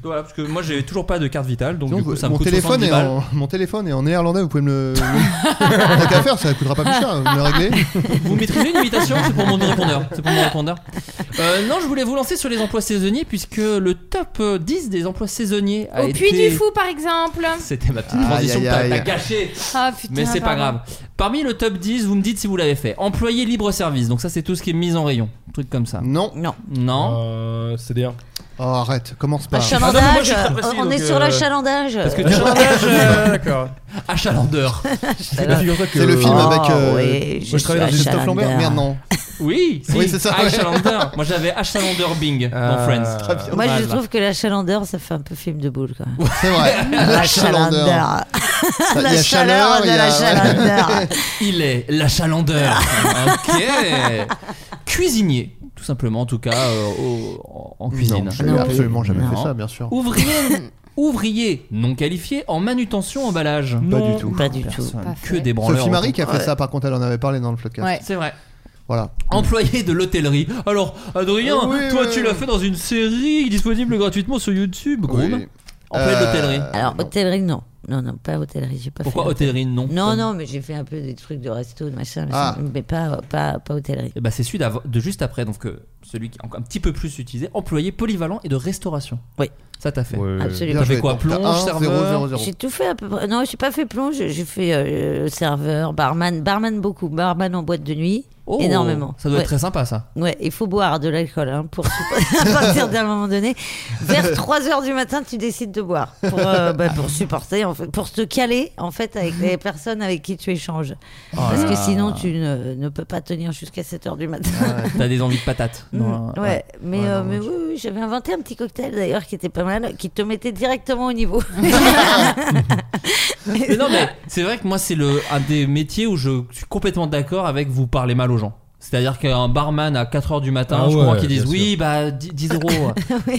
D: voilà, parce que moi j'ai toujours pas de carte vitale, donc,
E: Sinon,
D: du coup ça me
E: mon,
D: coûte
E: téléphone
D: 70
E: est
D: balles.
E: en, mon téléphone est en néerlandais, vous pouvez me le. Tant qu'à faire, ça ne coûtera pas plus cher, vous me le réglez.
D: Vous maîtrisez une imitation C'est pour mon répondeur. C'est pour mon répondeur. Euh, non, je voulais vous lancer sur les emplois saisonniers puisque le top 10 des emplois saisonniers a
H: Au
D: été.
H: puits du fou, par exemple.
D: C'était ma petite
E: Aïe,
D: transition que t'as
E: aïe,
D: t'as
E: aïe.
D: gâchée.
H: Ah, putain,
D: Mais c'est pas
H: pardon.
D: grave. Parmi le top 10, vous me dites si vous l'avez fait. Employé libre service. Donc ça, c'est tout ce qui est mis en rayon. Un truc comme ça.
E: Non.
G: Non.
D: Non.
I: Euh, C'est-à-dire
E: Oh, arrête, commence pas.
D: Ah non, mais moi, je
G: Achalandage.
D: suis très précis,
G: on est
D: donc,
G: sur
D: euh,
G: l'achalandage.
D: Parce
E: Euh.
D: que tu
I: D'accord.
D: euh, achalandeur.
I: Bah,
E: C'est le
I: Oh,
E: film
G: Ah,
E: avec. euh,
G: oui, je
E: moi, je travaille dans
G: suis
E: une Christophe
G: Highlander.
E: Lambert. Merde, non.
D: Oui, si.
E: Oui, c'est ça, ouais. Euh.
D: Achalandeur. Moi, j'avais achalandeur Bing dans
I: Ah.
D: Friends.
I: Très bien.
G: Moi, je
D: Voilà.
G: trouve que l'achalandeur, ça fait un peu film de boule quand même.
E: C'est vrai. La chalandeur. Il y a
G: La chaleur
E: chaleur,
G: de
E: il y a-
G: la chalandeur.
D: Il est l'achalandeur. ok. Cuisinier, tout simplement, en tout cas, euh, au- en en cuisine.
E: Ah, Non, j'ai absolument jamais
D: Non.
E: fait ça, bien sûr.
D: Ouvrier, ouvrier non qualifié en manutention emballage.
E: Pas du tout.
G: Pas du tout.
D: Personne,
H: Pas
D: que
H: fait.
D: des branleurs.
E: Sophie Marie
D: autour.
E: qui a fait ça, par contre, elle en avait parlé dans le podcast.
H: Ouais.
D: C'est vrai.
E: Voilà.
D: Employé de l'hôtellerie. Alors, Adrien,
E: Euh, oui,
D: toi,
E: oui,
D: tu
E: oui.
D: l'as fait dans une série disponible gratuitement sur YouTube. Groom.
E: Oui.
D: Employé de l'hôtellerie.
E: Euh,
G: Alors,
E: non.
G: hôtellerie, non. Non, non, pas hôtellerie. J'ai pas
D: Pourquoi
G: fait
D: hôtellerie, non
G: Non, non, mais j'ai fait un peu des trucs de resto, de machin,
D: Ah.
G: mais pas, pas, pas hôtellerie.
D: Eh ben, c'est celui d'av- de juste après, donc euh, celui qui est encore un petit peu plus utilisé, employé polyvalent et de restauration.
G: Oui.
D: Ça
I: Ah,
D: t'as fait.
G: Absolument.
D: T'as fait quoi Plonge, serveur
G: J'ai tout fait à peu près. Non, j'ai pas fait plonge. J'ai fait euh, serveur, barman, barman beaucoup, barman en boîte de nuit,
D: Oh,
G: énormément.
D: Ça doit
G: Ouais.
D: être très sympa ça.
G: Ouais, il faut boire de l'alcool hein, pour à partir d'un moment donné. Vers 3 heures du matin, tu décides de boire pour, euh, bah, pour supporter, en fait, pour te caler en fait avec les personnes avec qui tu échanges.
D: Oh
G: Parce
D: là
G: que
D: là.
G: sinon, tu ne, ne peux pas tenir jusqu'à 7 heures du matin.
D: T'as des envies de patates. Non,
G: Mmh, Mhm. Ouais, mais,
D: Ouais,
G: euh,
D: non,
G: mais oui, oui, j'avais inventé un petit cocktail d'ailleurs qui était pas mal, qui te mettait directement au niveau.
D: Mais non, mais c'est vrai que moi, c'est le un des métiers où je suis complètement d'accord avec vous parler mal aux gens. C'est-à-dire qu'un barman à 4h du matin,
I: Ah
D: je comprends
I: ouais,
D: qu'ils disent
I: bien
D: oui, bah 10, 10 euros.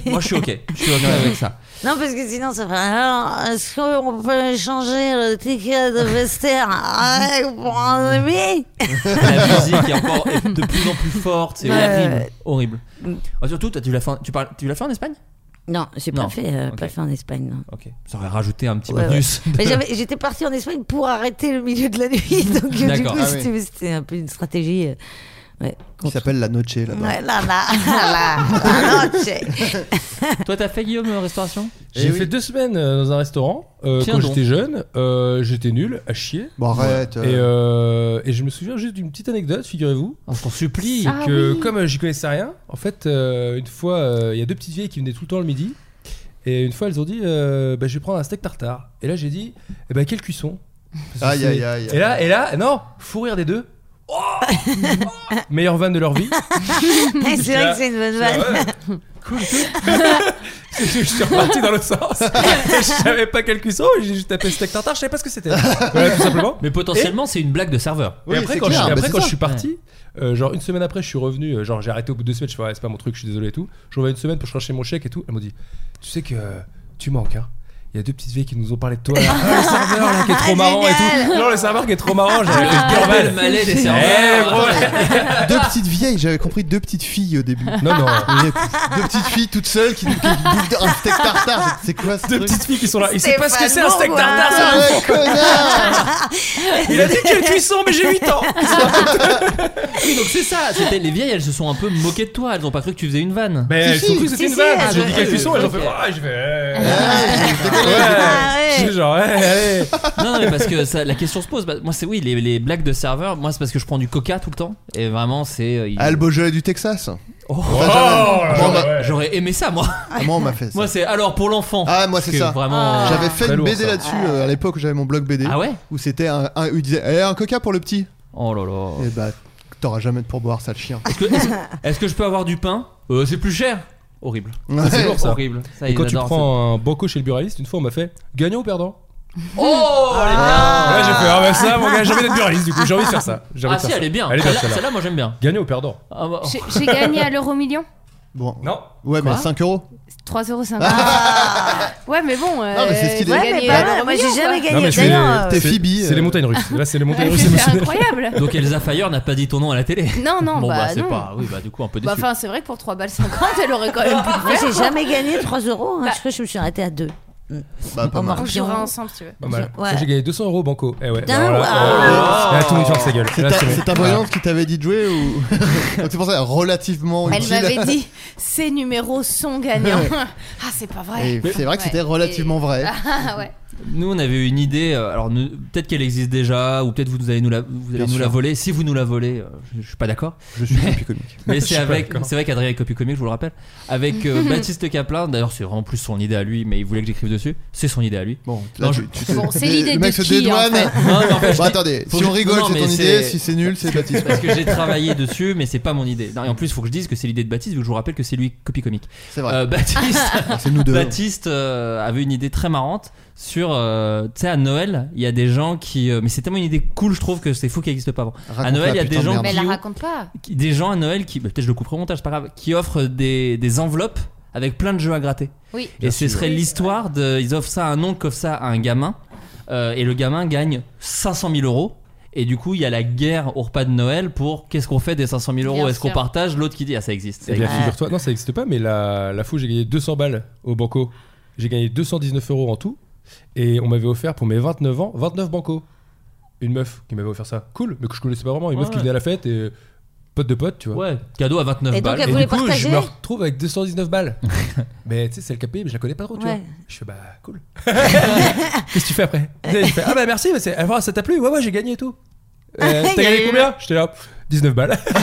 D: Moi, je suis ok. Je suis ok avec ça.
G: Non, parce que sinon, ça fait. Alors, est-ce qu'on peut changer le ticket de vestiaire Ah, pour un demi
D: La musique est encore est de plus en plus forte. C'est
G: Ouais,
D: horrible.
G: ouais. Mmh.
D: Horrible. Ah, surtout, t'as- tu l'as fait, en- tu parles- tu l'as fait en Espagne
G: Non, j'ai pas
D: Non,
G: fait, euh,
D: ok.
G: pas fait en Espagne. Non.
D: Ok. Ça aurait rajouté un petit
G: Ouais,
D: bonus.
G: ouais. Mais j'avais- j'étais partie en Espagne pour arrêter le milieu de la nuit, donc euh, du
D: D'accord.
G: coup,
D: Ah
G: c'était
D: oui.
G: c'était un peu une stratégie. euh, Ouais.
E: Qui s'appelle la noche là-bas.
G: Ouais, là, là, là, là, là, c'est-
D: Toi, t'as fait Guillaume euh, restauration
I: J'ai
D: Eh oui.
I: fait deux semaines euh, dans un restaurant euh,
D: Tiens
I: quand
D: donc.
I: j'étais jeune. euh, j'étais nul, à chier.
E: Bon, arrête,
I: Et, euh, et je me souviens juste d'une petite anecdote, figurez-vous.
D: On t'en supplie.
I: C'est
D: Ah
I: que
D: oui.
I: comme euh, j'y connaissais rien, en fait, euh, une fois, euh, il y a deux petites vieilles qui venaient tout le temps le midi. Et une fois, elles ont dit euh, bah, Je vais prendre un steak tartare. Et là, j'ai dit Eh ben, quelle cuisson Parce que
E: Aïe,
I: c'est-
E: aïe, aïe, aïe.
I: Et là, et là, non, fou rire des deux. Oh Oh Meilleure vanne de leur vie.
G: vrai que c'est une bonne
I: J'étais là,
G: vanne.
I: ouais. Cool, cool. je suis reparti dans l'autre sens. Et je savais pas quelle cuisson. J'ai juste tapé steak tartare. Je savais pas ce que c'était. Voilà, tout simplement.
D: Mais potentiellement, c'est une blague de serveur.
I: Et après, quand, je, après, quand je suis parti, euh, genre une semaine après, je suis revenu. euh, genre, j'ai arrêté au bout de deux semaines. Je fais, ouais, c'est pas mon truc, je suis désolé et tout. Je reviens une semaine pour chercher mon chèque et tout. Elle m'a dit, tu sais que euh, tu manques, hein. Il y a deux petites vieilles qui nous ont parlé de toi. là. Ah, le serveur là, qui est trop marrant et tout. Non, le serveur qui est trop marrant. J'avais fait
D: Ah,
I: pire mal.
D: le malais des
I: Eh,
D: serveurs.
I: gros,
E: euh, Deux petites vieilles, j'avais compris deux petites filles au début.
I: Non, non.
E: Deux petites filles toutes seules qui, qui bouffent un steak tartare. C'est quoi ce
I: Deux
E: truc
I: petites filles qui sont là. Il sait pas ce que
G: Stéphane
I: c'est un steak
G: Bourgoin.
I: tartare,
E: Ah,
I: ça
E: ouais, connard
I: Il a dit quelle cuisson, mais j'ai 8 ans.
D: Oui, donc c'est ça. C'était les vieilles, elles se sont un peu moquées de toi. Elles ont pas cru que tu faisais une vanne.
I: Mais elles
E: Si,
I: sont
E: si,
I: cru que c'était
G: si,
I: une
G: si,
I: vanne.
G: elles
I: J'ai
G: ont-
I: dit quelle cuisson, elles ont fait.
D: Ok.
I: Ah, je vais.
G: Ah, ouais.
I: Je suis genre, ouais, allez.
D: Non, non, mais parce que ça- la question se pose. Bah, moi, c'est oui, les, les blagues de serveur. Moi, c'est parce que je prends du coca tout le temps. Et vraiment, c'est. euh, il-
E: Ah, le Beaujolais du Texas.
D: Oh.
E: T'as jamais- Moi, on m'a-
I: ouais.
D: J'aurais aimé ça, moi.
E: ah, moi, on m'a fait ça.
D: Moi, c'est alors pour l'enfant.
E: Ah, moi,
D: Parce
E: c'est
D: que
E: ça.
D: Vraiment. euh,
E: J'avais
I: Ah,
E: fait
I: Très
E: une
I: lourd,
E: BD
I: ça.
E: là-dessus euh, à l'époque où j'avais mon blog BD.
D: Ah ouais
E: Où c'était un, un, où il disait Eh, un coca pour le petit
D: Oh là là.
E: Et bah, t'auras jamais de pourboire, ça le chien.
D: Est-ce que, est-ce- est-ce que je peux avoir du pain Euh, C'est plus cher. Horrible.
I: c'est lourd, Ah, ça.
D: Horrible. Ah, Ça,
I: Et
D: ils
I: quand tu
D: adorent
I: prends un banco chez le buraliste, une fois on m'a fait gagnant ou perdant
D: ça. Oh elle est bien.
I: Et Là j'ai fait ah bah ça mon gars, j'ai envie d'être buraliste du coup, j'ai envie de faire ça. J'ai envie
D: Ah,
I: de
D: si,
I: faire
D: elle
I: ça.
D: est bien.
I: Elle est bien
D: Celle-là,
I: celle-là.
D: celle-là, moi, j'aime bien.
I: Gagnant ou perdant
D: Ah, bah, oh.
H: J'ai- J'ai gagné à l'euro million
E: Bon.
I: Non.
E: Ouais, mais
D: Quoi
E: 5 euros.
H: 3,50€. ouais, mais bon. euh,
E: Non, mais c'est ce qu'il
H: ouais,
E: est.
H: Ah mais
E: Ouais,
H: pas
E: mais
H: mal,
G: bah, moi, j'ai
H: million,
G: jamais
H: quoi.
G: gagné.
I: mais c'est
G: D'ailleurs,
E: t'es
I: c'est-
E: Phoebe,
I: c'est les
E: euh.
I: montagnes russes. Là c'est les montagnes
H: Ouais,
I: russes
H: C'est
I: émotionnelles.
H: incroyable.
D: Donc Elsa Fire n'a pas dit ton nom à la télé.
H: Non, non,
D: bon, bah,
H: bah,
D: c'est
H: non.
D: pas. Oui, bah, du coup, un peu déçu.
H: Bah, enfin, c'est vrai que pour 3 balles 50, elle aurait quand même pu le
G: Moi,
H: faire.
G: j'ai jamais gagné 3 euros. hein. Je crois que je me suis arrêtée à 2.
E: Bah, pas mal.
H: On jouera ensemble, si tu veux.
I: Pas mal.
G: Ouais.
I: Moi, J'ai gagné 200 euros au banco. Eh ouais.
G: Putain,
I: alors là,
G: waouh.
I: euh, là, tout le monde ferme sa gueule.
E: C'est
I: Là,
E: ta,
I: c'est bon.
E: c'est ta voyante qui t'avait dit de jouer ou. Donc c'est pour ça relativement
H: Elle
E: utile.
H: m'avait dit, ces numéros sont gagnants. ah, c'est pas vrai.
E: Et c'est vrai que
H: Ouais.
E: c'était relativement vrai.
H: Ah ouais.
D: Nous, on avait une idée. euh, Alors, nous- peut-être qu'elle existe déjà, ou peut-être vous nous allez nous la, vous allez
E: Bien
D: nous la
E: sûr.
D: voler. Si vous nous la volez, euh, je, je suis pas d'accord.
E: Je suis copie comique.
I: Je
D: Mais
I: suis pas
D: c'est avec,
I: d'accord.
D: c'est vrai qu'Adrien est copie comique, je vous le rappelle, avec euh, Baptiste Caplin. D'ailleurs, c'est vraiment plus son idée à lui, mais il voulait que j'écrive dessus. C'est son idée à lui.
E: Bon, là,
D: Non,
E: tu-
D: je-
E: tu te-
H: Bon, c'est
E: le-
H: l'idée
E: Le mec
H: de
E: se
H: qui,
E: dédouane.
H: en fait
D: Non, mais en fait, je
E: Bon,
D: l'ai-
E: attendez,
D: faut
E: si
D: que
E: on
D: je-
E: rigole,
D: non,
E: c'est
D: mais
E: ton
D: c'est-
E: idée. Si c'est nul, c'est Baptiste.
D: Parce que j'ai travaillé dessus, mais c'est pas mon idée. Non, et en plus, il faut que je dise que c'est l'idée de Baptiste, vu que je vous rappelle que c'est lui copie comique.
E: C'est vrai.
D: Euh, Baptiste.
E: Ah, C'est nous deux.
D: Baptiste euh, avait une idée très marrante sur, euh, tu sais, à Noël, il y a des gens qui, euh, mais c'est tellement une idée cool, je trouve que c'est fou qu'elle n'existe pas avant.
E: Raconte
D: à Noël,
E: la
D: il y a
E: putain
D: des
E: de
D: gens,
E: merde.
H: Mais
D: qui,
H: elle la raconte pas.
D: qui- des gens à Noël qui, bah, peut-être je le couperai au montage, c'est pas grave, qui offrent des, des enveloppes avec plein de jeux à gratter.
H: Oui.
D: et ce serait l'histoire de, ils offrent ça à un oncle, offrent ça à un gamin, euh, et le gamin gagne 500 000 euros. Et du coup, il y a la guerre au repas de Noël pour qu'est-ce qu'on fait des 500 000 euros
H: Bien
D: Est-ce qu'on
H: sûr.
D: partage L'autre qui dit ah ça existe. ça
I: Et Eh bien,
D: existe.
I: figure-toi, non, ça n'existe pas, mais la, la fois où j'ai gagné 200 balles au banco, j'ai gagné 219 euros en tout. Et on m'avait offert pour mes 29 ans, 29 bancos. Une meuf qui m'avait offert ça. Cool, mais que je connaissais pas vraiment. Une meuf
D: Ouais,
I: qui venait à la fête et pote de pote, tu vois.
D: Ouais, cadeau à 29
I: Et
D: balles.
I: donc, elle voulait partager je me retrouve avec 219 balles. mais tu sais, c'est le KPI, mais je la connais pas trop, tu
G: Ouais.
I: vois. Je fais bah cool. Qu'est-ce que tu fais après Elle fait, Ah bah merci, mais c'est- alors, ça t'a plu Ouais, ouais, j'ai gagné et tout. Euh,
G: Il y
I: T'as
G: a
I: gagné
G: eu-
I: combien J'étais là, 19 balles.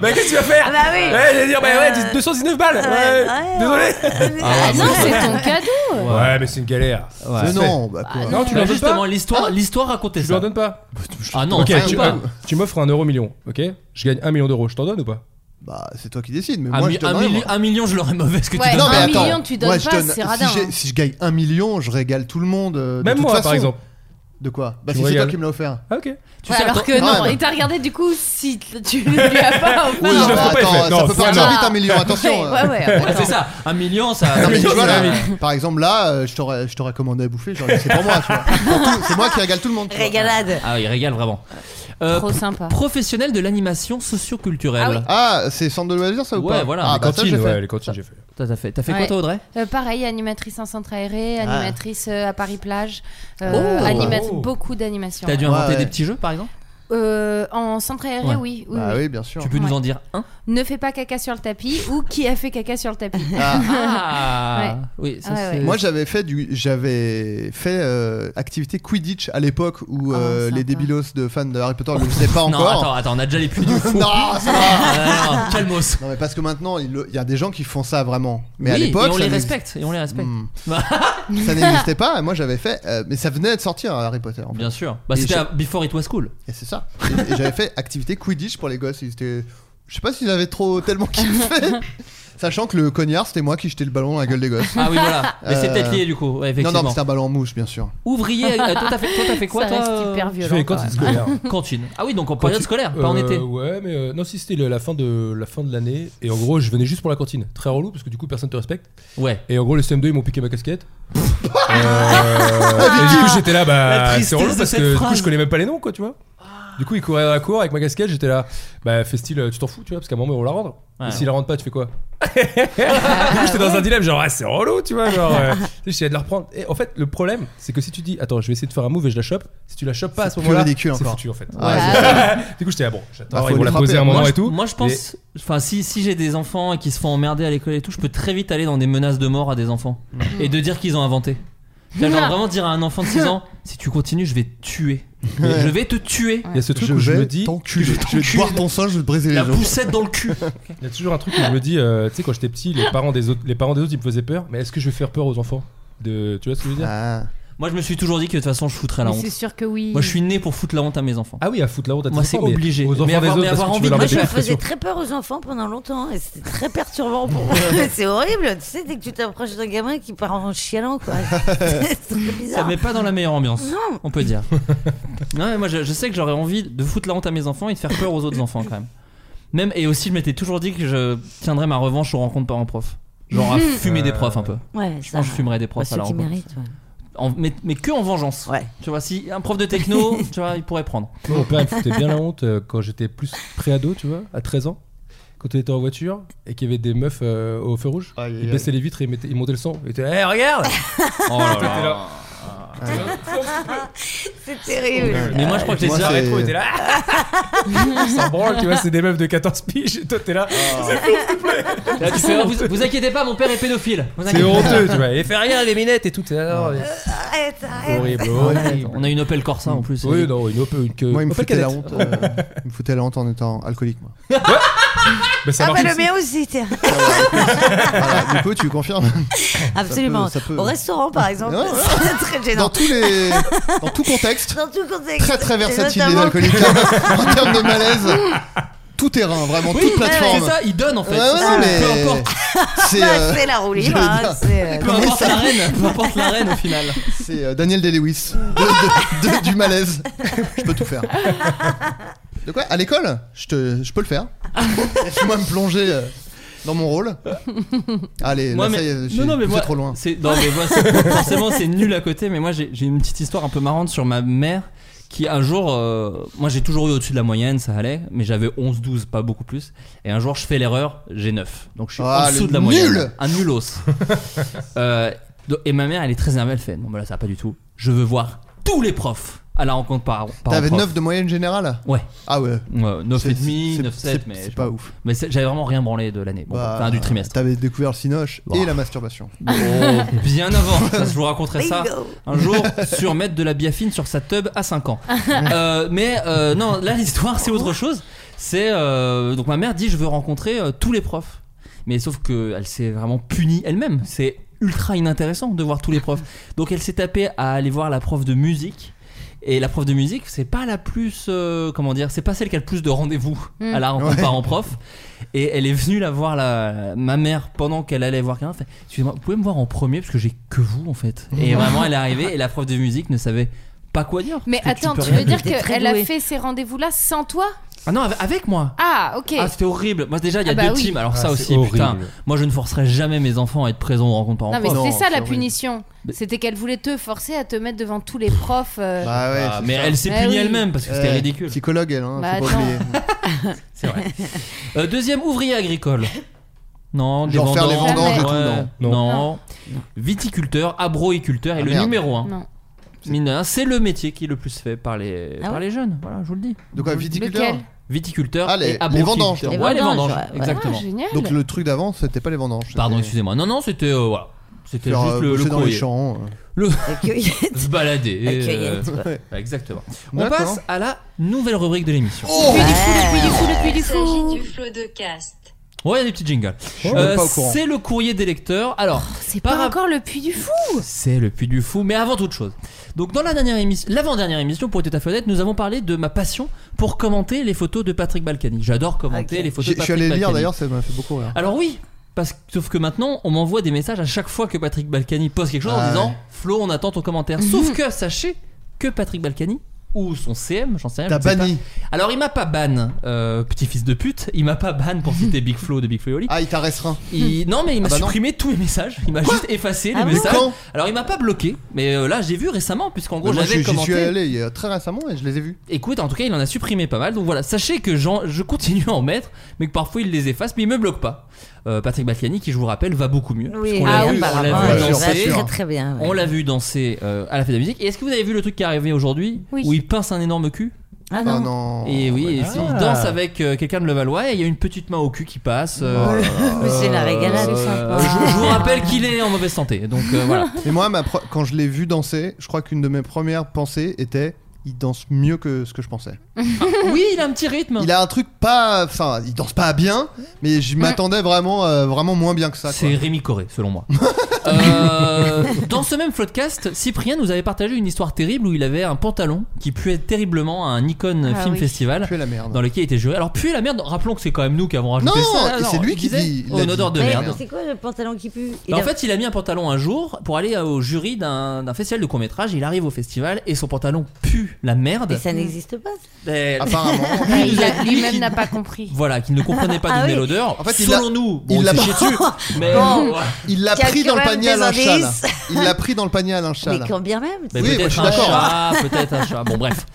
I: bah qu'est-ce que tu vas faire
G: Ah bah oui.
I: Ouais, j'allais dire, bah ouais,
G: Euh,
I: 219 balles Ouais,
G: ouais,
I: désolé
H: Ah non, c'est ton cadeau.
I: Ouais, mais c'est une galère.
D: Ouais.
E: Mais
I: C'est
E: non, bah quoi.
H: Ah,
I: Non, tu
D: Bah,
I: leur donnes
D: justement,
I: pas
D: l'histoire, l'histoire racontait
I: Tu leur
D: ça.
I: donnes pas
D: Ah non,
I: Ok,
D: tu
I: tu,
D: peux pas.
I: euh, tu m'offres un euro million, ok Je gagne un million d'euros, je t'en donne ou pas
E: Bah, c'est toi qui décides, mais
D: Un,
E: moi
D: mi-
E: je
D: un
E: donnerais.
D: milli-
E: moi.
D: un million, je l'aurais mauvaise que
H: Ouais.
D: tu
H: Non,
D: donnes.
E: Eh,
H: mais Un attends. million, tu donnes
E: moi, je
H: pas,
E: donne-
H: c'est
E: si
H: radin,
E: j'ai-
H: hein.
E: Si je gagne un million, je régale tout le monde. euh, de
I: Même
E: toute
I: moi,
E: façon. bah,
I: par exemple.
E: De quoi Bah,
I: Tu
E: si c'est toi
I: régales.
E: qui me l'as offert.
I: Ah, ok.
D: Tu
H: Ouais,
D: sais,
H: alors
D: attends-
H: que non,
E: Ouais, mais-
H: et t'as regardé du coup si t- tu lui as pas offert.
I: Oui, je
E: Non,
I: l'offre
E: bah,
I: pas, il fait.
E: attends,
I: Non,
E: ça peut
I: ça
E: partir
H: va.
E: vite un million, attention. hein.
H: Ouais, ouais, ouais,
D: Ouais,
H: attends.
D: c'est ça, un million, ça.
E: Non, mais tu
I: million,
E: vois,
I: c'est
E: là,
I: la
E: par exemple, là, euh, je t'aurais je t'aurais commandé à bouffer, genre, c'est pour moi, tu vois. Pour tout, C'est moi qui régale tout le monde. tu vois.
G: Régalade.
D: Ah, il régale vraiment. Euh,
H: Trop sympa.
D: professionnel de l'animation socioculturelle.
E: Ah, c'est centre de loisirs, ça ou
D: Ouais,
E: pas
D: voilà,
E: Ah,
D: les
E: bah, ça, j'ai
I: Cantine, ouais,
E: fait.
I: les cantines, j'ai fait.
D: T'as t'as fait, t'as fait
H: Ouais.
D: quoi, toi, Audrey
H: Euh, pareil, animatrice en centre aéré, animatrice euh, à Paris-Plage, euh,
D: Oh.
H: anima-
I: Oh.
H: beaucoup d'animations.
D: T'as dû
E: Ouais,
D: inventer
E: ouais.
D: des petits jeux, par exemple
H: Euh, en centre aéré,
D: Ouais.
H: oui. oui,
E: Bah
H: oui.
E: oui, bien sûr.
D: Tu peux nous
H: Ouais.
D: en dire un
H: Ne fais pas caca sur le tapis ou qui a fait caca sur le tapis.
E: Ah,
D: Ah Oui, ça
H: Ouais,
D: c'est.
H: ouais.
E: Moi j'avais fait du j'avais fait euh, activité Quidditch à l'époque
H: Oh,
E: où euh,
H: sympa.
E: les débilos de fans de Harry Potter ne le faisaient pas
D: Non, attends,
E: encore.
D: attends, on a déjà les puits du fou.
E: non, ça va.
D: Ah, non, Calmos.
E: Non mais parce que maintenant il le- il y a des gens qui font ça vraiment. Mais à
D: Oui,
E: l'époque
D: et on
E: ça
D: les
E: n'exi-
D: respecte, et on les respecte.
E: Hmm. ça n'existait pas. Et moi j'avais fait euh, mais ça venait de sortir Harry Potter. en fait.
D: Bien sûr. Bah,
E: Et
D: c'était
E: je-
D: à Before It Was Cool.
E: Et c'est ça. Et, et j'avais fait activité Quidditch pour les gosses. Ils étaient- Je sais pas s'ils avaient trop tellement kiffé. Sachant que le cognard c'était moi qui jetais le ballon dans la gueule des gosses.
D: Ah oui, voilà. Mais c'est
E: Euh,
D: peut-être lié du coup, ouais,
E: Non
D: effectivement.
E: non mais c'était un ballon en mouche bien sûr.
D: Ouvrier, euh, toi t'as fait, toi, t'as fait quoi
H: Ça
D: toi
H: reste
D: euh,
H: hyper
I: Je
H: violent.
I: fais les
H: quand
I: cantines
H: même.
I: scolaires.
D: Cantine. Ah oui, donc en période
I: Cantine-
D: scolaire, pas en
I: Euh,
D: été.
I: Ouais, mais euh, non, si c'était le- la fin de la fin de l'année. Et en gros, je venais juste pour la cantine. Très relou parce que du coup, personne te respecte.
D: Ouais.
I: Et en gros, le CM2 ils m'ont piqué ma casquette. Euh, et du coup, j'étais là,
D: Ah, La
I: bah,
D: tristesse
I: c'est relou
D: de
I: parce
D: cette
I: que du coup,
D: phrase. Ah.
I: je connais même pas les noms, quoi, tu vois. Du coup, ils couraient dans la cour avec ma casquette. J'étais là, bah, fais style, tu t'en fous, tu vois, parce qu'à un moment, ils vont la rendre.
D: Ouais.
I: Et s'ils la rendent pas, tu fais quoi Du coup, j'étais dans un dilemme, genre, ah, c'est relou, tu vois, genre, euh, tu sais, j'essayais de la reprendre. Et en fait, le problème, c'est que si tu dis, attends, je vais essayer de faire un move et je la chope, si tu la chopes pas à
E: C'est
I: ce
E: plus
I: moment-là,
E: ridicule
I: c'est
E: encore.
I: foutu en fait.
E: Ah,
H: Ouais.
I: Du coup, j'étais là, bon, j'attends,
E: Bah, faut
I: ils vont
E: les
I: la
E: frapper.
I: poser un moment
D: Moi,
I: et
D: je,
I: tout.
D: moi je pense, enfin si, si j'ai des enfants et qui se font emmerder à l'école et tout, je peux très vite aller dans des menaces de mort à des enfants et de dire qu'ils ont inventé. Tu vois, Genre vraiment dire à un enfant de 6 ans, si tu continues, je vais te tuer.
E: Ouais.
D: Je vais te tuer.
I: Il y a ce truc
E: je
I: où je
E: vais
I: me dis,
E: t'enculer. Je vais te boire ton sein, je vais te briser les
D: La
E: os.
D: poussette dans le cul.
I: il y a toujours un truc où je me dis, euh, tu sais, quand j'étais petit, les parents des autres, les parents des autres, ils me faisaient peur. Mais est-ce que je vais faire peur aux enfants de, tu vois ce que je veux dire
E: Ah.
D: Moi je me suis toujours dit que de toute façon je foutrais la
H: Mais
D: honte.
H: c'est sûr que oui.
D: Moi je suis né pour foutre la honte à mes enfants.
I: Ah oui, à foutre la honte à tes
D: Moi, c'est
I: enfants, mais
D: obligé.
I: Aux
D: Mais
I: enfants des
D: avoir-
I: autres,
D: mais
I: parce
D: avoir
I: que tu veux
D: envie
I: leur
G: Moi,
I: mettre
G: je
I: des
D: de-
G: me
I: pressions.
G: faisais très peur aux enfants pendant longtemps et c'était très perturbant pour moi. C'est horrible, tu sais, dès que tu t'approches d'un gamin qui part en chialant, quoi. C'est trop
D: Ça
G: bizarre.
D: met pas dans la meilleure ambiance.
G: Ah. Non,
D: On peut dire. non, mais moi je, je sais que j'aurais envie de foutre la honte à mes enfants et de faire peur aux autres enfants quand même. Même et aussi je m'étais toujours dit que je tiendrais ma revanche aux rencontres parents-prof. Genre à fumer des profs un peu.
G: ouais,
D: Je
G: ça.
D: pense que je fumerais des
G: bah,
D: profs à
G: ceux
D: la
G: qui
D: rencontre.
G: méritent, ouais.
D: En- mais, mais que en vengeance.
G: Ouais.
D: Tu vois, si un prof de techno, tu vois, il pourrait prendre.
I: Moi, Mon père, il me foutait bien la honte euh, quand j'étais plus pré-ado, tu vois, à 13 ans. Quand on était en voiture et qu'il y avait des meufs euh, au feu rouge,
E: Aïe, aïe,
I: ils
E: aïe.
I: baissaient les vitres et ils, mettaient- ils montaient le son. Ils étaient, hé, regarde
D: Oh
I: T'étais là.
G: C'est terrible.
D: Mais moi je crois que j'ai
E: Moi,
D: déjà.
E: c'est-
I: Rétro était là. Ils s'en branlent, tu vois, c'est des meufs de 14 piges et toi, t'es là.
E: Ah.
D: Là, tu fais, vous, vous inquiétez pas, mon père est pédophile. Vous
I: C'est
D: inquiétez pas.
I: honteux, tu vois. Et fais rien, les minettes et tout. t'es là, non, mais-
G: Euh, Arrête, arrête.
I: Horrible, horrible.
D: Ah, On a une Opel Corsa en plus. euh,
I: Oui, non, une open, une queue.
E: Moi, il me
I: Open
E: foutait la
I: cadette.
E: honte. euh, il me foutait la honte en étant alcoolique, moi.
I: Mais ça
G: Ah
I: marche
G: bah le
I: aussi.
G: mien aussi, tiens.
E: Voilà, du coup, tu confirmes
G: Absolument.
E: ça peut-
G: Au restaurant, par exemple,
E: Ouais, ouais.
G: c'est très
E: Dans
G: gênant.
E: tous les, dans tout contexte,
G: Dans tout contexte.
E: très très
G: Et
E: versatile les
G: notamment-
E: alcooliques. en termes de malaise, tout terrain, vraiment toute
D: c'est
E: plateforme.
D: ça, il donne en fait.
E: Ouais,
D: C'est ça,
E: ouais, mais
D: Peu importe,
E: c'est
G: Bah,
E: euh,
G: c'est la roue
E: je
G: libre.
E: veux
G: hein,
E: dire-
G: c'est, euh,
D: peu importe la reine, peu importe la reine au final.
E: c'est, euh, Daniel Day-Lewis de- de- de- du malaise. Je peux tout faire. De quoi À l'école, je te, je peux le faire. Laisse-moi me plonger euh, dans mon rôle. Allez,
D: Moi,
E: là,
D: mais-
E: ça y est, j'ai
D: non, non, mais
E: poussé
D: moi,
E: trop loin.
D: C'est non, mais moi, c'est- forcément c'est nul à côté, mais moi j'ai j'ai une petite histoire un peu marrante sur ma mère qui un jour, euh, moi j'ai toujours eu au-dessus de la moyenne, ça allait, mais j'avais 11-12, pas beaucoup plus. Et un jour je fais l'erreur, j'ai 9. Donc je suis
E: Ah,
D: en dessous
E: le
D: de la
E: nul
D: moyenne. Un nulos. Euh, Donc- Et ma mère, elle est très énervée, elle fait Non, mais là, ça va pas du tout. Je veux voir tous les profs à la rencontre par par
E: T'avais
D: prof.
E: 9 de moyenne générale
D: Ouais.
E: Ah ouais.
D: Ouais, 9
E: C'est-
D: et demi,
E: c'est-
D: 9,
E: c'est-
D: 7, mais
E: C'est
D: je-
E: pas ouf.
D: Mais c'est- j'avais vraiment rien branlé de l'année, bon,
E: Bah,
D: enfin du trimestre.
E: T'avais découvert le cinoche
D: Bah.
E: et la masturbation.
D: Oh, bien avant, ça, je vous raconterai ça
G: Bingo.
D: un jour sur mettre de la biafine sur sa tub à 5 ans. Euh, mais euh, non, là l'histoire c'est autre chose. C'est euh, donc ma mère dit je veux rencontrer euh, tous les profs. Mais sauf que elle s'est vraiment punie elle-même. C'est ultra inintéressant de voir tous les profs. Donc elle s'est tapée à aller voir la prof de musique. Et la prof de musique, c'est pas la plus, euh, comment dire, c'est pas celle qui a le plus de rendez-vous
H: Mm.
D: à la rencontre
E: Ouais.
D: parent prof. Et elle est venue la voir, la, ma mère, pendant qu'elle allait voir quelqu'un. elle fait, Excusez-moi, vous pouvez me voir en premier parce que j'ai que vous en fait. Et vraiment, elle est arrivée et la prof de musique ne savait pas quoi dire.
H: Mais
D: Parce que
H: attends,
D: peux
H: tu
D: rien
H: veux dire
G: T'es très
H: qu'elle a
G: douée.
H: fait ces rendez-vous-là sans toi
D: Ah non, avec- avec moi
H: Ah, ok.
D: Ah, c'était horrible. Moi, déjà, il y a
H: Ah bah
D: deux
H: oui.
D: teams. Alors,
I: Ah,
D: ça
I: c'est
D: aussi,
I: horrible.
D: putain. Moi, je ne forcerai jamais mes enfants à être présents aux rencontres parents
H: non, mais
D: prof.
H: c'était ça
E: c'est
H: la
E: horrible.
H: punition.
D: Mais-
H: C'était qu'elle voulait te forcer à te mettre devant tous les profs. euh,
E: Bah ouais.
D: Ah,
E: c'est
D: mais
E: ça.
D: elle s'est
H: Mais
D: punie
H: oui.
D: elle-même parce que c'était
E: Euh,
D: ridicule.
E: Psychologue, elle, hein,
H: Bah,
E: faut pas
H: attends.
E: oublier.
D: C'est vrai. Euh, deuxième, ouvrier agricole. Non, des
E: Genre faire les
D: vendanges.
H: vendanges et
E: tout,
D: Ouais.
I: non.
D: non. Viticulteur, abroiculteur est
E: Ah,
D: le
E: merde.
D: numéro un.
H: Non.
D: Mine de rien, c'est le métier qui est le plus fait par les,
G: Ah
D: par
G: ouais
D: les jeunes. Voilà, je vous le dis.
E: De quoi Viticulteur
H: Lequel
D: Viticulteur
E: Ah, les-
D: et abroiculteur.
E: les vendanges,
D: Ouais,
G: les
D: les vendanges.
G: vendanges, ouais, ouais.
H: Ah,
D: Exactement.
H: génial.
E: Donc le truc d'avant, c'était pas les vendanges.
D: Pardon,
E: c'était-
D: excusez-moi. Non, non, c'était euh, voilà. C'était
E: Faire,
D: juste
E: euh,
D: le, le
E: bosser dans les
D: courrier.
E: champs. euh.
G: La cueillette.
D: Se balader.
G: La
D: euh,
G: cueillette. quoi.
E: Ouais.
D: ouais, exactement. On
E: D'accord. Oh.
D: passe à la nouvelle rubrique de l'émission.
H: Puis du fou, le puis du fou, le puis du fou.
J: S'agit du flot de cast.
D: Ouais, des petits jingles. Euh,
E: suis même Oh, pas au courant.
D: c'est le courrier des lecteurs. Alors,
G: Oh,
H: C'est
D: Par
H: pas
D: rapport-
H: encore le puits du fou.
D: C'est le puits du fou, mais avant toute chose. Donc dans la dernière émission, l'avant-dernière émission, pour être tout à fait honnête, nous avons parlé de ma passion pour commenter les photos de Patrick Balkany. J'adore commenter
G: Ok.
D: les photos
E: J'ai-
D: de
E: Je
D: Patrick
E: suis allé lire
D: Balkany.
E: d'ailleurs, ça m'a fait beaucoup rire.
D: Alors oui, parce que sauf que maintenant, on m'envoie des messages à chaque fois que Patrick Balkany poste quelque chose
E: Ah
D: en disant
E: ouais.
D: Flo, on attend ton commentaire. Sauf que sachez que Patrick Balkany ou son CM, j'en sais rien.
E: T'as
D: je sais
E: banni.
D: pas. Alors il m'a pas ban, euh, petit fils de pute. Il m'a pas ban pour citer Big Flo de Big Flo et Oli.
E: Ah, il t'a restreint.
D: Il- Non mais il m'a
E: Ah bah non. Ah
D: supprimé tous mes messages. Il m'a juste effacé les messages.
E: Quand
D: Alors il m'a pas bloqué, mais euh, là j'ai vu récemment, puisqu'en gros
E: Moi,
D: j'avais
E: j'y j'y suis
D: commenté.
E: allé il y a très récemment et je les ai vus.
D: Écoute, en tout cas il en a supprimé pas mal, donc voilà, sachez que j'en- je continue à en mettre, mais que parfois il les efface, mais il me bloque pas. Euh, Patrick Balkany, qui je vous rappelle, va beaucoup mieux.
G: Oui,
D: puisqu'on
G: ah
D: l'a
G: oui,
D: vu- on l'a
G: apparemment,
D: vu
E: ouais,
G: elle
E: sûr,
G: va
D: danser,
E: sûr.
G: très très bien. ouais.
D: on l'a vu danser euh, à la fête de la musique. Et est-ce que vous avez vu le truc qui est arrivé aujourd'hui
H: Oui.
D: où il pince un énorme cul
G: Ah
E: Ah
G: non.
E: non.
D: Et oui, et
I: ouais.
D: il danse avec euh, quelqu'un de Levallois et il y a une petite main au cul qui passe. euh,
G: Mais c'est la régalade.
H: c'est sympa.
D: je, je vous rappelle qu'il est en mauvaise santé, donc euh, voilà.
E: Et moi, ma pro- quand je l'ai vu danser, je crois qu'une de mes premières pensées était il danse mieux que ce que je pensais.
D: Oui, il a un petit rythme.
E: Il a un truc pas. Enfin, il danse pas bien, mais je m'attendais vraiment, euh, vraiment moins bien que ça. quoi.
D: C'est Rémi Coré, selon moi. Euh, dans ce même podcast, Cyprien nous avait partagé une histoire terrible où il avait un pantalon qui puait terriblement à un Icon
H: Ah
D: Film
H: oui.
D: Festival
E: Tu es la merde.
D: dans lequel il était juré. Alors, puer la merde, rappelons que c'est quand même nous qui avons rajouté
E: Ah Non,
D: ça.
E: et c'est lui
D: il
E: qui
D: disait,
E: dit, il
D: oh,
E: l'a
D: une
E: dit.
D: odeur de
G: Mais
D: merde.
G: C'est quoi le pantalon qui pue Il
D: Bah, en
G: a-
D: fait, il a mis un pantalon un jour pour aller euh, au jury d'un d'un festival de court métrage. Il arrive au festival et son pantalon pue la
G: Mais
D: merde.
G: ça n'existe pas. ça.
D: Euh,
E: Apparemment.
H: Ah, il a-
D: Lui, il-
H: Lui-même n'a pas compris.
D: Voilà, qu'il ne comprenait pas
G: Ah
D: d'où venait
G: oui.
D: l'odeur.
E: En fait, il l'a-
D: selon nous,
E: il
D: bon,
E: l'a
D: il
E: pas-
D: s'est chié dessus, mais
G: Bon.
D: voilà.
E: Il l'a
G: Il y a
E: pris
G: quand
E: dans le
G: même
E: panier à
G: des
E: linge sale.
G: indices.
E: Il l'a pris dans le panier à linge
G: Mais
E: sale.
G: quand bien même.
D: Mais
E: Oui, moi,
D: ben, peut-être
E: je suis
D: un
E: d'accord.
D: chat, peut-être un chat. Bon, bref.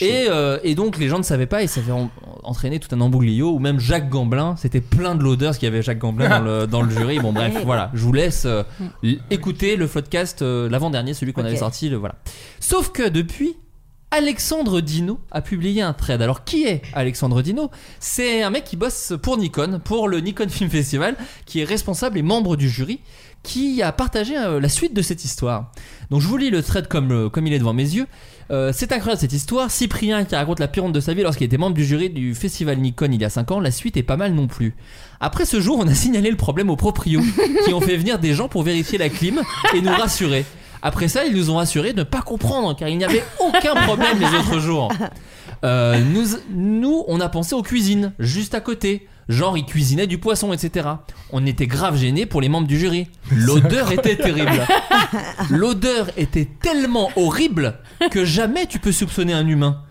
D: Et, euh, et donc, les gens ne savaient pas et ça fait en- entraîner tout un embouglio. Ou même Jacques Gamblin, c'était plein de l'odeur ce qu'il y avait Jacques Gamblin dans le, dans le jury. Bon, bref, voilà. Je vous laisse euh, l- écouter le podcast, euh, l'avant-dernier, celui qu'on
G: Ok.
D: avait sorti. Le, voilà. Sauf que depuis. Alexandre Dino a publié un thread. Alors qui est Alexandre Dino C'est un mec qui bosse pour Nikon, pour le Nikon Film Festival, qui est responsable et membre du jury, qui a partagé euh, la suite de cette histoire. Donc je vous lis le thread comme, euh, comme il est devant mes yeux. Euh, c'est incroyable cette histoire. Cyprien qui raconte la pire honte de sa vie lorsqu'il était membre du jury du festival Nikon il y a 5 ans, la suite est pas mal non plus. Après ce jour, on a signalé le problème aux proprios qui ont fait venir des gens pour vérifier la clim et nous rassurer. Après ça, ils nous ont rassurés de ne pas comprendre car il n'y avait aucun problème les autres jours. Euh, nous, nous, on a pensé aux cuisines, juste à côté. Genre, ils cuisinaient du poisson, etc. On était grave gênés pour les membres du jury. L'odeur était terrible. L'odeur était tellement horrible que jamais tu peux soupçonner un humain.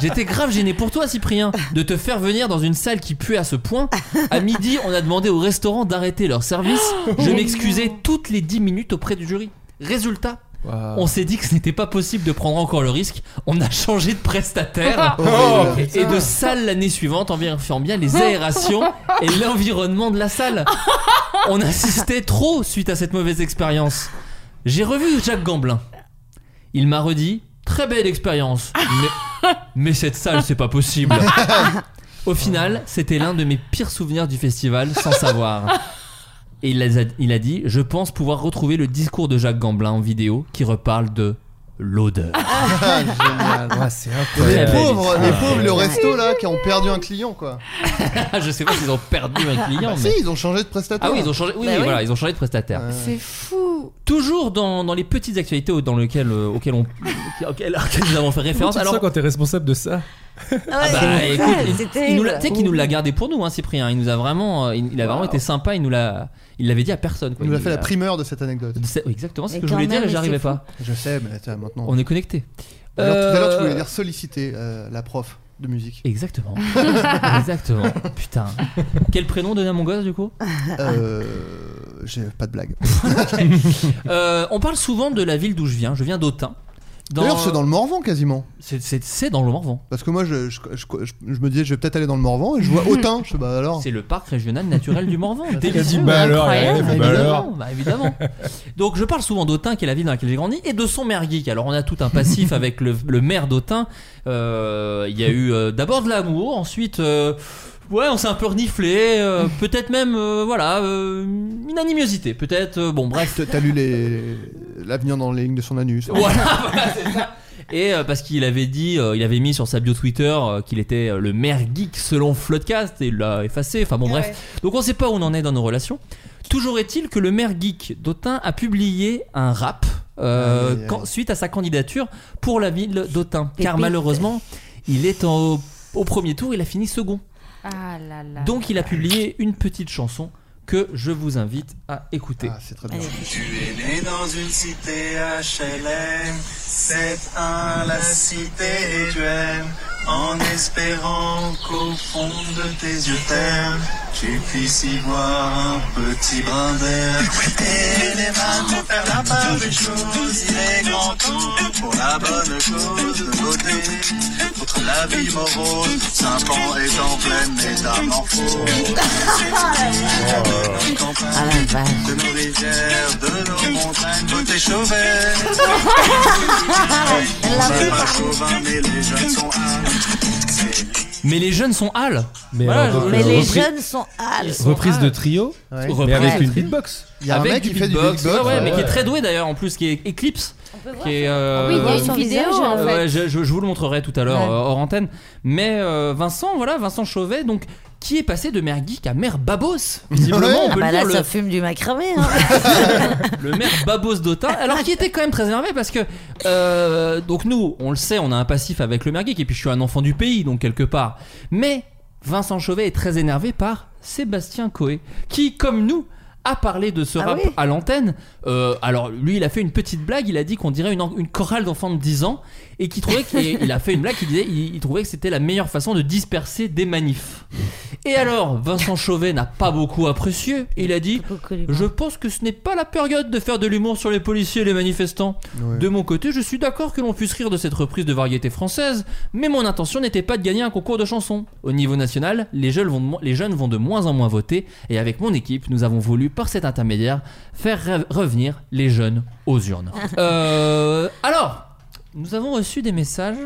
D: J'étais grave gêné pour toi, Cyprien, de te faire venir dans une salle qui puait à ce point. À midi, on a demandé au restaurant d'arrêter leur service. Je m'excusais toutes les 10 minutes auprès du jury. Résultat, on s'est dit que ce n'était pas possible de prendre encore le risque. On a changé de prestataire
E: Oh Horrible.
D: et de salle l'année suivante en vérifiant bien les aérations et l'environnement de la salle. on insistait trop suite à cette mauvaise expérience. J'ai revu Jacques Gamblin. Il m'a redit Très belle expérience, mais, mais cette salle, c'est pas possible. Au final, c'était l'un de mes pires souvenirs du festival, sans savoir. Et il a, il a dit Je pense pouvoir retrouver le discours de Jacques Gamblin en vidéo qui reparle de l'odeur.
E: Ah, génial.
I: Ah, c'est
E: Les
I: incroyable.
D: Ouais.
E: pauvres, les
D: Ouais.
E: pauvres, le resto là, qui ont perdu un client quoi. Ah, bah,
D: Je sais pas s'ils ont perdu un client,
E: Si,
D: mais.
E: ils ont changé de prestataire.
D: Ah oui, ils ont changé, oui,
H: Bah
D: oui,
H: oui.
D: Voilà, ils ont changé de prestataire.
E: Ouais.
H: C'est fou.
D: Toujours dans, dans les petites actualités au- dans lesquelles, euh, auxquelles, on, auxquelles, auxquelles nous avons fait référence.
I: Alors,
D: Alors,
I: ça quand t'es responsable de ça.
D: Ah bah,
G: Ouais,
D: écoute, il-
G: c'est
D: il nous l'a-
G: terrible.
D: tu sais qu'il nous l'a gardé pour nous, hein, Cyprien. Il nous a vraiment, euh, il, il a vraiment été sympa. Il nous l'a, il Ah l'avait dit à personne. Quoi.
E: Il nous a fait la
D: l'a-
E: primeur de cette anecdote.
D: C'est- oui, Exactement, c'est ce
G: Mais
D: que je
G: quand
D: voulais dire
G: même,
D: et
G: mais
D: j'arrivais
G: c'est
D: pas.
E: Je sais, mais attends, maintenant.
D: On est connectés.
E: Alors, Tout à l'heure, tu
D: Euh,
E: voulais dire solliciter euh, la prof de musique.
D: Exactement. exactement. Putain. Quel prénom donner à mon gosse du coup
E: Euh, J'ai pas de blague.
D: Euh, On parle souvent de la ville d'où je viens. Je viens d'Autun. Dans-
E: D'ailleurs, c'est dans le Morvan quasiment.
D: C'est- c'est- c'est dans le Morvan.
E: Parce que moi, je, je, je, je- je me disais, je vais peut-être aller dans le Morvan et je vois Autun. Je sais bah alors.
D: C'est le parc régional naturel du Morvan.
I: T'as dit
D: Délicieux.
I: bah alors,
H: incroyable.
I: il a fait, bah alors.
D: Évidemment, bah évidemment. Donc je parle souvent d'Autun, qui est la ville dans laquelle j'ai grandi, et de son maire geek. Alors on a tout un passif avec le, le maire d'Autun. Euh, Il y a eu euh, d'abord de l'amour, ensuite euh, ouais on s'est un peu reniflé, euh, peut-être même euh, voilà euh, une animosité, peut-être euh, bon bref.
E: T'as- T'as lu les- l'avenir dans les lignes de son anus. Ah,
D: Voilà, voilà, c'est ça. Et euh, parce qu'il avait dit, euh, il avait mis sur sa bio Twitter euh, qu'il était euh, le maire geek selon Floodcast et il l'a effacé. Enfin bon, bref. Donc on sait pas où on en est dans nos relations. Toujours est-il que le maire geek d'Autun a publié un rap euh,
E: Aïe, aïe, aïe.
D: quand- suite à sa candidature pour la ville d'Autun. Car
G: Pépite.
D: malheureusement, il est en- au premier tour, il a fini second.
H: Ah là là.
D: Donc il a publié une petite chanson que je vous invite à écouter.
E: Ah, c'est très bien.
A: Tu es né dans une cité HLM, c'est un la cité et tu aimes, en espérant qu'au fond de tes yeux t'aimes, tu puisses y voir un petit brin d'air. Et les mains pour faire la part des choses, il est grand temps pour la bonne cause de voter. Contre la vie morose, cinq ans est en pleine métamorphose. Notre campagne
G: Ah la vache.
A: de nos rivières, de nos montagnes, de tes chauvets. On n'est pas chauvin, mais les jeunes sont
D: Mais les jeunes sont hal.
I: Mais
D: Voilà,
I: alors,
D: je-
G: Mais
I: euh,
G: les
I: repris-
G: jeunes sont hales.
I: Reprise de trio,
E: Ouais.
I: mais
D: Reprise
I: avec
D: de
I: une
D: trio.
I: beatbox.
E: Il y a un
D: avec
E: mec
D: du
E: qui fait du
D: beatbox,
E: beatbox.
D: ouais, ouais, mais qui est
E: ouais.
D: très doué d'ailleurs en plus, qui est Eclipse, qui est, euh,
H: Oui, il y a
D: euh,
H: une vidéo
G: visage,
H: en
D: euh,
H: fait.
D: ouais, je, je- je vous le montrerai tout à l'heure
G: Ouais.
D: euh, hors antenne. Mais euh, Vincent, voilà, Vincent Chauvet, donc qui est passé de maire geek à maire babos. Visiblement,
E: Ouais.
D: on
G: Ah
D: peut
G: bah
D: le
G: là,
D: dire,
G: ça fume du macramé. Hein.
D: le, le maire babos d'Autun. Alors Ah, qui était quand même très énervé parce que euh, donc nous, on le sait, on a un passif avec le maire geek et puis je suis un enfant du pays, donc quelque part. Mais Vincent Chauvet est très énervé par Sébastien Coé, qui, comme nous, a parlé de ce
G: Ah
D: rap
G: oui
D: à l'antenne. Euh, alors, lui, il a fait une petite blague. Il a dit qu'on dirait une, en- une chorale d'enfants de 10 ans et qui trouvait qu'il il a fait une blague. qui disait, il, il trouvait que c'était la meilleure façon de disperser des manifs. Et alors, Vincent Chauvet n'a pas beaucoup apprécié. Il a dit.
G: Beaucoup les
D: Je pense que ce n'est pas la période de faire de l'humour sur les policiers et les manifestants.
E: Ouais.
D: De mon côté, je suis d'accord que l'on puisse rire de cette reprise de variété française, mais mon intention n'était pas de gagner un concours de chansons. Au niveau national, les jeunes, vont de, mo- les jeunes vont de moins en moins voter, et avec mon équipe, nous avons voulu, par cet intermédiaire, faire re- revenir les jeunes aux urnes. Euh, alors, nous avons reçu des messages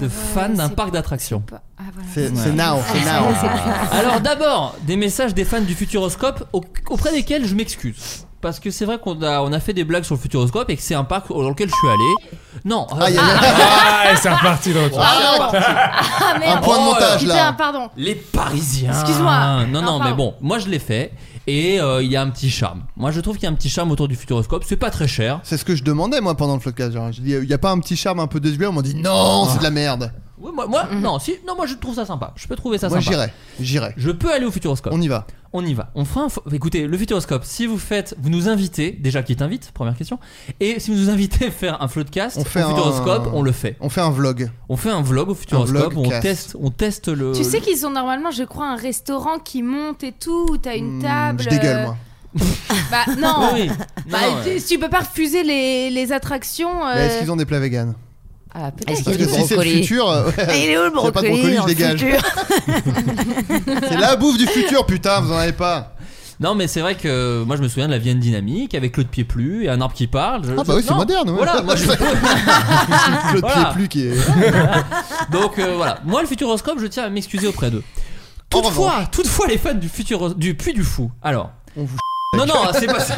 D: de fans d'un
H: c'est
D: parc d'attractions.
H: Ah voilà.
E: C'est c'est now, Ah, c'est now.
D: Alors d'abord, des messages des fans du Futuroscope au- auprès desquels je m'excuse. Parce que c'est vrai qu'on a, on a fait des blagues sur le Futuroscope et que c'est un parc dans lequel je suis allé. Non, euh,
E: Aïe, aïe, aïe.
I: Ah, c'est reparti dans le
D: Hein
I: truc.
H: Ah merde.
E: Un point de
D: Oh là.
E: montage
H: Putain,
E: là.
H: hein, pardon.
D: les Parisiens.
H: Excuse-moi.
D: Non, non,
H: Enfin.
D: mais bon, moi je l'ai fait et euh, il y a un petit charme. Moi je trouve qu'il y a un petit charme autour du Futuroscope. C'est pas très cher.
E: C'est ce que je demandais moi pendant le floodcast. Genre, je dis, y a pas un petit charme un peu désuet On m'a dit non,
D: Ah.
E: c'est de la merde.
D: Ouais, moi, moi- non, si, non, moi je trouve ça sympa. Je peux trouver ça
E: Moi
D: sympa.
E: j'irai, j'irai.
D: Je peux aller au Futuroscope.
E: On y va.
D: On y va. On fera un fo- Écoutez, le Futuroscope, si vous faites, vous nous invitez, déjà qui t'invite, première question, et si vous nous invitez à faire un floodcast
E: On fait
D: au
E: un-
D: Futuroscope, on le fait.
E: On fait un vlog.
D: On fait un vlog au Futuroscope,
E: vlog
D: où on
E: cast.
D: teste, on teste le.
E: Euh,
H: Tu sais qu'ils ont normalement, je crois, un restaurant qui monte et tout, où t'as une
E: Hmm,
H: table.
E: Je dégueule
H: euh,
E: moi.
H: Bah non.
D: Oui, oui.
H: Bah,
D: Non, non,
H: tu, tu peux pas refuser les, les attractions. euh,
E: Mais est-ce qu'ils ont des plats véganes
G: Ah, peut-être
E: Parce
G: qu'il
E: que
G: est
E: si c'est le
G: brocoli.
E: futur, euh, ouais,
G: Et Il est où le
E: S'il y a pas de brocoli,
G: brocoli
E: je
G: dans le
E: dégage.
G: futur
E: c'est la bouffe du futur, putain, vous en avez pas.
D: Non, mais c'est vrai que euh, moi je me souviens de la Vienne dynamique avec Claude Pieplu et un arbre qui parle. Je-
E: Ah bah oui,
D: je-
E: c'est
D: non,
E: moderne. ouais.
D: Voilà, moi, je-
E: Claude
D: Voilà.
E: Pieplu qui est.
D: Donc euh, voilà, moi le Futuroscope, je tiens à m'excuser auprès d'eux.
E: En
D: Toutefois, toutefois les fans du Futuro... du Puy du Fou. Alors,
E: On vous
D: non non, c'est pas ça.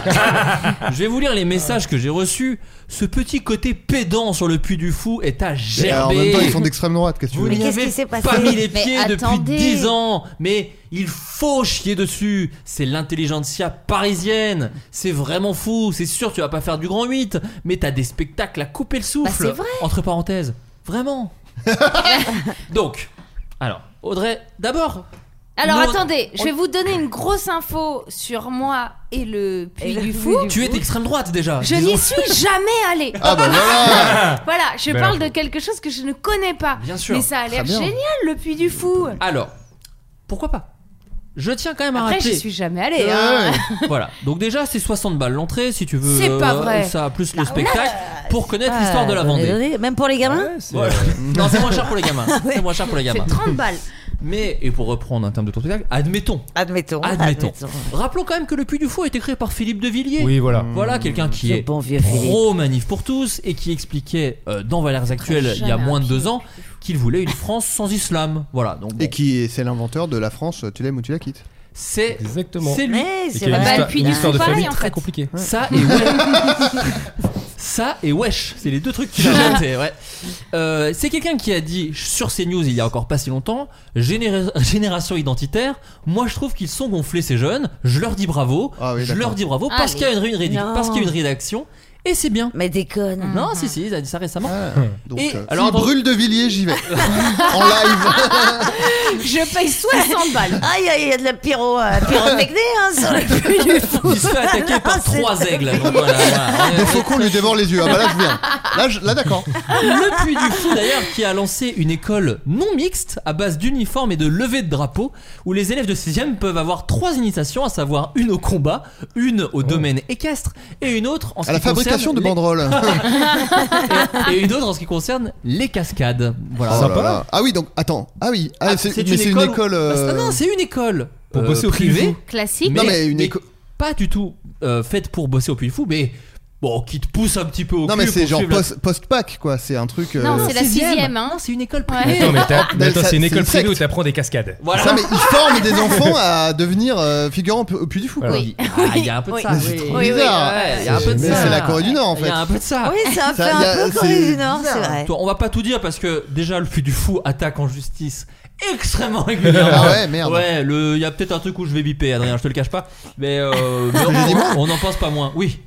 D: je vais vous lire les messages que j'ai reçus. Ce petit côté pédant sur le Puy du Fou est à
E: Et alors, en même temps, ils
D: gerber.
E: sont d'extrême droite, qu'est-ce que tu
D: Vous
E: veux
G: Mais
D: n'y
G: qu'est-ce
D: avez
G: qui s'est passé
D: pas mis les
H: Mais
D: pieds depuis
H: attendez.
D: 10 ans, mais il faut chier dessus. C'est l'intelligentsia parisienne. C'est vraiment fou. C'est sûr, tu vas pas faire du grand 8, mais t'as des spectacles à couper le souffle.
H: c'est vrai.
D: Entre parenthèses, vraiment. Donc, alors, Audrey, d'abord,
H: Alors
D: Non,
H: attendez,
D: on-
H: je vais vous donner une grosse info sur moi et le Puy
G: Et le
H: du
G: Puy
H: Fou.
G: du
D: tu es d'extrême droite déjà.
H: Je
D: disons.
H: n'y suis jamais allée.
E: Ah bah voilà
H: Voilà, je
I: Belle
H: parle
I: info.
H: de quelque chose que je ne connais pas.
D: Bien sûr.
H: Mais ça a l'air
E: bien. Ah,
H: génial, le Puy du Fou.
D: Alors, pourquoi pas Je tiens quand même à
E: bah,
H: Après,
D: rappeler.
H: j'y suis jamais allée. hein.
D: Voilà. Donc déjà, c'est 60 balles l'entrée si tu veux.
H: C'est pas vrai. Bah
D: Ça plus le spectacle pour connaître
G: Ah,
D: l'histoire de la
G: donnez,
D: Vendée.
G: donnez. Même pour les gamins
I: Ouais, c'est-
D: Voilà. non, c'est moins cher pour les gamins. C'est moins cher pour les gamins.
H: C'est 30 balles.
D: Mais, et pour reprendre un terme de ton spectacle, admettons,
G: Admettons.
D: admettons. Rappelons quand même que le Puy du Fou a été créé par Philippe de Villiers.
I: Oui, voilà.
D: Voilà quelqu'un qui
G: Ce
D: est
G: bon vieux Philippe.
D: pro manif pour tous et qui expliquait euh, dans Valeurs Actuelles il y a
H: Jamais
D: moins de
H: un
D: deux
H: Puy
D: ans qu'il voulait une France sans islam. Voilà, donc bon,
E: Et qui est- c'est l'inventeur de la France, euh, tu l'aimes ou tu la quittes
D: c'est
I: Exactement.
D: c'est lui.
G: Mais
I: Et
G: c'est
I: qu'il y
H: Bah,
I: a une
H: le
I: histoire-
H: Puy
I: une
G: Ah,
H: du
I: histoire
H: Fou,
I: de
H: pareil,
I: famille
H: en
I: très
H: fait.
I: compliquée.
D: Ça et wesh. Ça et wesh, c'est les deux trucs qu'il a inventés, ouais. Euh, c'est quelqu'un qui a dit sur CNews il y a encore pas si longtemps, Généra- génération identitaire, moi je trouve qu'ils sont gonflés ces jeunes, je leur dis bravo,
E: Ah oui,
D: je
E: d'accord.
D: leur dis bravo
H: Allez.
D: parce qu'il y a une, rédac-
G: Non. Mm-hmm.
D: parce qu'il y a une rédaction et c'est bien.
G: Mais déconne.
D: Non, si si, il a dit ça récemment.
E: Ah, Donc,
D: Et-
E: euh,
D: alors,
E: s'il
D: attends-
E: brûle de Villiers, j'y vais. en live
H: Je paye 60 balles.
G: Aïe, aïe, il y a de la pyro, euh, pyrotechnie, hein, sur le puits du fou.
D: Il se fait attaquer
G: Ah,
D: par
G: c'est
D: trois
G: terrible.
D: aigles. Voilà, voilà.
E: Le faucon lui dévore les yeux. Ah bah là, je viens. Là, je- là d'accord.
D: Le Puy du Fou d'ailleurs qui a lancé une école non mixte à base d'uniformes et de levées de drapeaux où les élèves de 6ème peuvent avoir trois initiations à savoir une au combat, une au domaine équestre et une autre en ce
E: À la
D: qui concerne
E: fabrication de
D: les- Ah,
E: banderoles. Ah,
D: et une autre en ce qui concerne les cascades. Voilà.
E: Oh
I: Sympa.
E: là là. Ah oui, donc attends. Ah oui, ah,
D: Ah,
E: c'est mais c'est une
D: où-
E: école. euh,
D: Bah, non, c'est une école euh,
I: Pour bosser au Puy du
D: privée.
I: Fou.
H: Classique.
E: Non, mais une éco-
D: pas du tout euh, faite pour bosser au Puy du Fou, mais bon, qui te pousse un petit peu au
E: Non, mais
D: cul
E: c'est
D: pour
E: genre
D: suivre la-
E: post- post-pack, quoi. C'est un truc. euh,
H: Non, c'est la
D: sixième.
H: sixième. Hein.
D: Non, c'est une école
H: Ouais.
D: privée.
I: Attends, mais t'as- mais
E: Mais
I: attends,
E: ça-
I: c'est une
E: c'est
I: école
E: une
I: privée où
E: secte.
I: t'apprends des cascades.
D: Voilà.
E: Ça, mais ils forment des enfants à devenir euh, figurants au Puy du Fou, quoi.
I: Voilà.
D: Oui. Ah, il y a un peu de
H: Oui.
D: ça.
H: Mais
E: c'est
D: oui.
E: trop bizarre.
D: ouais, il y a un peu de
E: Mais
D: ça.
E: c'est la Corée du Nord, en
D: Il y
E: fait.
D: a un peu de ça.
G: Oui, ça
E: Ça,
G: a fait
E: y a-
G: un peu
E: c'est- hein.
G: Corée du Nord, c'est vrai.
D: Hein, Toi, on va pas tout dire parce que déjà le Puy du Fou attaque en justice extrêmement régulièrement.
E: Ah ouais, merde.
D: Ouais, le- il y a peut-être un truc où je vais biper, Adrien, je te le cache pas. Mais, euh, mais on- on n'en pense pas moins. Oui.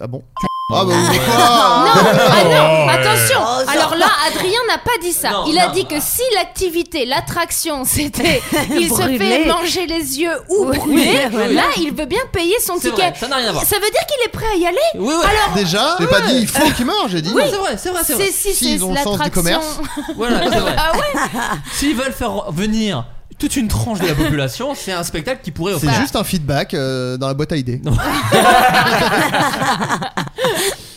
E: Ah bon Ah bah oui, mais
H: Non,
E: quoi
H: ah non, attention.
G: Oh, ça-
H: Alors là, Adrien n'a pas dit ça.
D: Non,
H: il a
D: non.
H: dit que si l'activité, l'attraction, c'était il se
G: Brûler.
H: fait manger les yeux ou
G: Oui,
H: brûler,
G: oui.
H: là, il veut bien payer son
D: C'est
H: ticket.
D: vrai, ça n'a rien à voir.
H: Ça veut dire qu'il est prêt à y aller
D: Oui, oui.
E: Déjà, j'ai pas dit il faut qu'il meure, j'ai dit.
D: Oui, c'est vrai, c'est vrai, c'est vrai.
H: C'est si
E: S'ils
H: c'est
E: ont le sens du
H: l'attraction.
E: commerce.
D: Voilà, c'est vrai.
H: Ah ouais
D: S'ils veulent faire venir toute une tranche de la population, c'est un spectacle qui pourrait
E: C'est
D: offrir.
E: juste un feedback euh, dans la boîte à idées.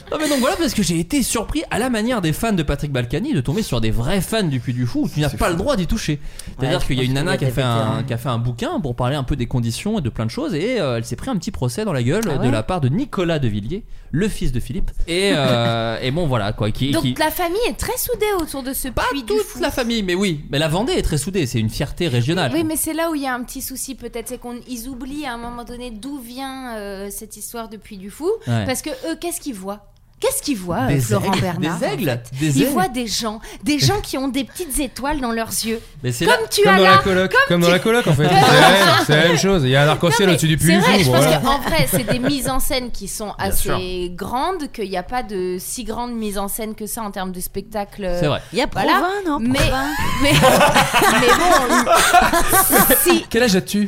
D: Non mais donc voilà parce que j'ai été surpris à la manière des fans de Patrick Balkany de tomber sur des vrais fans du Puy du Fou où tu n'as
E: C'est
D: pas
E: fou.
D: le droit d'y toucher. C'est-à-dire
G: je
D: qu'il y a
G: pense
D: une
G: qu'il y
D: nana
G: a
D: qui a,
G: des
D: fait un,
G: vétérans.
D: qui a fait un bouquin pour parler un peu des conditions et de plein de choses et euh, elle s'est pris un petit procès dans la gueule
G: Ah
D: de
G: ouais
D: la part de Nicolas de Villiers, le fils de Philippe. Et, euh, et bon voilà quoi. Qui, qui-
H: Donc la famille est très soudée autour de ce
D: Pas
H: puits du
D: toute
H: fou.
D: la famille mais oui. Mais la Vendée est très soudée, c'est une fierté régionale.
H: Oui, mais c'est là où il y a un petit souci peut-être, c'est qu'ils oublient à un moment donné d'où vient euh, cette histoire de Puy du Fou,
D: Ouais.
H: parce que eux, qu'est-ce qu'ils voient Qu'est-ce qu'ils voient, euh,
D: Des
H: Florent
D: aigles,
H: Bernard
D: des
H: en
D: aigles,
H: fait
D: des
H: Ils
D: aigles.
H: voient des gens, des gens qui ont des petites étoiles dans leurs yeux,
D: Mais c'est
H: comme
D: là-
H: tu
I: Comme
H: as
I: dans la
H: là.
I: coloc, comme dans la coloc en fait.
H: Ouais.
I: C'est- C'est la même chose. Il y a un
H: Non,
I: arc-en-ciel
H: mais
I: au-dessus du puits
H: c'est
I: du
H: vrai, je
I: Fou.
H: pense
I: voilà.
H: qu'en vrai, c'est des mises en scène qui sont assez
D: sûr.
H: grandes, qu'il n'y a pas de si grande mise en scène que ça en termes de spectacle. euh,
D: c'est vrai.
G: Il y a
H: Voilà.
G: Provins, non
H: Mais,
G: Provins
H: mais, mais bon, si,
I: Quel âge as-tu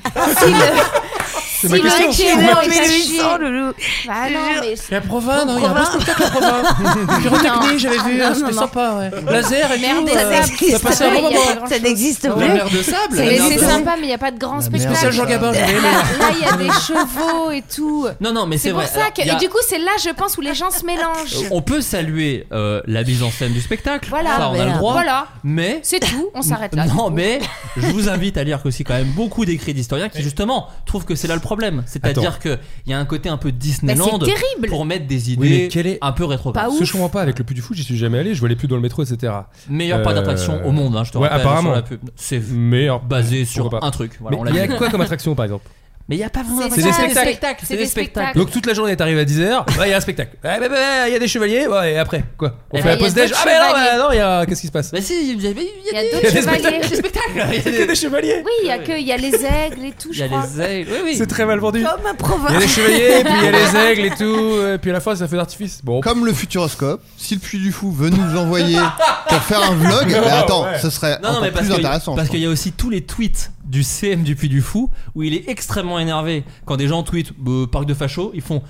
H: si le, si
I: ma
H: le
I: question.
H: hétéro est à chier-
G: 1800, loulou.
H: Bah
G: Je
H: non,
G: jure.
H: mais
D: La province,
G: non, il y a un beau Provins.
D: spectacle la province.
H: Pyrotechnie,
D: j'avais vu, hein,
H: non, c'était non, non.
D: sympa, Laser et
H: Merde, tout,
G: Ça
H: euh,
G: n'existe
H: t'as passé un
G: pas,
H: bon
G: il y a-
H: moment.
G: Ça n'existe
D: La
G: plus.
D: mer de sable
H: Mais
D: la mer
H: c'est
D: de-
H: sympa, mais il n'y a pas de grand spectacle.
D: Seul Jean Gabin, je vais, mais-
H: Là, là, il y a des chevaux et tout.
D: Non, non, mais
H: C'est
D: c'est
H: pour
D: vrai.
H: ça
D: Alors,
H: que.
D: il y a-
H: Et du coup, c'est là, je pense, où les gens se mélangent.
D: Euh, on peut saluer euh, la mise en scène du spectacle.
H: Voilà.
D: ça, on a le droit.
H: Voilà.
D: Mais
H: C'est tout, on s'arrête là.
D: non, mais je vous invite à lire aussi quand même beaucoup d'écrits d'historiens qui justement trouvent que c'est là le problème. C'est-à-dire qu'il y a un côté un peu Disneyland
H: Mais c'est terrible.
D: pour mettre des idées
I: Oui, mais quel est-
D: un peu rétro.
H: Pas
I: Ce
H: ouf.
I: que je comprends pas avec le plus du foot, j'y suis jamais allé, je vois les pubs dans le métro, etc.
D: Meilleur parc d'attraction au monde, hein, je te
I: ouais,
D: rappelle.
I: apparemment.
D: Sur la pub. C'est
I: Mais
D: basé sur
I: Pourquoi pas.
D: un truc. Voilà, on
I: mais il y
D: l'a
I: a
D: dit.
I: quoi comme attraction par exemple
D: Mais il n'y a pas vraiment
H: C'est
D: d'attraction.
I: des
H: ça,
I: spectacles.
H: C'est des spectacles.
I: Donc toute la journée, t'arrives à 10h, il y a un spectacle. Ah, bah, bah, bah, Il y a des chevaliers, ouais, et après quoi On
D: Eh
I: fait
D: ben,
I: la
D: il y a
I: pause déj.
H: d'autres
I: Ah, mais non,
H: chevaliers.
I: bah, non, il y a. Qu'est-ce qui se passe
D: Bah si, il y a, il y a
H: Il y a
D: des
H: d'autres
I: des
H: chevaliers.
D: spectacles. Il y
I: Il
D: a
I: y a
D: des-
I: des chevaliers
H: Oui, il y a que il y a les aigles et tout,
D: il
H: je
D: y a
H: crois.
D: les ailes. Oui, oui.
I: C'est très mal vendu.
G: Comme un
I: Il y a
G: province.
I: les chevaliers, puis il y a les aigles et tout, et puis à la fin, ça fait d'artifice. Bon,
E: Comme le Futuroscope, si le Puy du Fou veut nous envoyer pour faire un vlog, mais attends,
I: ouais.
E: ce serait
D: Non, non,
E: encore
D: mais parce
E: plus
D: que-
E: intéressant.
D: parce
E: je
D: qu'il y a aussi tous les tweets du CM du Puy du Fou où il est extrêmement énervé quand des gens tweetent euh, parc de facho, ils font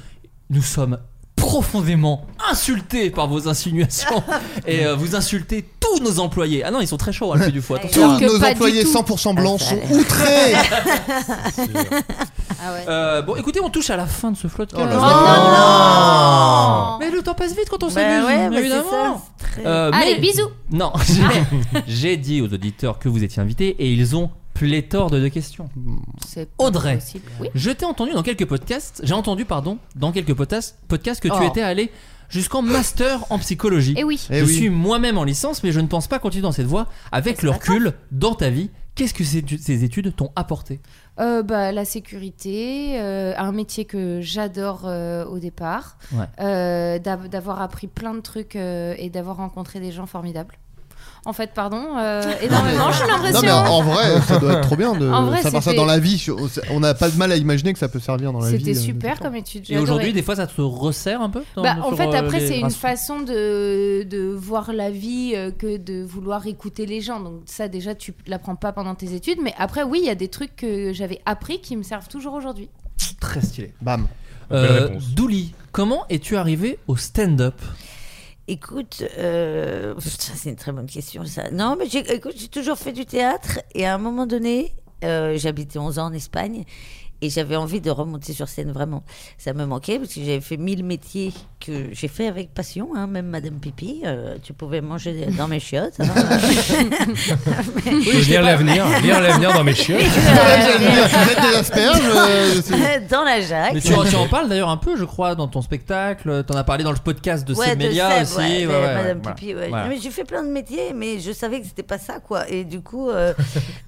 D: nous sommes profondément insultés par vos insinuations et euh, vous insultez tous nos employés. Ah non, ils sont très chauds hein, le Puy du Fou.
E: pense.
D: Attention.
H: Alors
E: Tous
H: que
E: nos
H: pas du
E: employés
H: tout.
E: 100% blancs
G: Ah,
E: sont
G: ça-
E: outrés.
H: Ah ouais.
D: Euh, bon, écoutez, on touche à la fin de ce flotte.
E: Oh là
H: Oh
E: là.
H: non
D: Mais le temps passe vite quand on
G: Bah
D: s'amuse,
G: ouais, mais c'est
D: évidemment.
G: ça. c'est très-
D: Euh,
H: Allez,
D: mais-
H: bisous.
D: Non, j'ai- j'ai dit aux auditeurs que vous étiez invités et ils ont pléthore de de questions.
H: C'est pas
D: Audrey.
H: possible. Oui.
D: Je t'ai entendu dans quelques podcasts, j'ai entendu pardon, dans quelques podcasts, podcasts que tu
H: Oh.
D: étais allé jusqu'en master en psychologie.
H: Et oui.
E: Eh
D: je
E: oui.
D: suis moi-même en licence, mais je ne pense pas continuer dans cette voie. Avec le recul, dans ta vie, qu'est-ce que ces, ces études t'ont apporté
H: Euh, bah, la sécurité, euh, un métier que j'adore euh, au départ,
D: Ouais.
H: Euh, d'av- d'avoir appris plein de trucs euh, et d'avoir rencontré des gens formidables. En fait, pardon, euh, énormément, j'ai
E: Non mais
H: l'impression.
E: en, en vrai, ça doit être trop bien de
H: En vrai,
E: savoir ça
H: c'était-
E: dans la vie. Je- On n'a pas de mal à imaginer que ça peut servir dans la vie.
H: C'était
E: euh, de
H: super
E: tout
H: comme étude. j'ai
D: Et aujourd'hui,
H: adoré.
D: des fois, ça te resserre un peu dans-
H: Bah, en
D: sur,
H: fait,
D: euh,
H: après,
D: les
H: c'est une
D: races.
H: façon de, de voir la vie euh, que de vouloir écouter les gens. Donc, ça, déjà, tu l'apprends pas pendant tes études. Mais après, oui, il y a des trucs que j'avais appris qui me servent toujours aujourd'hui.
D: très stylée.
E: le temps. Bam.
I: Belle
D: Euh,
I: réponse.
D: Douli, comment es-tu arrivé au stand-up
G: Écoute, euh, ça, c'est une très bonne question ça. Non, mais j'ai, écoute, j'ai toujours fait du théâtre et à un moment donné, euh, j'habitais 11 ans en Espagne et j'avais envie de remonter sur scène vraiment. Ça me manquait parce que j'avais fait mille métiers que j'ai fait avec passion, hein, même Madame Pipi, euh, tu pouvais manger dans mes chiottes. hein.
I: je lire l'avenir, lire l'avenir dans mes chiottes.
H: Euh,
E: J'allais dire, vous êtes des asperges. euh, c'est-
G: dans la Jacques.
D: Mais tu, en- tu en parles d'ailleurs un peu, je crois, dans ton spectacle. T'en as parlé dans le podcast de
G: Ouais,
D: Seb
G: de
D: Melia aussi.
G: Seb, ouais,
D: ouais,
G: de
D: ouais,
G: Madame
D: voilà.
G: Pipi, ouais.
D: Voilà.
G: Non, mais j'ai fait plein de métiers, mais je savais que c'était pas ça, quoi. Et du coup, euh,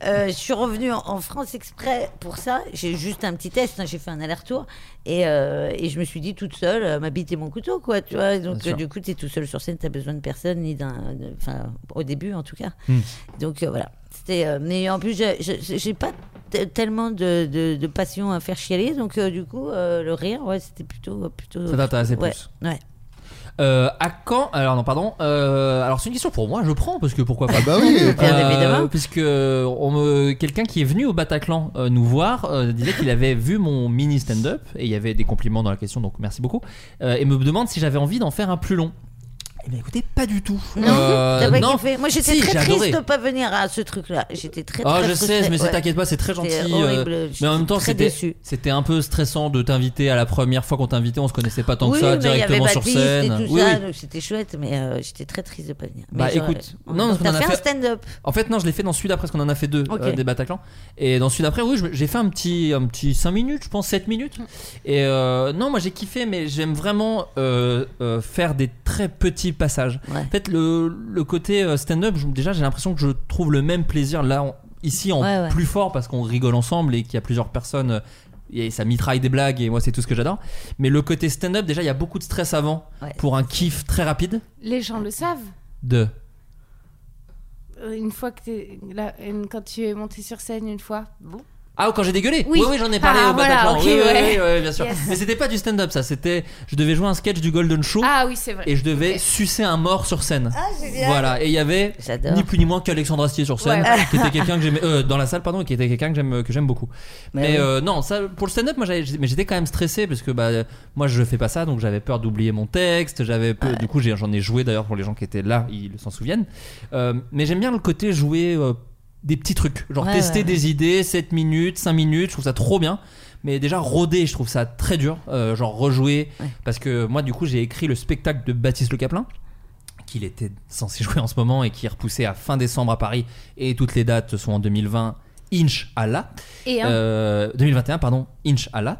G: euh, je suis revenue en, en France exprès pour ça. J'ai juste un petit test, hein, j'ai fait un aller-retour. Et, euh, et je me suis dit toute seule, euh, ma bite et mon couteau, quoi. Tu vois, Et donc
D: Bien sûr.
G: euh, du coup, t'es tout seul sur scène, t'as besoin de personne, ni d'un. de- Enfin, au début, en tout cas.
D: Hmm.
G: Donc euh, voilà. C'était, euh, mais en plus, j'ai- j'ai j'ai pas t- tellement de, de- de passion à faire chialer, donc euh, du coup, euh, le rire, ouais, c'était plutôt. plutôt
D: Ça t'intéressait
G: ouais,
D: plus.
G: Ouais.
D: Euh, à quand Alors non, pardon. Euh, alors c'est une question pour moi. Je prends parce que pourquoi pas. Euh,
E: Bah oui.
G: Bien évidemment.
D: puisque euh, on me quelqu'un qui est venu au Bataclan euh, nous voir euh, disait qu'il avait vu mon mini stand-up et il y avait des compliments dans la question donc merci beaucoup Euh, et me demande si j'avais envie d'en faire un plus long. Eh bien écoutez pas du tout.
G: Non,
D: Euh,
G: t'as pas
D: non.
G: kiffé. Moi, j'étais
D: Si,
G: très
D: j'ai
G: triste
D: adoré.
G: de pas venir à ce truc-là. J'étais très,
D: Ah
G: très
D: je sais, mais c'est-
G: c'est
D: t'inquiète pas, c'est très gentil.
G: C'était
D: euh,
G: horrible,
D: mais en même
G: j'étais
D: temps,
G: très
D: c'était,
G: déçue.
D: c'était un peu stressant de t'inviter à la première fois qu'on t'invitait. On se connaissait pas tant
G: oui,
D: que ça
G: mais il y avait
D: directement sur
G: Baptiste
D: scène.
G: et tout
D: Oui,
G: ça,
D: oui.
G: donc c'était chouette, mais euh, j'étais très triste de pas venir.
D: Bah,
G: Mais j'aurais-
D: écoute, non,
G: Donc,
D: on
G: t'as
D: en a
G: fait,
D: fait-
G: un stand-up.
D: En fait, non, je l'ai fait dans celui d'après parce qu'on en a fait deux
G: Ok.
D: euh, des Bataclan. Et dans celui d'après, oui, je- j'ai fait un petit, un petit 5 minutes, je pense 7 minutes. Et euh, non, moi j'ai kiffé, mais j'aime vraiment euh, euh, faire des très petits passages.
G: Ouais.
D: En fait, le, le côté euh, stand-up, je- déjà, j'ai l'impression que je trouve le même plaisir là, en- ici, en
G: Ouais, ouais.
D: plus fort parce qu'on rigole ensemble et qu'il y a plusieurs personnes. euh, Et ça mitraille des blagues et moi c'est tout ce que j'adore. Mais le côté stand-up, déjà il y a beaucoup de stress avant
G: Ouais.
D: pour un kiff très rapide
H: Les gens le savent.
D: de.
H: Euh, Une fois que t'es là, une- quand tu es monté sur scène une fois, bon.
D: Ah, quand j'ai dégueulé
H: Oui.
D: oui, j'en ai parlé
H: Ah,
D: au
H: voilà,
D: Bataclan.
H: ok,
D: oui, oui,
H: ouais.
D: oui, oui, bien sûr.
H: Yes.
D: Mais c'était pas du stand-up, ça. C'était, je devais jouer un sketch du Golden Show
H: Ah oui, c'est vrai.
D: et je devais sucer un mort sur scène.
G: Ah, génial.
D: Voilà, et il y avait
G: J'adore. Bah
D: ni plus ni moins qu'Alexandre Astier sur scène,
H: Ouais.
D: qui était quelqu'un que j'aimais euh, dans la salle, pardon, qui était quelqu'un que j'aime que j'aime beaucoup.
G: Mais
D: Mais,
G: oui.
D: euh, non, ça pour le stand-up, moi, j'avais- mais j'étais quand même stressé parce que bah euh, moi je fais pas ça, donc j'avais peur d'oublier mon texte, j'avais peur- du coup j'ai- j'en ai joué d'ailleurs pour les gens qui étaient là, ils s'en souviennent. Euh, mais j'aime bien le côté jouer euh, des petits trucs, genre
G: Ouais,
D: tester
G: ouais.
D: des idées, 7 minutes, 5 minutes, je trouve ça trop bien. Mais déjà roder, je trouve ça très dur, euh, genre rejouer,
G: Ouais.
D: parce que moi du coup j'ai écrit le spectacle de Baptiste Le Caplin qu'il était censé jouer en ce moment et qui est repoussé à fin décembre à Paris et toutes les dates sont en 2020 Inch'Allah.
H: Et un.
D: Euh, 2021, pardon, Inch'Allah.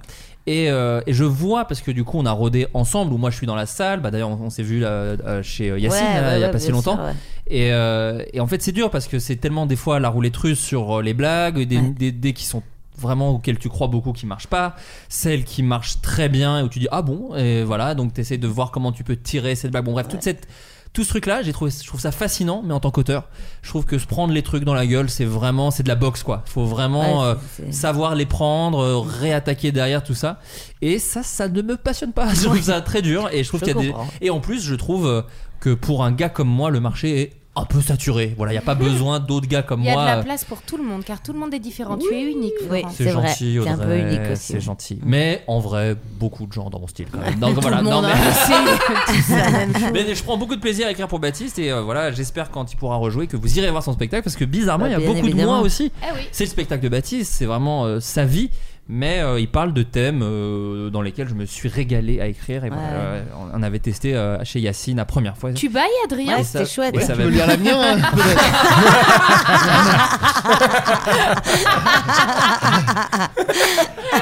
D: Et, euh, et je vois, parce que du coup, on a rodé ensemble, où moi je suis dans la salle, bah, d'ailleurs, on, on s'est vu là, euh, chez Yacine,
G: Ouais,
D: là,
G: ouais,
D: il n'y a
G: ouais,
D: pas si
G: bien
D: longtemps.
G: sûr, ouais.
D: Et, euh, et en fait, c'est dur parce que c'est tellement des fois la roulette russe sur euh, les blagues, des,
G: Ouais.
D: des, des qui sont vraiment auxquelles tu crois beaucoup qui marchent pas, celles qui marchent très bien et où tu dis ah bon, et voilà, donc tu essaies de voir comment tu peux tirer cette blague. Bon, bref, toute cette. Tout ce truc-là, j'ai trouvé, je trouve ça fascinant, mais en tant qu'auteur, je trouve que se prendre les trucs dans la gueule, c'est vraiment, c'est de la boxe, quoi. Faut vraiment
G: Ouais,
D: euh,
G: c'est- c'est-
D: savoir les prendre, euh, réattaquer derrière tout ça. Et ça, ça ne me passionne pas. Je trouve ça très dur. Et je trouve
G: Je
D: qu'il y a des-
G: comprends.
D: Et en plus, je trouve euh, que pour un gars comme moi, le marché est un peu saturé. Voilà, il n'y a pas besoin d'autres gars comme
H: Il y a
D: moi.
H: de la place pour tout le monde, car tout le monde est différent. Tu es unique,
G: Oui.
H: Florent.
D: C'est
G: C'est vrai,
D: gentil,
G: t'es
D: Audrey.
G: un peu unique aussi, Mm.
D: C'est
G: ouais.
D: gentil. Mais en vrai, beaucoup de gens dans mon style quand même. Donc
H: Tout
D: voilà,
H: le
D: non,
H: monde,
D: mais...
H: hein, c'est- tout ça.
G: hein.
D: mais je prends beaucoup de plaisir à écrire pour Baptiste et euh, voilà, j'espère quand il pourra rejouer que vous irez voir son spectacle parce que bizarrement,
G: Bah,
D: il y a
G: bien
D: beaucoup de
G: évidemment.
D: moi aussi.
H: Eh oui.
D: C'est le spectacle de Baptiste, c'est vraiment euh, sa vie, mais euh, il parle de thèmes euh, dans lesquels je me suis régalé à écrire. Et voilà,
G: Ouais.
D: euh, on avait testé euh, chez Yacine la première fois.
H: Tu bailles, Adrien
G: Ouais,
D: Et ça-
G: c'était chouette.
D: et
G: Ouais,
D: ça
E: Tu
D: va
E: veux
D: bien.
E: lire l'avenir hein, peut-être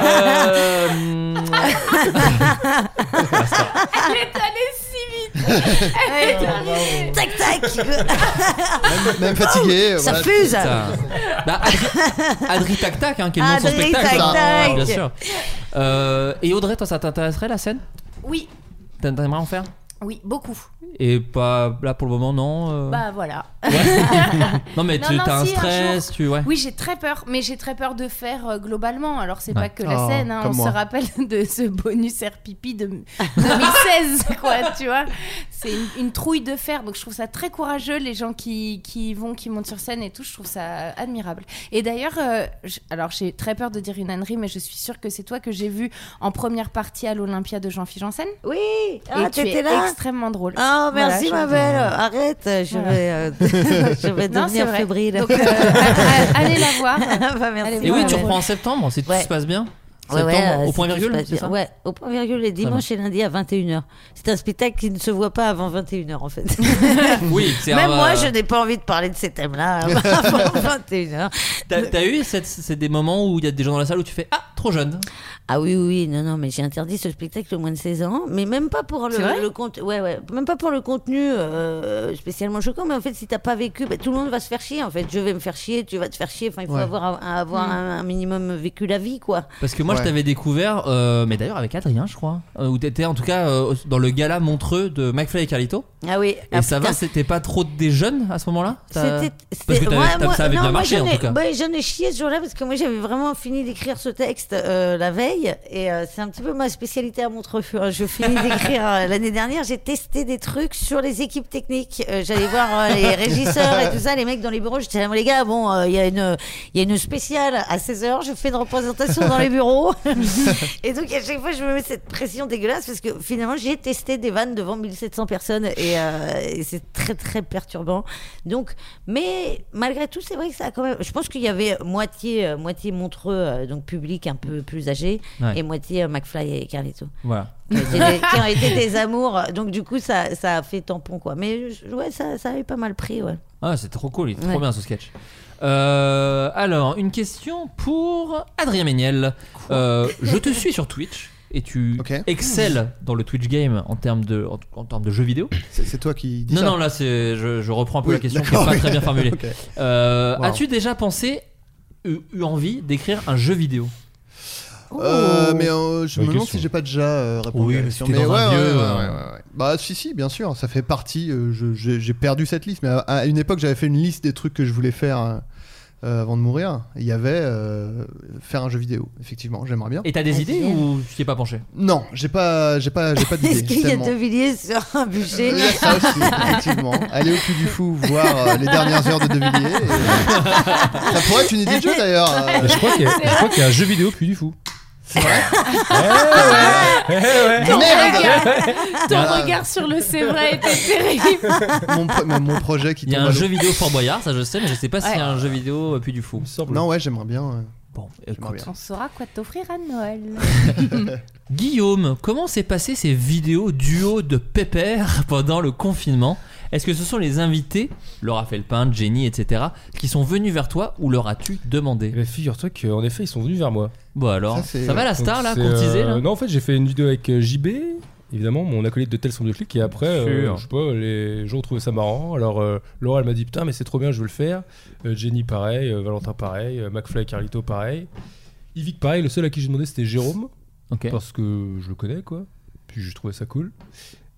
D: Euh, hum,
H: Elle est allée si vite
G: Tac, tac
E: Même- Même fatigué.
G: Ça
E: voilà.
G: fuse
D: ça- Bah, Adri, Adri Tac Tac, hein, qui est le nom de son
G: Adri
D: spectacle.
G: Tac
D: hein,
G: Tac.
D: Bien sûr. Euh, et Audrey, toi, ça t'intéresserait la scène
H: Oui,
D: T'aimerais en faire
H: oui, beaucoup.
D: Et pas là pour le moment, non euh,
H: Bah voilà.
D: Non, mais
H: non,
D: tu
H: non,
D: as un
H: si, un
D: stress, tu. Ouais.
H: Oui, j'ai très peur, mais j'ai très peur de faire euh, globalement. Alors, c'est
D: Ouais.
H: pas que la
E: Oh,
H: scène, hein, on
E: comme moi.
H: se rappelle de ce bonus air pipi de 2016, quoi, tu vois. C'est une, une trouille de fer, donc je trouve ça très courageux, les gens qui, qui vont, qui montent sur scène et tout, je trouve ça admirable. Et d'ailleurs, euh, je- alors j'ai très peur de dire une ânerie, mais je suis sûre que c'est toi que j'ai vu en première partie à l'Olympia de Jean-Philippe Janssen.
G: Oui
H: et
G: Ah,
H: tu es
G: t'étais là
H: extrêmement drôle.
G: Oh, merci
H: Voilà,
G: ma belle Arrête, je
H: Voilà.
G: vais, euh, je vais
H: Non, c'est
G: devenir
H: vrai.
G: fébrile.
H: Donc, euh, a- a- allez la voir.
G: bah, merci.
H: Allez
D: Et oui,
H: Ouais,
D: tu
H: ouais.
D: reprends en septembre si tout
G: Ouais.
D: se passe bien.
G: Ouais, ouais,
D: Septembre, au
G: euh, si
D: point
G: tout se
D: virgule,
G: passe
D: c'est
G: bien.
D: ça
G: Ouais, au point virgule les dimanches et lundi à 21h. C'est un spectacle qui ne se voit pas avant 21h en fait.
D: Oui, c'est
G: Même
D: un-
G: moi,
D: euh,
G: je n'ai pas envie de parler de ces thèmes-là avant 21h.
D: T'as t'as eu cette- c'est des moments où il y a des gens dans la salle où tu fais Ah, trop jeune.
G: Ah oui, oui, oui, non, non, mais j'ai interdit ce spectacle au moins de 16 ans, mais même pas pour
H: C'est vrai
G: le, le contenu, ouais, ouais, même pas pour le contenu euh, spécialement choquant, mais en fait, si t'as pas vécu, bah, tout le monde va se faire chier, en fait, je vais me faire chier, tu vas te faire chier, enfin, il faut
E: Ouais.
G: avoir, un, avoir
H: Mm.
G: un, un minimum vécu la vie, quoi.
D: Parce que moi, je
E: Ouais.
D: t'avais découvert, euh, mais d'ailleurs avec Adrien, je crois, euh, où t'étais en tout cas euh, dans le gala Montreux de McFly et Carlito.
G: Ah oui.
D: Et
G: ah,
D: ça
G: putain.
D: va, c'était pas trop des jeunes à ce moment-là T'as-
G: C'était,
D: Parce que
G: c'était-
D: t'avais-
G: ouais,
D: t'as-
G: moi-
D: ça avait
G: non,
D: bien
G: moi,
D: marché
G: j'en
D: en
G: ai-
D: tout cas.
G: ouais, j'en ai chié ce jour-là parce que moi j'avais vraiment fini d'écrire ce texte euh, la veille et euh, c'est un petit peu ma spécialité à Montreux. hein. Je finis d'écrire euh, l'année dernière, j'ai testé des trucs sur les équipes techniques. Euh, J'allais voir euh, les régisseurs et tout ça, les mecs dans les bureaux. J'étais là, Bon, les gars, bon, euh, il y a une, il y a une spéciale à 16 h Je fais une représentation dans les bureaux et donc à chaque fois je me mets cette pression dégueulasse parce que finalement j'ai testé des vannes devant 1700 personnes et, euh, et c'est très très perturbant. Donc, mais malgré tout, c'est vrai que ça a quand même. Je pense qu'il y avait moitié, euh, moitié Montreux, euh, donc public un peu plus âgé,
D: Ouais.
G: et moitié euh, McFly et Carlito,
D: Voilà.
G: qui ont été des- qui ont été des amours. Donc du coup, ça, ça a fait tampon quoi. Mais je- ouais, ça, ça avait pas mal pris. Ouais.
D: Ah, c'est trop cool, il est trop
G: Ouais.
D: bien ce sketch. Euh, alors, une question pour Adrien Méniel. Euh, je te suis sur Twitch et tu
E: Ok.
D: excelles dans le Twitch game en termes de, en, en termes de jeux vidéo.
E: C'est c'est toi qui dis
D: Non,
E: ça.
D: non, là, c'est, je, je reprends un peu
E: Oui,
D: la question qui n'est
E: d'accord,
D: pas
E: oui.
D: très bien formulée.
E: Ok.
D: Euh,
E: Wow.
D: As-tu déjà pensé, eu, eu envie d'écrire un jeu vidéo
G: Oh.
E: Euh, mais euh, je me
I: Bonne
E: demande
I: question.
E: si j'ai pas déjà euh, répondu.
D: Oui,
E: à la
D: mais
E: question.
D: c'était dans un
E: ouais, ouais,
D: vieux,
E: ouais,
D: euh,
E: ouais, ouais, ouais. Bah si, si, bien sûr, ça fait partie. euh, je- J'ai j'ai perdu cette liste, mais à, à une époque, j'avais fait une liste des trucs que je voulais faire euh, euh, avant de mourir. Il y avait euh, faire un jeu vidéo. Effectivement, j'aimerais bien.
D: Et t'as des
G: Ah,
D: idées
G: bien.
D: ou tu t'y es pas penché
E: Non, j'ai pas, j'ai pas, j'ai pas d'idée.
G: Est-ce qu'il y a
E: tellement. Euh,
G: deux villiers sur un bûcher
E: Il y a ça aussi, effectivement. Aller au cul du fou, voir euh, les dernières heures de De Villiers. et, euh, ça pourrait être une idée de jeu d'ailleurs. euh,
I: Mais Je crois qu'il y, a- je crois qu'il y a un jeu vidéo puis du fou.
E: C'est vrai.
I: Ouais, ouais, Eh ouais, ouais.
H: Ton
E: Merde.
H: regard, ton
E: Ah.
H: regard sur le c'est vrai était terrible.
E: Mon, pro- mais mon projet qui
D: Il y a
E: tombe
D: un
E: à
D: jeu
E: l'eau.
D: vidéo Fort Boyard, ça je sais, mais je sais pas s'il y
H: Ouais.
D: a un jeu vidéo euh, Puy du
I: Il
D: Fou.
I: me semble.
E: Non, ouais, j'aimerais bien. euh. ouais.
D: Bon,
E: J'aimerais
D: écoute.
E: bien.
H: On saura quoi t'offrir à Noël.
D: Guillaume, comment s'est passé ces vidéos duo de Pépère pendant le confinement Est-ce que ce sont les invités, Laura Felpin, Jenny, etc., qui sont venus vers toi ou leur as-tu demandé
I: Mais figure-toi qu'en effet, ils sont venus vers moi. euh,
D: Bon alors, ça, va la star là, qu'on disait là
I: Non, en fait, j'ai fait une vidéo avec euh, JB, évidemment, mon acolyte de tel son de clics, et après, euh,
D: Sûr.
I: je sais pas, les gens ont trouvé ça marrant. Alors, euh, Laura, elle m'a dit Putain, mais c'est trop bien, je veux le faire. Euh, Jenny, pareil, euh, Valentin, pareil, euh, McFly et Carlito, pareil. Yvick, pareil, le seul à qui j'ai demandé, c'était Jérôme,
D: Ok.
I: parce que je le connais, quoi. Puis je trouvais ça cool.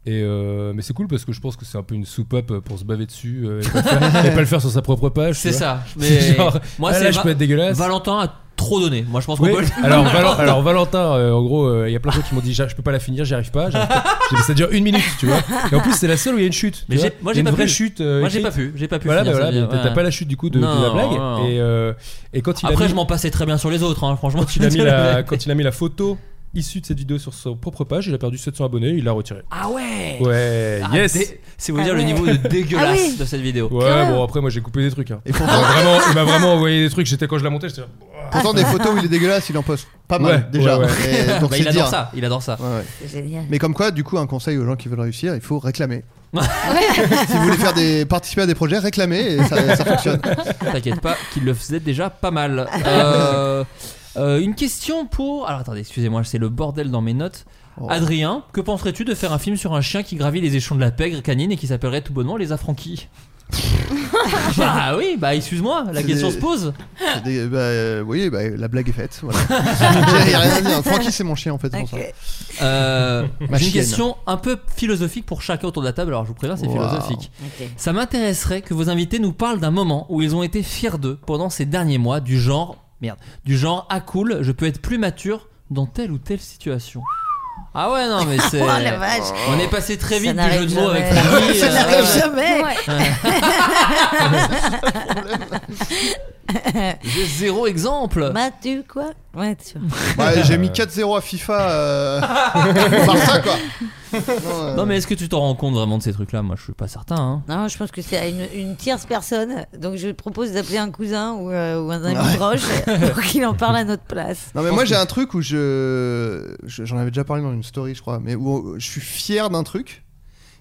I: Et euh, mais c'est cool parce que je pense que c'est un peu une soupape pour se baver dessus euh, et, pas le faire, et pas le faire sur sa propre page. tu
D: C'est
I: vois.
D: ça. Mais
I: Genre,
D: moi,
I: ah,
D: c'est
I: là, je
D: Va-
I: peux être dégueulasse.
D: Valentin a trop donné. Moi, je pense qu'on
I: Oui,
D: peut.
I: alors, Valen- alors, Valentin, euh, en gros, euh, il y a plein de gens qui m'ont dit J'a- je peux pas la finir, j'y arrive pas. j'arrive pas. J'ai dit, ça dure une minute, tu vois. Et en plus, c'est la seule où il y a une chute.
D: Mais
I: tu
D: j'ai-
I: vois.
D: moi,
I: Il y a
D: j'ai
I: une
D: pas
I: vraie
D: pu.
I: chute. euh,
D: Moi, j'ai
I: écrite.
D: pas pu. J'ai pas pu.
I: Voilà,
D: finir
I: bah
D: ça,
I: voilà,
D: bien,
I: t'as t'as
D: ouais.
I: pas la chute du coup de, de la
D: Non,
I: blague.
D: non.
I: Et, euh, et quand il a
D: Après,
I: mis-
D: je m'en passais très bien sur les autres. hein, Franchement,
I: quand il a mis la, quand il a mis la photo issue de cette vidéo sur sa propre page, il a perdu 700 abonnés, il l'a retiré.
D: Ah ouais.
I: Ouais,
D: Ah,
I: yes.
D: dé- C'est vous
G: Ah
D: dire le
G: ouais.
D: niveau de dégueulasse
G: Ah oui.
D: de cette vidéo.
I: Ouais, bon après moi j'ai coupé des trucs. hein.
E: Et
I: Il m'a
E: pourtant,
I: vraiment, il m'a vraiment envoyé des trucs. J'étais quand je la montais, j'étais. là,
E: pourtant, des photos où il est dégueulasse, il en poste pas mal
I: Ouais,
E: déjà.
I: ouais, ouais.
E: Et donc,
D: Bah,
E: c'est
D: il adore
E: dire.
D: ça. Il adore ça.
E: Ouais, ouais.
G: C'est génial.
E: Mais comme quoi, du coup, un conseil aux gens qui veulent réussir, il faut réclamer. si vous voulez faire des, participer à des projets, réclamez et ça, ça fonctionne.
D: T'inquiète pas, qu'il le faisait déjà pas mal. Euh, euh, une question pour. Alors attendez, excusez-moi, c'est le bordel dans mes notes.
E: Oh.
D: Adrien, que penserais-tu de faire un film sur un chien qui gravit les échelons de la pègre canine et qui s'appellerait tout bonnement les affranquis Bah oui, bah excuse-moi, la
E: C'est
D: question
E: des-
D: se pose.
E: C'est des- bah, euh, oui, bah, la blague est faite. Voilà. J'ai rien à dire. Francky, c'est mon chien en fait. c'est pour ça.
G: Ok.
D: Euh,
E: Ma
D: J'ai une
E: chienne.
D: question un peu philosophique pour chacun autour de la table, alors je vous préviens, c'est
E: Wow.
D: philosophique.
G: Ok.
D: Ça m'intéresserait que vos invités nous parlent d'un moment où ils ont été fiers d'eux pendant ces derniers mois, du genre merde, du genre ah cool, je peux être plus mature dans telle ou telle situation. Ah ouais non mais c'est
G: Oh la vache.
D: on est passé très
G: Ça
D: vite du jeu
G: n'arrive
D: de mots avec
G: jamais.
D: Francky.
G: Ça
D: euh,
G: n'arrive
D: ouais.
G: jamais.
H: Ouais.
D: J'ai zéro exemple.
G: Matu quoi Ouais, tu
E: Ouais, J'ai mis 4-0 à FIFA euh, par ça quoi. Non, euh,
D: Non mais est-ce que tu t'en rends compte vraiment de ces trucs là Moi je suis pas certain. hein.
G: Non, je pense que c'est à une, une tierce personne. Donc je propose d'appeler un cousin ou, euh, ou un ami proche pour qu'il en parle à notre place.
E: Non mais moi j'ai un truc où je je- j'en avais déjà parlé dans une story je crois mais où je suis fier d'un truc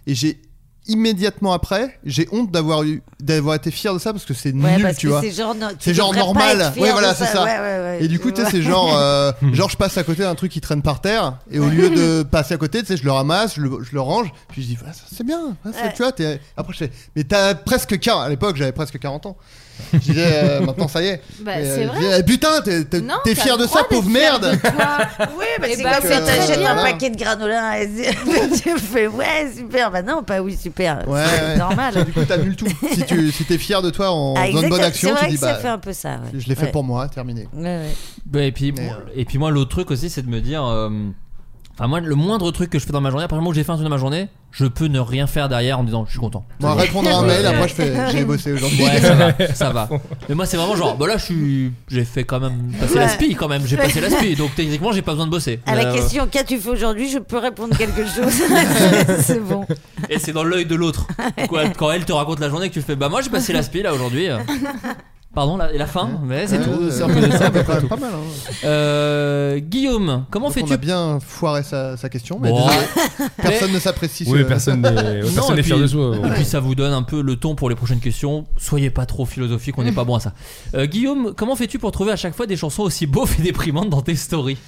E: et j'ai immédiatement après j'ai honte d'avoir eu d'avoir été fier de ça parce que c'est
G: Ouais,
E: nul
G: parce
E: tu
G: que
E: vois
G: c'est genre, no- tu
E: C'est genre
G: devrais pas
E: normal.
G: être fier
E: Ouais, voilà,
G: de
E: c'est ça.
G: Ouais, ouais, ouais.
E: et du coup tu sais c'est genre euh, genre je passe à côté d'un truc qui traîne par terre et au lieu de passer à côté tu sais je le ramasse je le, je le range puis je dis voilà, ça, c'est bien voilà, ça,
G: Ouais.
E: tu vois t'es- après je fais mais t'as presque 40 à l'époque j'avais presque 40 ans je disais euh, maintenant ça y est
H: Bah,
E: Mais, euh,
H: c'est
E: je
H: vrai.
E: disais, eh, putain t'es- t'es
H: Non,
E: t'es
H: t'as
E: fier
H: le
E: de ça
H: droit
E: pauvre
H: d'être fier
E: merde
H: de toi.
G: Oui, mais
H: Eh
G: c'est
H: bah,
G: comme
E: ben, c'est
G: quand t'achètes
E: très
G: un
E: bien.
G: paquet de granola et tu fais ouais super. Bah non, pas oui super.
E: Ouais,
G: c'est
E: ouais.
G: normal.
E: Du coup, t'annules tout. Si tu si t'es fier de toi en
G: Ah,
E: faisant une bonne
G: exactement.
E: action,
G: c'est vrai
E: tu dis
G: que ça
E: bah.
G: fait un peu ça. ouais.
E: Je l'ai fait
G: Ouais.
E: pour moi, terminé.
G: Ouais, ouais.
D: Bah, et puis
E: Mais,
D: moi-
E: euh,
D: et puis moi l'autre truc aussi c'est de me dire euh, enfin moi le moindre truc que je fais dans ma journée, à partir du moment où j'ai fait un truc dans ma journée, je peux ne rien faire derrière en me disant je suis content.
E: Moi, répondre à un
D: Ouais.
E: mail, après je fais j'ai bossé aujourd'hui.
D: Ouais, ça va, ça va. Mais moi, c'est vraiment genre, bah là, je suis. J'ai fait quand même. Passé la
G: Ouais.
D: spie quand même. J'ai passé la spie. Donc, techniquement, j'ai pas besoin de bosser.
G: À la
D: Euh,
G: question qu'as-tu fait aujourd'hui, je peux répondre quelque chose. c'est bon.
D: Et c'est dans l'œil de l'autre. Quoi, Quand elle te raconte la journée que tu fais, bah moi, j'ai passé la spie là aujourd'hui. euh. Pardon, la, la fin, mais c'est tout.
E: Euh,
D: C'est un peu de ça.
E: ouais, quand même Pas mal. Hein.
D: Euh, Guillaume, comment
E: Donc, On
D: fais-tu
E: a bien foiré sa, sa question, mais
D: Bon,
E: désolé, personne ne s'apprécie.
I: Oui,
E: ce-
I: personne n'est
D: Non,
I: personne
D: et
I: n'est fier
D: puis-
I: de soi.
D: Et puis ça vous donne un peu le ton pour les prochaines questions. Soyez pas trop philosophique, on n'est pas bon à ça. Euh, Guillaume, comment fais-tu pour trouver à chaque fois des chansons aussi beaufs et déprimantes dans tes stories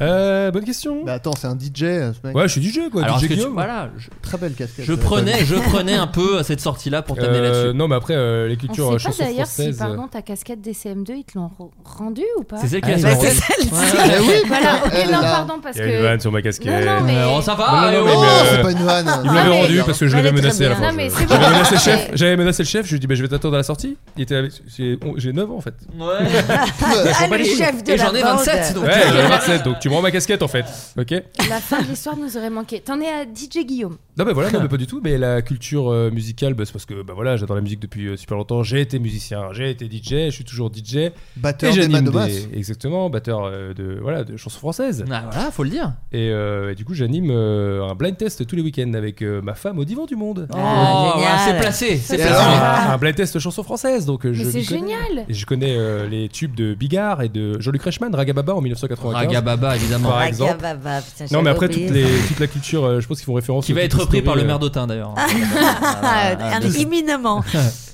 I: Euh, bonne question.
E: Bah attends, c'est un DJ, ce mec.
I: Ouais, je suis DJ quoi.
D: Alors
I: DJ
D: que tu,
I: Guillaume.
D: voilà, je-
E: Très belle casquette.
D: Je
E: euh,
D: prenais, je prenais un peu euh, cette sortie-là pour t'amener
I: Euh,
D: là-dessus.
I: non, mais après, euh, les
H: On
I: cultures euh,
H: sait pas
I: chansons
H: d'ailleurs si,
I: françaises.
H: pardon, ta casquette des CM2, ils te l'ont re- rendue ou pas
D: C'est celle qui a
I: Ah,
D: la
I: bah,
D: sortie.
I: c'est
D: Ouais.
E: bonne. Eh oui,
H: Voilà, ok,
E: elle est
H: non,
E: là.
H: pardon, parce
I: Il y a une
H: que.
I: vanne sur ma casquette.
H: Non, non, mais.
D: Euh, oh, ça va,
I: Non, non,
D: allez,
I: non,
D: oh.
E: Non,
I: mais, euh,
E: c'est pas une vanne.
I: Il me l'avait
H: mais-
I: rendu parce que je
G: Elle
I: l'avais
G: est très
I: menacé à la
G: bien.
I: fin.
H: Non, mais
I: Je-
H: c'est
I: J'avais
H: bon.
I: menacé le
H: Ah, Mais-
I: chef, j'avais menacé le chef, je lui ai dit bah, je vais t'attendre à la sortie. Il était avec- j'ai on- j'ai 9 ans en fait.
G: Ah, le chef de
D: Et
G: la
D: j'en ai
G: bande.
D: 27, donc.
I: Ouais, j'avais 27, donc tu me rends ma casquette en fait. Ok
H: La fin de l'histoire nous aurait manqué. T'en es à DJ Guillaume.
I: Non, mais voilà, non, mais pas du tout. Mais la culture euh, musicale, bah, c'est parce que bah, voilà, j'adore la musique depuis euh, super longtemps. J'ai été musicien, j'ai été DJ, je suis toujours DJ.
E: Batteur
I: et
E: des
I: j'anime
E: Madomas.
I: des- Exactement, batteur euh, de, voilà, de chansons françaises.
D: Ah, voilà, faut le dire.
I: Et, euh, et du coup, j'anime euh, un blind test tous les week-ends avec euh, ma femme au divan du monde.
G: Ah,
D: Oh,
G: génial.
D: voilà, c'est placé, c'est
E: Et
I: Et
D: placé.
I: alors,
E: alors
D: Ah.
I: un blind test chansons françaises, donc euh, je
H: Mais c'est
I: m'y connais.
H: génial
I: Et je connais euh, les tubes de Bigard et de Jean-Luc Reichmann, Ragababa en 1995.
D: Ragababa, évidemment.
I: Par
G: Ah,
I: exemple.
G: gababa, putain,
I: Non, mais
G: j'avais
I: après,
G: oublié
I: toute, les- toute la culture, euh, je pense qu'ils font référence
D: Qui
I: aux
D: va
I: toutes
D: être repris
I: stories,
D: par le
I: euh,
D: maire d'Autun d'ailleurs.
G: Ah. Un- Imminemment.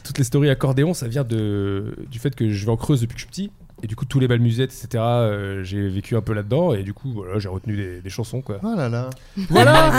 I: Toutes les stories accordéon, ça vient de, du fait que je vais en Creuse depuis que je suis petit. Et du coup, tous les bals musettes, etc., euh, j'ai vécu un peu là-dedans. Et du coup, voilà, j'ai retenu des, des chansons, quoi.
E: Oh là là.
I: Voilà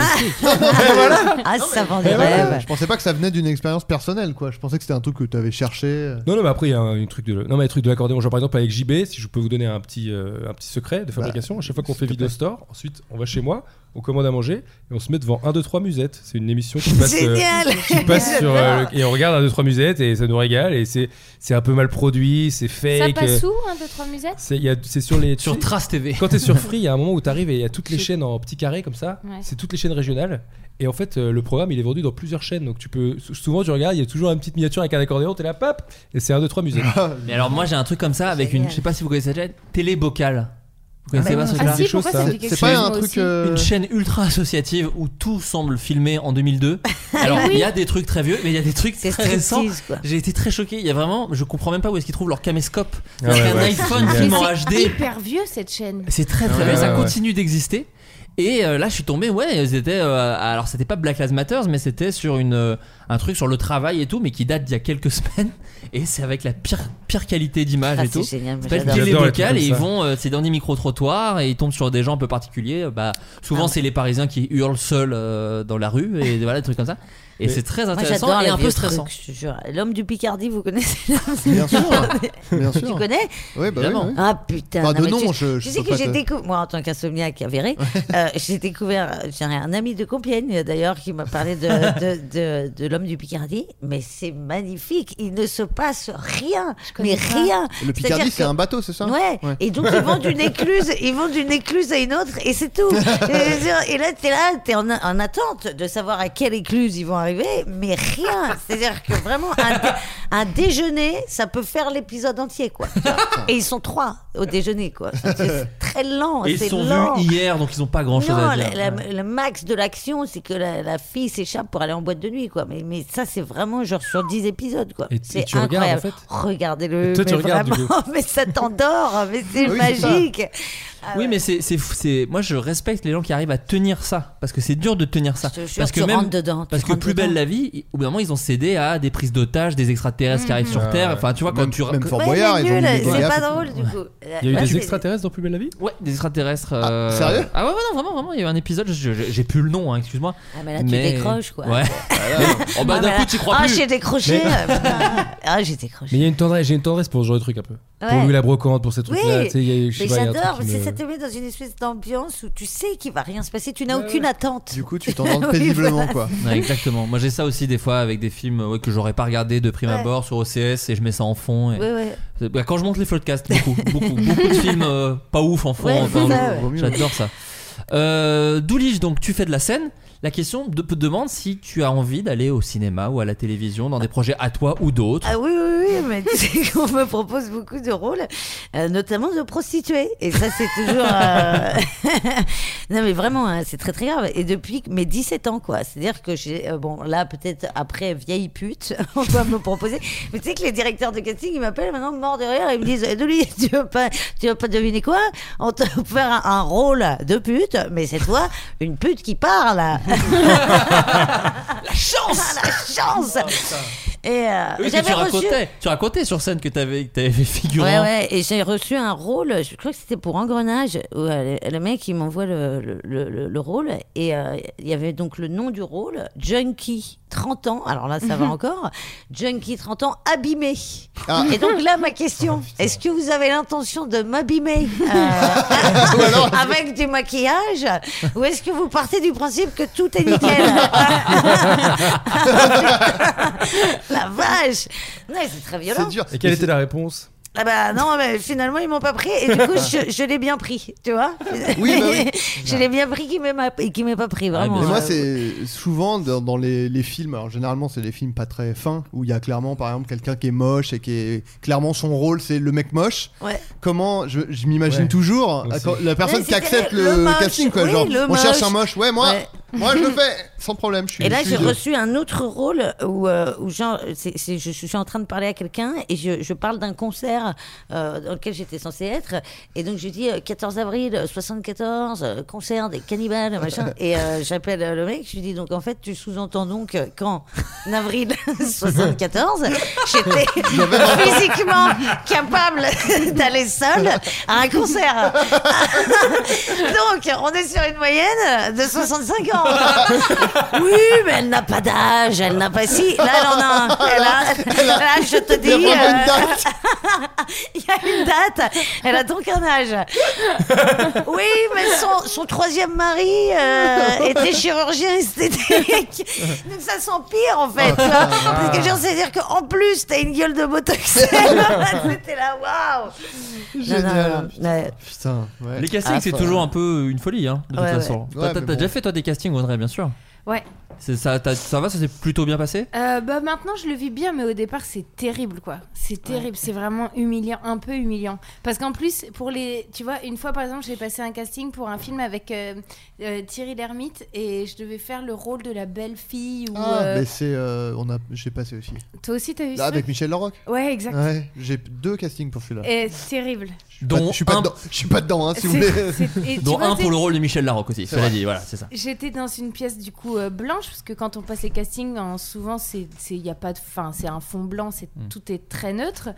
G: Ah, ça vend des
I: Mais voilà.
G: rêves.
E: Je pensais pas que ça venait d'une expérience personnelle, quoi. Je pensais que c'était un truc que tu avais cherché.
I: Non, non, mais après, il y a un, une truc de, non, mais un truc de l'accordéon. Genre, par exemple, avec JB, si je peux vous donner un petit, euh, un petit secret de fabrication, à chaque fois qu'on fait
E: Bah, s'il te plaît.
I: Video Store, ensuite, on va chez moi, on commande à manger, et on se met devant 1, 2, 3 musettes. C'est une émission qui passe. euh,
G: Génial.
I: qui passe sur, euh, le- et on regarde 1, 2, 3 musettes, et ça nous régale, et c'est c'est un peu mal produit, c'est
H: Ça
I: fake.
H: passe
I: euh,
H: où, 1, 2, 3 musettes
I: c'est il y a- c'est sur les.
D: Sur Trace TV.
I: Quand t'es sur Free, il y a un moment où t'arrives et il y a toutes les
H: Je-
I: chaînes en petits carrés comme ça.
H: Ouais.
I: C'est toutes les chaînes régionales. Et en fait, euh, le programme, il est vendu dans plusieurs chaînes. Donc tu peux. sou- Souvent, tu regardes, il y a toujours une petite miniature avec un accordéon, t'es là, pap Et c'est un, deux, trois musiques.
D: Mais alors moi j'ai un truc comme ça avec une,
G: Génial. bah
D: je sais pas si vous connaissez déjà, télé bocale. Vous connaissez pas ce
H: Ah
I: là,
H: si,
I: des choses,
H: pourquoi
I: ça.
H: ça me dit
E: C'est
H: quelque
E: c'est pas
H: chose,
E: un
H: moi
E: truc.
H: aussi.
E: euh,
D: Une chaîne ultra associative où tout semble filmé en 2002. Alors il y a des trucs très vieux, mais il y a des trucs
G: C'est
D: très récents.
G: striptease, quoi.
D: J'ai été très choqué. Il y a vraiment, je comprends même pas où est-ce qu'ils trouvent leur caméscope.
I: Ah
D: Parce
I: ouais,
D: qu'un
I: ouais, c'est
D: iPhone
I: génial. Ah
D: filme en
H: C'est
D: HD,
H: hyper vieux cette chaîne.
D: c'est très très
I: Ouais,
D: vieux. Ça
I: ouais,
D: continue d'exister. Et euh, là, je suis tombé. Ouais, c'était. euh, alors c'était pas Black Lives Matter, mais c'était sur une euh, un truc sur le travail et tout, mais qui date d'il y a quelques semaines. Et c'est avec la pire pire qualité d'image
G: Ah,
D: et tout.
G: c'est génial, moi,
D: Ça s'appelle
I: J'adore
G: j'adore.
D: Télé
I: les trucs
D: Locale
I: comme
D: et ils
I: ça.
D: vont euh, c'est dans des micro trottoirs et ils tombent sur des gens un peu particuliers Euh, bah souvent
G: Ah.
D: c'est les parisiens qui hurlent seuls euh, dans la rue et voilà des trucs comme ça et
I: Mais-
D: c'est très
G: Moi,
D: intéressant
G: j'adore
D: et
G: les
D: un peu
G: vieux
D: stressant
G: trucs, je te jure. L'homme du Picardie, vous connaissez
E: Bien sûr. Bien
G: Tu
E: sûr.
G: connais
E: Oui, bah oui,
D: Évidemment.
E: oui.
G: Ah putain.
E: Enfin, de
G: mais
E: nom,
G: tu-
E: euh, je- je
G: tu
E: peux
G: sais que
E: pas
G: j'ai
E: te-
G: découvert, moi en tant qu'insomniaque avéré, euh, j'ai découvert, j'ai un ami de Compiègne d'ailleurs qui m'a parlé de, de, de, de l'homme du Picardie, mais c'est magnifique, il ne se passe rien,
H: connais
G: mais
H: pas.
G: rien.
E: Le Picardie,
G: C'est-à-dire
E: c'est
G: que-
E: un bateau, c'est ça
G: Ouais. Et donc ils vont d'une écluse, ils vont d'une écluse à une autre et c'est tout. Et je veux dire, et là t'es là, t'es en, en attente de savoir à quelle écluse ils vont arriver, mais rien. C'est-à-dire que vraiment un, dé- un déjeuner, ça peut faire l'épisode entier quoi. Tu vois. Et ils sont trois au déjeuner quoi. C'est très lent,
D: et ils
G: c'est
D: sont
G: lent.
D: vus hier donc ils ont pas grand chose
G: Non,
D: à
G: la-
D: dire
G: la-
D: Ouais.
G: le max de l'action, c'est que la, la fille s'échappe pour aller en boîte de nuit, quoi. Mais, mais ça, c'est vraiment genre sur 10 épisodes, quoi.
I: Et- et
G: C'est
I: tu regardes,
G: incroyable.
I: en fait
G: Regardez-le.
I: Et toi, tu
G: mais
I: regardes, du
G: vraiment, mais ça t'endort, hein, mais c'est
E: Oui, c'est ça.
G: magique. Ah
D: oui
G: ouais.
D: mais c'est c'est fou, c'est moi je respecte les gens qui arrivent à tenir ça parce que c'est dur de tenir ça
G: Je te jure,
D: parce que
G: tu
D: même
G: rentres dedans. tu
D: parce que
G: rentres
D: plus belle
G: dedans.
D: la vie ils- au bout d'un moment ils ont cédé à des prises d'otages des extraterrestres qui
G: Mm,
D: arrivent sur
I: Ouais,
D: terre
I: ouais.
D: enfin tu vois quand
E: Même-
D: tu
E: même Fort
G: Ouais,
E: Boyard,
G: mais
E: ils ont mis
G: nul,
E: des
G: c'est
E: gaffes
G: pas
E: et tout.
G: drôle, du coup.
I: Il y a eu
G: Ouais,
I: des
G: mais-
I: extraterrestres dans Plus Belle la Vie
D: Ouais, des extraterrestres.
E: Ah,
D: euh,
E: sérieux
D: Ah ouais, ouais, non, vraiment, vraiment, il y a eu un épisode, je- je- j'ai plus le nom, hein, excuse-moi.
G: Ah, mais là, tu décroches, quoi.
D: Ouais. oh bah
G: Ah,
D: d'un
G: mais
D: coup,
G: là-
D: tu crois
G: Ah,
D: plus.
G: j'ai décroché. putain. Ah, j'ai décroché.
I: Mais il y a une tendresse, j'ai une tendresse pour ce genre de truc un peu. Pour
G: Ouais.
I: Louis la brocante, pour ces trucs-là.
G: Oui,
I: tu sais, il y a eu- je sais
G: Mais
I: pas, il y a un
G: j'adore,
I: truc qui
G: c'est
I: me-
G: ça te met dans une espèce d'ambiance où tu sais qu'il va rien se passer, tu n'as
I: Ouais,
G: aucune
I: ouais.
G: attente.
E: Du coup, tu t'endors
G: Oui,
E: péniblement, quoi.
D: Ouais, exactement. Moi, j'ai ça aussi des fois avec des films ouais, que j'aurais pas regardé de prime
G: Ouais.
D: abord sur OCS et je mets ça en fond. Et...
G: Ouais, ouais.
D: Bah, quand je monte les floodcasts, beaucoup, beaucoup, beaucoup de films euh, pas ouf en fond.
G: Ouais,
D: enfin,
G: c'est ça,
E: ouais.
D: J'adore ça. Euh, Doulige, donc tu fais de la scène. La question de- te demande si tu as envie d'aller au cinéma ou à la télévision dans des projets à toi ou d'autres.
G: Ah oui, oui, oui, mais tu sais qu'on me propose beaucoup de rôles, euh, notamment de prostituées. Et ça, c'est toujours. euh, non, mais vraiment, hein, c'est très, très grave. Et depuis mes 17 ans, quoi. C'est-à-dire que j'ai. euh, bon, là, peut-être après vieille pute, on va me proposer. Mais tu sais que les directeurs de casting, ils m'appellent maintenant mort de rire. Ils me disent Eh, Dolly, tu veux pas, tu veux pas deviner quoi On te faire un, un rôle de pute, mais cette fois, une pute qui parle. la chance La chance
D: Oh,
G: Et euh,
D: Oui, parce que
G: j'avais
D: tu
G: reçu.
D: racontais, tu racontais sur scène que t'avais, que t'avais fait figurant.
G: Ouais, ouais, et j'ai reçu un rôle, je crois que c'était pour Engrenage, où euh, le, le mec il m'envoie le, le- le- le- le rôle, et euh, il y avait donc le nom du rôle, Junkie, 30 ans, alors là ça va encore, Junkie, 30 ans, abîmé.
E: Ah.
G: Et donc là ma question, est-ce que vous avez l'intention de m'abîmer euh,
E: Ou alors-
G: avec du maquillage, ou est-ce que vous partez du principe que tout est nickel La vache Non, c'est très violent.
E: C'est dur.
I: Et quelle était la réponse
G: Ah bah non, mais finalement ils m'ont pas pris et du coup je, je l'ai bien pris, tu vois.
E: Oui, bah oui.
G: je l'ai bien pris qui m'ait ma- qui m'ait pas pris vraiment.
E: Ah, Mais moi,
G: Euh,
E: c'est souvent dans, dans les, les films, alors généralement, c'est des films pas très fins, où il y a clairement, par exemple, quelqu'un qui est moche et qui est. Clairement, son rôle, c'est le mec moche.
G: Euh, Ouais.
E: Comment je, je m'imagine
I: Ouais.
E: toujours
I: Moi
E: à
I: aussi.
E: quand- la personne
G: Ouais,
E: qui accepte
G: c'était
E: le,
G: le moche.
E: casting, quoi.
G: Oui,
E: genre,
G: le
E: on cherche
G: moche.
E: un moche, ouais, moi,
G: Ouais.
E: Moi, je le fais sans problème. Je suis
G: Et là,
E: je suis
G: j'ai
E: de-
G: reçu un autre rôle où, euh, où genre, c'est- c'est- je, suis en train de parler à quelqu'un et je, je parle d'un concert euh, dans lequel j'étais censée être. Et donc, je dis euh, 14 avril 74, euh, concert des cannibales, machin. Et euh, j'appelle euh, le mec, je lui dis donc, en fait, tu sous-entends donc euh, qu'en avril 74, j'étais physiquement capable d'aller seule à un concert. donc, on est sur une moyenne de 65 ans. Oui, mais elle n'a pas d'âge, elle n'a pas. Si, là, elle en a un. Elle a-
A: Elle a-
G: là, je te
A: il
G: dis.
A: y a vraiment une
G: euh,
A: date.
G: Il y a une date. Elle a donc un âge. Oui, mais son, son troisième mari euh, était chirurgien esthétique. Donc ça s'empire, en fait. tu
E: Ah,
G: vois. Parce que, genre, c'est-à-dire qu'en plus, t'as une gueule de botox. C'était là, waouh.
E: Génial.
G: Non, non, non, ouais.
E: Putain, ouais.
D: Les castings,
G: Ah,
D: c'est
G: faut-
D: toujours un peu une folie, hein, de
G: Ouais,
D: toute
G: ouais.
D: façon. Toi,
E: Ouais,
D: T'as t'as
E: mais bon.
D: déjà fait toi des castings, Audrey, bien sûr.
H: Ouais.
D: C'est- Ça, t'as- ça va, ça s'est plutôt bien passé
H: Euh, bah maintenant je le vis bien mais au départ c'est terrible quoi c'est terrible c'est vraiment humiliant un peu humiliant parce qu'en plus pour les tu vois une fois par exemple j'ai passé un casting pour un film avec euh, euh, Thierry Lhermitte et je devais faire le rôle de la belle fille ou
E: Ah,
H: euh,
E: mais c'est. euh, on a... J'ai passé aussi.
H: toi aussi t'as vu
E: Là,
H: ça
E: avec Michel Larocque.
H: ouais exact
E: Ouais, j'ai deux castings pour celui-là.
H: et c'est terrible
E: Je suis pas-
D: Dont
E: je suis pas
D: un-
E: dedans. Je suis pas dedans, hein, si vous
H: C'est-
E: voulez.
H: c'est- et tu
D: Dont
H: vois,
D: un
H: c'est-
D: pour le rôle de Michel Larocque aussi, cela
E: vrai.
D: dit, voilà, c'est ça.
H: J'étais dans une pièce du coup euh, blanche parce que quand on passe les castings, en- souvent c'est c'est il y a pas de fin, c'est un fond blanc, c'est
E: Mm.
H: tout est très neutre.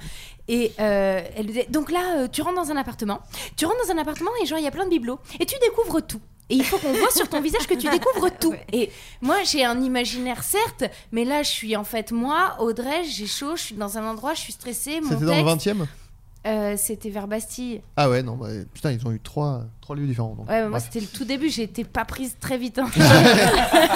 H: Et euh, elle disait donc là euh, tu rentres dans un appartement, tu rentres dans un appartement et genre il y a plein de bibelots et tu découvres tout. Et il faut qu'on voit sur ton visage que tu découvres tout. Et moi, j'ai un imaginaire, certes, mais là, je suis en fait moi, Audrey, j'ai chaud, je suis dans un endroit, je suis stressée. Mon
E: C'était dans le
H: texte,
E: 20 e
H: euh, C'était vers Bastille.
E: Ah ouais, non, bah, putain, ils ont eu trois, trois lieux différents. Donc,
H: Ouais, mais moi
E: bref.
H: c'était le tout début, j'ai été pas prise très vite. hein.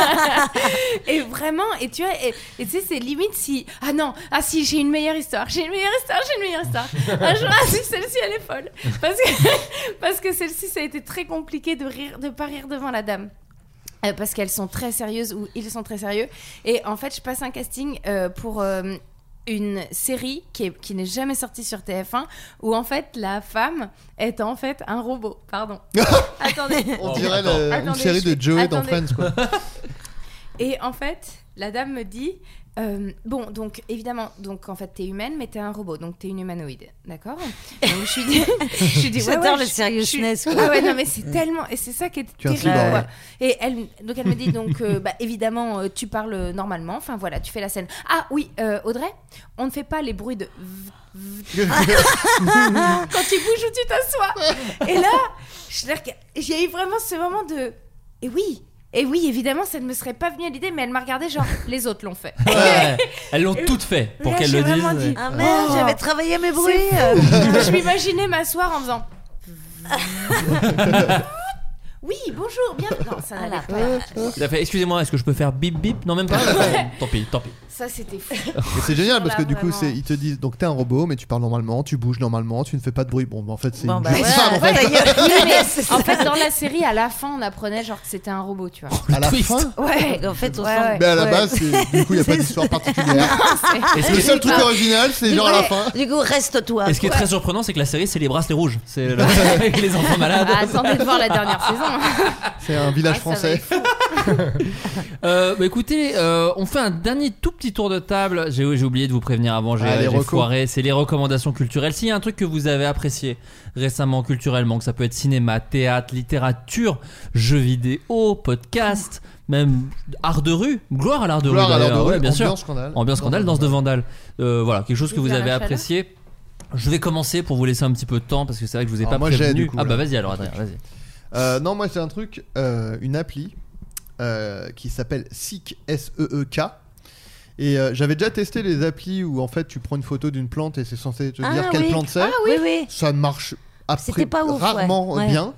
H: et vraiment, et tu vois, et et tu sais, c'est limite si. Ah non, ah si, j'ai une meilleure histoire, j'ai une meilleure histoire, j'ai une meilleure histoire. Un jour, ah si, celle-ci elle est folle. Parce que, parce que celle-ci, ça a été très compliqué de rire, de pas rire devant la dame. Euh, parce qu'elles sont très sérieuses ou ils sont très sérieux. Et en fait, je passe un casting euh, pour euh, une série qui, est- qui n'est jamais sortie sur TF1 où en fait la femme est en fait un robot. Pardon. Attendez.
E: On
D: Oh,
E: dirait
D: attends.
E: la- une
H: Attendez,
E: série
H: je
E: de
H: suis-
E: Joey dans
H: attendez.
E: Friends, quoi.
H: Et en fait, la dame me dit euh, Bon, donc évidemment, donc en fait, t'es humaine, mais t'es un robot, donc t'es une humanoïde, d'accord Donc je lui dis, je lui dis ouais,
G: J'adore
H: ouais,
G: le
H: je- je
G: seriousness,
H: suis-
G: quoi.
H: Ah ouais, non, mais c'est tellement. Et c'est ça qui est
E: Tu es un
H: terrible.
E: cyborg,
H: quoi. Et elle, donc elle me dit Donc, euh, bah, évidemment, euh, tu parles normalement, enfin voilà, tu fais la scène. Ah oui, euh, Audrey, on ne fait pas les bruits de. v- v- quand tu bouges ou tu t'assois. Et là, je la regarde- j'ai eu vraiment ce moment de. Et oui, et oui, évidemment, ça ne me serait pas venu à l'idée, mais elle m'a regardé genre les autres l'ont fait.
D: Ouais, Elles l'ont toutes fait pour
H: Euh, Là,
D: qu'elles
H: j'ai
D: le disent.
H: vraiment dit,
G: Ah merde,
H: Oh.
G: j'avais travaillé mes bruits.
H: Euh, je m'imaginais m'asseoir en faisant. Oui, bonjour, bien. Non, ça n'allait pas.
D: Il a fait Excusez-moi, est-ce que je peux faire bip bip Non, même pas.
H: Ah,
D: tant pis, tant pis.
H: Ça, c'était fou.
E: Et c'est génial parce que
H: Voilà,
E: du coup,
H: vraiment.
E: c'est- ils te disent donc t'es un robot, mais tu parles normalement, tu bouges normalement, tu ne fais pas de bruit. Bon, bah, en fait, c'est
G: Bon,
E: une
G: bah,
E: juste
G: ouais,
E: femme, en fait.
G: ta gueule.
H: Oui, mais en fait, dans la série, à la fin, on apprenait genre que c'était un robot, tu vois.
E: À la
D: Triste.
E: fin,
H: Ouais.
G: En fait, on
H: Ouais,
G: s'en-
H: ouais.
E: mais à la base, c'est- du coup, il n'y a pas d'histoire particulière.
H: Ah,
D: Est-ce
E: Le
D: que-
E: seul truc original, c'est genre à la fin.
G: Du coup, reste toi.
D: Et ce qui est très surprenant, c'est que la série, c'est les bracelets rouges. C'est le- avec les enfants malades.
H: Ah, attendez de voir la dernière saison.
E: C'est un village
H: Ah, ça va
E: français.
H: être
D: Euh, bah écoutez, euh, on fait un dernier tout petit tour de table. J'ai j'ai oublié de vous prévenir avant, j'ai
E: Ah, les
D: j'ai
E: recos.
D: foiré. C'est les recommandations culturelles. S'il y a un truc que vous avez apprécié récemment culturellement, que ça peut être cinéma, théâtre, littérature, jeux vidéo, podcast, même art de rue, gloire à l'art de
E: Gloire
D: rue.
E: à l'heure de
D: d'ailleurs.
E: rue,
D: Ouais, bien sûr.
E: ambiance scandale.
D: Ambiance scandale, danse de vandale. Euh, voilà, quelque chose que
H: Vive
D: vous
H: la
D: avez
H: Rachel.
D: apprécié. Je vais commencer pour vous laisser un petit peu de temps parce que c'est vrai que je vous ai
E: Alors
D: pas
E: moi, j'ai,
D: prévenu.
E: du coup,
D: ah bah
E: là.
D: vas-y alors Adrien, vas-y.
E: Euh, non, moi c'est un truc, euh, une appli euh, qui s'appelle Seek S-E-E-K. Et euh, j'avais déjà testé les applis où en fait tu prends une photo d'une plante et c'est censé te
G: Ah,
E: dire quelle
G: oui.
E: plante c'est.
G: Ah oui, oui.
E: Ça ne marche après,
G: C'était pas ouf, ouais.
E: rarement
G: Ouais.
E: bien.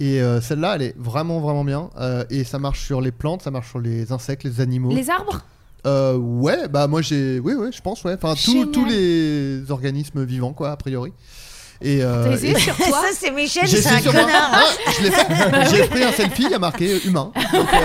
E: Et euh, celle-là, elle est vraiment vraiment bien. Euh, et ça marche sur les plantes, ça marche sur les insectes, les animaux.
H: Les arbres
E: Euh, ouais, bah moi j'ai, oui oui, je pense ouais. Enfin tous
H: Génial.
E: tous les organismes vivants quoi a priori. Et, euh,
H: T'as
E: et-
H: essayé sur toi
G: Ça, c'est Michel,
E: j'ai
G: c'est un
E: essayé sur moi.
G: connard. Bah
E: Ah, je l'ai fait. J'ai pris un selfie, il y a marqué euh, humain. Donc, euh,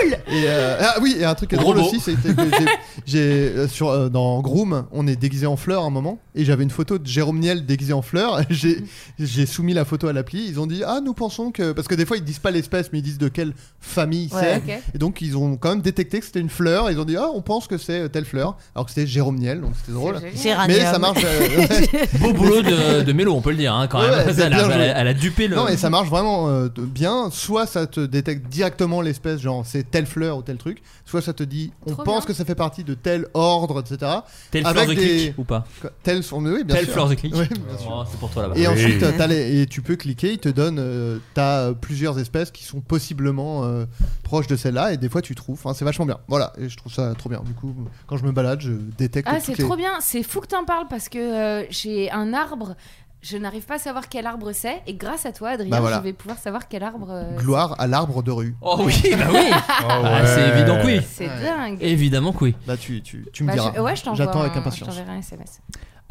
G: cool
E: Et euh, ah oui, et un truc qui est drôle
D: Robot.
E: aussi, c'est que j'ai- j'ai euh, sur euh, dans Groom, on est déguisé en fleurs à un moment, et j'avais une photo de Jérôme Niel déguisé en fleur. J'ai j'ai soumis la photo à l'appli. Ils ont dit ah nous pensons que parce que des fois ils disent pas l'espèce, mais ils disent de quelle famille
H: Ouais,
E: c'est.
H: ok.
E: Et donc ils ont quand même détecté que c'était une fleur. Ils ont dit ah on pense que c'est telle fleur, alors que c'était Jérôme Niel, donc c'était drôle.
H: génial.
E: Mais
G: Géranium.
E: ça marche. euh, ouais.
D: Beau boulot de, de Mélo, on peut le dire hein, quand
E: Ouais,
D: même.
E: ouais,
D: Elle,
E: c'est
D: a,
E: bien
D: elle a-
E: joué.
D: elle a dupé le.
E: Non, et ça marche vraiment euh, de- bien. Soit ça te détecte directement l'espèce, genre c'est telle fleur ou tel truc. Soit ça te dit, on
H: Trop
E: pense
H: bien.
E: que ça fait partie de tel ordre, etc.
D: Telle
E: avec
D: fleur de
E: des-
D: clic ou pas
E: Quoi, Tel son, oui, bien
D: Telle
E: sûr.
D: fleur de clic
E: Oui, bien sûr.
D: Oh, C'est pour toi là-bas.
I: Oui.
E: Et ensuite, t'as les- et tu peux cliquer, il te donne, euh, t'as euh, plusieurs espèces qui sont possiblement euh, proches de celle-là, et des fois tu trouves. Enfin, c'est vachement bien. Voilà, et je trouve ça trop bien. Du coup, quand je me balade, je détecte.
H: Ah,
E: toutes
H: c'est
E: les-
H: trop bien. C'est fou que t'en parles parce que euh, j'ai un arbre. Je n'arrive pas à savoir quel arbre c'est. Et grâce à toi, Adrien,
E: Bah voilà.
H: je vais pouvoir savoir quel arbre. euh,
E: Gloire à l'arbre de rue.
D: Oh oui, bah oui Ah, C'est évident que oui
H: c'est
E: Ouais.
H: dingue.
D: Évidemment que oui.
E: Là, tu, tu, tu me
H: Bah,
E: diras.
H: je- ouais, je t'envoie
E: J'attends avec
H: un-
E: impatience.
H: Je t'enverrai un SMS.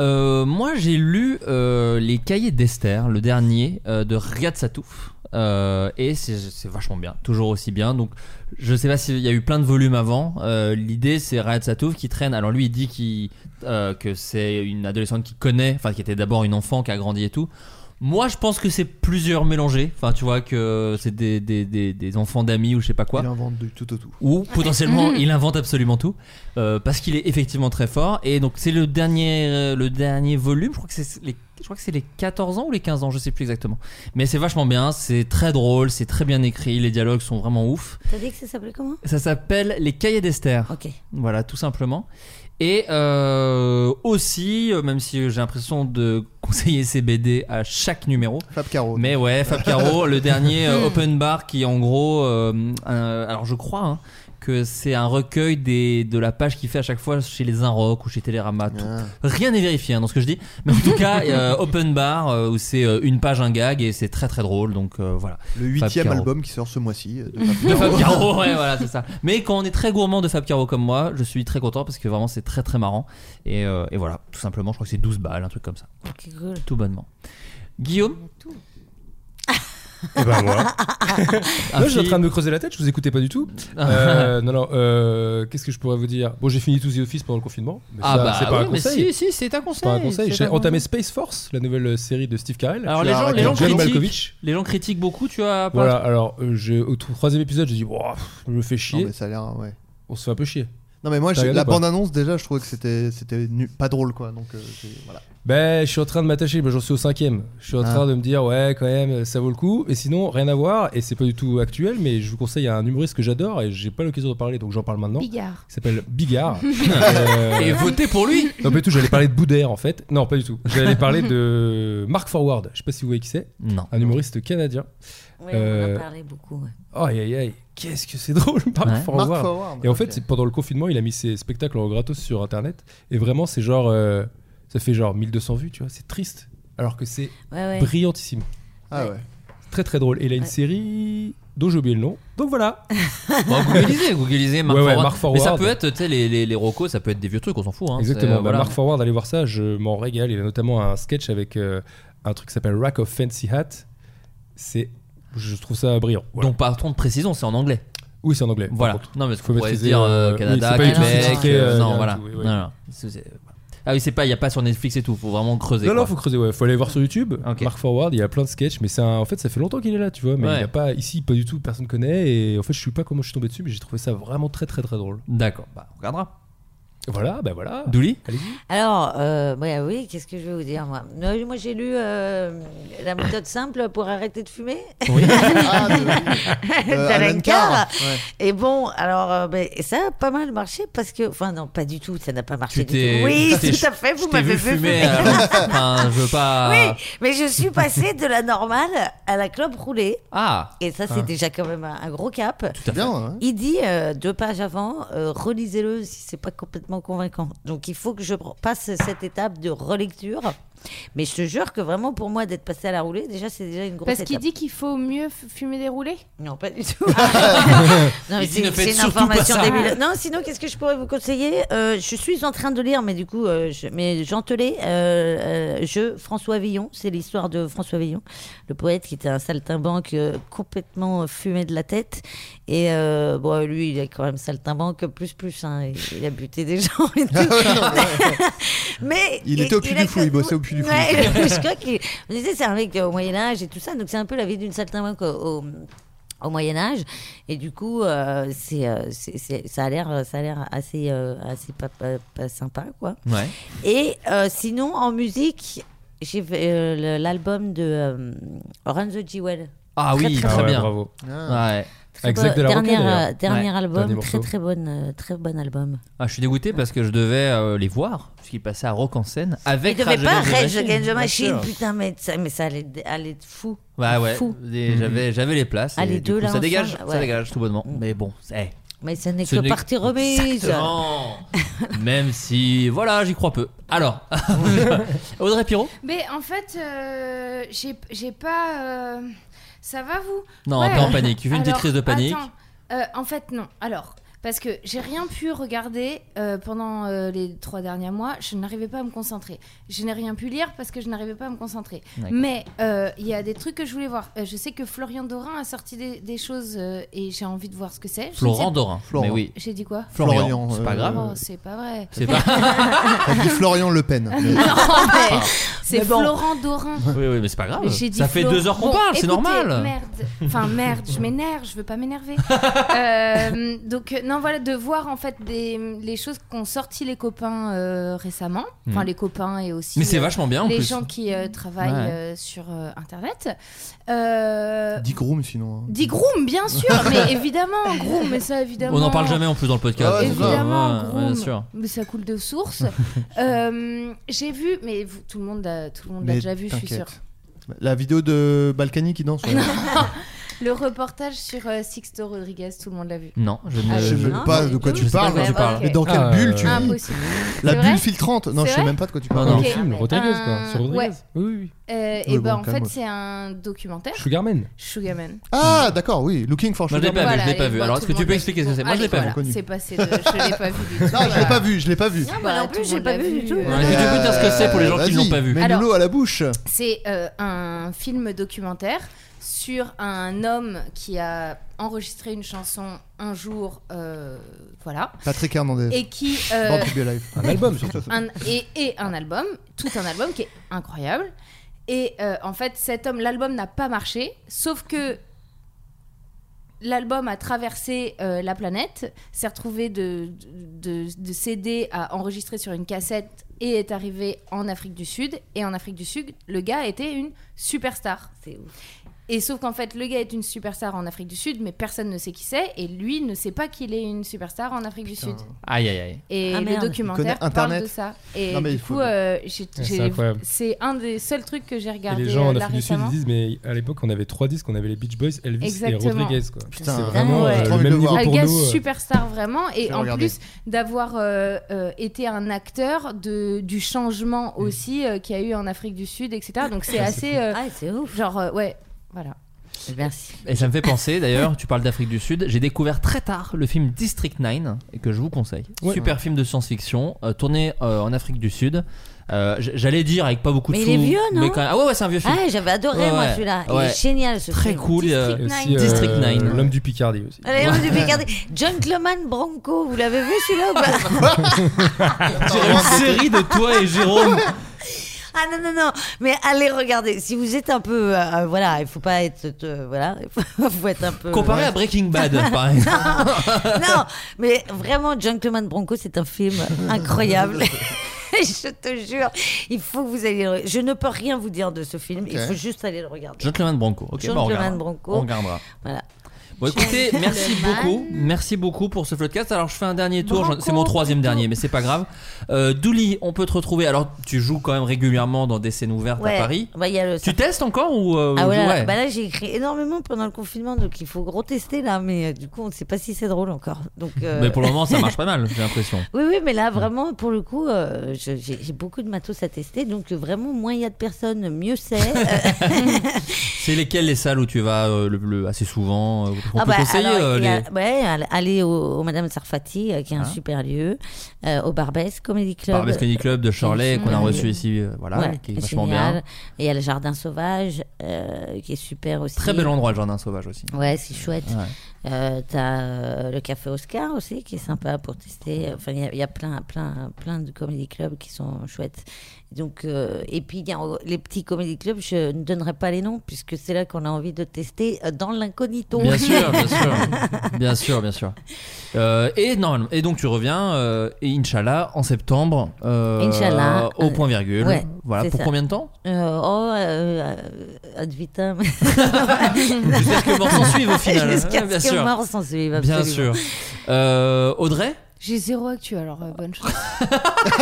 D: Euh, moi, j'ai lu euh, les cahiers d'Esther, le dernier euh, de Riyad Satouf. Euh, et c'est c'est vachement bien, toujours aussi bien. Donc, je sais pas s'il y a eu plein de volumes avant. Euh, L'idée, c'est Riyad Satouf qui traîne. Alors, lui, il dit qu'il- euh, que c'est une adolescente qui connaît, enfin, qui était d'abord une enfant, qui a grandi et tout. Moi, je pense que c'est plusieurs mélangés. Enfin, tu vois, que c'est des, des- des- des enfants d'amis ou je sais pas quoi
E: Il invente du tout au tout.
D: ou potentiellement il invente absolument tout euh, parce qu'il est effectivement très fort et donc c'est le dernier euh, le dernier volume je crois que c'est les je crois que c'est les 14 ans ou les 15 ans je sais plus exactement mais c'est vachement bien c'est très drôle c'est très bien écrit les dialogues sont vraiment ouf
G: T'as dit que ça s'appelait comment
D: ça s'appelle les cahiers d'Esther
G: Ok.
D: voilà, tout simplement. Et euh, aussi, euh, même si j'ai l'impression de conseiller ces BD à chaque numéro,
E: Fab Caro.
D: mais ouais, Fab Caro, le dernier euh, open bar qui en gros, euh, euh, alors je crois hein, que c'est un recueil des, de la page qu'il fait à chaque fois chez les Inrock ou chez Télérama. tout-
E: Ah.
D: Rien n'est vérifié hein, dans ce que je dis, mais en tout cas, euh, open bar euh, où c'est euh, une page, un gag et c'est très très drôle, donc euh, voilà.
E: Le huitième
D: Caro.
E: album qui sort ce mois-ci. euh, De
D: De
E: Fab Caro.
D: Fab Caro, ouais, voilà, c'est ça. Mais quand on est très gourmand de Fab Caro comme moi, je suis très content parce que vraiment c'est très très marrant. Et, euh, et voilà, tout simplement, je crois que c'est 12 balles, un truc comme ça,
G: Ok, cool.
D: tout bonnement. Guillaume Eh
I: Et ben moi.
D: un
I: Là, je suis en
D: petit-
I: train de me creuser la tête, je vous écoutais pas du tout.
D: Ah.
I: Euh, non, non, euh, qu'est-ce que je pourrais vous dire Bon, j'ai fini tous les offices pendant le confinement. Mais
D: Ah
I: ça,
D: bah,
I: c'est pas un
D: oui, mais
I: conseil.
D: si, si, c'est un conseil.
I: C'est pas un conseil.
D: c'est
I: J'ai
D: un
I: entamé
D: conseil.
I: Space Force, la nouvelle euh, série de Steve Carell.
D: Alors
E: Tu
D: les
E: as
D: gens, les,
E: arrêté
D: gens
I: John
D: critiquent,
I: Malkovich.
D: les gens critiquent beaucoup, tu as pas-
I: Voilà, alors euh, je- au t- troisième épisode, j'ai dit, Wouah, pff, je me fais
E: Non,
I: chier.
E: mais ça a l'air, ouais.
I: On se fait un peu chier.
E: Non, mais moi,
I: T'as
E: j'ai-
I: regardé
E: la
I: ou pas
E: bande-annonce, déjà, je trouvais que c'était c'était nu- pas drôle, quoi. Donc, euh, j'ai- voilà.
I: Ben, je suis en train de m'attacher, ben, j'en suis au cinquième. Je suis en
E: Ah.
I: train de me dire, ouais, quand même, ça vaut le coup. Et sinon, rien à voir, et c'est pas du tout actuel, mais je vous conseille un humoriste que j'adore, et j'ai pas l'occasion de parler, donc j'en parle maintenant.
H: Bigard.
I: qui s'appelle Bigard. Euh,
D: Et voter pour lui
I: Non, pas du tout, j'allais parler de Boudère en fait. Non, pas du tout. J'allais parler de Mark Forward. Je sais pas si vous voyez qui c'est.
D: Non.
I: Un humoriste canadien.
G: Ouais, on
I: Euh,
G: en a parlé beaucoup. ouais.
I: Aïe aïe aïe, qu'est-ce que c'est drôle, Mark
D: Ouais.
I: Forward.
E: Mark Forward.
I: Et en
E: ok.
I: fait, c'est- pendant le confinement, il a mis ses spectacles en gratos sur internet. Et vraiment, c'est genre. euh, ça fait genre 1200 vues, tu vois. C'est triste. Alors que c'est
G: Ouais, ouais.
I: brillantissime.
E: Ah ouais.
I: C'est Très très drôle. Et il a une série dont j'ai oublié le nom. Donc voilà.
D: Bon, Googlisez, googlisez Mark,
I: Ouais, ouais,
D: Forward.
I: Mark
D: Mais ça
I: Forward.
D: peut être, tu sais, les, les, les rocos, ça peut être des vieux trucs, on s'en fout. Hein,
I: Exactement.
D: C'est-
I: Bah,
D: voilà.
I: Mark Forward, allez voir ça, je m'en régale. Il a notamment un sketch avec euh, un truc qui s'appelle Rack of Fancy Hat. C'est. Je trouve ça brillant. Voilà.
D: Donc, par contre, précisons, c'est en anglais.
I: oui, c'est en anglais. par
D: Voilà.
I: contre.
D: Non, mais ce
I: Faut
D: qu'on pourrait se
I: maîtriser,
D: dire
I: euh,
D: euh,
I: oui,
D: Canada,
I: c'est pas du tout
D: Québec.
I: sous-titré,
D: euh,
I: euh,
D: non,
I: rien
D: voilà.
I: du tout, oui, oui.
D: Non, non, c'est- c'est- Ah oui, c'est pas, il n'y a pas sur Netflix et tout, faut vraiment creuser.
I: Non, non,
D: quoi.
I: faut creuser. Ouais. Faut aller voir sur YouTube.
D: Ok.
I: Mark Forward, il y a plein de sketchs, mais c'est un- en fait, ça fait longtemps qu'il est là, tu vois. Mais
D: Ouais.
I: il y a pas ici, pas du tout, personne connaît. Et en fait, je sais pas comment je suis tombé dessus, mais j'ai trouvé ça vraiment très, très, très drôle.
D: D'accord, bah, on regardera.
I: Voilà, bah voilà.
D: Douli
I: Allez-y.
G: Alors, euh, ouais, oui, qu'est-ce que je vais vous dire, moi Euh, Moi, j'ai lu euh, La méthode simple pour arrêter de fumer.
E: Ah, de- euh,
G: D'Alan
E: Alan Carr.
G: Carr.
E: Ouais.
G: Et bon, alors, euh, ben, ça a pas mal marché parce que. Enfin, non, pas du tout, ça n'a pas marché
D: Tu
G: du
D: t'es-
G: tout. Oui,
D: tu t'es-
G: tout à fait, vous
D: je t'ai
G: m'avez
D: vu
G: fait
D: fumer.
G: fumer.
D: alors, Euh, enfin, je veux pas.
G: Oui, mais je suis passée de la normale à la clope roulée.
D: Ah
G: Et ça, c'est déjà quand même un, un gros cap.
E: C'est bien, hein. ouais.
G: Il dit, euh, deux pages avant, euh, relisez-le si c'est pas complètement complètement convaincant. Donc il faut que je passe cette étape de relecture. Mais je te jure que vraiment, pour moi, d'être passé à la roulée, déjà, bah, c'est déjà une grosse
H: Parce qu'il
G: étape.
H: dit qu'il faut mieux f- fumer des roulés
G: Non, pas du tout.
H: Il
G: non, mais
H: dit,
G: c'est
H: ne
G: c'est
H: faites
G: une
H: surtout pas
G: information
H: ça.
G: débile. Non, sinon, qu'est-ce que je pourrais vous conseiller Euh, Je suis en train de lire, mais du coup, euh, je- mais Jean Telet, euh, euh, je, François Villon, c'est l'histoire de François Villon, le poète qui était un saltimbanque euh, complètement fumé de la tête. Et euh, bon, lui, il est quand même saltimbanque plus plus. hein. Il, il a buté des gens et
E: Ah
G: tout. mais
E: Il était au Puy
G: a
E: du Fou, il bossait au Puy du Fou.
G: Ouais, je crois qu'il. on disait, c'est un mec au Moyen-Âge et tout ça, donc c'est un peu la vie d'une saltimbanque au, au, Moyen-Âge. Et du coup, euh, c'est, euh, c'est- c'est- ça a l'air, ça a l'air assez, euh, assez pas, pas- pas sympa, quoi.
D: Ouais.
G: Et euh, sinon, en musique, j'ai fait, euh, le- l'album de euh, Run the Jewel.
D: Ah oui, très,
I: Ah ouais,
D: bien.
I: bravo.
E: Ah.
D: Ouais.
G: Très
I: Avec
G: bon-
I: Zach de la Roquette,
G: dernière,
I: d'ailleurs.
G: euh, dernier
D: Ouais.
G: album,
I: Dernier
G: très
I: morceau.
G: très bon, euh, très bon album.
D: Ah, je suis dégoûté parce que je devais euh, les voir, puisqu'ils passaient à Rock en scène avec
G: Il devait
D: Rage
G: pas
D: Against the
G: Rage Against
D: Machine.
G: the Machine,
D: Bien sûr.
G: putain, mais ça, mais ça allait, allait être fou.
D: Bah ouais,
G: Fou.
D: des- j'avais j'avais les places.
G: Ah,
D: et
G: les
D: du
G: deux,
D: coup,
G: là,
D: Ça dégage,
G: ensemble,
D: ça
G: ouais.
D: dégage tout bonnement. Mais bon, c'est.
G: Mais ce n'est
D: Ce
G: que
D: n'est-
G: partie remise.
D: Exactement. Même si, voilà, j'y crois peu. Alors, Audrey Pirot
H: Mais en fait, euh, j'ai j'ai pas. euh, Ça va vous
D: Non, t'es en panique. Tu fais une petite
H: Alors,
D: crise de panique.
H: attends. Euh, en fait, non. Alors, parce que j'ai rien pu regarder euh, pendant euh, les trois derniers mois. Je n'arrivais pas à me concentrer. Je n'ai rien pu lire parce que je n'arrivais pas à me concentrer.
D: D'accord.
H: Mais euh, il y a des trucs que je voulais voir. Euh, je sais que Florian Dorin a sorti des, des choses euh, et j'ai envie de voir ce que c'est. Je ne
D: Florent
H: sais-
D: Dorin.
E: Florent.
D: Mais oui.
H: J'ai dit quoi
D: Florian,
E: Florian,
D: c'est
E: euh,
D: pas grave.
H: Oh, c'est pas vrai.
D: C'est pas.
E: T'as dit Florian Le Pen. Mais-
D: Ah.
H: Non, mais c'est
G: Mais bon.
H: Florent Dorin.
D: oui, oui, mais c'est pas grave.
H: J'ai dit
D: Ah, Ça fait
H: Flo.
D: deux heures qu'on
H: Bon,
D: parle, c'est
H: écoutez,
D: normal.
H: Merde. Enfin, merde, je m'énerve, je veux pas m'énerver. Euh, donc, euh, non, voilà, de voir en fait des, les choses qu'ont sorti les copains euh, récemment. Enfin,
D: Mhm.
H: les copains et aussi.
D: Mais c'est
H: euh,
D: vachement bien en
H: Les
D: plus.
H: gens qui euh, travaillent
D: Ouais.
H: euh, sur euh, Internet. Euh,
E: Dick Room, sinon. hein.
H: Dick Groom, bien sûr, mais évidemment, Groom, mais ça évidemment.
D: On n'en parle jamais en plus dans le podcast.
E: Ah ouais, c'est ça.
H: Évidemment,
D: Ouais, ouais,
H: Groom.
D: bien sûr.
H: Mais ça coule de source. Euh, J'ai vu, mais vous- tout le monde a- tout le monde l'a
E: Mais
H: déjà vu, je suis sûre.
E: t'inquiète. Bah, La vidéo de Balkany qui danse. ouais.
H: Le reportage sur euh, Sixto Rodriguez, tout le monde l'a vu.
D: Non, je ne.
H: Ah,
E: je sais
D: je-
E: même pas de quoi
D: Je
E: tu
D: sais pas de
E: parles.
D: quoi tu parles.
E: Mais dans
I: Ah,
E: quelle bulle
I: euh,
E: tu vis
H: Impossible.
E: La
H: C'est vrai
E: bulle filtrante Non,
H: C'est
E: je sais
H: vrai
E: même pas de quoi tu
I: Ah,
E: parles.
I: non,
H: Ok.
I: le film, Rodriguez, quoi.
H: Euh,
I: Sur Rodriguez.
H: ouais.
I: Oui, oui,
H: Euh,
E: Oui,
H: et
E: bon,
H: ben en
E: calme,
H: fait,
E: ouais.
H: c'est un
I: oui.
H: documentaire,
I: Sugarman.
H: Sugarman.
E: Ah, d'accord, oui. Looking for
D: Moi, je l'ai
E: Sugar.
D: pas vu, ben, je l'ai
H: et
D: pas vu.
H: bon,
D: Alors,
H: tout
D: est-ce que
H: le
D: tu
H: monde
D: peux
H: l'a
D: expliquer
H: vu.
D: ce que c'est Moi, je l'ai
H: Allez,
D: pas vu.
H: voilà,
E: Connu.
H: C'est passé de. Je l'ai pas vu du tout.
E: Non, je l'ai
H: voilà.
E: pas vu, je l'ai pas vu. Euh,
H: Non,
G: Moi
H: bah,
G: non
H: tout
G: plus,
H: le
G: j'ai
H: monde
G: pas
H: l'a
G: vu du tout.
D: Ouais. Est-ce que tu peux dire ce que c'est pour les gens qui
E: Vas-y,
D: l'ont pas vu
E: Mets
H: Alors-
E: le lot à la bouche.
H: C'est euh, un film documentaire sur un homme qui a enregistré une chanson un jour, euh, voilà,
E: Patrick Hernandez.
H: et qui euh,
E: Born to be alive.
I: Un album, surtout.
H: un- et, et un album, tout un album qui est incroyable. Et euh, en fait, cet homme, l'album n'a pas marché, sauf que l'album a traversé euh, la planète, s'est retrouvé de, de, de CD à enregistrer sur une cassette et est arrivé en Afrique du Sud. Et en Afrique du Sud, le gars était une superstar.
G: C'est ouf.
H: Et sauf qu'en fait, le gars est une superstar en Afrique du Sud, mais personne ne sait qui c'est, et lui ne sait pas qu'il est une superstar en Afrique du Sud.
D: Aïe, aïe, aïe.
H: Et
G: Ah,
H: le
G: merde.
H: documentaire
E: Il connaît
H: parle
E: Internet.
H: de ça. Et
E: Non, mais
H: du
E: il faut-
H: coup, euh, j'ai-
I: c'est
H: j'ai-
I: incroyable.
H: c'est un des seuls trucs que j'ai
I: Et
H: regardé
I: les gens en
H: euh, là
I: Afrique du Sud ils
H: récemment.
I: disent, mais à l'époque, on avait trois disques, on avait les Beach Boys, Elvis et
H: Exactement. Ah
I: Rodriguez, quoi.
E: Putain,
I: c'est vraiment
G: ouais.
I: euh,
E: J'ai trop
I: le même
E: envie de le
I: niveau
E: voir.
I: pour
H: Un gars
I: nous. euh.
H: superstar vraiment, et
E: vais
H: en
E: regarder.
H: plus d'avoir euh, euh, été un acteur de, du
I: Mm.
H: changement aussi euh, qu'il y a eu en Afrique du Sud, etc. Donc c'est assez. euh,
G: Ah, c'est ouf.
H: genre, euh, ouais, voilà.
G: Merci.
D: Et ça me fait penser, d'ailleurs, tu parles d'Afrique du Sud. J'ai découvert très tard le film District 9, et que je vous conseille.
I: Ouais.
D: Super film de science-fiction, euh, tourné euh, en Afrique du Sud. Euh, j- J'allais dire avec pas beaucoup de
G: Mais
D: sous.
G: il est vieux, non
D: mais quand même- Ah ouais, ouais, c'est un vieux film.
G: Ah, j'avais adoré,
D: Ouais,
G: moi,
D: ouais.
G: celui-là. Il
D: Ouais.
G: est génial, ce
D: très
G: film.
D: cool. et, euh,
I: Et
H: District
I: aussi, euh,
H: 9.
D: District 9.
I: L'homme du Picardie aussi.
G: Allez, on devait regarder. John Cleman Bronco, vous l'avez vu celui-là ou pas
D: une série de toi et Jérôme.
G: Ah non, non, non. Mais allez regarder. Si vous êtes un peu. euh, euh, voilà, il faut pas être. euh, voilà, il faut, faut être un peu. euh,
D: Comparé à Breaking Bad, par exemple.
G: Non, mais vraiment, Gentleman Bronco, c'est un film incroyable. Je te jure, il faut que vous alliez. le- Je ne peux rien vous dire de ce film. Il
E: Ok.
G: faut juste aller le regarder.
D: Gentleman Bronco. Ok, bah, on
G: Gentleman
D: regardera.
G: Bronco.
D: On regardera.
G: Voilà.
D: Bon, écoutez,
H: Gentleman.
D: merci beaucoup. Merci beaucoup pour ce floodcast. Alors, je fais un dernier tour.
H: Branco,
D: je- C'est mon troisième
H: Branco.
D: dernier, mais c'est pas grave. Euh, Douli, on peut te retrouver. Alors, tu joues quand même régulièrement dans des scènes ouvertes
G: Ouais.
D: à Paris.
G: Bah, il y a le-
D: Tu testes encore ou euh,
G: Ah ouais, là,
D: ouais.
G: bah là j'ai écrit énormément pendant le confinement, donc il faut gros tester là, mais euh, du coup on ne sait pas si c'est drôle encore. Donc, euh,
D: Mais pour le moment, ça marche pas mal, j'ai l'impression.
G: Oui, oui, mais là vraiment pour le coup, euh, je- j'ai j'ai beaucoup de matos à tester, donc euh, vraiment moins il y a de personnes, mieux c'est. Euh,
D: C'est lesquelles les salles où tu vas euh, le, le- assez souvent euh, On
G: ah
D: peut
G: bah,
D: conseiller
G: alors,
D: euh,
G: il y a-
D: les- Hein
G: ouais, all- aller au, au Madame Sarfati, euh, qui est un super lieu, euh, au Barbès Comedy Club.
D: Barbès Comedy Club de Charlet qu'on a reçu ici, euh, voilà,
G: Ouais,
D: qui est vachement
G: génial.
D: bien.
G: Et il y a le Jardin Sauvage, euh, qui est super aussi.
D: Très bel endroit, le jardin sauvage aussi.
G: Ouais, c'est chouette.
D: Ouais.
G: Euh, T'as euh, le Café Oscar aussi, qui est sympa pour tester. Enfin, il y a- il y, a plein, plein, plein de comedy clubs qui sont chouettes. Donc, euh, et puis, il y a euh, les petits comedy clubs, je ne donnerai pas les noms, puisque c'est là qu'on a envie de tester euh, dans l'incognito.
D: Bien sûr, bien sûr, bien sûr, bien sûr. Euh, et non, et donc tu reviens euh, et Inch'Allah en septembre. euh,
G: Inch'Allah,
D: Au
G: euh,
D: point virgule.
G: ouais,
D: voilà.
G: c'est
D: Pour
G: ça.
D: combien de temps
G: Euh, oh, euh, euh, ad vitam.
D: Jusqu'à ce que mort s'en suive au final. hein.
G: Jusqu'à
D: Ouais, bien
G: ce que
D: sûr.
G: mort s'en suive,
D: Bien sûr.
G: absolument.
D: Euh, Audrey.
H: J'ai zéro actu alors euh, bonne chance.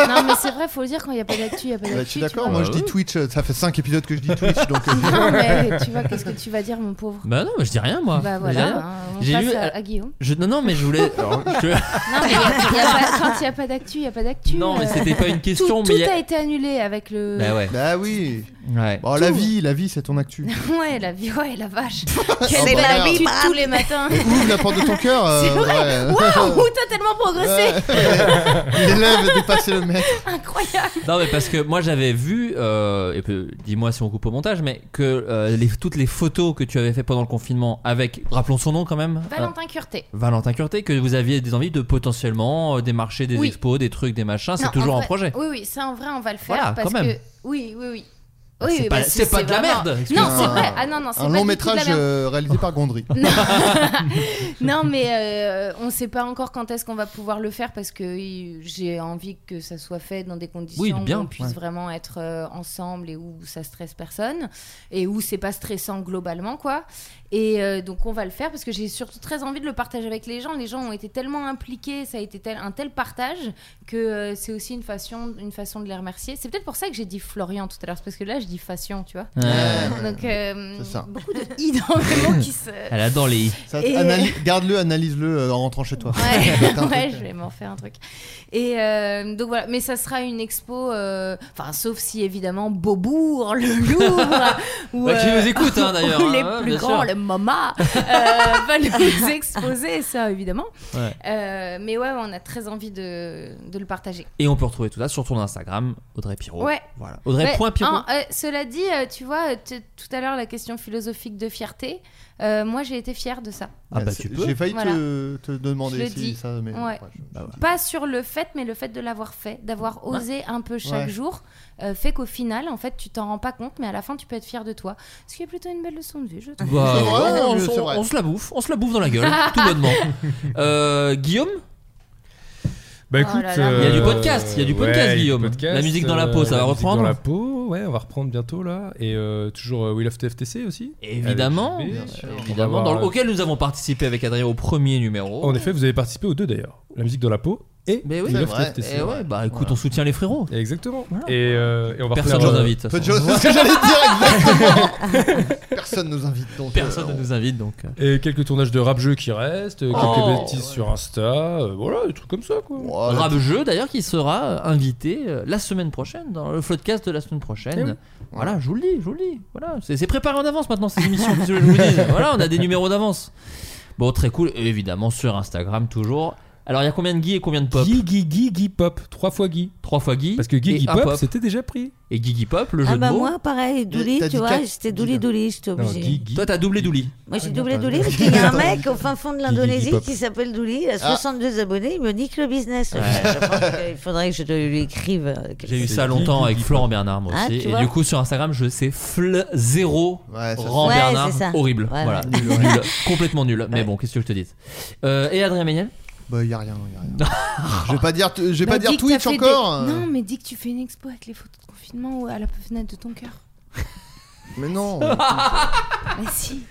H: non mais c'est vrai, faut le dire quand il n'y a pas d'actu, il n'y a pas
E: Bah,
H: d'actu.
E: je suis
H: tu
E: d'accord,
H: vois.
E: moi je dis Twitch, euh, ça fait 5 épisodes que je dis Twitch, donc. euh,
H: Non mais tu vois qu'est-ce que tu vas dire mon pauvre.
D: Bah non, mais je dis rien
I: Ah,
D: moi.
H: Bah
D: Je dis rien.
H: voilà, hein, on
D: J'ai
H: passe
D: lu-
I: euh,
H: à, à Guillaume.
D: Je, non, non, mais je voulais. alors, je-
H: Non mais y a- y a pas- quand il n'y a pas d'actu, il n'y a pas d'actu.
D: Non, mais
H: euh,
D: c'était pas une question,
H: Tout,
D: mais. il y
H: tout
D: a-
H: a été annulé avec le.
D: Bah ouais.
E: Bah oui
D: ouais.
E: Bon, la vie, la vie, c'est ton actu.
H: Ouais, la vie, ouais, la vache.
E: Ah,
H: Quelle
E: bah,
H: la
E: merde.
H: vie tous les matins.
E: Ouvre la porte de ton cœur euh,
H: C'est vrai.
E: ouais.
H: Waouh, t'as tellement progressé.
E: L'élève est dépassé le maître.
H: Incroyable.
D: Non, mais parce que moi j'avais vu, euh, et peu- dis-moi si on coupe au montage, mais que euh, les- toutes les photos que tu avais fait pendant le confinement avec, rappelons son nom quand même, euh,
H: Valentin Curté.
D: Valentin Curté, que vous aviez des envies de potentiellement euh, démarcher des
H: Oui.
D: expos, des trucs, des machins, c'est
H: Non,
D: toujours
H: en
D: un
H: vrai-
D: projet.
H: Oui, oui, ça en vrai, on va le faire.
D: Voilà,
H: parce
D: quand même. Bah,
H: que... Oui, oui, oui. oui
D: c'est
H: oui,
D: pas-
H: parce que
D: c'est pas de la
H: vraiment-
D: merde, excuse-moi.
H: Non, c'est vrai. Ah non, non, c'est pas
E: Un
H: du
E: long
H: tout de
E: métrage
H: la merde.
E: euh, réalisé par Gondry.
H: non, mais euh, on sait pas encore quand est-ce qu'on va pouvoir le faire parce que il- j'ai envie que ça soit fait dans des conditions
D: Oui, bien,
H: où on puisse
D: ouais.
H: vraiment être euh, ensemble et où ça stresse personne et où c'est pas stressant globalement, quoi. Et euh, donc on va le faire parce que j'ai surtout très envie de le partager avec les gens. Les gens ont été tellement impliqués, ça a été tel- un tel partage que euh, c'est aussi une façon, une façon de les remercier. C'est peut-être pour ça que j'ai dit Florian tout à l'heure, c'est parce que là je dis Fashion, tu vois.
D: Euh,
H: Donc euh,
E: C'est ça.
H: beaucoup de i dans le mot qui se.
D: elle adore les i.
E: Ça,
H: Et-
E: analy- Garde-le, analyse-le euh, en rentrant chez toi. Ça doit être un
H: Ouais, ouais,
E: truc.
H: je vais m'en faire un truc. Et euh, donc voilà, mais ça sera une expo, euh, enfin sauf si évidemment Beaubourg, le Louvre, ou euh,
D: Bah, qui nous écoute, hein, d'ailleurs,
H: ou les
D: hein,
H: plus
D: bien
H: grands,
D: sûr.
H: le MoMA, euh, veulent nous exposer, ça évidemment.
D: Ouais.
H: Euh, mais ouais, on a très envie de, de le partager.
D: Et on peut retrouver tout ça sur ton Instagram, Audrey Pirot.
H: Ouais.
D: Voilà. Audrey
H: Ouais,
D: point Pirot.
H: hein, euh, cela dit, euh, tu vois, t- tout à l'heure la question philosophique de fierté, euh, moi j'ai été fière de ça.
D: Ah bah
E: C'est-
D: tu peux. Bah
E: J'ai failli te- te,
H: Voilà. Je
E: demander
H: le
E: si
H: dis.
E: ça, mais.
H: Ouais.
E: je-
H: pas sur le fait, mais le fait de l'avoir fait, d'avoir osé un peu chaque
E: Ouais.
H: jour, euh, fait qu'au final, en fait, tu t'en rends pas compte, mais à la fin, tu peux être fier de toi. Ce qui est plutôt une belle leçon de vie, je trouve.
D: Bah,
E: C'est vrai,
D: on,
E: non,
D: s-
E: c'est vrai.
D: on se la bouffe, on se la bouffe dans la gueule, tout bonnement. Euh, Guillaume,
I: Bah écoute,
H: là là.
I: euh,
D: Il y a du podcast, il y a du podcast,
I: ouais, il y a du
D: Guillaume.
I: podcast,
D: La musique dans la
I: euh,
D: peau, ça va
I: musique
D: reprendre
I: Dans la peau, ouais, on va reprendre bientôt là. Et euh, toujours euh, We Love TFTC aussi.
D: évidemment,
I: Avec JB.
D: bien sûr,
I: On va
D: évidemment,
I: voir,
D: dans le-
I: euh,
D: auquel nous avons participé avec Adrien au premier numéro.
I: En effet, vous avez participé aux deux d'ailleurs. La musique dans la peau et
D: Oh. Mais oui,
I: We
E: c'est
I: Love
E: vrai.
I: TFTC.
D: Eh ouais, bah écoute, on soutient les frérots.
I: Exactement.
D: Voilà.
I: Et, euh, et on va
D: Personne
I: refaire,
D: nous
I: euh,
D: invite. de toute
E: Peu de
D: façon.
E: choses, c'est ce que j'allais te dire exactement. Personne nous invite donc.
D: Personne
E: euh,
D: ne nous invite donc.
I: Et quelques tournages de rap jeu qui restent, euh, quelques
D: Oh.
I: bêtises sur Insta, euh, voilà, des trucs comme ça quoi.
E: on- Voilà.
D: Rab Jeu d'ailleurs qui sera euh, invité euh, la semaine prochaine dans le podcast de la semaine
I: Eh oui.
D: prochaine. Voilà, je vous le dis, je vous le dis. Voilà, c'est c'est préparé en avance maintenant ces émissions. qu'est-ce que je vous dis voilà, on a des numéros d'avance. Bon, très cool. Et évidemment sur Instagram toujours. Alors il y a combien de Guy et combien de Pop
I: Guy, Guy, Guy, Guy Pop, trois fois Guy.
D: Trois fois Guy.
I: Parce que Guy,
D: et
I: Guy
D: un
I: Pop, c'était déjà pris.
D: Et Guigui Pop, le jeu
G: Ah
D: de
G: bah
D: mots.
G: moi, pareil, Douli,
E: t'as
G: tu
E: dit
G: vois,
E: quatre-
G: j'étais Douli, Douli, j'étais
I: Non, Guy,
G: obligé.
I: Guy.
D: Toi, t'as doublé Douli.
G: Moi, j'ai
I: Ah,
G: doublé
I: non,
G: Douli
I: t'as-
G: parce qu'il y a un
E: Attends.
G: mec au fin fond de
I: Guy
G: l'Indonésie
I: Pop.
G: qui s'appelle Douli, il a
E: Ah.
G: 62 abonnés, il me nique le business. Je pense qu'il faudrait que je te lui écrive. euh, quelque
D: J'ai eu
G: chose.
D: ça longtemps
I: Guigui
D: avec
I: Pop.
D: Florent Bernard, moi
G: Ah,
D: aussi.
G: tu
D: et
G: vois.
D: du coup, sur Instagram, je sais fl 0
E: Ouais, ça, c'est-
D: Rand
G: Ouais,
D: Bernard.
G: c'est ça.
D: Horrible.
G: Ouais,
D: voilà.
G: ouais.
D: Nul, nul. complètement nul. Mais bon, qu'est-ce que je te dis Euh, Et Adrien Méniel
E: Bah, y a rien, y a rien. je vais pas dire, je vais
H: Bah,
E: pas dire
H: dis que t'as
E: Twitch
H: fait
E: encore.
H: des-
E: euh.
H: Non, mais dis que tu fais une expo avec les photos de confinement ou à la fenêtre de ton cœur.
E: Mais non Ah.
H: Mais si.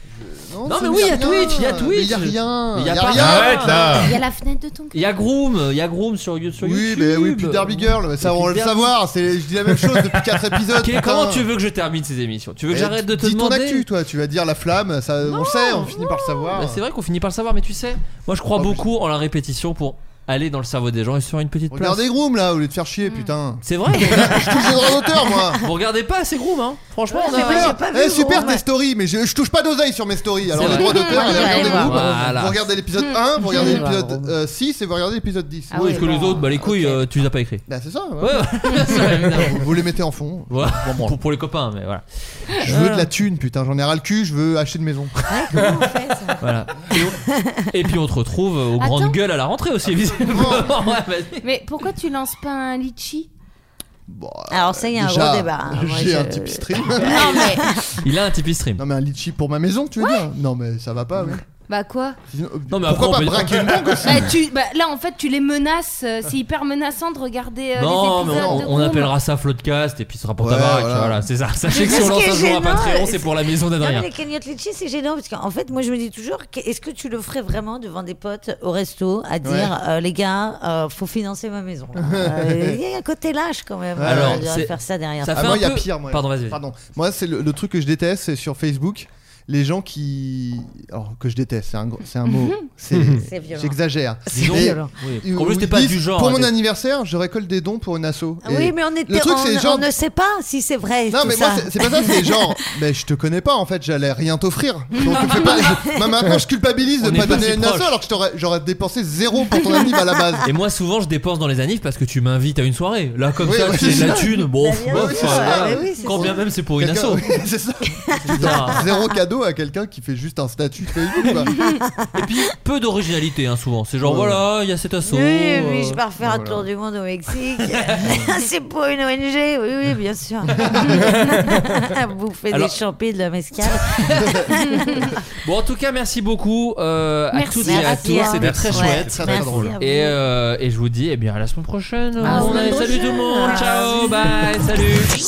E: Non,
D: Non,
E: ça
D: mais
E: me
D: oui,
E: dit
D: il y a
E: rien.
D: Twitch, il y a
E: Mais
D: Twitch.
E: y a rien.
D: Mais y a
E: y
D: pas-
E: rien.
D: Arrête, là.
E: Ah.
H: Il y a la fenêtre de ton
D: Il y a Groom, il y a Groom sur, You- sur
E: Oui,
D: YouTube.
E: mais oui, puis Derby Girl, mais ça
D: Et puis
E: on va le
D: Derby-
E: savoir, c'est je dis la même chose depuis 4 épisodes.
D: Quel-
E: putain.
D: comment tu veux que je termine ces émissions Tu veux que
E: Eh,
D: j'arrête de te
E: dis
D: demander
E: ton actu toi, tu vas dire la flamme, ça on le sait, on finit par le savoir.
D: Bah, C'est vrai qu'on finit par le savoir, mais tu sais, moi je crois
E: Oh,
D: beaucoup en la répétition pour aller dans le cerveau des gens et se faire une petite place.
E: Regardez Groom là, au lieu de faire
H: Mm.
E: chier, putain.
D: C'est vrai
E: Je touche les droits d'auteur moi.
D: Vous regardez pas assez Groom, hein Franchement, on a-
G: c'est vrai, j'ai pas vu
E: Eh, super
G: Groom,
E: tes
G: ouais.
E: stories, mais je, je touche pas d'oseille sur mes stories. Alors
D: C'est
E: les
D: vrai.
E: droits d'auteur,
G: Ouais,
E: allez
G: ouais,
E: regarder
G: ouais.
E: Groom.
D: Voilà.
E: Vous regardez l'épisode 1, vous regardez
G: Mmh.
E: l'épisode euh, 6 et vous regardez l'épisode 10.
H: Ah
D: Oui,
H: ouais,
D: parce que les
H: bon.
D: autres, bah les couilles,
H: Ok.
D: euh, tu les as pas écrits.
E: Bah c'est ça. ouais.
D: Ouais, ouais, c'est vrai, évidemment.
E: Vous- Vous les mettez en fond.
D: Ouais,
E: Bon, bon.
D: pour, pour les copains, mais voilà.
E: Je veux de la thune, putain, j'en ai ras le cul, je veux acheter une maison.
G: Ouais, comment on fait ça
D: voilà. Et, on- et puis on te retrouve aux
H: Attends.
D: grandes gueules à la rentrée aussi, visiblement. Ouais, vas-y.
H: Mais pourquoi tu lances pas un litchi
E: Bon, euh,
G: Alors ça, il y a un
E: déjà,
G: gros débat. hein. Moi,
E: J'ai
G: je-
E: un type stream.
H: Non mais
D: Il a un Tipeee stream.
E: Non mais un litchi pour ma maison, tu veux dire Non mais ça va pas. ouais.
H: bah quoi
E: Sinon, euh,
D: Non, mais après, on
E: pourquoi
D: peut-
E: pas braquer une banque aussi
H: bah, tu, bah, là en fait tu les menaces, euh, c'est hyper menaçant de regarder euh, les
D: Non, mais
H: épisodes
D: on,
H: de
D: on
H: Groom.
D: appellera ça Floodcast et puis ce sera pour
E: Ouais,
D: tabac.
E: voilà.
D: Voilà, c'est ça. Sachez que
G: Mais
D: si on
G: ce
D: lance
G: qui
D: un
G: est
D: jour à
G: gênant,
D: Patreon, c'est
G: c'est-
D: pour la maison
G: Non, mais
D: d'Adrien.
G: les cagnottes litchi, c'est gênant parce qu'en fait, moi, je me dis toujours, que- est-ce que tu le ferais vraiment devant des potes au resto à dire,
E: Ouais.
G: euh, les gars, euh, faut financer ma maison. là. Euh, Il y a un côté lâche quand même.
D: Alors,
G: Alors, de
D: c'est-
G: faire ça derrière.
D: ça
E: Ah,
D: fait
E: moi,
D: un
E: il y a
D: peu-
E: pire. Moi.
D: Pardon, vas-y, vas-y.
E: Pardon. Moi, c'est le, le truc que je déteste, c'est sur Facebook, les gens qui. Alors, que je déteste, c'est un, gros- c'est un mot. C'est-
G: C'est violent.
E: J'exagère.
G: C'est
E: Mais-
G: violent.
D: Oui.
E: Ils-
D: En plus,
E: ils
D: t'es pas
E: disent,
D: du genre.
E: Pour
D: à-
E: mon anniversaire, je récolte des dons pour une asso.
G: Ah
E: Et-
G: Oui, mais on, était,
E: le truc,
G: on,
E: c'est genre-
G: on ne sait pas si c'est vrai.
E: Non
G: tout
E: mais
G: ça.
E: moi c'est- c'est pas ça, c'est genre mais je te connais pas en fait, j'allais rien t'offrir. Donc fais pas, je- moi, maintenant je culpabilise de
D: On est
E: pas
D: pas
E: donner
D: si
E: une asso
D: proche.
E: alors que je t'aurais- j'aurais dépensé zéro pour ton anniv à la base.
D: Et moi, souvent, je dépense dans les anifs parce que tu m'invites à une soirée. Là, comme
E: Oui,
D: ça,
E: ouais,
D: tu
E: c'est
D: j'ai de la
E: ça.
D: thune. Bon,
G: Bah, bien
D: bon,
G: oui,
D: enfin,
G: ouais,
D: voilà.
G: bah oui, c'est
D: quand
G: ça.
D: bien même c'est pour une
E: Quelqu'un-
D: asso. Ah.
E: oui, c'est ça.
D: bizarre.
E: Zéro cadeau à quelqu'un qui fait juste un statut Facebook. quoi.
D: Et puis, peu d'originalité, hein, souvent. C'est genre,
E: Ouais.
D: voilà, il y a cet asso.
G: Oui, oui,
D: euh,
G: je pars faire un tour du monde au Mexique. c'est pour une ONG, oui, oui, bien sûr. Bouffer
D: Alors-
G: des champignons de la mescale.
D: Bon, en tout cas, merci beaucoup euh, à
H: Merci
D: toutes et à
H: à
D: tous.
H: toi.
D: C'était très
G: Ouais,
D: chouette.
E: Très, très
G: merci
E: drôle.
G: à vous.
D: Et, euh, et je vous dis, eh bien, à la semaine prochaine.
H: À la semaine
D: salut tout le monde.
G: prochaine.
D: Ciao, bye, salut.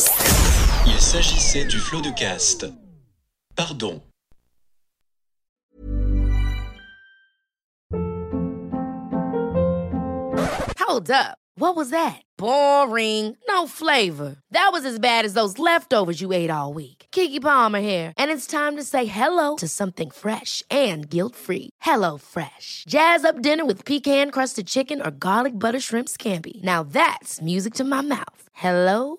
A: Il s'agissait du flot de caste. Pardon.
F: Hold up. What was that? Boring. No flavor. That was as bad as those leftovers you ate all week. Kiki Palmer here, and it's time to say hello to something fresh and guilt-free. Hello Fresh. Jazz up dinner with pecan-crusted chicken or garlic butter shrimp scampi. Now that's music to my mouth. Hello